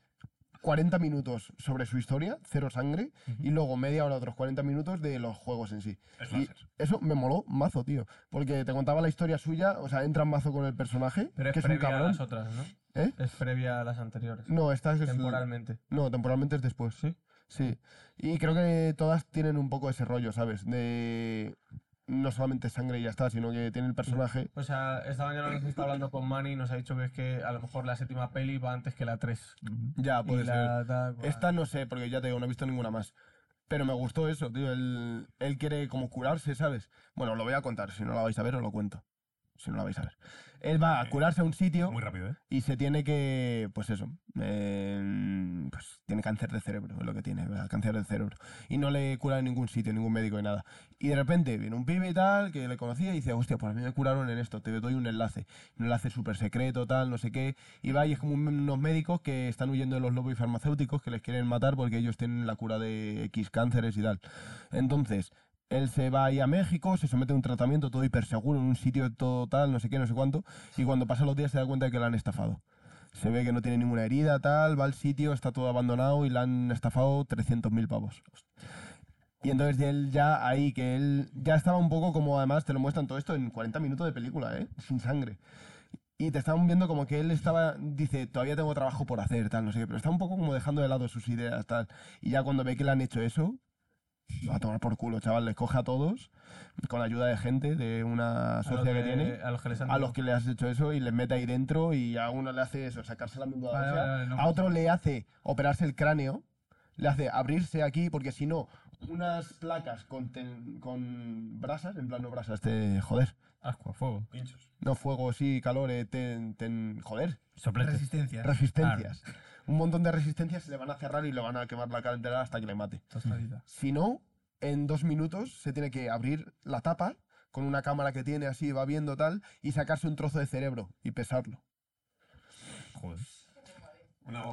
Speaker 1: 40 minutos sobre su historia, cero sangre, y luego media hora, otros 40 minutos de los juegos en sí.
Speaker 5: Es
Speaker 1: Y
Speaker 5: láser.
Speaker 1: eso me moló mazo, tío. Porque te contaba la historia suya, o sea, entra en mazo con el personaje,
Speaker 6: Pero es
Speaker 1: que es un
Speaker 6: previa a
Speaker 1: cabrón.
Speaker 6: las otras, ¿no?
Speaker 1: ¿Eh?
Speaker 6: Es previa a las anteriores.
Speaker 1: No, esta es.
Speaker 6: Temporalmente.
Speaker 1: No, temporalmente es después.
Speaker 6: ¿Sí?
Speaker 1: Sí. Y creo que todas tienen un poco ese rollo, ¿sabes? De. No solamente sangre y ya está, sino que tiene el personaje.
Speaker 6: O sea, esta mañana nos está hablando con Manny y nos ha dicho que es que a lo mejor la séptima peli va antes que la 3.
Speaker 1: Ya, puede ser. Esta no sé, porque ya te digo, no he visto ninguna más. Pero me gustó eso, tío. Él, él quiere como curarse, ¿sabes? Bueno, lo voy a contar. Si no la vais a ver, os lo cuento. Si no la vais a ver. Él va a curarse a un sitio
Speaker 5: Muy rápido, ¿eh?
Speaker 1: y se tiene que. Pues eso. eh, pues tiene cáncer de cerebro, es lo que tiene, ¿verdad? Cáncer de cerebro. Y no le cura en ningún sitio, ningún médico y nada. Y de repente viene un pibe y tal, que le conocía y dice, hostia, pues a mí me curaron en esto, te doy un enlace. Un enlace súper secreto, tal, no sé qué. Y va y es como un- unos médicos que están huyendo de los lobos farmacéuticos que les quieren matar porque ellos tienen la cura de X cánceres y tal. Entonces, él se va ahí a México, se somete a un tratamiento todo hiperseguro, en un sitio todo tal, no sé qué, no sé cuánto. Y cuando pasan los días se da cuenta de que la han estafado. Se ve que no tiene ninguna herida, tal, va al sitio, está todo abandonado y la han estafado 300.000 pavos. Y entonces él ya ahí, que él ya estaba un poco como además te lo muestran todo esto en 40 minutos de película, ¿eh? Sin sangre. Y te estaban viendo como que él estaba, dice, todavía tengo trabajo por hacer, tal, no sé qué, pero está un poco como dejando de lado sus ideas, tal. Y ya cuando ve que le han hecho eso, va a tomar por culo, chaval, les coge a todos, con ayuda de gente, de una
Speaker 6: A los
Speaker 1: socia que, tiene,
Speaker 6: A los que les han
Speaker 1: a los que le has hecho eso y les mete ahí dentro y a uno le hace eso, sacarse la médula
Speaker 3: Vale,
Speaker 1: ósea,
Speaker 3: vale, vale, no
Speaker 1: a otro le hace operarse el cráneo, le hace abrirse aquí porque si no, unas placas con, ten- con brasas, en plan no brasas, te joder,
Speaker 2: Ascua, fuego.
Speaker 1: no fuego, sí, calor, eh, ten, ten- joder,
Speaker 2: Soplete.
Speaker 3: Resistencia.
Speaker 1: resistencias. Un montón de resistencias se le van a cerrar y le van a quemar la cara entera hasta que le mate.
Speaker 3: Tostadita.
Speaker 1: Si no, en dos minutos se tiene que abrir la tapa con una cámara que tiene así, va viendo tal, y sacarse un trozo de cerebro y pesarlo.
Speaker 2: Joder.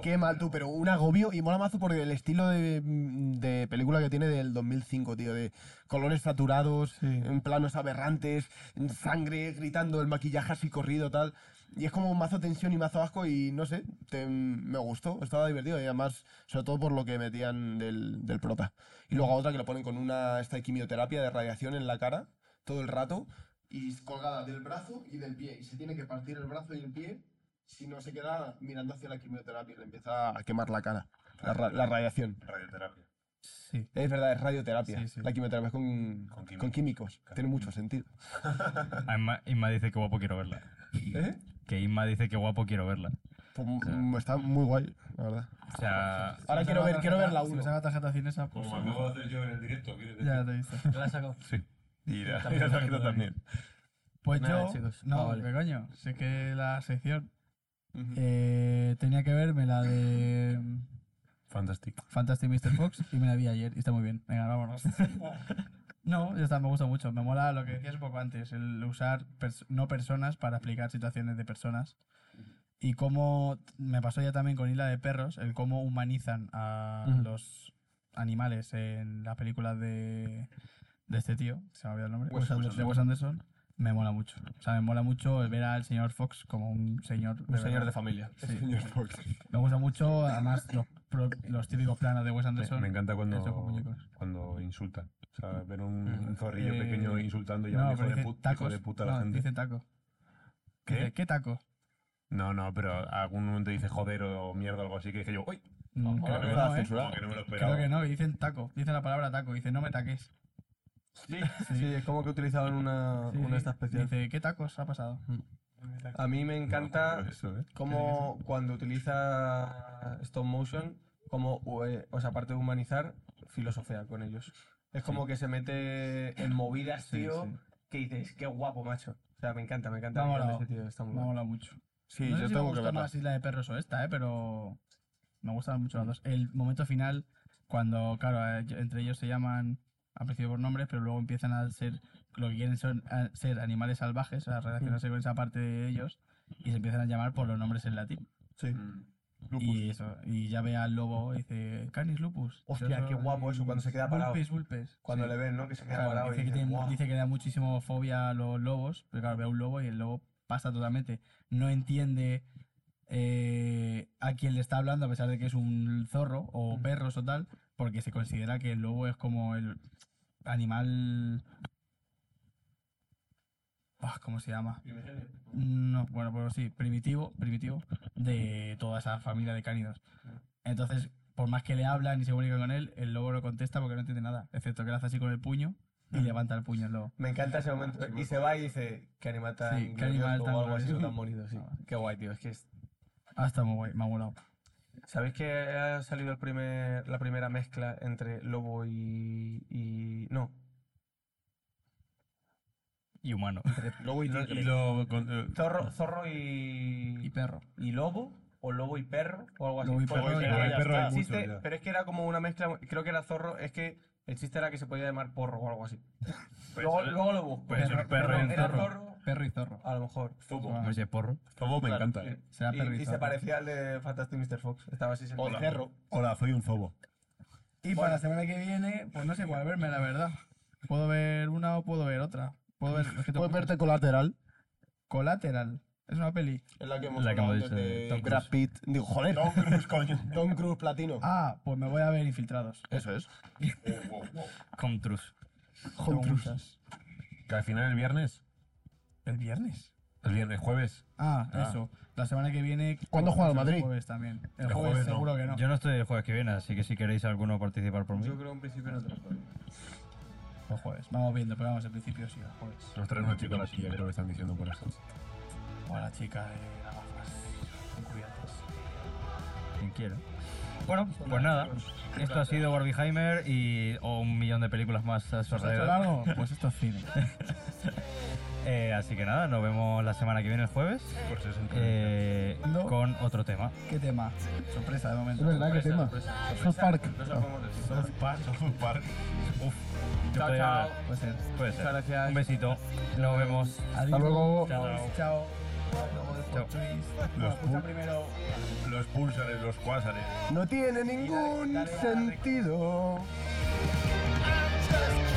Speaker 1: Qué mal tú, pero un agobio y mola mazo porque el estilo de, mm, de película que tiene del 2005, tío, de colores saturados, en planos aberrantes, sangre gritando, el maquillaje así corrido, tal. Y es como mazo tensión y mazo asco y no sé, te- mm, me gustó, estaba divertido y además, sobre todo por lo que metían del, del prota. Y luego a otra que le ponen con una esta quimioterapia de radiación en la cara todo el rato y es colgada del brazo y del pie y se tiene que partir el brazo y el pie si no se queda mirando hacia la quimioterapia, le empieza a quemar la cara. La, ra- la radiación.
Speaker 5: Radioterapia.
Speaker 3: Sí.
Speaker 1: Es verdad, es radioterapia.
Speaker 3: Sí, sí.
Speaker 1: La quimioterapia es con,
Speaker 5: Con
Speaker 1: con
Speaker 5: químicos.
Speaker 1: químicos. Tiene mucho sentido.
Speaker 2: Ah, Inma, Inma dice que guapo quiero verla.
Speaker 1: ¿Eh?
Speaker 2: Que Inma dice que guapo quiero verla.
Speaker 1: Fue un- Pues, mm, Está muy guay, la verdad.
Speaker 2: O sea,
Speaker 17: Ahora
Speaker 3: quiero ver- quiero ver la
Speaker 17: Si
Speaker 3: uno.
Speaker 17: me saca tarjeta cinesa, pues...
Speaker 5: Como acabo de hacer yo en el directo, ¿quieres decir?
Speaker 3: Ya te dice.
Speaker 17: la has sacado.
Speaker 5: Sí. Y la,
Speaker 17: Está
Speaker 5: y la
Speaker 17: pensando
Speaker 5: tarjeta
Speaker 17: todavía.
Speaker 5: también.
Speaker 3: Pues
Speaker 17: Nada,
Speaker 3: yo,
Speaker 17: chicos.
Speaker 3: no,
Speaker 17: Ah, vale.
Speaker 3: ¿qué coño? Sé que la sección eh, tenía que verme la de mm,
Speaker 5: Fantástico.
Speaker 3: Fantastic Mr. Fox y me la vi ayer y está muy bien. Venga, vámonos. No, ya está, me gusta mucho. Me mola lo que decías un poco antes, el usar pers- no personas para explicar situaciones de personas. Y cómo, me pasó ya también con Isla de Perros, el cómo humanizan a
Speaker 6: Ujú.
Speaker 3: los animales en las películas de, de este tío, se me ha olvidado el nombre,
Speaker 5: Wes
Speaker 3: de Wes Anderson. Me mola mucho. O sea, me mola mucho el ver al señor Fox como un señor. de
Speaker 6: Un señor
Speaker 3: verdad.
Speaker 6: de familia.
Speaker 5: Señor Fox.
Speaker 3: Me gusta mucho, además, los, pro- los típicos planos de Wes
Speaker 5: Me,
Speaker 3: Anderson.
Speaker 5: me encanta
Speaker 3: Eso con
Speaker 5: cuando,
Speaker 3: muñecos. Mm.
Speaker 5: cuando insultan. O sea, ver un, un zorrillo
Speaker 3: Eh,
Speaker 5: pequeño insultando y a
Speaker 3: No,
Speaker 5: un hijo
Speaker 3: pero
Speaker 5: de,
Speaker 3: dice
Speaker 5: put- hijo
Speaker 3: tacos.
Speaker 5: de puta a la
Speaker 3: No,
Speaker 5: gente.
Speaker 3: dice taco.
Speaker 5: ¿Qué?
Speaker 3: Dice, ¿Qué taco?
Speaker 5: No, no, pero algún momento dice joder o mierda o algo así que dije yo, uy,
Speaker 3: Mm,
Speaker 5: Como
Speaker 3: creo que
Speaker 5: que
Speaker 3: no, ¿eh?
Speaker 5: como que no me lo esperaba.
Speaker 3: Creo que no, dicen taco, dicen la palabra taco, dicen no me taques.
Speaker 6: Sí, es como que utilizaban una,
Speaker 3: Sí,
Speaker 6: una
Speaker 3: sí.
Speaker 6: esta especial.
Speaker 3: Dice, ¿qué tacos ha pasado?
Speaker 6: A mí me
Speaker 5: No me
Speaker 6: encanta
Speaker 5: acuerdo de eso, ¿eh?
Speaker 6: cómo cuando utiliza stop motion, como, eh, o sea, aparte de humanizar, filosofía con ellos. Es como que se mete en movidas, tío, que dices, qué guapo, macho. O sea, me encanta, me encanta.
Speaker 3: Me ha
Speaker 6: me encanta
Speaker 3: molado.
Speaker 6: ese tío, está muy
Speaker 3: Me
Speaker 6: guapo.
Speaker 3: mola mucho.
Speaker 1: Sí,
Speaker 3: no sé
Speaker 1: yo
Speaker 3: si me
Speaker 1: tengo que
Speaker 3: gusta
Speaker 1: verla.
Speaker 3: más Isla de Perros o esta, ¿eh? pero me gustan mucho las dos. El momento final, cuando, claro, eh, yo- entre ellos se llaman al principio por nombres, pero luego empiezan a ser, lo que quieren son a- ser animales salvajes, a relacionarse con esa parte de ellos, y se empiezan a llamar por los nombres en latín.
Speaker 6: Sí.
Speaker 3: Y, eso, y ya ve al lobo y dice, Canis lupus.
Speaker 6: Hostia, qué guapo eso, cuando se queda parado.
Speaker 3: Vulpes, vulpes.
Speaker 6: Cuando
Speaker 3: Sí.
Speaker 6: le ven, ¿no? Que se queda
Speaker 3: Claro,
Speaker 6: parado y
Speaker 3: dice, que
Speaker 6: dices,
Speaker 3: tiene-
Speaker 6: "Guau".
Speaker 3: dice que da muchísimo fobia a los lobos, pero claro, ve a un lobo y el lobo pasa totalmente. No entiende eh, a quién le está hablando, a pesar de que es un zorro o perros o tal, porque se considera que el lobo es como el animal. Ah, ¿Cómo se llama? No, bueno, pero sí, primitivo, primitivo, de toda esa familia de cánidos. Entonces, por más que le hablan y se comunican con él, el lobo no contesta porque no entiende nada, excepto que le hace así con el puño y levanta el puño el lobo.
Speaker 6: Me encanta ese momento. Y se va y dice, qué animal tan
Speaker 3: Sí, qué
Speaker 6: glorioso",
Speaker 3: animal tan Ah,
Speaker 6: o algo así, o
Speaker 3: glorioso.
Speaker 6: tan bonito, sí. Qué guay, tío. Es que es-
Speaker 3: Ah, está muy guay, me ha molado.
Speaker 6: ¿Sabéis que ha salido el primer, la primera mezcla entre lobo y, y- No,
Speaker 2: y humano.
Speaker 6: lobo y
Speaker 5: Y lo-
Speaker 6: tigre.
Speaker 5: y lo con- eh,
Speaker 6: Zorro, zorro
Speaker 3: Y
Speaker 6: y,
Speaker 3: perro.
Speaker 6: y lobo, o lobo y perro, o algo así.
Speaker 3: Lobo y
Speaker 6: Pues
Speaker 3: perro,
Speaker 6: el
Speaker 3: ya,
Speaker 6: chiste-
Speaker 5: ya está.
Speaker 6: el chiste-
Speaker 5: Hay muchos ya.
Speaker 6: pero es que era como una mezcla, creo que era zorro, es que el chiste era que se podía llamar porro o algo así. luego, luego lo busco.
Speaker 2: puede ser perro
Speaker 6: Pero
Speaker 2: y un
Speaker 6: era
Speaker 2: zorro.
Speaker 3: Perro y zorro.
Speaker 6: a lo mejor.
Speaker 5: Zobo.
Speaker 3: Ah.
Speaker 2: Como ese porro.
Speaker 5: Zobo me
Speaker 6: Claro,
Speaker 5: encanta.
Speaker 6: sí.
Speaker 5: eh.
Speaker 3: Será perro
Speaker 6: Y, y se
Speaker 3: zorro.
Speaker 6: parecía al de Fantastic Mr. Fox. Estaba así sentado.
Speaker 5: Hola, soy un zobo.
Speaker 3: Y para la semana que viene, pues no sé cuál verme, la verdad. Puedo ver una o puedo ver otra. Puedo ver. es que tengo
Speaker 1: Puedes verte colateral.
Speaker 3: Colateral. Es una peli.
Speaker 1: Es la que hemos
Speaker 2: La que
Speaker 1: hablado
Speaker 2: hemos
Speaker 1: antes
Speaker 2: dicho,
Speaker 1: de
Speaker 2: Tom
Speaker 1: Brad
Speaker 2: Cruise.
Speaker 1: Pitt. Digo, joder,
Speaker 5: Tom Cruise, coño.
Speaker 1: Tom Cruise platino. Oh,
Speaker 3: Ah, pues me voy a ver Infiltrados.
Speaker 1: Eso es.
Speaker 2: Contrus.
Speaker 3: Tengo
Speaker 1: Home Cruise.
Speaker 3: muchas.
Speaker 5: Que al final el viernes,
Speaker 3: ¿El viernes?
Speaker 5: el viernes, jueves,
Speaker 3: Ah,
Speaker 5: Ah.
Speaker 3: eso. La semana que viene.
Speaker 1: ¿Cuándo juega el
Speaker 3: el
Speaker 1: Madrid?
Speaker 3: jueves también. El,
Speaker 5: El
Speaker 3: jueves,
Speaker 5: jueves no.
Speaker 3: seguro que no.
Speaker 2: Yo no estoy el jueves que viene, así que si queréis alguno participar por mí.
Speaker 6: Yo creo en principio no te lo puedo.
Speaker 3: El jueves. Vamos viendo, pero vamos, al principio sí, el jueves.
Speaker 5: nos traen unos chicos a la silla, creo que están diciendo por eso.
Speaker 3: O a la chica de las gafas. Con cuidados.
Speaker 2: quien quiera. Bueno, pues nada. Esto ha sido Warbyheimer y o un millón de películas más a su
Speaker 3: ¿Os ha hecho
Speaker 2: alrededor.
Speaker 3: largo? Pues esto es cine.
Speaker 2: Eh, así que nada, nos vemos la semana que viene el jueves
Speaker 5: Por 60.
Speaker 2: eh,
Speaker 3: No.
Speaker 2: con otro tema.
Speaker 3: ¿Qué tema? Sorpresa de momento.
Speaker 1: Es verdad, qué tema. South Park.
Speaker 2: Yo podía hablar.
Speaker 3: Puede ser.
Speaker 2: Puede ser.
Speaker 6: Muchas gracias.
Speaker 2: Un besito. Nos vemos.
Speaker 1: Hasta luego.
Speaker 3: Chao. Chao.
Speaker 2: Chao.
Speaker 5: Los
Speaker 3: Escucha
Speaker 5: pu-
Speaker 3: primero.
Speaker 5: Los pulsares, los cuásares.
Speaker 1: No tiene ningún
Speaker 3: dale, dale.
Speaker 1: sentido.
Speaker 18: I'm just